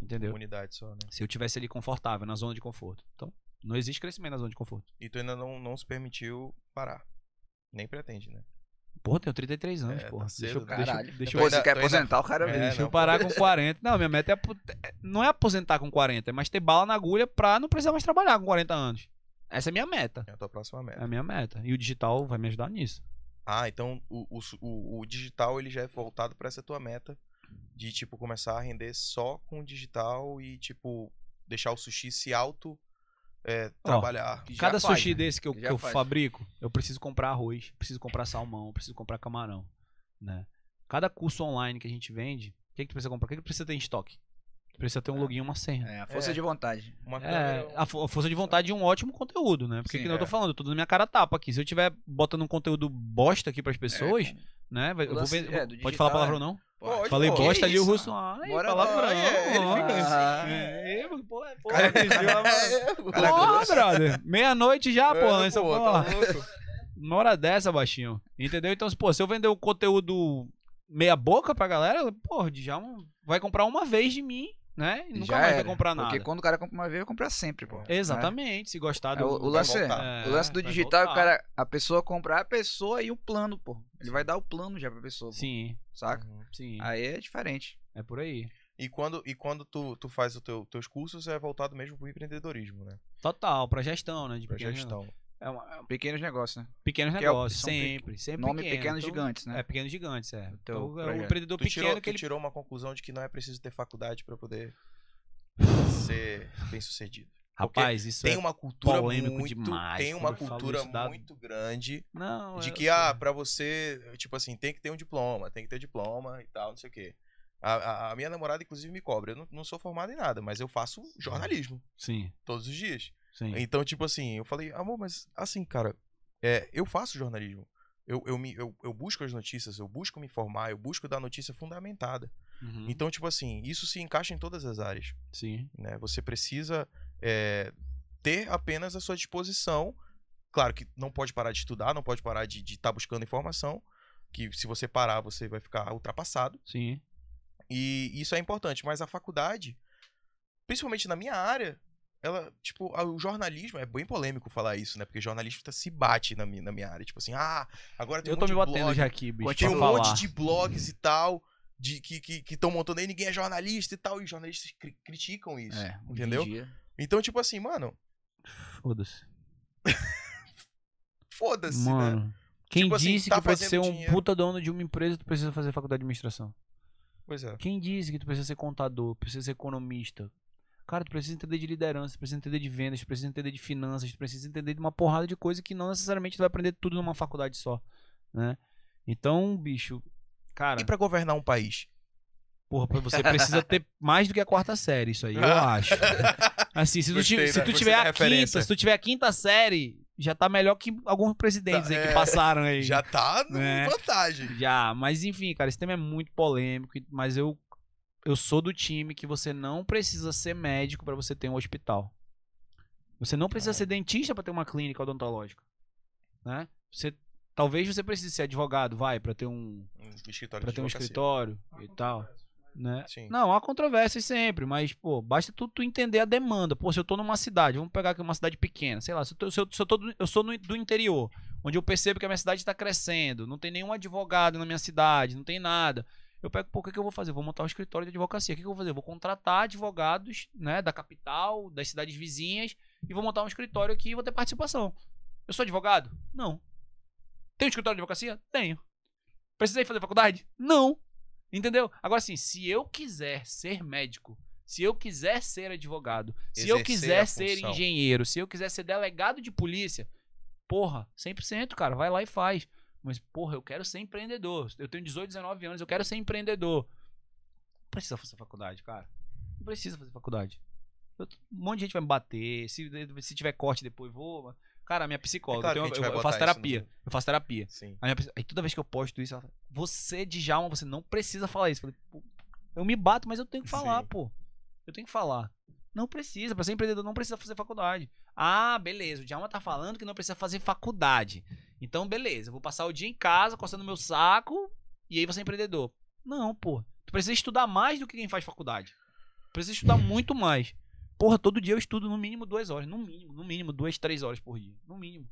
Entendeu?
Comunidade só, né?
Se eu tivesse ali confortável, na zona de conforto. Então, não existe crescimento na zona de conforto.
E tu ainda não, não se permitiu parar. Nem pretende, né?
Porra, tenho 33 anos,
É, tá
porra.
cedo, né?
deixa, eu-
Caralho.
deixa eu
Pô,
ainda-
você quer
tô ainda-
aposentar o cara
É,
mesmo.
Deixa
não.
eu parar com 40. Não, minha meta é apo- é- não é aposentar com 40, é mais ter bala na agulha pra não precisar mais trabalhar com 40 anos. Essa é a minha meta.
É a tua próxima meta.
É a minha meta. E o digital vai me ajudar nisso.
Ah, então o, o su- o- o digital ele já é voltado pra essa tua meta de tipo começar a render só com o digital e tipo deixar o sushi se auto é, trabalhar.
que já
Cada
faz,
sushi
né?
desse que eu,
Que
que
já
eu
faz.
fabrico, eu preciso comprar arroz, preciso comprar salmão, preciso comprar camarão, né? Cada curso online que a gente vende, o que, que tu precisa comprar? O que, que tu precisa ter em estoque? Precisa ter um login e uma senha.
É, a força
É.
de vontade.
Uma
É, a fo- a força de vontade de um ótimo conteúdo, né? Porque
Sim,
que nem eu tô
é.
falando, eu tô dando minha cara a tapa aqui. Se eu tiver botando um conteúdo bosta aqui pras
É,
pessoas, né? vai-
O
eu vou
lance-
ver-
é, do
pode
digital,
falar
é.
palavrão não?
Pode,
Falei
pô, que
bosta ali, o
isso,
russo. ah, Ai,
Bora-
palavrão.
É, ele fica
ó.
assim.
(laughs) É, é, pô, é, pô, atingiu a-
Caraca,
Porra,
nossa.
brother. Meia-noite já,
É,
porra. Essa
pô, tá
porra.
louco.
(laughs) Uma hora dessa, baixinho. Entendeu? Então, se, pô, se eu vender um conteúdo meia boca pra galera, porra, já um, vai comprar uma vez de mim, né? E nunca
Já
mais
era,
vai comprar nada.
Porque quando o cara compra uma vez, vai comprar sempre, pô.
Exatamente, se gostar do.
É, o, o lance,
voltar.
É,
o lance do
vai
digital é o
voltar.
cara, a pessoa comprar a pessoa e o plano, pô. Ele vai dar o plano já pra pessoa, pô,
Sim,
saca?
sim.
Aí é diferente.
É por aí.
E quando, e quando tu, tu faz os teu, teus cursos, é voltado mesmo pro empreendedorismo, né?
Total, pra gestão, né? De
Pra
pequeno-
gestão.
É uma- é um
Pequenos negócios, né?
pequenos
Que é o-
negócios,
são
sempre. sempre
Nome
pequeno.
pequenos
Então,
gigantes, né?
É, pequenos gigantes, é.
teu
Então, é um
projeto.
empreendedor
Tu,
pequeno
tirou, tu
que ele.
tirou uma conclusão de que não é preciso ter faculdade pra
(sighs)
poder ser bem sucedido.
Rapaz, isso
Tem um
é.
uma cultura
polêmico
muito,
demais
tem uma
quando eu falo
cultura
isso da-
muito grande
Não, é
de
eu
que
sei.
ah, pra você, tipo assim, tem que ter um diploma, tem que ter um diploma e tal, não sei o quê. A, a- a minha namorada inclusive me cobra, eu não, não sou formado em nada, mas eu faço jornalismo
Sim,
todos os dias.
sim.
Então, tipo assim, eu falei, amor, mas assim, cara, é, eu faço jornalismo. Eu, eu, me, eu, eu busco as notícias, eu busco me informar, eu busco dar notícia fundamentada.
Uhum,
Então, tipo assim, isso se encaixa em todas as áreas.
Sim.
né? Você precisa é, ter apenas à sua disposição. Claro que não pode parar de estudar, não pode parar de estar buscando informação. Que se você parar, você vai ficar ultrapassado.
Sim.
E isso é importante, mas a faculdade, principalmente na minha área, ela, tipo, a- o jornalismo, é bem polêmico falar isso, né? Porque jornalista se bate na minha, na minha área. Tipo assim, ah, agora tem
Eu
um
tô
monte
me
de
batendo
blog,
já aqui, bicho.
Tem
Continua
um
pra falar.
monte de blogs e tal, de, que estão que, tão montando aí, ninguém é jornalista e tal, e jornalistas cri- criticam isso,
É, hoje em
entendeu?
dia.
Então, tipo assim, mano,
Foda-se.
foda-se, né?
Mano, quem
Tipo assim,
disse
tá
que pra ser
fazendo
um
dinheiro.
puta dono de uma empresa tu precisa fazer faculdade de administração?
Pois é.
Quem disse que tu precisa ser contador, precisa ser economista? Cara, tu precisa entender de liderança, tu precisa entender de vendas, tu precisa entender de finanças, tu precisa entender de uma porrada de coisa que não necessariamente tu vai aprender tudo numa faculdade só, né? Então, bicho, cara,
E pra governar um país?
porra, pra você precisa ter mais do que a quarta série, isso aí,
(laughs)
eu acho. Assim, se tu, ti-
Gostei
se
da-
tu
gostei
tiver
da
a
referência.
quinta, se tu tiver a quinta série, já tá melhor que alguns presidentes
Tá,
aí
é.
que passaram aí.
Já tá numa
É.
vantagem.
Já, mas enfim, cara, esse tema é muito polêmico, e- mas eu eu sou do time que você não precisa ser médico pra você ter um hospital. Você não precisa ser dentista pra ter uma clínica odontológica, né? Você talvez você precise ser advogado, vai, pra ter um
Um escritório
para
de
ter um
advocacia.
escritório e tal, né?
Sim.
Não, há controvérsias sempre, mas, pô, basta tu, tu entender a demanda. Pô, se eu tô numa cidade, vamos pegar aqui uma cidade pequena, sei lá, se eu, tô- se eu, se eu tô do, eu sou no- do interior, onde eu percebo que a minha cidade tá crescendo, não tem nenhum advogado na minha cidade, não tem nada. Eu pego, pô, o que, que eu vou fazer? Vou montar um escritório de advocacia. O que, que eu vou fazer? Eu Vou contratar advogados, né, da capital, das cidades vizinhas, e vou montar um escritório aqui e vou ter participação. Eu sou advogado? Não. Tenho escritório de advocacia? Tenho. Precisei fazer faculdade? Não. Entendeu? Agora assim, se eu quiser ser médico, se eu quiser ser advogado, se eu
Exercer
quiser
a
ser
função.
engenheiro, se eu quiser ser delegado de polícia, porra, 100%, cara, vai lá e faz. Mas, porra, eu quero ser empreendedor. Eu tenho 18, 19 anos, eu quero ser empreendedor. Não precisa fazer faculdade, cara. Não precisa fazer faculdade. Eu- um monte de gente vai me bater. Se, se tiver corte depois, vou. Cara, a minha psicóloga,
É claro
eu,
que a
tenho-
gente vai
eu- eu
botar
faço
isso
terapia.
no-
Eu faço terapia.
Sim.
A minha pessoa- aí toda vez que eu posto isso, ela fala, você, Djalma, você não precisa falar isso. Eu, falei, "Pô, eu me bato, mas eu tenho que falar,
Sim.
pô. Eu tenho que falar. Não precisa, pra ser empreendedor não precisa fazer faculdade. Ah, beleza, o Djalma tá falando que não precisa fazer faculdade. Então, beleza, eu vou passar o dia em casa, coçando meu saco, e aí você é empreendedor. Não, pô. Tu precisa estudar mais do que quem faz faculdade. Precisa estudar muito mais. Porra, todo dia eu estudo no mínimo duas horas. No mínimo, no mínimo, duas, três horas por dia. No mínimo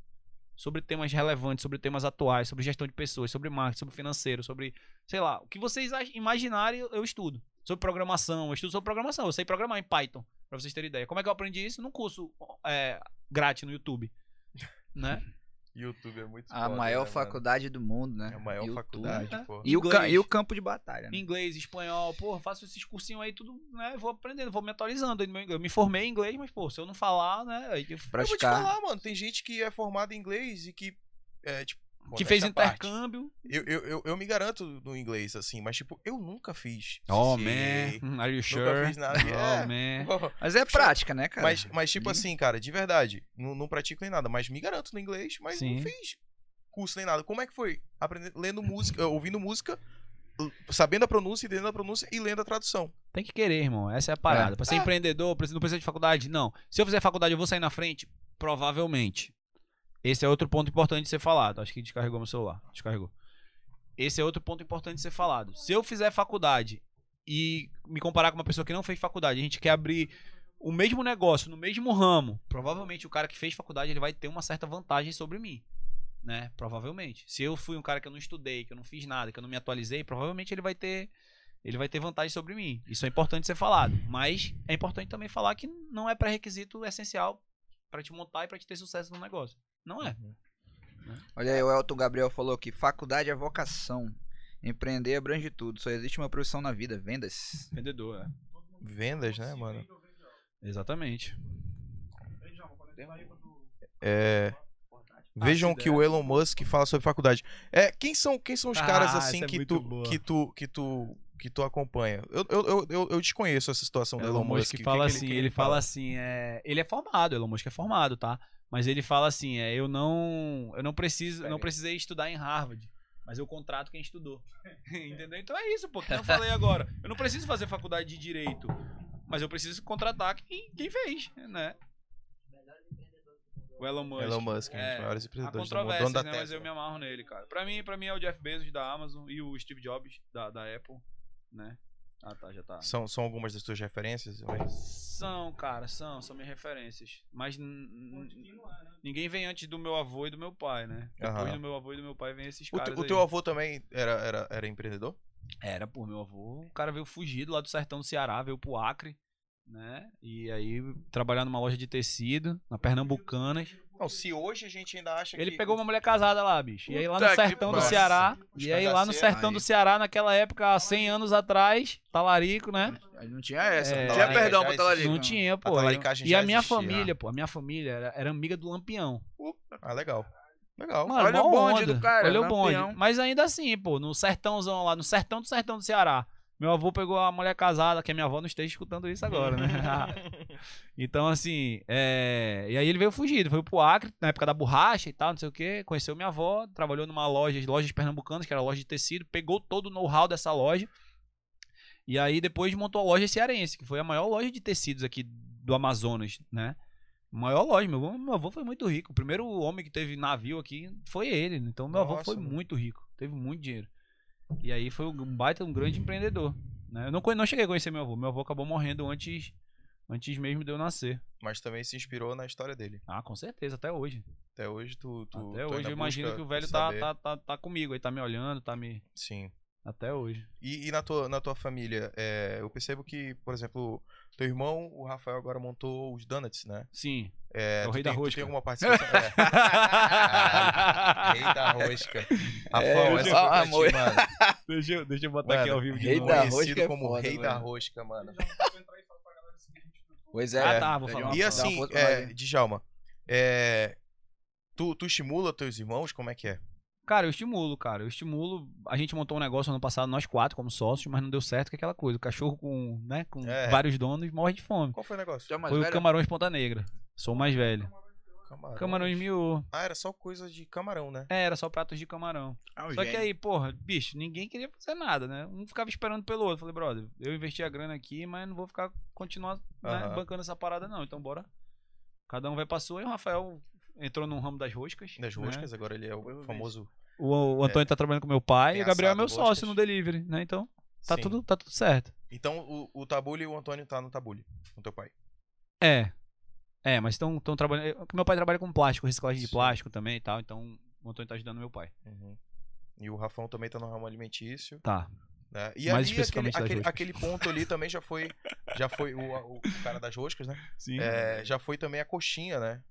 sobre temas relevantes, sobre temas atuais, sobre gestão de pessoas, sobre marketing, sobre financeiro, sobre, sei lá, o que vocês ach- imaginarem, eu eu estudo. Sobre programação, eu estudo sobre programação, eu sei programar em Python, pra vocês terem ideia. Como é que eu aprendi isso? Num curso é, grátis no YouTube,
(laughs)
né?
YouTube é muito
A
foda,
maior
né,
faculdade do mundo, né?
mano? É a maior
YouTube.
faculdade,
né?
pô.
E o, ca-
Inglês.
e o campo de batalha, né?
Inglês, espanhol, pô, faço esses cursinhos aí, tudo, né? Vou aprendendo, vou me atualizando aí no meu inglês. Eu me formei em inglês, mas, pô, se eu não falar, né? aí Eu,
Eu vou te
Praticar.
falar, mano, tem gente que é formada em inglês e que é, tipo,
que fez
modéstia à parte.
intercâmbio.
Eu, eu, eu, eu me garanto no inglês, assim, mas, tipo, eu nunca fiz.
Oh,
CCA,
man. Are you
Nunca
sure?
fiz nada.
Oh,
É.
man.
Mas é prática, né, cara?
Mas, mas, tipo assim, cara, de verdade, não, não pratico nem nada, mas me garanto no inglês, mas não
Sim.
fiz curso nem nada. Como é que foi? Aprendendo, lendo música, eh, ouvindo música, l- sabendo a pronúncia, entendendo a pronúncia e lendo a tradução.
Tem que querer, irmão. Essa é a parada. Pra ser
É.
empreendedor, pra- não precisa de faculdade, não. Se eu fizer faculdade, eu vou sair na frente? Provavelmente. Esse é outro ponto importante de ser falado. Acho que descarregou meu celular. Descarregou. Esse é outro ponto importante de ser falado. Se eu fizer faculdade e me comparar com uma pessoa que não fez faculdade, a gente quer abrir o mesmo negócio no mesmo ramo, provavelmente o cara que fez faculdade ele vai ter uma certa vantagem sobre mim, né? Provavelmente. Se eu fui um cara que eu não estudei, que eu não fiz nada, que eu não me atualizei, provavelmente ele vai ter ele vai ter vantagem sobre mim. Isso é importante ser falado, mas é importante também falar que não é pré-requisito essencial pra te montar e pra te ter sucesso no negócio. Não é.
Olha aí, o Elton Gabriel falou aqui: faculdade é vocação. Empreender abrange tudo. Só existe uma profissão na vida: vendas.
Vendedor, é.
Vendas, né, mano?
Exatamente.
É, Vejam que o Elon Musk fala sobre faculdade. É, quem são, quem são os
Ah,
caras
essa
assim
é
que,
muito
tu,
boa.
que tu que tu que tu acompanha? Eu, eu, eu, eu, eu desconheço essa situação do
Elon Musk
O que
fala
que
assim,
que
ele, fala assim, é, ele é formado, Elon Musk é formado, tá? Mas ele fala assim, é, eu não, eu não preciso, não precisei estudar em Harvard, mas eu contrato quem estudou. (laughs) Entendeu? Então é isso, pô, que nem eu falei agora. Eu não preciso fazer faculdade de direito, mas eu preciso contratar quem, quem fez, né? O Elon Musk.
Elon Musk, um dos
É,
maiores
Há
empreendedores do mundo,
controvérsias,
dono da
né? Mas
Tesla.
eu me amarro nele, cara. Pra mim, pra mim é o Jeff Bezos da Amazon e o Steve Jobs da, da Apple, né? Ah, tá, já tá.
São, são algumas das tuas referências? Mas-
São, cara, são, são minhas referências. Mas n- n- ninguém vem antes do meu avô e do meu pai, né? Depois
Aham.
do meu avô e do meu pai vem esses
O, te-
caras.
o
aí.
teu avô também era, era, era empreendedor?
Era, pô, meu avô. O cara veio fugido lá do sertão do Ceará, veio pro Acre, né? E aí trabalhar numa loja de tecido, na Pernambucanas.
Não, se hoje a gente ainda acha
Ele pegou uma mulher casada lá, bicho. E aí lá no
Puta que
sertão do
pariu.
Ceará.
Os
E aí lá no
cangaceiros
sertão
aí.
do Ceará, naquela época, há 100 anos atrás, talarico, né?
Aí Não tinha essa.
É,
não tinha
aí
perdão
já
pra talarico.
Não tinha, pô.
talaricagem
E
já
a minha
existia.
família, pô, a minha família era, era amiga do Lampião.
Ah, legal. Legal.
Mano,
Olha
mó
o bonde
onda.
do cara,
Olha o bonde.
Lampião.
Mas ainda assim, pô, no sertãozão lá, no sertão do sertão do Ceará. Meu avô pegou a mulher casada, que a minha avó não esteja escutando isso agora,
(laughs)
né? então, assim, é... e aí ele veio fugido, foi pro Acre, na época da borracha e tal, não sei o quê. Conheceu minha avó, trabalhou numa loja, lojas pernambucanas, que era loja de tecido, pegou todo o know-how dessa loja. E aí depois montou a loja cearense, que foi a maior loja de tecidos aqui do Amazonas, né? Maior loja, meu avô, meu avô foi muito rico. O primeiro homem que teve navio aqui foi ele. Então meu avô
Nossa,
foi
mano.
muito rico, teve muito dinheiro. E aí foi um baita, um grande empreendedor. né? Eu não, conhe- não cheguei a conhecer meu avô. Meu avô acabou morrendo antes, antes mesmo de eu nascer.
Mas também se inspirou na história dele.
Ah, com certeza, até hoje.
Até hoje tu. tu
até
tu
hoje
ainda
eu imagino
busca
que o velho tá,
saber.
tá, tá, tá comigo, aí tá me olhando, tá me.
Sim.
Até hoje.
E, e na, tua, na tua família? é, eu percebo que, por exemplo, teu irmão, o Rafael, agora montou os Donuts, né? (laughs)
Sim. (laughs)
É, tu
o rei da
tem- tu
rosca.
tem alguma participação? É.
(laughs)
Rei da
É,
rosca. é Rafão,
eu
essa
já-
foi pra ti,
amor.
mano.
deixa, eu, deixa eu botar
Mano,
Tá aqui ao vivo de
rei
novo.
da
Conhecido
rosca é
como
foda,
Rei da
velho.
Rosca, mano.
assim,
Pois é.
Ah, tá, vou falar.
E
Dá
uma
uma
assim,
força pra nós
é,
aí.
Djalma, é, tu, tu estimula teus irmãos? Como é que é?
Cara, eu estimulo, cara. Eu estimulo. A gente montou um negócio ano passado, nós quatro, como sócios, mas não deu certo, que é aquela coisa. O cachorro com, né, com
É.
vários donos morre de fome.
Qual foi o negócio?
Tu é mais
Foi o
velho?
um
Camarões Ponta Negra. Sou o mais velho.
Camarões.
Camarões miou.
Ah, era só coisa de camarão, né?
É, era só pratos de camarão.
É um
Só que
gênio.
aí, porra, bicho, ninguém queria fazer nada, né? Um ficava esperando pelo outro. Falei, brother, eu investi a grana aqui, mas não vou ficar continuar né,
Aham.
bancando essa parada, não. Então bora. Cada um vai pra sua e o Rafael entrou num ramo das roscas.
Das
né?
roscas, agora ele é o famoso.
O,
É.
o Antônio tá trabalhando com meu pai
Tem
e o Gabriel é
assado
meu sócio
roscas.
no delivery, né? Então tá,
Sim.
tudo, tá tudo certo.
Então o, o Tabule e o Antônio tá no Tabule, com teu pai.
É. É, mas estão trabalhando. eu- Meu pai trabalha com plástico, reciclagem de
Sim.
plástico também e tal, então o Antônio tá ajudando meu pai.
Uhum. E o Rafão também tá no ramo alimentício.
Tá.
Né? E ali,
Mais
aquele,
especificamente das
aquele,
roscas.
aquele ponto ali também já foi. Já foi o, o cara das roscas, né?
Sim.
É, já foi também a coxinha, né?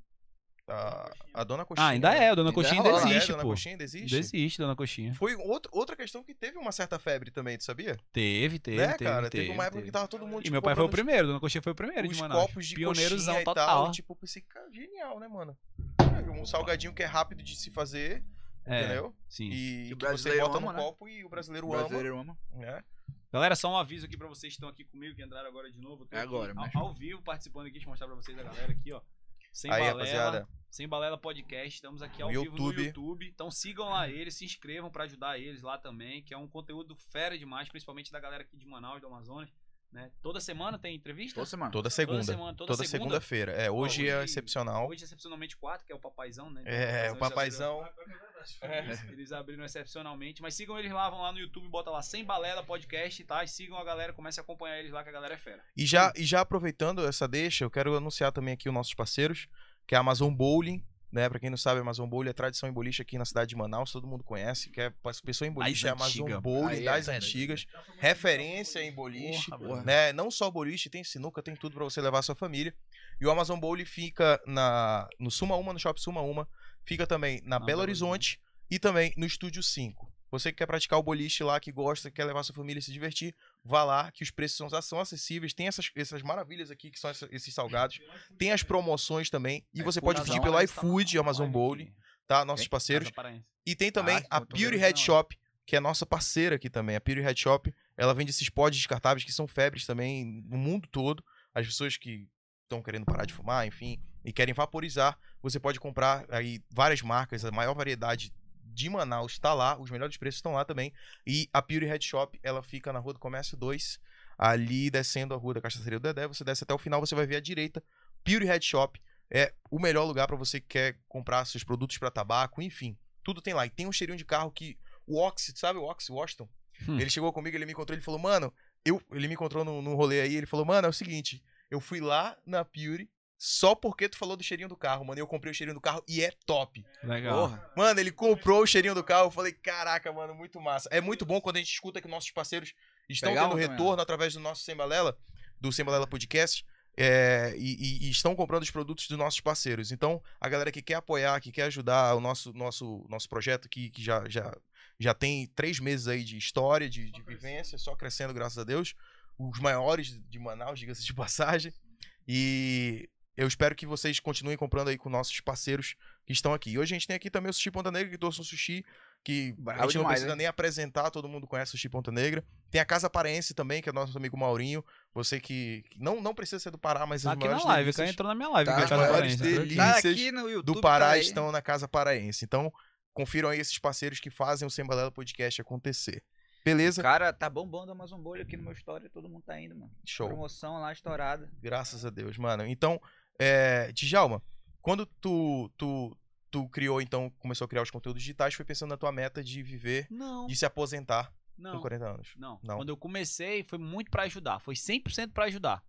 A, a dona coxinha.
ah, ainda é, Dona
Ainda
Coxinha ainda
rola, né?
existe,
Dona
pô.
Coxinha ainda existe?
Ainda existe, Dona Coxinha.
Foi outro, outra questão que teve uma certa febre também, tu sabia?
Teve, teve,
né,
teve.
cara?
teve,
Teve, uma época
teve.
que tava todo mundo
E
tipo,
meu pai foi o
comprando
primeiro, Dona Coxinha foi o primeiro de
os
Manaus.
copos de
Pioneirzão
coxinha e
total.
tal, tipo, pensei, cara, genial, né, mano? É, Um salgadinho que é rápido de se fazer,
É,
entendeu?
Sim.
E
Que o
que você
brasileiro
bota
ama,
no
né?
copo e o brasileiro,
O brasileiro ama.
ama. né?
Galera, só um aviso aqui pra vocês que estão aqui comigo, que entraram agora de novo. Eu tô
É
aqui
agora,
ao,
mas-
ao vivo participando aqui, deixa eu mostrar pra vocês a galera aqui, ó. Sem
Aí,
balela,
rapaziada.
Sem Balela Podcast, estamos aqui ao
No
vivo no
YouTube.
YouTube. Então sigam lá eles, se inscrevam pra ajudar eles lá também, que é um conteúdo fera demais, principalmente da galera aqui de Manaus, do Amazonas. Né? Toda semana tem entrevista?
Toda semana.
Toda segunda.
semana, toda,
Toda
segunda.
segunda-feira. É, hoje é
hoje-
excepcional.
Hoje, excepcionalmente, quatro, que é o Papaizão, né?
É, o
Eles abriram-
papaizão.
É.
eles, eles abriram excepcionalmente. Mas sigam eles lá, vão lá no YouTube, bota lá Sem Balela Podcast, tá? E sigam a galera, comece a acompanhar eles lá, que a galera é fera.
E
Hum.
já, e já aproveitando essa deixa, eu quero anunciar também aqui os nossos parceiros, que é a Amazon Bowling. Né? Pra quem não sabe, a Amazon Bowling é tradição em boliche aqui na cidade de Manaus, todo mundo conhece, que é pra pessoa em boliche, é a Amazon
antigas.
Bowling
Aí é
das
fera.
antigas,
um
referência em boliche,
Porra, porra.
né? Não só boliche, tem sinuca, tem tudo pra você levar a sua família. E o Amazon Bowling fica na, no Suma Uma, no Shopping Suma Uma, fica também na
Na
Belo
Belo
Horizonte e também no Estúdio 5. Você que quer praticar o boliche lá, que gosta, quer levar sua família e se divertir, vá lá, que os preços são, são acessíveis, tem essas, essas maravilhas aqui que são essa- esses salgados, tem as promoções também, e
É,
você pode pedir
né?
pelo iFood, Amazon Bowling, tá? Nossos parceiros. E tem também a
Ah, eu tô
Beauty
vendo
Head
que não.
Shop, que é nossa parceira aqui também. A Beauty Head Shop, ela vende esses pods descartáveis que são febres também no mundo todo. As pessoas que estão querendo parar de fumar, enfim, e querem vaporizar, você pode comprar aí várias marcas, a maior variedade de Manaus está lá, os melhores preços estão lá também. E a Beauty Head Shop, ela fica na Rua do Comércio 2, ali descendo a Rua da Cachaçaria do Dedé, você desce até o final, você vai ver à direita, Beauty Head Shop é o melhor lugar para você que quer comprar seus produtos para tabaco, enfim. Tudo tem lá. E tem um cheirinho de carro que. O Oxy, tu sabe o Oxy Washington?
Hum.
Ele chegou comigo, ele me encontrou, ele falou, mano, eu. Ele me encontrou num, num rolê aí, ele falou, mano, é o seguinte, eu fui lá na Pure só porque tu falou do cheirinho do carro, mano. E eu comprei o cheirinho do carro e é top.
Legal.
Porra.
Mano, ele comprou o cheirinho do carro. Eu falei, caraca, mano, muito massa. É muito bom quando a gente escuta que nossos parceiros estão
Legal,
tendo
né?
retorno através do nosso Sembalela, do Sembalela Podcast, é, e, e- e estão comprando os produtos dos nossos parceiros. Então, a galera que quer apoiar, que quer ajudar o nosso, nosso, nosso projeto, que, que já, já, já tem três meses aí de história, de, de vivência, só crescendo, graças a Deus. Os maiores de Manaus, diga-se de (laughs) passagem. E eu espero que vocês continuem comprando aí com nossos parceiros que estão aqui. E hoje a gente tem aqui também o Sushi Ponta Negra, que trouxe um sushi que
Brabo
a gente não
demais,
precisa
hein?
nem apresentar, todo mundo conhece o Sushi Ponta Negra. Tem a Casa Paraense também, que é nosso amigo Maurinho. Você que que não, não precisa ser do Pará, mas
Tá
as
aqui na
maiores
live, o
delícias
cara entrou na minha live.
Tá,
que eu
as
tava
maiores
falando, tá?
delícias.
Tá
Delícias
aqui no YouTube.
do Pará
tá aí.
estão na Casa Paraense. Então, confiram aí esses parceiros que fazem o Sem Balela Podcast acontecer. Beleza?
Cara, tá bombando o Amazon Bolha aqui no meu story, todo mundo tá indo, mano.
Show.
Promoção lá estourada.
Graças a Deus, mano. Então, é, Djalma, quando tu, tu, tu criou, então, começou a criar os conteúdos digitais, foi pensando na tua meta de viver,
Não,
de se aposentar com
não.
40 anos.
Não.
Não.
Quando eu comecei, foi muito pra ajudar. Foi 100% pra ajudar.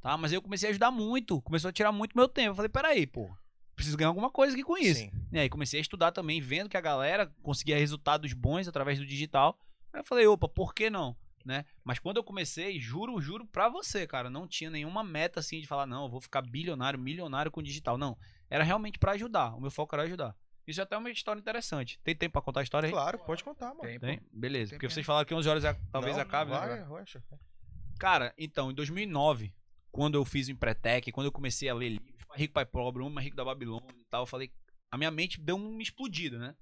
Tá? Mas eu comecei a ajudar muito. Começou a tirar muito meu tempo. Eu falei, peraí, pô. Preciso ganhar alguma coisa aqui com é isso.
Sim.
E aí comecei a estudar também, vendo que a galera conseguia resultados bons através do digital. Aí eu falei, opa, por que não? Né? Mas quando eu comecei, juro, juro pra você, cara, não tinha nenhuma meta assim de falar, não, eu vou ficar bilionário, milionário com digital. Não. Era realmente pra ajudar. O meu foco era ajudar. Isso é até uma história interessante. Tem tempo pra contar a história aí?
Claro, pode contar, mano.
Tem, pô.
Tem? Beleza.
Tem
porque
mesmo.
vocês falaram que 11 horas a- talvez
Não,
acabe, né?
vai,
cara?
relaxa.
Cara, então, em 2009, quando eu fiz o Empretec, quando eu comecei a ler livros, Pai Rico, Pai Pobre, Homem Mais Rico da Babilônia e tal, eu falei, a minha mente deu uma explodida, né?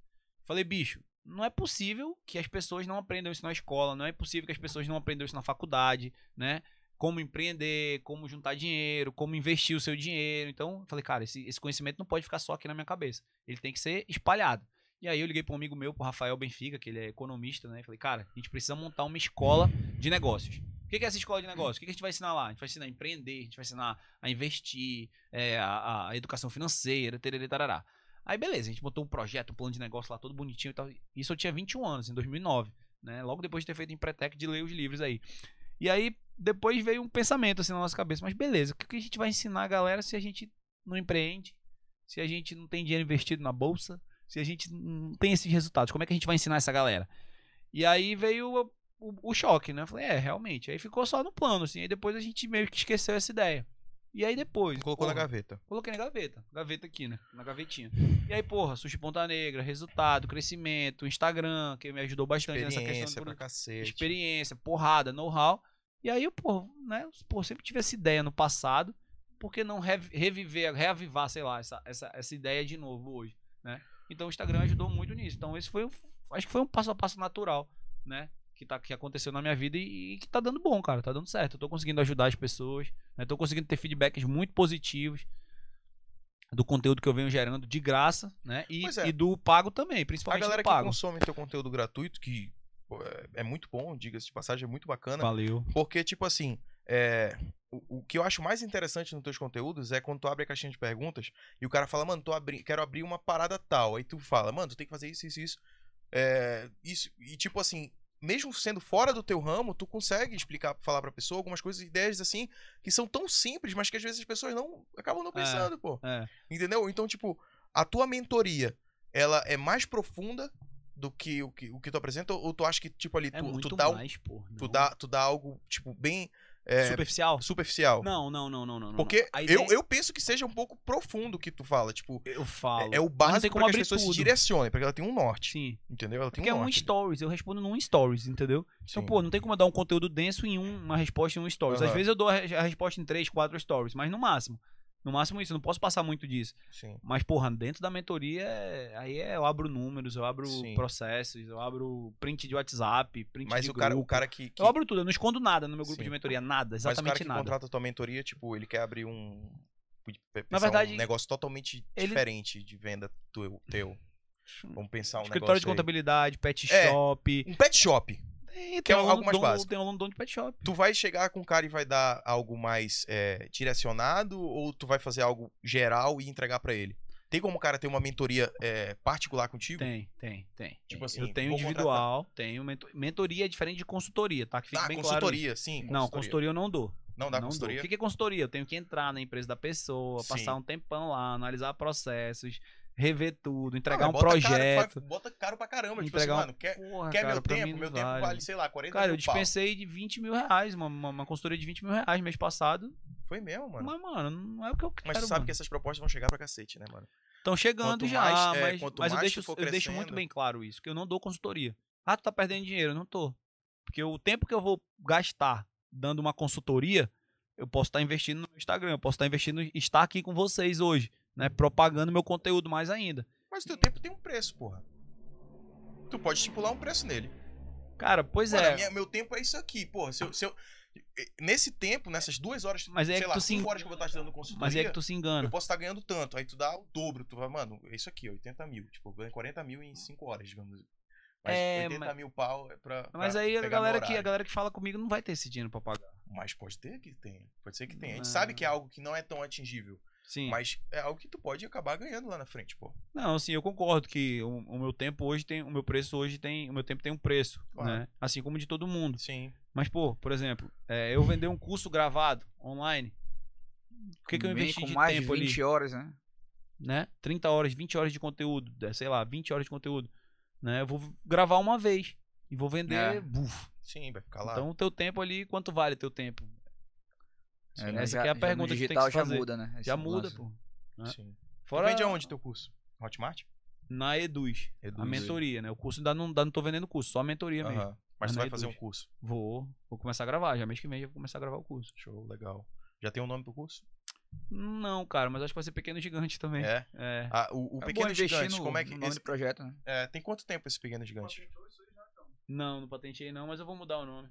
Falei, bicho, não é possível que as pessoas não aprendam isso na escola, não é possível que as pessoas não aprendam isso na faculdade, né? Como empreender, como juntar dinheiro, como investir o seu dinheiro. Então, eu falei, cara, esse, esse conhecimento não pode ficar só aqui na minha cabeça. Ele tem que ser espalhado. E aí eu liguei para um amigo meu, pro Rafael Benfica, que ele é economista, né? Falei, cara, a gente precisa montar uma escola de negócios. O que que é essa escola de negócio? O que que a gente vai ensinar lá? A gente vai ensinar a empreender, a gente vai ensinar a investir, é, a, a educação financeira, tererê, tarará. Aí beleza, a gente botou um projeto, um plano de negócio lá todo bonitinho e tal. Isso eu tinha 21 anos, em 2009, né? Logo depois de ter feito Empretec, de ler os livros aí. E aí depois veio um pensamento assim na nossa cabeça, mas beleza, o que que a gente vai ensinar a galera se a gente não empreende, se a gente não tem dinheiro investido na bolsa, se a gente não tem esses resultados? Como é que a gente vai ensinar essa galera? E aí veio o, o choque, né? Eu falei, é, realmente. Aí ficou só no plano, assim. Aí depois a gente meio que esqueceu essa ideia. E aí depois.
Colocou na
porra,
gaveta.
Coloquei na gaveta. Gaveta aqui, né? Na gavetinha. E aí, porra, Sushi Ponta Negra, resultado, crescimento, Instagram, que me ajudou bastante nessa questão.
Experiência
do
pra cacete.
experiência, porrada, know-how. E aí, eu, pô, né? Pô, sempre tive essa ideia no passado. Por que não rev- reviver, reavivar, sei lá, essa, essa, essa ideia de novo hoje? né? Então o Instagram ajudou muito nisso. Então esse foi, o- acho que foi um passo a passo natural, né? Que, tá, que aconteceu na minha vida e, e que tá dando bom, cara. Tá dando certo. Eu tô conseguindo ajudar as pessoas, né? Tô conseguindo ter feedbacks muito positivos do conteúdo que eu venho gerando de graça, né? E,
Pois é.
e do pago também,
A
principalmente
galera
do
que
pago.
consome teu conteúdo gratuito, que pô, é- é muito bom, diga-se de passagem, é muito bacana.
Valeu.
Porque, tipo assim, é, o, o que eu acho mais interessante nos teus conteúdos é quando tu abre a caixinha de perguntas e o cara fala, mano, tô abri quero abrir uma parada tal. Aí tu fala, mano, tu tem que fazer isso, isso, isso. É, isso. E, tipo assim, mesmo sendo fora do teu ramo, tu consegue explicar, falar pra pessoa algumas coisas, ideias assim, que são tão simples, mas que às vezes as pessoas não acabam não
É.
pensando, pô.
É.
Entendeu? Então, tipo, a tua mentoria, ela é mais profunda do que o que, o que tu apresenta? Ou tu acha que, tipo, ali, tu,
É muito
tu, dá, um-
mais, pô.
tu,
não.
dá, tu dá algo, tipo, bem é,
Superficial?
superficial?
Não, não, não, não, não. não.
Porque
A ideia- é
eu, eu penso que seja um pouco profundo o que tu fala. Tipo,
eu falo.
é, é o
Mas não tem
básico
como
pra que as
abrir
pessoas
tudo.
se direcionem, porque ela tem um norte,
Sim.
entendeu? Ela tem
Porque é
um
um
norte.
stories, eu respondo num stories, entendeu? Então,
Sim.
pô, não tem como eu dar um conteúdo denso em um- uma resposta em um stories. Às
Aham.
vezes eu dou a, re- a resposta em três, quatro stories, mas no máximo. No máximo isso, eu não posso passar muito disso.
Sim.
Mas, porra, dentro da mentoria, é- aí é, eu abro números, eu abro
Sim.
processos, eu abro print de WhatsApp, print
Mas
de
o cara, o
grupo.
cara que, que-
Eu abro tudo, eu não escondo nada no meu grupo
Sim.
de mentoria, nada,
mas o cara
exatamente
que
nada.
contrata a tua mentoria, tipo, ele quer abrir um... pensar
verdade,
um negócio totalmente
ele-
diferente de venda teu. teu. Vamos pensar um
Escritório de
negócio aí.
contabilidade, pet
É.
shop.
Um pet shop.
Tem,
Que é
tem um aluno
algo mais
dono-
básico.
Tem um aluno dono de pet shop.
Tu vai chegar com o cara e vai dar algo mais é, direcionado ou tu vai fazer algo geral e entregar pra ele? Tem como o cara ter uma mentoria é, particular contigo?
Tem, tem, tem.
Tipo
Tem.
assim,
eu tenho
vou
individual, tenho mento- mentoria é diferente de consultoria, tá? Que fica
Ah,
bem claro.
consultoria, sim.
isso. Não, consultoria eu não dou.
Não dá
não dou.
consultoria?
O que que é consultoria? Eu tenho que entrar na empresa da pessoa,
Sim.
passar um tempão lá, analisar processos, rever tudo, entregar
Ah,
um
bota
projeto.
Caro, fa- bota caro pra caramba. Tipo assim,
Entregar um-
mano, quer,
Porra,
quer
cara,
meu
pra
tempo?
mim não
Meu tempo vale. sei lá, 40
Cara, eu
mil pau.
dispensei de 20 mil reais, uma, uma, uma consultoria de 20 mil reais mês passado.
Foi mesmo, mano.
Mas, mano, não é o que eu quero.
Mas tu sabe
mano.
que essas propostas vão chegar pra cacete, né, mano?
Estão chegando
Quanto
já, ah,
mais, é,
mas,
quanto
mas eu,
mais
deixo,
tu for
eu deixo muito
crescendo-
bem claro isso, que eu não dou consultoria. Ah, tu tá perdendo dinheiro, eu não tô. Porque o tempo que eu vou gastar dando uma consultoria, eu posso estar investindo no meu Instagram, eu posso estar investindo em estar aqui com vocês hoje, né? Propagando meu conteúdo mais ainda.
Mas o teu tempo tem um preço, porra. Tu pode estipular um preço nele.
Cara, pois
Mano,
é.
a minha- meu tempo é isso aqui, porra. Se eu, se eu- nesse tempo, nessas duas horas,
Mas é
sei
que
lá,
tu se en-
cinco horas que eu vou estar te dando consultoria,
Mas é que tu se engana.
eu posso estar ganhando tanto. Aí tu dá o dobro, tu vai, mano, é isso aqui, 80 mil. Tipo, eu ganho 40 mil em cinco horas, digamos. Mas
É,
80
mas-
mil pau é pra. pra
Mas aí a
pegar no
galera, que, a
horário.
galera que fala comigo não vai ter esse dinheiro pra pagar.
Mas pode ter que tem. Pode ser que tenha. A gente
Não.
sabe que é algo que não é tão atingível.
Sim.
Mas é algo que tu pode acabar ganhando lá na frente, pô.
Não, assim, eu concordo que o, o meu tempo hoje tem. O meu preço hoje tem. O meu tempo tem um preço.
Claro.
Né? Assim como de todo mundo.
Sim.
Mas, pô, por exemplo, é, eu vender um curso gravado online. O que, que eu
Bem
investi
com
de
mais
tempo
de 20
ali?
horas, né?
Né? 30 horas, 20 horas de conteúdo, é, sei lá, 20 horas de conteúdo. Né? Eu vou gravar uma vez e vou vender.
É.
buf.
Sim, vai ficar lá.
Então, o teu tempo ali, quanto vale teu tempo?
Sim.
né?
Essa é
Já-
que é a
já no
pergunta que tu tem
digital
que se
já
fazer.
muda, né? Esse
Já muda,
Um
lance.
pô.
Sim.
Fora
Tu vende aonde teu curso? Hotmart?
na Eduz, a
Eduz. é.
mentoria, né? O curso ainda não, ainda não tô vendendo curso, só a mentoria mesmo.
Aham. Mas
Mas
tu
na
vai fazer um
Eduz.
curso.
Vou, vou começar a gravar, já mês que vem já vou começar a gravar o curso.
Show, legal. Já tem o nome pro curso?
Não, cara, mas acho que vai ser pequeno gigante também.
É.
é.
Ah, o, o
É bom
Pequeno
investir
Gigante,
no-
como é que.
no nome
esse-
do projeto, né?
é, tem quanto tempo esse Pequeno Gigante?
Patenteou isso aí já então.
Não, não patenteei não, mas eu vou mudar o nome.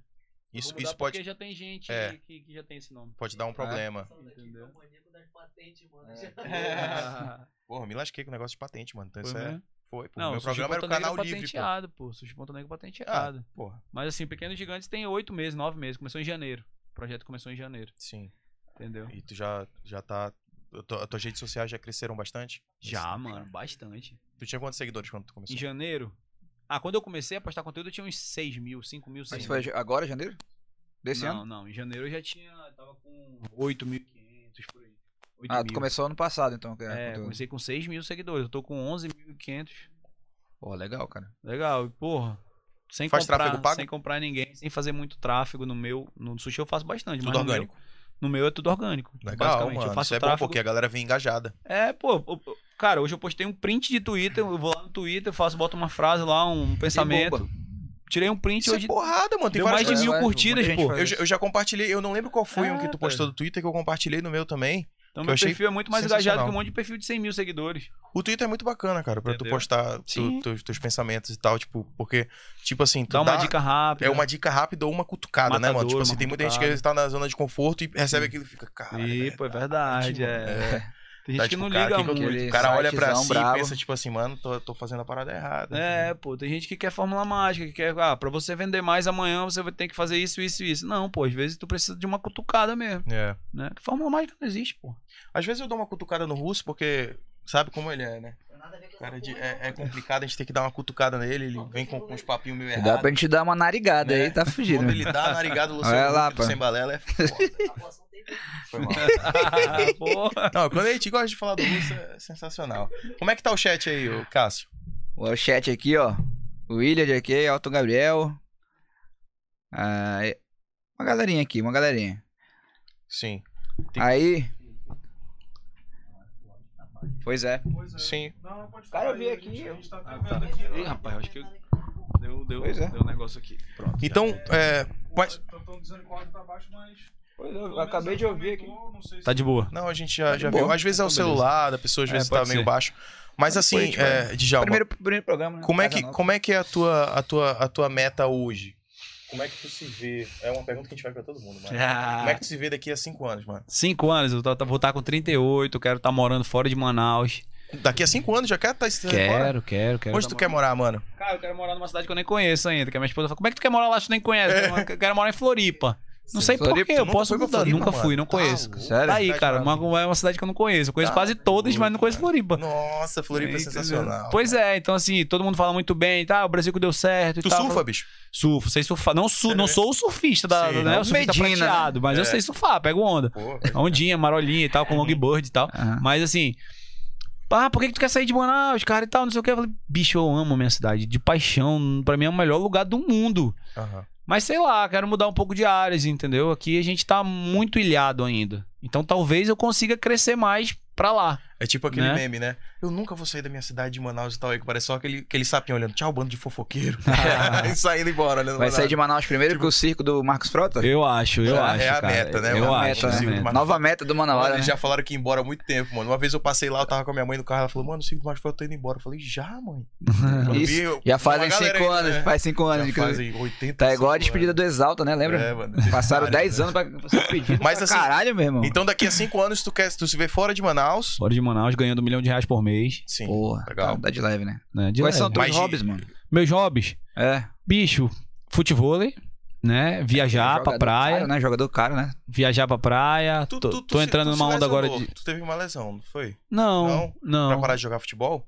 Eu
Isso,
vou mudar
isso pode,
Porque já tem gente
É.
que, que já tem esse (laughs) nome.
pode dar um problema.
Entendeu?
né?
Entendeu? maníaco das patentes, mano.
É.
Já-
É. (laughs)
Porra, me lasquei com o negócio de patente, mano. Então
Foi
isso é.
mesmo?
Foi, pô.
Não,
meu
o Sushi
programa era
Ponta
o
Negra
canal livre, pô. Ah.
patenteado, pô. Sushi Ponta Negra patenteado.
Porra,
Mas assim, Pequenos Gigantes tem oito meses, nove meses. Começou em janeiro. O projeto começou em janeiro,
sim.
entendeu?
E tu já, já tá. tu- As tuas redes sociais já cresceram bastante?
Já, mano, bastante.
Tu tinha quantos seguidores quando tu
Em
começou?
janeiro... Ah, quando eu comecei a postar conteúdo, eu tinha uns 6 mil, 5 mil, 6
Mas
mil.
foi agora, janeiro? Desse
não,
ano?
não. Em janeiro eu já tinha... eu Tava com 8.500, por aí. 8
Ah,
mil. um.
tu começou ano passado, então. que era
É,
conteúdo.
comecei com 6 mil seguidores. Eu tô com 11.500.
Pô, legal, cara.
Legal, e porra. Sem
Faz
comprar,
tráfego pago?
Sem comprar ninguém, sem fazer muito tráfego no meu. No sushi eu faço bastante,
Tudo
mas no meu-
orgânico.
No meu, é tudo orgânico.
Legal,
basicamente.
mano.
Eu faço
isso é bom
tráfego.
porque a galera vem engajada.
É, pô, eu- eu- cara, hoje eu postei um print de Twitter, eu vou lá no Twitter, faço, boto uma frase lá, um pensamento.
bomba.
Tirei um print
Isso
hoje.
é porrada, mano. Tem
deu
várias
mais de
coisas.
mil
Vai, vai,
curtidas,
muita gente
pô.
faz.
Eu, já- eu já compartilhei, eu não lembro qual foi
É,
um que tu postou do Twitter que eu compartilhei no meu também.
Então
Que
meu
eu achei
perfil é muito mais engajado
sensacional.
que um monte de perfil de 100 mil seguidores.
O Twitter é muito bacana, cara, pra tu
Entendeu?
postar tu-
Sim.
teus, teus pensamentos e tal, tipo, porque, tipo assim, tu
Dá uma dica rápida.
É uma dica rápida ou uma cutucada, né, mano?
Matadora,
Tipo
uma
assim, tem muita gente que
cutucada.
está na zona de conforto e recebe aquilo e fica, cara.
Ih, pô, é verdade. É. Tem gente
Tá,
que
tipo,
não
cara,
liga
que que eu
muito.
quero?
muito.
O cara olha pra
Sitezão
si
brabo.
e pensa, tipo assim, mano, tô, tô fazendo a parada errada.
É, pô, tem gente que quer fórmula mágica, que quer, ah, pra você vender mais amanhã você vai ter que fazer isso, isso e isso. Não, pô, às vezes tu precisa de uma cutucada mesmo,
É.
né? Que fórmula mágica não existe,
(laughs)
pô.
Às vezes eu dou uma cutucada no russo, porque sabe como ele é, né?
Nada a ver com
O cara
essa
de-
porra,
é, é
não. é
complicado, a gente tem que dar uma cutucada nele, ele vem com, com uns papinhos meio
Dá
errados.
pra gente dar uma narigada
É.
Né?
aí, tá fugido.
Quando
né?
ele dá narigado,
Olha
Luciano
lá,
Huck do
pô.
sem balela é foda.
A poção tem
Foi mal.
Porra.
Não, quando a gente gosta de falar do russo, é sensacional. Como é que tá o chat aí, ô Cássio?
O chat aqui, ó. O William de aqui, Alton Gabriel. Ah, e- uma galerinha aqui, uma galerinha.
Sim. Tem-
Aí. Pois é.
(laughs) Pois é.
Sim.
Não, não pode
Cara, eu
falar
vi
aí,
aqui,
A gente, a
eu-
gente tá
Ah,
até
tá.
vendo aqui.
Ih, rapaz, eu acho que deu, deu,
Pois é.
deu um negócio aqui. Pronto.
Então, é, Mas-
Estão dizendo que o áudio tá baixo, mas.
Pois é,
pelo menos aumentou, Não sei se
Tá de boa.
Não, a gente já, já
boa.
viu. Às vezes é o
Então,
celular da pessoa, às
É,
vezes tá
pode
meio
ser.
baixo. Mas assim,
tipo,
é, Djalma,
Primeiro, primeiro programa, né?
como, é
Casa
que,
nova.
como é que é a tua, a, tua, a tua meta hoje? Como é que tu se vê? É uma pergunta que a gente vai pra todo mundo,
(laughs)
mano. Como é que tu se vê daqui a cinco anos, mano?
Ah, Cinco anos, eu tô- tá, vou estar com 38, quero estar morando fora de Manaus.
Daqui a cinco anos já quer estar tá fora?
Quero, quero, quero.
Onde
tá
tu quer morar, mano?
Cara, eu quero morar numa cidade que eu nem conheço ainda. Que a minha esposa fala, como é que tu quer morar lá se tu nem conhece? Eu quero morar em Floripa. Não sei por
Floripa,
quê,
Tu
eu
É. nunca
posso
foi pra
mudar.
Floripa,
Nunca
mano?
fui, não
Tá
conheço.
louco.
Sério?
Tá aí,
Cidade
cara, uma,
maravilhosa.
é uma cidade que eu não conheço. Eu conheço
Tá
quase todas, mas não
doido,
conheço
cara.
Floripa.
Nossa, Floripa é
Entendeu?
sensacional.
Pois é, então assim, todo mundo fala muito bem, tá? O Brasil que deu certo e
Tu
tal.
surfa, É. bicho?
Surfo, sei surfar. Não, su-
Sério?
não sou o surfista da,
Sim.
né?
É
O
um
surfista
Medina, né?
prateado, mas eu
É.
sei surfar, pego onda.
Pô,
Ondinha, marolinha e tal, com longboard e tal.
Aham.
Mas assim, pá, por que, que tu quer sair de Manaus, cara, e tal, não sei o que. Eu falei, bicho, eu amo a minha cidade, de paixão. Pra mim é o melhor lugar do mundo.
Aham.
Mas sei lá, quero mudar um pouco de áreas, entendeu? Aqui a gente tá muito ilhado ainda. Então talvez eu consiga crescer mais pra lá.
É tipo aquele
Né?
meme, né? Eu nunca vou sair da minha cidade de Manaus e tal, aí que parece só aquele, aquele sapinho olhando, tchau, bando de fofoqueiro. (laughs) e saindo embora, olhando
Ah. Vai
Manaus.
sair de Manaus primeiro
Tipo
que o circo do Marcos Frota?
Eu acho, eu
É,
acho.
é a
cara.
meta, né?
Eu
É a
acho.
meta,
é a
né?
meta.
Nova meta do
Mano,
Manaus.
eles
Né?
já falaram que ia embora há muito tempo, mano. Uma vez eu passei lá, eu tava com a minha mãe no carro, ela falou, mano, o Sigmund Marcos tô indo embora. Eu falei, já,
(laughs)
mãe. Eu
Isso,
vi, eu-
Já
uma
fazem
galera
cinco
ainda,
anos,
né?
faz cinco anos.
Já
inclusive.
fazem 80
Tá igual a
anos.
despedida do Exalta, né? Lembra?
É, mano.
Passaram 10 anos pra ser
(laughs)
pedido.
Mas
pra
assim,
Caralho, meu irmão.
Então daqui a 5 anos tu, quer, tu se vê fora de Manaus.
Fora de Manaus, ganhando um milhão de reais por mês.
Sim.
Porra,
Legal.
Tá, tá de leve, né?
Né? De
Quais
leve.
são teus
Mas de-
hobbies, mano?
Meus hobbies,
É.
bicho, futevôlei, né? Viajar pra
Jogador
praia.
Caro, né? Jogador caro, né?
Viajar pra praia.
Tu-
tô
tu- tu
tô
se-
entrando
tu se
numa onda agora
lesionou.
de.
Tu teve uma lesão, não foi?
Não,
Pra
não.
parar de jogar futebol?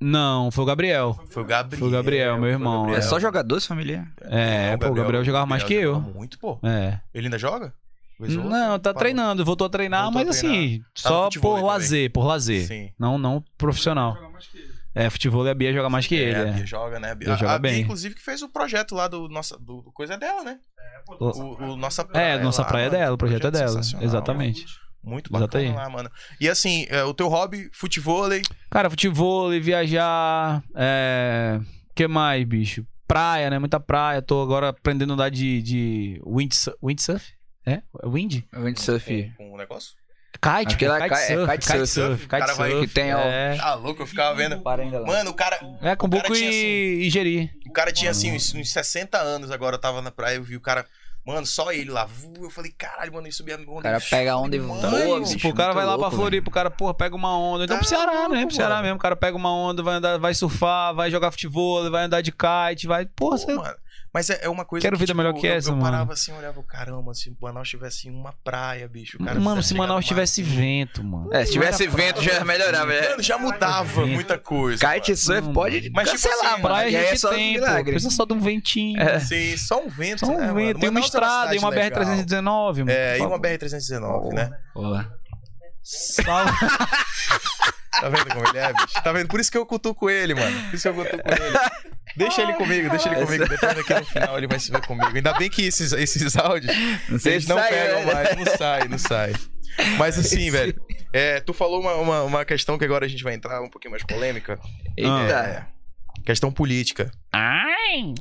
Não, foi o Gabriel.
Foi o Gabriel.
Foi o Gabriel, meu
Foi o
irmão,
Gabriel.
É só jogador, esse familiar.
É,
Não,
pô, o Gabriel jogava mais que eu.
jogava Muito, pô.
É.
Ele ainda joga? Vez ou outra?
Não, tá
Parou.
treinando, voltou a treinar,
Voltou a
mas assim,
Tá no
só
futevôlei
por
também.
lazer, por lazer.
Sim.
Não, não profissional.
Jogar mais que ele.
É, futebol a Bia joga mais que
É,
ele.
a
é.
Bia joga, né? A Bia,
Bia
a-
joga
a Bia,
bem.
inclusive, que fez o projeto lá do nossa do, do coisa dela, né?
É, pô,
O-
nossa
O,
praia
o nossa
tá
praia.
É, nossa
lá,
praia é
mano.
dela, o projeto é dela.
sensacional.
Exatamente.
Muito
Exato
bacana
aí.
lá, mano. E assim, é, o teu hobby, futevôlei.
Cara, futebol, viajar. É. que mais, bicho? Praia, né? Muita praia. Tô agora aprendendo a andar de, de windsurf. windsurf? É? Wind?
Windsurf.
É, Com, com o negócio.
Kite,
Aquela
pô,
ca- é
kitesurf,
kitesurf.
kitesurf,
O cara vai-
kitesurf,
que tem, ó.
É,
Tá louco, eu ficava vendo.
Para ainda lá.
Mano, o cara,
é com
O cara
buco
tinha, assim.
e, e geri.
o cara tinha assim uns, uns 60 anos agora, eu tava na praia, eu vi o cara, mano, só ele lá. vu, Eu falei, caralho, mano, ele subia a onda.
O cara pega a onda e
Mano,
voa,
isso,
bicho,
Pô, o cara
muito
vai lá
louco,
pra Floripa, o cara, porra, pega uma onda. Então
Tá
pro Ceará,
louco,
né? Pro Ceará
mano.
mesmo. O cara pega uma onda, vai andar, vai surfar, vai jogar futebol, vai andar de kite, vai. Porra,
Pô,
você.
mano. Mas é, é uma coisa
Quero
que,
vida melhor que
eu,
essa,
eu
mano.
parava assim, olhava, caramba, se Manaus tivesse uma praia, bicho. o cara
Mano,
pudesse
se
chegar
Manaus
no mar.
tivesse vento, mano.
É, se tivesse
Não era
vento já melhorava. é.
Mano, já mudava
Sim.
muita coisa.
Kite surf
Não,
pode
Mas, tipo
cancelar,
assim,
mano.
Praia
E aí
a
é
gente
só
tem, pô.
milagre.
Precisa só de um ventinho.
É.
mano. Sim, só um vento,
Só um
né, mano?
vento. Tem uma
Manaus é
estrada e uma
cidade legal.
BR-319, mano.
É, e
Por
uma
favor.
BR-319, né?
Porra.
Salve.
Tá vendo como ele é, bicho? Tá vendo? Por isso que eu cutuco ele, mano. Por isso que eu cutuco ele. Deixa ele comigo, deixa ele comigo. Depois daqui no final ele vai se ver comigo. Ainda bem que esses, esses áudios
Não
Vocês não
sai,
pegam
né?
mais, não sai, não sai. Mas assim,
Esse-
velho, é, tu falou uma, uma, uma questão que agora a gente vai entrar um pouquinho mais polêmica.
Eita.
É, questão política.
Ai,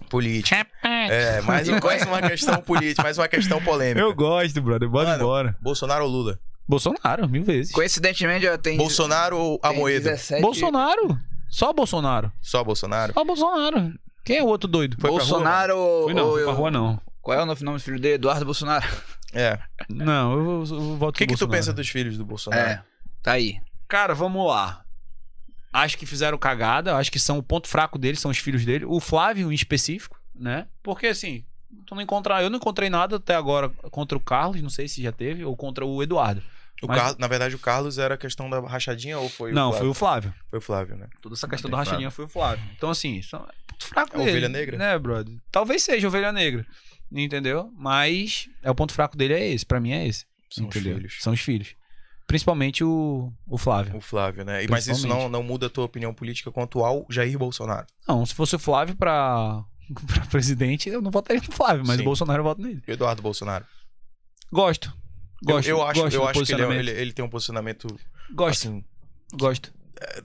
Política.
rapaz.
É, mais, mais uma questão política, mais uma questão polêmica.
gosto, brother.
Mano.
embora.
Bolsonaro ou Lula?
Bolsonaro, mil vezes.
Coincidentemente, eu tenho.
Bolsonaro ou
tenho
Amoedo?
17
Bolsonaro. Só Bolsonaro.
Só Bolsonaro?
Só Bolsonaro. Quem é o outro doido?
Foi pra rua,
Bolsonaro ou.
Fui não,
ou
fui pra
eu-
rua não.
Qual é o nome do filho dele? Eduardo Bolsonaro.
É.
Não, eu, eu, eu voto
O que, que
pro
tu
Bolsonaro.
pensa dos filhos do Bolsonaro?
É. Tá aí.
Cara, vamos lá. Acho que fizeram cagada, acho que são o ponto fraco dele, são os filhos dele. O Flávio, em específico, né? Porque assim, tu não encontrar, eu não encontrei nada até agora contra o Carlos, não sei se já teve, ou contra o Eduardo.
O
Mas-
Carlos- na verdade, o Carlos era a questão da rachadinha ou foi
não,
o
foi o
Flávio?
Flávio.
Foi o Flávio, né?
Toda essa questão
tem
do rachadinha foi o Flávio. Então, assim, são, é ponto fraco
É
dele.
ovelha negra?
Né, brother? Talvez seja ovelha negra. Entendeu? Mas é o ponto fraco dele é esse, pra mim é esse.
São os
entendeu?
filhos.
São os filhos. Principalmente o, o Flávio.
O Flávio, né? E- Mas isso não,
Principalmente.
não muda a tua opinião política quanto ao Jair Bolsonaro.
Não, se fosse o Flávio pra, (laughs) pra presidente, eu não votaria no Flávio, mas
Sim.
o Bolsonaro eu voto nele.
E o Eduardo Bolsonaro.
Gosto. Gosto.
eu, eu acho,
gosto
eu acho que ele,
do
é-
posicionamento.
ele- ele tem um posicionamento.
Gosto,
Assim,
gosto.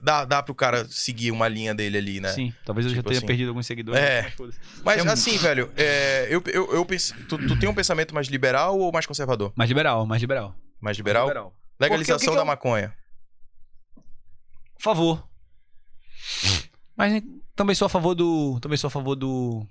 dá, dá pro cara seguir uma linha dele ali, né?
Sim. Talvez eu já
Tipo
tenha
assim.
perdido alguns seguidores.
É.
mas foda-se.
Mas
É um-
assim, velho, é, eu, eu, eu penso- tu, tu tem um pensamento mais liberal ou mais conservador?
Mais liberal, mais liberal.
Mais liberal?
Mais liberal.
Legalização
Porque o que que
da
eu-
maconha.
A favor. Mas né, também sou a favor do. Também sou a favor do.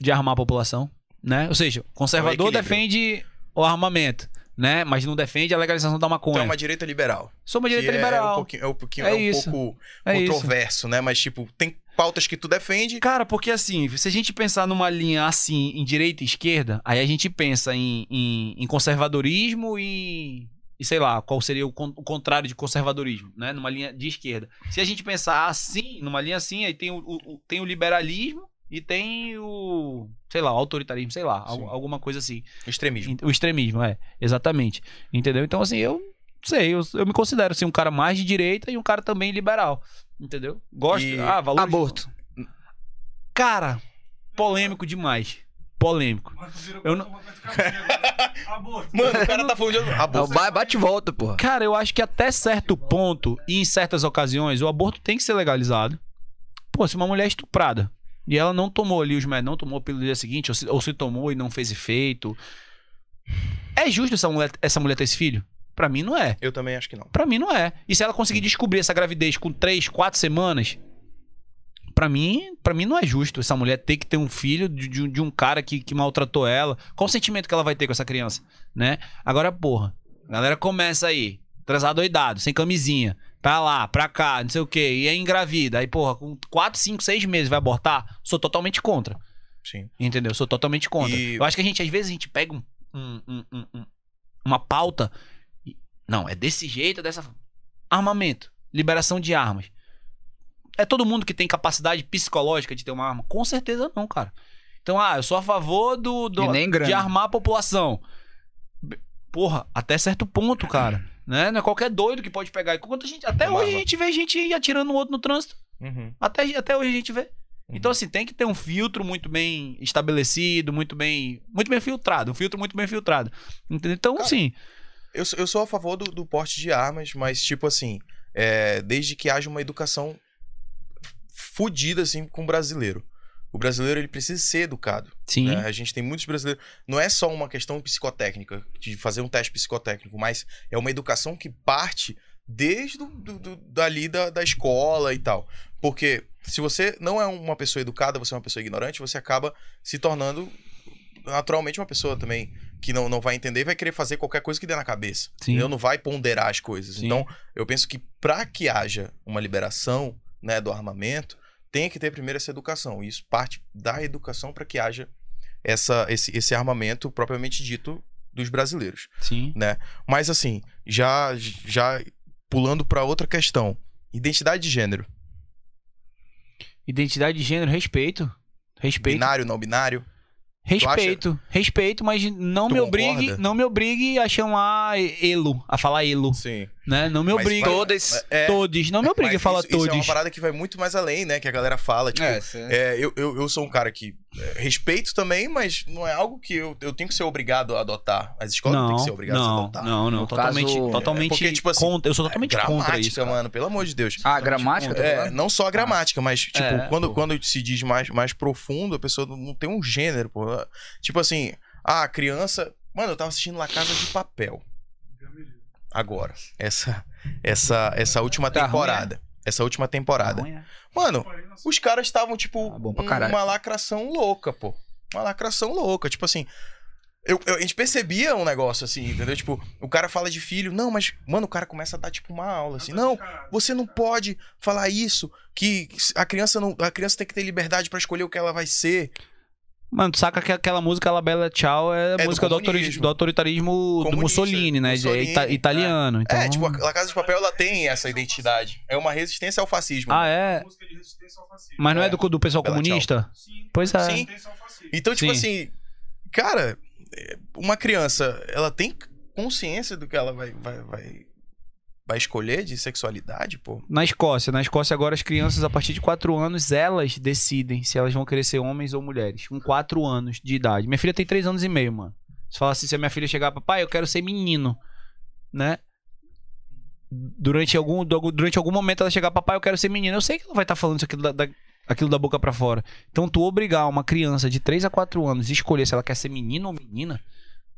De armar a população. Né? Ou seja, conservador
equilíbrio.
defende o armamento, né? Mas não defende a legalização da maconha.
Então é uma direita liberal.
Sou uma direita
que é- É um
liberal.
pouquinho, é um, pouquinho,
É
é um
isso.
pouco
É, isso.
controverso, né? Mas, tipo, tem pautas que tu defende.
Cara, porque assim, se a gente pensar numa linha assim, em direita e esquerda, aí a gente pensa em, em, em conservadorismo e, e sei lá, qual seria o, con- o contrário de conservadorismo, né? Numa linha de esquerda. Se a gente pensar assim, numa linha assim, aí tem o, o- o- tem o liberalismo e tem o, sei lá, o autoritarismo, sei lá, al-
Sim.
alguma coisa assim.
Extremismo.
O extremismo, é, exatamente. Entendeu? Então, assim, eu não sei, eu, eu me considero assim, um cara mais de direita e um cara também liberal. Entendeu? Gosto.
E
Ah, valor.
Aborto.
Cara, polêmico demais. Polêmico. Eu
Eu
não-
não. Aborto.
Mano, o cara tá falando de
É o
aborto.
ba- bate e volta, porra.
Cara, eu acho que até certo ponto e em certas ocasiões o aborto tem que ser legalizado. Pô, se uma mulher é estuprada e ela não tomou ali os médicos, não tomou pelo dia seguinte, ou se, ou se tomou e não fez efeito. É justo essa mulher, essa mulher ter esse filho? Pra mim não é.
Eu também acho que não.
Pra mim não é. E se ela conseguir descobrir essa gravidez com 3, 4 semanas, pra mim, para mim não é justo essa mulher ter que ter um filho de, de um- de um cara que, que maltratou ela. Qual o sentimento que ela vai ter com essa criança, né? Agora, porra, a galera começa aí, transar doidado, sem camisinha, pra lá, pra cá, não sei o quê, e aí engravida. Aí, porra, com 4, 5, 6 meses vai abortar? Sou totalmente contra.
Sim.
Entendeu? Eu sou totalmente contra.
E-
Eu acho que a gente, às vezes, a gente pega um- um- um- um- um- uma pauta. e- Não, é desse jeito, é dessa. forma. Armamento. Liberação de armas. É todo mundo que tem capacidade psicológica de ter uma arma? Com certeza não, cara. Então, ah, eu sou a favor do, do-
E nem grana.
de armar a população. B- Porra, até certo ponto, cara. Né? Não é qualquer doido que pode pegar. E Quanto a gente, até
Uma
hoje a
arma.
gente vê gente atirando o outro no trânsito.
Uhum.
Até, até hoje a gente vê.
Uhum.
Então, assim, tem que ter um filtro muito bem estabelecido, muito bem. Muito bem filtrado. Um filtro muito bem filtrado. Entendeu? Então,
Cara,
assim.
Eu, sou- eu sou a favor do, do porte de armas, mas, tipo assim, é, desde que haja uma educação fodida, assim, com o brasileiro. O brasileiro, ele precisa ser educado.
Sim.
né? A gente tem muitos brasileiros. Não é só uma questão psicotécnica, de fazer um teste psicotécnico, mas é uma educação que parte desde do, do- do- dali da, da escola e tal. Porque se você não é uma pessoa educada, você é uma pessoa ignorante, você acaba se tornando naturalmente uma pessoa também que não, não vai entender e vai querer fazer qualquer coisa que dê na cabeça.
Sim.
Entendeu? Não vai ponderar as coisas.
Sim.
Então, eu penso que para que haja uma liberação né, do armamento, tem que ter primeiro essa educação. E isso parte da educação para que haja essa, esse, esse armamento propriamente dito dos brasileiros.
Sim.
Mas assim, já já pulando para outra questão, identidade de gênero,
Identidade de gênero, respeito. Respeito.
binário não binário,
Respeito. Respeito, mas não
Tu
me obrigue.
concorda?
Não me obrigue a chamar elo, a falar elo.
sim.
Né? Não me
Mas
obrigue.
vai-
Todas.
É,
Todos. Não me obrigue a
mas
falar
isso,
todos.
Isso é uma parada que vai muito mais além, né? Que a galera fala, tipo,
É, cê-
É, eu, eu, eu sou um cara que é, respeito também, mas não é algo que eu, eu tenho que ser obrigado a adotar. As escolas não,
não,
têm que ser obrigadas a
não,
adotar.
não, não,
No
totalmente,
caso-
totalmente
É, porque, tipo assim, é
contra, eu sou totalmente contra
gramática,
isso. cara.
mano, pelo amor de Deus.
Ah, gramática? tá
É,
falando?
não só a gramática, mas, tipo,
Ah. É,
quando,
pô.
quando se diz mais, mais profundo, a pessoa não- não tem um gênero, pô. Tipo assim, ah, a criança. Mano, eu tava assistindo La Casa de Papel. agora. Essa, essa, essa última
Tá ruim,
temporada.
é?
Essa última
Tá
temporada.
Ruim, é?
Mano,
Parei na-
os caras estavam, tipo,
Ah, bom pra caralho.
uma lacração louca, pô. Uma lacração louca. Tipo assim. Eu, eu- a gente percebia um negócio assim, entendeu? Tipo, o cara fala de filho. Não, mas, mano, o cara começa a dar, tipo, uma aula assim. Não,
Caralho.
você não pode falar isso, que a criança não, a criança tem que ter liberdade pra escolher o que ela vai ser.
Mano, tu saca que aquela música La Bella Ciao é,
do
música do, autori-
comunismo.
do autoritarismo do
Comunista,
Mussolini, né? de-
Mussolini,
ita- italiano. Então...
É, tipo, a Casa de Papel ela tem essa identidade. É uma resistência ao fascismo.
Ah, é?
Música de resistência ao fascismo.
Mas não é,
É.
do, do pessoal
Bella Ciao.
comunista?
Sim.
Pois é.
Sim.
Resistência ao fascismo.
Então, tipo
Sim.
assim, cara, é, uma criança, ela tem consciência do que ela vai vai, vai, vai escolher de sexualidade, pô?
Na Escócia. Na Escócia, agora as crianças, a partir de 4 anos, elas decidem se elas vão querer ser homens ou mulheres. Com 4 anos de idade. Minha filha tem 3 anos e meio, mano. Se falar assim, se a minha filha chegar, papai, eu quero ser menino, né? Durante algum, do- durante algum momento ela chegar, papai, eu quero ser menino. Eu sei que ela vai estar falando isso aquilo da, da- aquilo da boca pra fora. Então, tu obrigar uma criança de 3 a 4 anos a escolher se ela quer ser menino ou menina,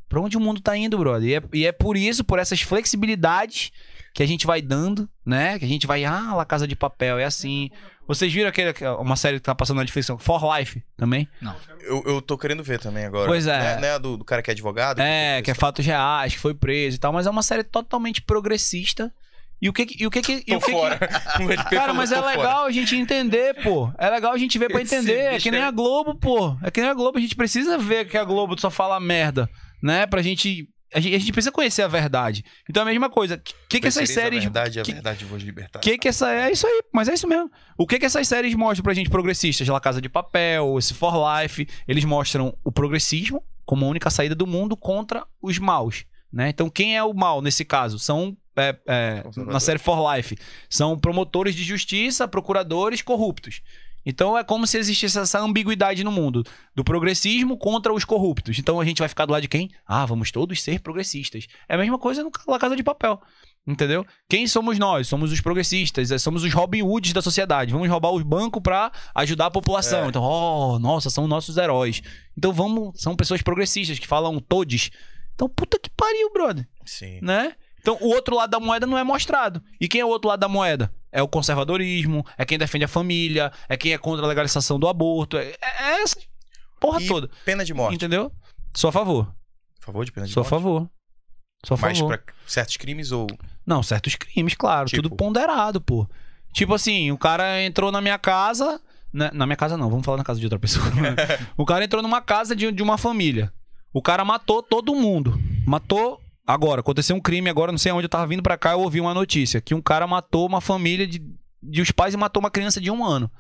pra onde o mundo tá indo, brother? E é, e é por isso, por essas flexibilidades que a gente vai dando, né? Que a gente vai, ah, La Casa de Papel, é assim. Vocês viram aquele, uma série que tá passando na Netflix, For Life, também?
Eu, eu tô querendo ver também agora.
Pois é.
Né, né, do, do cara que é advogado.
É, que é fatos reais, que foi preso e tal, mas é uma série totalmente progressista. E o que que- e o que que- e
Tô
o então, que que-
fora. (laughs) Ele
Cara,
falou,
mas
tô
é
fora.
legal a gente entender, pô. É legal a gente ver pra
Esse
entender. É
bicho
que nem
é-
a Globo, pô. É que nem a Globo, a gente precisa ver que a Globo só fala merda, né? Pra gente. A gente, a gente precisa conhecer a verdade. Então é a mesma coisa. O que, que essas
Vencereis a
séries.
verdade,
que-
a verdade vos libertar.
O que que essa é isso aí, mas é isso mesmo. O que que essas séries mostram pra gente progressistas? La Casa de Papel, esse For Life, eles mostram o progressismo como a única saída do mundo contra os maus, né? Então quem é o mal nesse caso? São é, é, na série For Life são promotores de justiça, procuradores corruptos. Então é como se existisse essa ambiguidade no mundo do progressismo contra os corruptos. Então a gente vai ficar do lado de quem? Ah, vamos todos ser progressistas. É a mesma coisa no La Casa de Papel. Entendeu? Quem somos nós? Somos os progressistas, eh, somos os Robin Hoods da sociedade. Vamos roubar os bancos pra ajudar a população.
É.
Então, oh, nossa, são nossos heróis. Então vamos, são pessoas progressistas que falam todes. Então, puta que pariu, brother,
Sim.
né? Então, o outro lado da moeda não é mostrado. E quem é o outro lado da moeda? É o conservadorismo, é quem defende a família, é quem é contra a legalização do aborto, é, é essa porra
E
toda,
Pena de morte.
entendeu? Sou a favor,
A favor de pena de
sou a
morte?
favor. Sou a
Mas
favor.
pra certos crimes ou...
Não, certos crimes, claro.
Tipo?
Tudo ponderado, pô. Tipo assim, o cara entrou na minha casa. né? Na minha casa não, vamos falar na casa de outra pessoa. né? o cara entrou numa casa de, de uma família. O cara matou todo mundo. Matou. Agora, aconteceu um crime agora, não sei aonde eu tava vindo pra cá, eu ouvi uma notícia. Que um cara matou uma família de, de os pais e matou uma criança de um ano.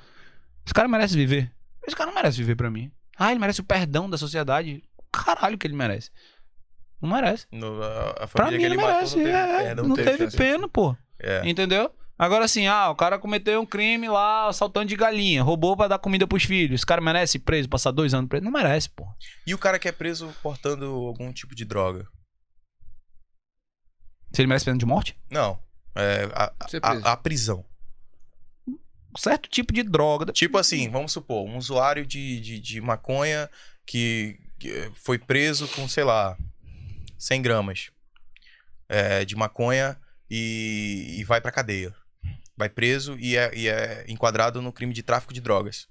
Esse cara merece viver. Esse cara não merece viver pra mim. Ah, ele merece o perdão da sociedade. Caralho que ele merece. Não merece.
No, a, a família
Pra
que
mim
ele
não
matou
merece.
não teve
é,
pena,
não, teve pena, pô.
É.
Entendeu? Agora assim, ah, o cara cometeu um crime lá, assaltando de galinha, roubou pra dar comida pros filhos. Esse cara merece ir preso, passar dois anos preso? Não merece, pô.
E o cara que é preso portando algum tipo de droga?
Se ele merece pena de morte?
Não. É, a,
Ser
a-
preso.
a prisão.
Certo tipo de droga.
Tipo
Uhum.
assim, vamos supor, um usuário de, de, de maconha que, que, eh, foi preso com, sei lá, 100 gramas eh, de maconha e, e vai pra cadeia. Vai preso e é, e é enquadrado no crime de tráfico de drogas.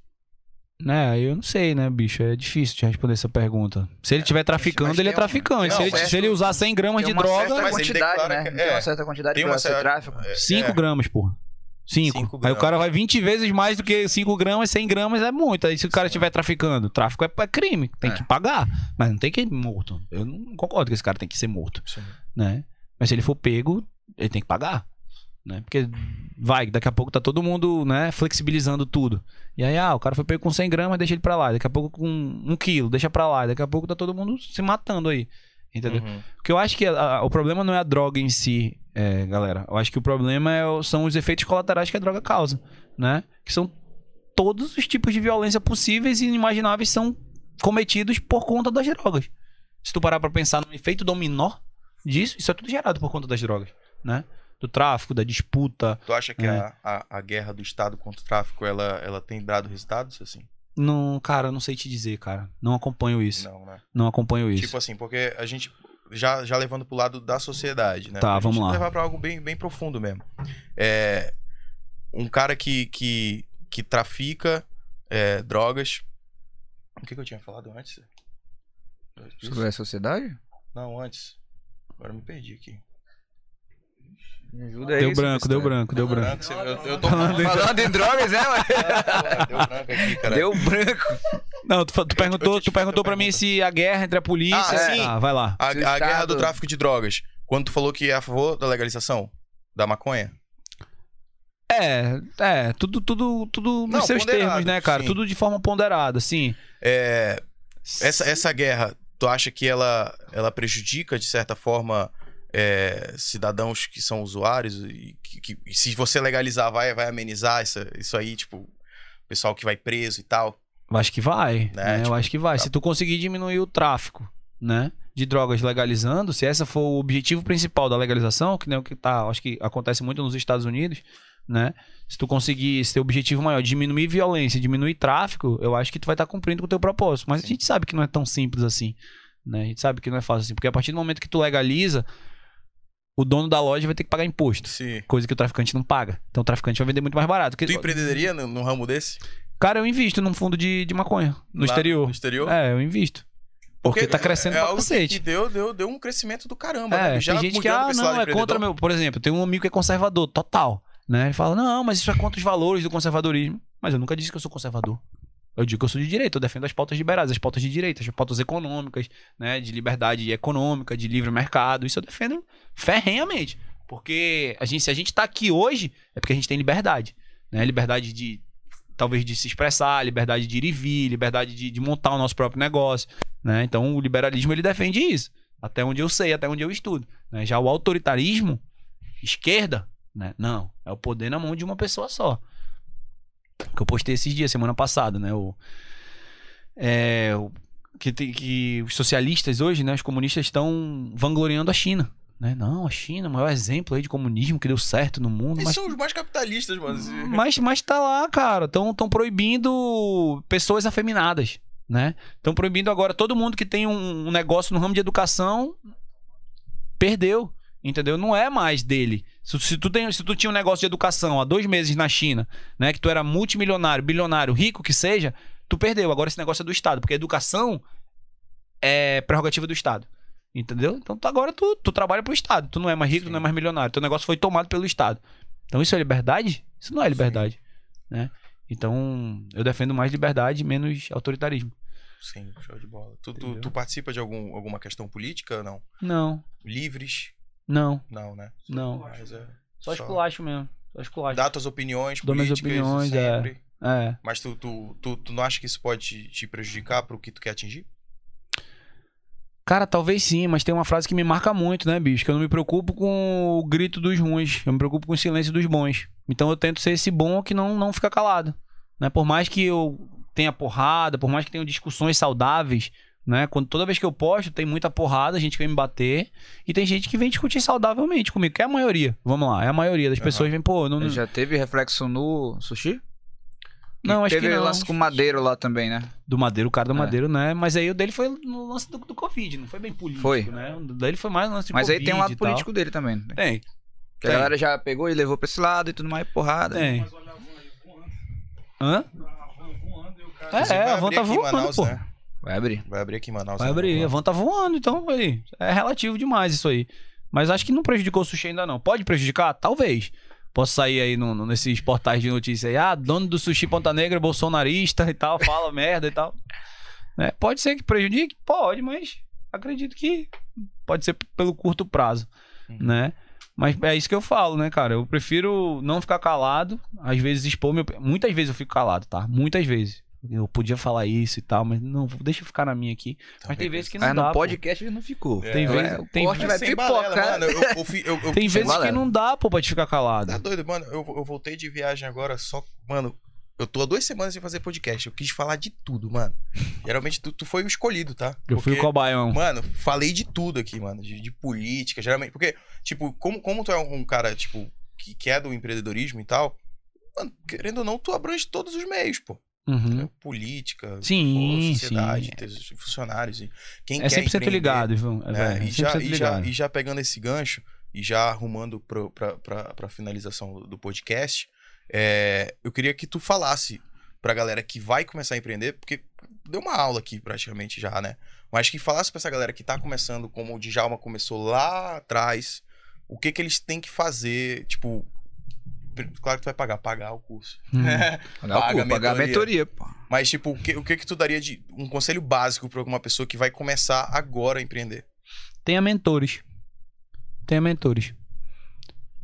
Né, eu não sei, né, bicho? É difícil te responder essa pergunta. Se ele estiver traficando,
mas
ele é
tem um-
traficante.
Não,
se, ele,
mas-
se ele usar 100 gramas
Tem
de
uma
droga,
certa
mas ele
quantidade,
declara
né?
que-
Tem
é.
uma certa quantidade
Tem uma
pra ser
certa-
tráfico.
É,
5
é.
gramas, porra.
Cinco
5. Aí o
gramas.
cara vai 20 vezes mais do que 5 gramas, 100 gramas é muito. Aí se o cara estiver traficando, tráfico é, é crime, tem
É.
que pagar. Mas não tem que ir morto. Eu não concordo que esse cara tem que ser morto,
Sim.
né? Mas se ele for pego, ele tem que pagar. Né? Porque vai, daqui a pouco tá todo mundo né, flexibilizando tudo. E aí, ah, o cara foi pego com 100 gramas, deixa ele pra lá. Daqui a pouco com 1 quilo, deixa pra lá. Daqui a pouco tá todo mundo se matando aí. Entendeu?
Uhum.
Porque eu acho que a- a- o problema não é a droga em si, é, galera. Eu acho que o problema é o- são os efeitos colaterais que a droga causa, né? Que são todos os tipos de violência possíveis e inimagináveis são cometidos por conta das drogas. Se tu parar pra pensar no efeito dominó disso, isso é tudo gerado por conta das drogas, né? Do tráfico, da disputa.
Tu acha que
É.
a, a, a guerra do Estado contra o tráfico, ela, ela tem dado resultados, assim?
Não, cara, eu não sei te dizer, cara. Não acompanho isso. Não,
Não, né?
acompanho isso.
Tipo assim, porque a gente. já, já levando pro lado da sociedade, né?
Tá,
Pra gente
vamos lá.
levar pra algo bem, bem profundo mesmo. É, um cara que, que, que trafica é, drogas. O que, que eu tinha falado antes?
Sobre a é sociedade?
Não, antes. Agora eu me perdi aqui.
Me
é
ajuda aí. seu
Deu branco, deu
Cristiano.
branco, deu branco.
Branco, eu, eu tô
Falando
falando.
em-
Falando em drogas, né, mano?
Deu branco aqui, cara.
Deu branco.
Não, tu, fa- tu perguntou,
eu te
tu
fiz
perguntou
outra
pra mim
pergunta.
se a guerra entre a polícia.
Ah, sim.
vai lá.
A, a
Estado.
guerra do tráfico de drogas. Quando tu falou que é a favor da legalização da maconha?
É, é, tudo, tudo, tudo nos
Não,
seus
ponderado,
termos, né, cara?
sim.
Tudo de forma ponderada, sim.
É, essa, essa guerra, tu acha que ela, ela prejudica, de certa forma, é, cidadãos que são usuários? E que, que- e se você legalizar, vai, vai amenizar essa- isso aí, tipo, o pessoal que vai preso e tal?
Eu acho que vai.
Né,
né?
tipo,
eu acho que vai.
tá.
Se tu conseguir diminuir o tráfico, né? De drogas legalizando, se essa for o objetivo principal da legalização, que nem o que tá, acho que acontece muito nos Estados Unidos, né? Se tu conseguir esse teu objetivo maior, diminuir violência, diminuir tráfico, eu acho que tu vai estar cumprindo com o teu propósito. Mas a gente sabe que não é tão simples assim, né? A gente sabe que não é fácil assim, porque a partir do momento que tu legaliza, o dono da loja vai ter que pagar imposto,
Se...
coisa que o traficante não paga. Então o traficante vai vender muito mais barato.
Tu empreendedoria no, no ramo desse?
Cara, eu invisto num fundo de, de maconha, no
Lá-
exterior.
No exterior?
É, eu invisto. Porque, tá crescendo
é
pra
algo que, que
cacete.
deu, deu, deu um crescimento do caramba. né?
É,
Já
tem gente que,
mudando pra
ah,
esse lado
não, é
empreendedor.
contra meu. Por exemplo, tem um amigo que é conservador, total. Né? Ele fala, não, mas isso é contra os valores do conservadorismo. Mas eu nunca disse que eu sou conservador. Eu digo que eu sou de direita, eu defendo as pautas liberais, as pautas de direita, as pautas econômicas, né? De liberdade econômica, de livre mercado. Isso eu defendo ferrenhamente. Porque a gente, se a gente tá aqui hoje, é porque a gente tem liberdade. Né? Liberdade de talvez de se expressar, liberdade de ir e vir, liberdade de, de montar o nosso próprio negócio. Né? Então o liberalismo ele defende isso. Até onde eu sei, até onde eu estudo. né? Já o autoritarismo, esquerda, né? não. É o poder na mão de uma pessoa só. Que eu postei esses dias, semana passada, né? O, é, o- que, tem- que os socialistas hoje, né? Os comunistas estão vangloriando a China. Né? Não, a China é o maior exemplo aí de comunismo que deu certo no mundo.
Eles
mas
são os mais capitalistas, mano. esse-
mas, mas tá lá, cara. Estão tão proibindo pessoas afeminadas, né? Estão proibindo agora todo mundo que tem um, um negócio no ramo de educação perdeu, entendeu? Não é mais dele. Se, se tu tem, se tu tinha um negócio de educação há dois meses na China, né? Que tu era multimilionário, bilionário, rico que seja, tu perdeu. Agora esse negócio é do Estado, porque a educação é prerrogativa do Estado. Entendeu? Então tu- agora tu, tu trabalha pro Estado. Tu não é mais rico, tu não é mais milionário. Teu negócio foi tomado pelo Estado. Então isso é liberdade? Isso não é liberdade. Né? Então eu defendo mais liberdade, menos autoritarismo.
Sim, show de bola. Tu, tu,
Entendeu?
tu participa de algum, alguma questão política? Não.
Não,
Livres?
não,
Não, né?
não.
Mas é.
Só esculacho mesmo. Só esculacho.
Dá tuas opiniões
Dou minhas
políticas
opiniões, é.
sempre.
É.
Mas tu, tu, tu, tu não acha que isso pode te, te prejudicar pro que tu quer atingir?
Cara, talvez sim, mas tem uma frase que me marca muito, né, bicho? Que eu não me preocupo com o grito dos ruins, eu me preocupo com o silêncio dos bons. Então eu tento ser esse bom que não, não fica calado. Né? Por mais que eu tenha porrada, por mais que tenha discussões saudáveis, né? Quando, toda vez que eu posto, tem muita porrada, gente que vem me bater. E tem gente que vem discutir saudavelmente comigo, que é a maioria. Vamos lá, é a maioria das
Aham.
pessoas vem, pô, não,
Já teve reflexo no sushi?
não acho
teve
que não. Tipo
lance com madeiro lá também, né?
Do Madeiro, o cara do
É.
Madeiro, né? Mas aí o dele foi no lance do, do Covid, não foi bem político,
Foi.
né? O dele foi mais no lance do
Mas
Covid.
aí tem um lado
e tal.
político dele também. né?
Tem,
Que a
Tem. É.
galera já pegou e levou pra esse lado e tudo mais, porrada.
tem.
Mas olha a van aí, voando,
Hã?
a van voando e o cara.
É,
Inclusive,
a
vai
van
abrir
tá
aqui em
voando,
Manaus,
pô.
né?
Vai abrir.
Vai abrir aqui em Manaus.
Vai
né?
abrir, a van tá voando, então aí, é relativo demais isso aí. Mas acho que não prejudicou o sushi ainda não. Pode prejudicar? Talvez. Posso sair aí no- no- nesses portais de notícia aí, ah, dono do sushi Ponta Negra, é bolsonarista e tal, fala (laughs) merda e tal. Né? Pode ser que prejudique? Pode, mas acredito que pode ser p- pelo curto prazo,
Uhum.
né? Mas é isso que eu falo, né, cara? Eu prefiro não ficar calado, às vezes expor meu... Muitas vezes eu fico calado, tá? Muitas vezes. Eu podia falar isso e tal, mas não, deixa eu ficar na minha aqui. Mas tem vezes que não
Ah,
dá.
no
pô.
podcast ele não ficou.
É.
Tem
Ela
vezes,
é-
tem,
Mas
corta,
vezes-
vai né?
sem balela,
pipocar.
mano. Eu, eu, fi- eu, eu,
tem vezes que
Valera.
não dá, pô, pra te ficar calado.
Tá doido, mano. Eu, eu voltei de viagem agora só. Mano, eu tô há duas semanas sem fazer podcast. Eu quis falar de tudo, mano. Geralmente tu, tu foi o escolhido, tá?
Eu fui o
Porque-
cobaião.
Mano, falei de tudo aqui, mano. De, de política, geralmente. Porque, tipo, como, como tu é um cara, tipo, que, que é do empreendedorismo e tal, mano, querendo ou não, tu abrange todos os meios, pô.
Uhum.
política,
Sim,
pô, sociedade,
sim.
ter os funcionários. e Quem
É
quer
100%
empreender,
ligado, viu? É,
né?
velho,
E, já,
100%
e, já,
ligado.
e já pegando esse gancho e já arrumando pro- pra pra- pra finalização do podcast, é, eu queria que tu falasse pra galera que vai começar a empreender, porque deu uma aula aqui praticamente já, né? Mas que falasse pra essa galera que tá começando, como o Djalma começou lá atrás, o que que eles têm que fazer, tipo... pr- Claro que tu vai pagar, pagar o curso.
Uhum.
Pagar,
Paga
paga,
a
pagar a
mentoria.
mentoria, pô.
Mas, tipo, o que, o que que tu daria de um conselho básico pra alguma pessoa que vai começar agora a empreender?
Tenha mentores. Tenha mentores.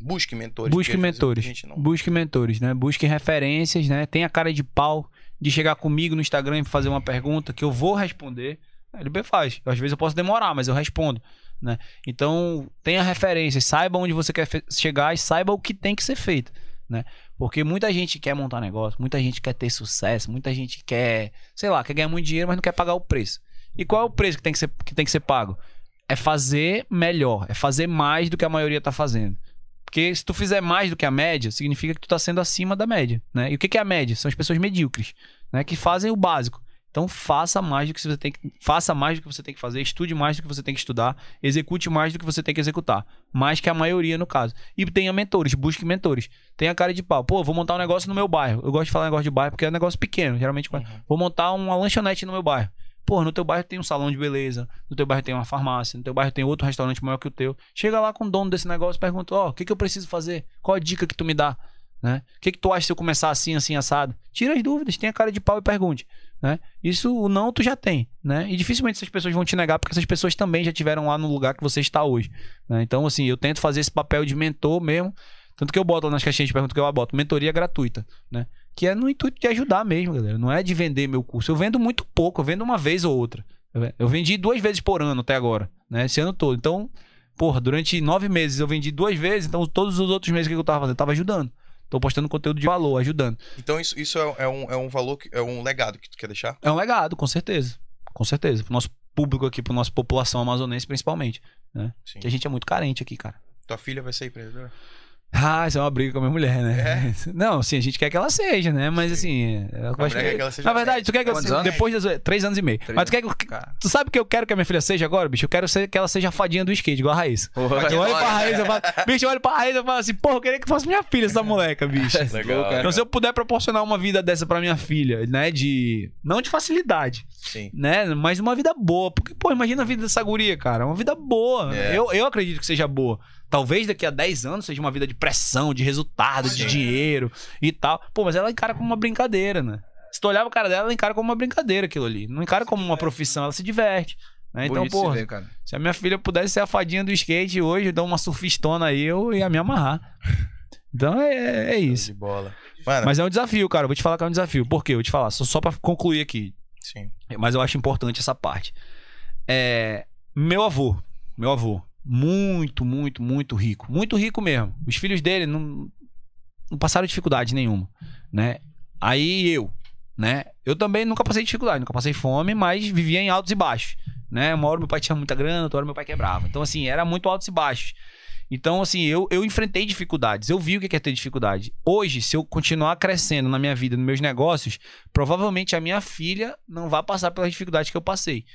Busque mentores.
Busque
porque às vezes
mentores.
a gente não-
Busque mentores, né? Busque referências, né? Tenha cara de pau de chegar comigo no Instagram e fazer uma pergunta que eu vou responder. Ele bem faz. Às vezes eu posso demorar, mas eu respondo, né? Então, tenha referências, saiba onde você quer fe- chegar e saiba o que tem que ser feito, né? Porque muita gente quer montar negócio, muita gente quer ter sucesso, muita gente quer, sei lá, quer ganhar muito dinheiro, mas não quer pagar o preço. E qual é o preço que tem que ser, que tem que ser pago? É fazer melhor, é fazer mais do que a maioria tá fazendo. Porque se tu fizer mais do que a média, significa que tu tá sendo acima da média, né? E o que que é a média? São as pessoas medíocres, né? Que fazem o básico. Então faça mais do que você tem que, faça mais do que você tem que fazer, estude mais do que você tem que estudar, execute mais do que você tem que executar, mais que a maioria no caso. E tenha mentores, busque mentores. Tenha cara de pau. Pô, vou montar um negócio no meu bairro. Eu gosto de falar negócio de bairro porque é um negócio pequeno, geralmente
Uhum.
vou montar uma lanchonete no meu bairro. Pô, no teu bairro tem um salão de beleza, no teu bairro tem uma farmácia, no teu bairro tem outro restaurante maior que o teu. Chega lá com o dono desse negócio e pergunta, ó, o que, que eu preciso fazer? Qual a dica que tu me dá? Né? O que, que tu acha se eu começar assim, assim, assado? Tira as dúvidas, tenha cara de pau e pergunte. Né? Isso o não tu já tem. Né? E dificilmente essas pessoas vão te negar, porque essas pessoas também já tiveram lá no lugar que você está hoje. né? Então, assim, eu tento fazer esse papel de mentor mesmo. Tanto que eu boto lá nas caixinhas de perguntas que eu boto, mentoria gratuita, né? que é no intuito de ajudar mesmo, galera. Não é de vender meu curso. Eu vendo muito pouco, eu vendo uma vez ou outra. Eu- Eu vendi duas vezes por ano até agora, né? Esse ano todo. Então, porra, durante nove meses eu vendi duas vezes, então todos os outros meses o que eu tava fazendo, eu tava ajudando. Tô postando conteúdo de valor, ajudando.
Então isso, isso é, é um, é um valor, que- é um legado que tu quer deixar?
É um legado, com certeza. Com certeza. Pro nosso público aqui, pro nossa população amazonense principalmente.
Sim.
Que a gente é muito carente aqui, cara.
Tua filha vai ser empreendedora?
Ah, isso é uma briga com a minha mulher, né? (laughs) Não, assim, a gente quer que ela seja, né? Mas assim, eu
É? A
acho
mulher quer
que...
que ela seja
Na verdade, tu quer que eu
Quantos
seja.
anos?
Depois das. Três anos e meio.
Três
Mas tu quer que.
Cara.
Tu sabe o que eu quero que a minha filha seja agora, bicho? Eu quero ser- que ela seja a fadinha do skate, igual a Raíssa.
Vai de
Eu olho
nós,
pra
né?
Raíssa, eu falo, bicho, eu olho pra Raíssa e falo assim, porra, eu queria que fosse minha filha essa moleca, bicho.
Legal,
Legal,
Então, se eu puder proporcionar uma vida dessa pra minha filha, né, de... Não de facilidade,
Sim.
né, mas uma vida boa. Porque, pô, imagina a vida dessa guria, cara. Uma vida boa.
É.
Eu, eu acredito que seja boa. Talvez daqui a 10 anos seja uma vida de pressão, de resultado, de dinheiro e tal. Pô, mas ela encara como uma brincadeira, né? Se tu olhar o cara dela, ela encara como uma brincadeira aquilo ali. Não encara como uma profissão, ela se diverte. né? Então,
Bonito se
pô,
ver, cara.
se a minha filha pudesse ser a fadinha do skate hoje, dar uma surfistona aí, eu ia me amarrar. Então é, é
Show
isso.
De bola. Mano,
Mas é um desafio, cara. Eu vou te falar que é um desafio. Por quê? Eu vou te falar. Só, só pra concluir aqui.
sim.
Mas eu acho importante essa parte. É, meu avô. Meu avô. Muito, muito, muito rico. Muito rico mesmo. Os filhos dele não, não passaram dificuldade nenhuma, né? Aí eu, né? Eu também nunca passei dificuldade, nunca passei fome, mas vivia em altos e baixos, né? Uma hora meu pai tinha muita grana, outra hora meu pai quebrava. Então, assim, era muito altos e baixos. Então, assim, eu, eu enfrentei dificuldades, eu vi o que é ter dificuldade. Hoje, se eu continuar crescendo na minha vida, nos meus negócios, provavelmente a minha filha não vai passar pelas dificuldades que eu passei.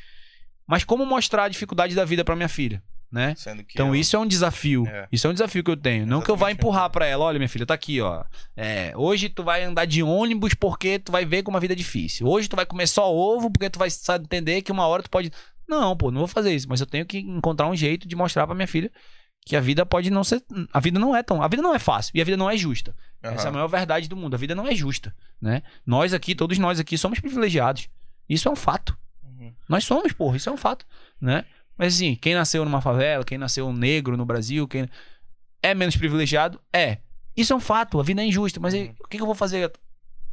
Mas como mostrar a dificuldade da vida pra minha filha, né?
Sendo que
Então
ela-
isso é um desafio.
É.
Isso é um desafio que eu tenho. Não que eu vá
Exatamente.
empurrar pra ela, olha minha filha, tá aqui, ó. É, hoje tu vai andar de ônibus porque tu vai ver como a vida é difícil. Hoje tu vai comer só ovo porque tu vai sa- entender que uma hora tu pode Não, pô, não vou fazer isso, mas eu tenho que encontrar um jeito de mostrar pra minha filha que a vida pode não ser, a vida não é tão, a vida não é fácil e a vida não é justa.
Aham.
Essa é a maior verdade do mundo. A vida não é justa, né? Nós aqui, todos nós aqui, somos privilegiados. Isso é um fato.
Uhum.
Nós somos, porra, isso é um fato, né? Mas assim, quem nasceu numa favela, quem nasceu negro no Brasil, quem é menos privilegiado, é. Isso é um fato, a vida é injusta, mas e-
Uhum.
o que que eu vou fazer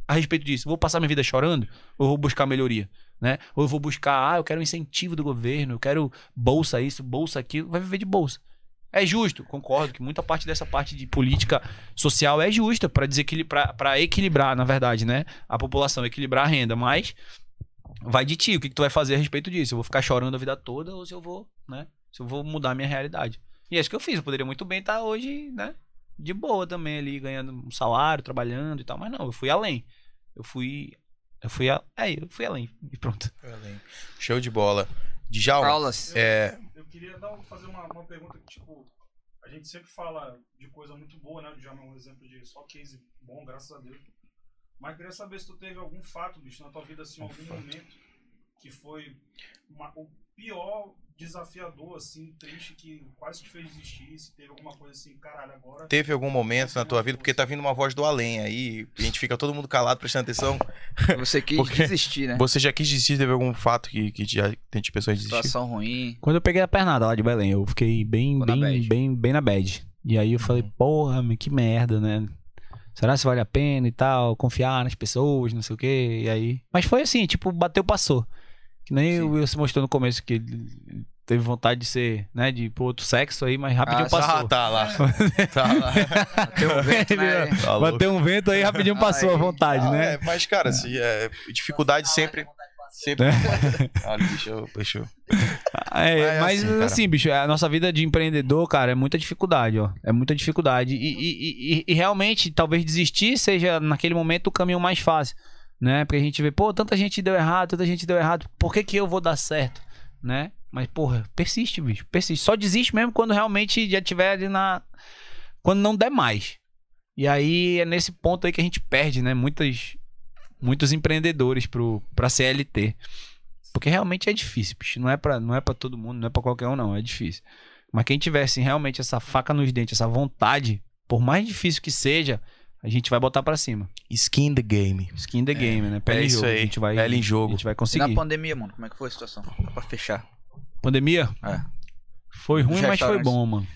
a respeito disso? Vou passar minha vida chorando ou vou buscar melhoria, né? Ou eu vou buscar, ah, eu quero um incentivo do governo, eu quero bolsa isso, bolsa aquilo, vai viver de bolsa. É justo, concordo que muita parte dessa parte de política social é justa para desequilibrar, para equilibrar, na verdade, né, a população, equilibrar a renda, mas vai de ti, o que, que tu vai fazer a respeito disso? Eu vou ficar chorando a vida toda ou se eu vou, né? Se eu vou mudar a minha realidade. E é isso que eu fiz, eu poderia muito bem estar hoje, né? De boa também ali, ganhando um salário, trabalhando e tal, mas não, eu fui além. Eu fui Eu fui, a... é, eu fui além e pronto.
Show de bola. Djalma,
Aulas.
é,
Eu queria dar, um- fazer uma, uma pergunta que, tipo, a gente sempre fala de coisa muito boa, né? O Djalma é um exemplo de só case bom, graças a Deus. Mas queria saber se tu teve algum fato, bicho, na tua vida, assim, algum momento que foi uma- o pior desafiador, assim, triste, que quase te fez desistir, se teve alguma coisa assim, caralho, agora...
teve algum momento na tua vida, porque tá vindo uma voz do além aí, e a gente fica todo mundo calado prestando atenção.
Você quis
Porque-
desistir, né?
Você já quis desistir, teve algum fato que, que já tem de pessoas desistir?
Situação ruim.
Quando eu peguei a pernada lá de Belém, eu fiquei bem,
Ficou na
bem,
bad. Uhum.
bem, bem na bad. E aí eu falei, porra, meu, que merda, né? Será se vale a pena e tal? Confiar nas pessoas, não sei o quê. E aí. Mas foi assim, tipo, bateu, passou. Que nem
Sim.
o Will se mostrou no começo que ele teve vontade de ser, né, de ir pro outro sexo aí, mas rapidinho
Ah,
passou.
Ah,
(laughs)
(laughs) tá lá. tá lá.
Tem um vento, né?
Tá louco.
Bateu um vento aí, rapidinho passou a
(laughs) Aí,
vontade,
Ah,
né?
é, mas, cara, se, é, dificuldade sempre. (laughs) Sempre. Olha, deixa eu. Deixa eu- Mas é
É, mas
assim, cara.
assim, bicho, a nossa vida de empreendedor, cara, é muita dificuldade, ó. É muita dificuldade. E, e- e- e- e realmente, talvez desistir seja, naquele momento, o caminho mais fácil, né? Porque a gente vê, pô, tanta gente deu errado, tanta gente deu errado, por que que eu vou dar certo, né? Mas, porra, persiste, bicho, persiste. Só desiste mesmo quando realmente já tiver ali na... Quando não der mais. E aí, é nesse ponto aí que a gente perde, né? Muitas, muitos empreendedores pro, pra CLT. Porque realmente é difícil, bicho. Não é pra, não é pra todo mundo, não é pra qualquer um, não. É difícil. Mas quem tivesse realmente essa faca nos dentes, essa vontade, por mais difícil que seja, a gente vai botar pra cima.
Skin the game.
Skin the game, né? Pele
é
em
isso
jogo.
aí,
A gente vai,
pele em jogo.
A gente vai
E na
conseguir.
pandemia, mano, como é que foi a situação? Pra fechar.
Pandemia?
É.
Foi ruim, mas foi
restaurantes.
bom, mano.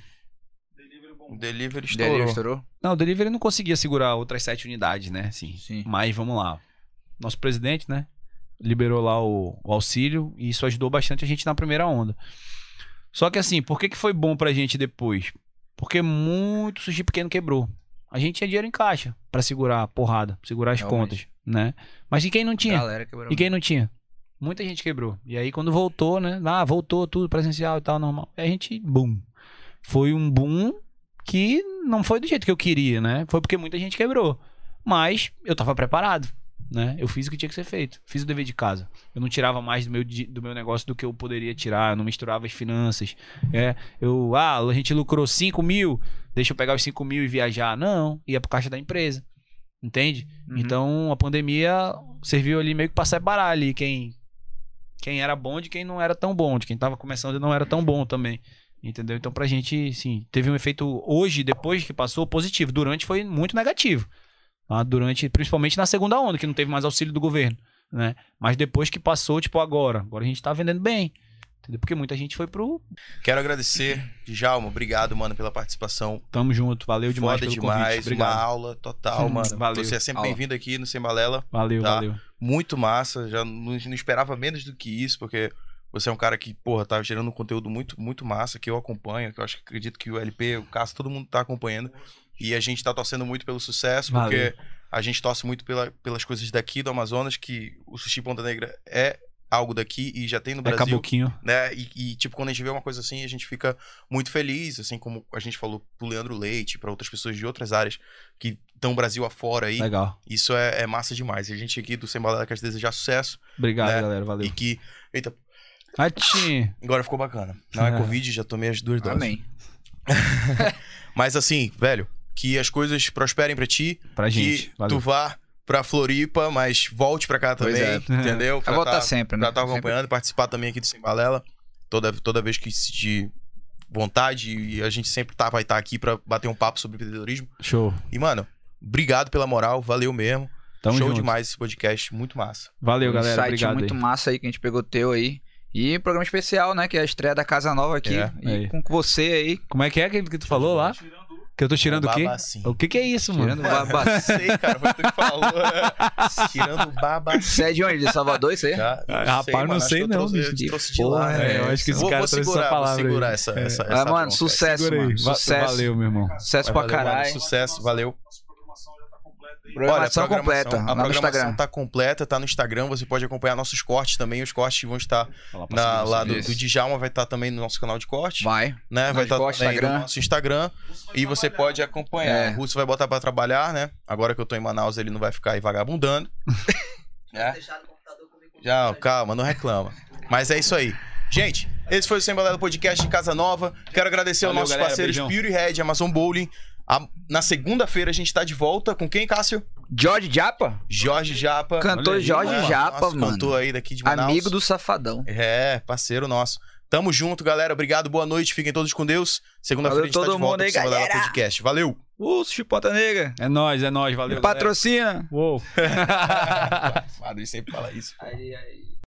Delivery
O
bom.
delivery estourou.
Delivery estourou?
Não, o delivery não conseguia segurar outras sete unidades, né? Sim.
Sim.
Mas vamos lá. Nosso presidente, né? Liberou lá o, o auxílio e isso ajudou bastante a gente na primeira onda. Só que assim, por que, que foi bom pra gente depois? Porque muito sushi pequeno quebrou. A gente tinha dinheiro em caixa pra segurar a porrada, segurar as
Realmente.
contas, né? Mas e quem não tinha?
Galera quebrou.
E quem não tinha? Muita gente quebrou. E aí quando voltou, né? Ah, voltou tudo presencial e tal, normal. E a gente, boom. Foi um boom que não foi do jeito que eu queria, né? Foi porque muita gente quebrou. Mas eu tava preparado, né? Eu fiz o que tinha que ser feito. Fiz o dever de casa. Eu não tirava mais do meu, di- do meu negócio do que eu poderia tirar. Eu não misturava as finanças. É, eu, ah, a gente lucrou 5 mil. Deixa eu pegar os 5 mil e viajar. Não, ia pro caixa da empresa. Entende?
Uhum.
Então a pandemia serviu ali meio que pra separar ali quem, quem era bom de quem não era tão bom, de quem tava começando e não era tão bom também. Entendeu? Então pra gente, sim, teve um efeito hoje, depois que passou, positivo. Durante foi muito negativo. tá? Durante, principalmente na segunda onda, que não teve mais auxílio do governo, né? Mas depois que passou, tipo agora, agora a gente tá vendendo bem. Entendeu? Porque muita gente foi pro
Quero agradecer, Djalma. Obrigado, mano, pela participação.
tamo junto, valeu demais
Foda
pelo
demais.
convite. Obrigado.
Uma aula total,
Hum,
mano.
valeu.
Você é sempre
Aula.
bem-vindo aqui no Sem Balela.
Valeu,
Tá.
valeu.
Muito massa. Já não, não esperava menos do que isso, porque você é um cara que, porra, tá gerando um conteúdo muito, muito massa, que eu acompanho, que eu acho que acredito que o LP, o Cássio, todo mundo tá acompanhando. E a gente tá torcendo muito pelo sucesso,
Valeu.
porque a gente torce muito pela- pelas coisas daqui do Amazonas, que o Sushi Ponta Negra é algo daqui e já tem no
É
Brasil
caboquinho.
né? E, e, tipo, quando a gente vê uma coisa assim, a gente fica muito feliz, assim como a gente falou pro Leandro Leite, pra outras pessoas de outras áreas que estão Brasil afora aí.
Legal.
Isso é, é massa demais. E a gente aqui do Sem Balada quer desejar sucesso
Obrigado,
Né?
galera.
e
Valeu.
que. Eita,
Atim.
agora ficou bacana. Não é,
(laughs) É.
Covid, já tomei as duas doses.
Amém.
Mas assim, velho, que as coisas prosperem pra ti,
Pra gente.
que
Valeu.
tu vá pra Floripa, mas volte pra cá
Pois
também,
é.
(laughs)
entendeu?
Vai
Pra
voltar
tá-
sempre, né?
pra estar
Sempre.
acompanhando, participar também aqui do Sem Balela. Toda, toda vez que sentir vontade, e a gente sempre tá, vai estar aqui pra bater um papo sobre empreendedorismo.
Show.
E, mano, obrigado pela moral, valeu mesmo.
Tamo
Show
junto.
demais esse podcast, muito massa.
Valeu,
Um
galera.
site
Obrigado.
muito
aí.
massa aí que a gente pegou teu aí. E programa especial, né? Que é a estreia da Casa Nova aqui.
É,
e
aí.
com você aí,
Como é que é que que tu falou lá?
Tirando
Que eu tô tirando o quê?
Babacim.
O que que é isso,
tirando o
mano?
Um Não
babacê.
sei, cara, foi tu que
(laughs)
falou. Tirando babacim.
Você é de onde? De Salvador, isso aí?
Já,
Rapaz, não
acho
sei
que eu
não,
trouxe- eu
bicho.
trouxe de
Porra,
lá, né?
é, eu acho que esse
Vou-
cara
vou
trouxe essa
segurar, vou
palavra aí.
segurar essa,
É.
essa,
Mas,
essa
mano,
bronca.
sucesso,
Segura aí.
mano.
Va-
Sucesso.
Valeu, meu irmão.
Sucesso
Valeu,
pra
mano.
caralho.
Sucesso, valeu.
Nossa programação já tá completa aí.
Pro- Programação
Olha, a
completa, lá
A
no
programação
Instagram.
tá completa, tá no Instagram. Você pode acompanhar nossos cortes também. Os cortes vão estar
Fala pra
na,
seguir
lá
você.
do,
Isso.
do Djalma, vai estar também no nosso canal de corte. Vai,
Vai.
né? Vai
de
estar
corte,
também no
Instagram.
nosso Instagram.
Russo vai
E você
trabalhar.
pode acompanhar.
É.
O
(laughs)
Russo vai botar pra trabalhar, né? Agora que eu tô em Manaus, ele não vai ficar aí vagabundando. É?
Deixaram o computador comigo.
Já, calma, não reclama. Mas é isso aí. Gente, esse foi o Sem Balela Podcast de Casa Nova. Quero agradecer
Valeu,
aos nossos
galera,
parceiros
beijão.
Pure Red, Amazon Bowling. A- na segunda-feira a gente tá de volta com quem, Cássio?
Jorge Japa?
Jorge Japa.
Cantor
aí,
Jorge
Opa,
Japa,
nosso
mano.
Cantor aí daqui de Manaus.
Amigo do Safadão.
É, parceiro nosso. Tamo junto, galera. Obrigado, boa noite. Fiquem todos com Deus. Segunda-feira a
Valeu
gente tá de
todo mundo
volta
aí,
com o Sem Balela
galera.
Podcast.
(laughs)
Valeu!
Ô, Chipota Negra.
É nóis, é nóis, valeu.
Patrocina.
galera. Uou.
(laughs) Padre sempre fala isso.
Aí, aí.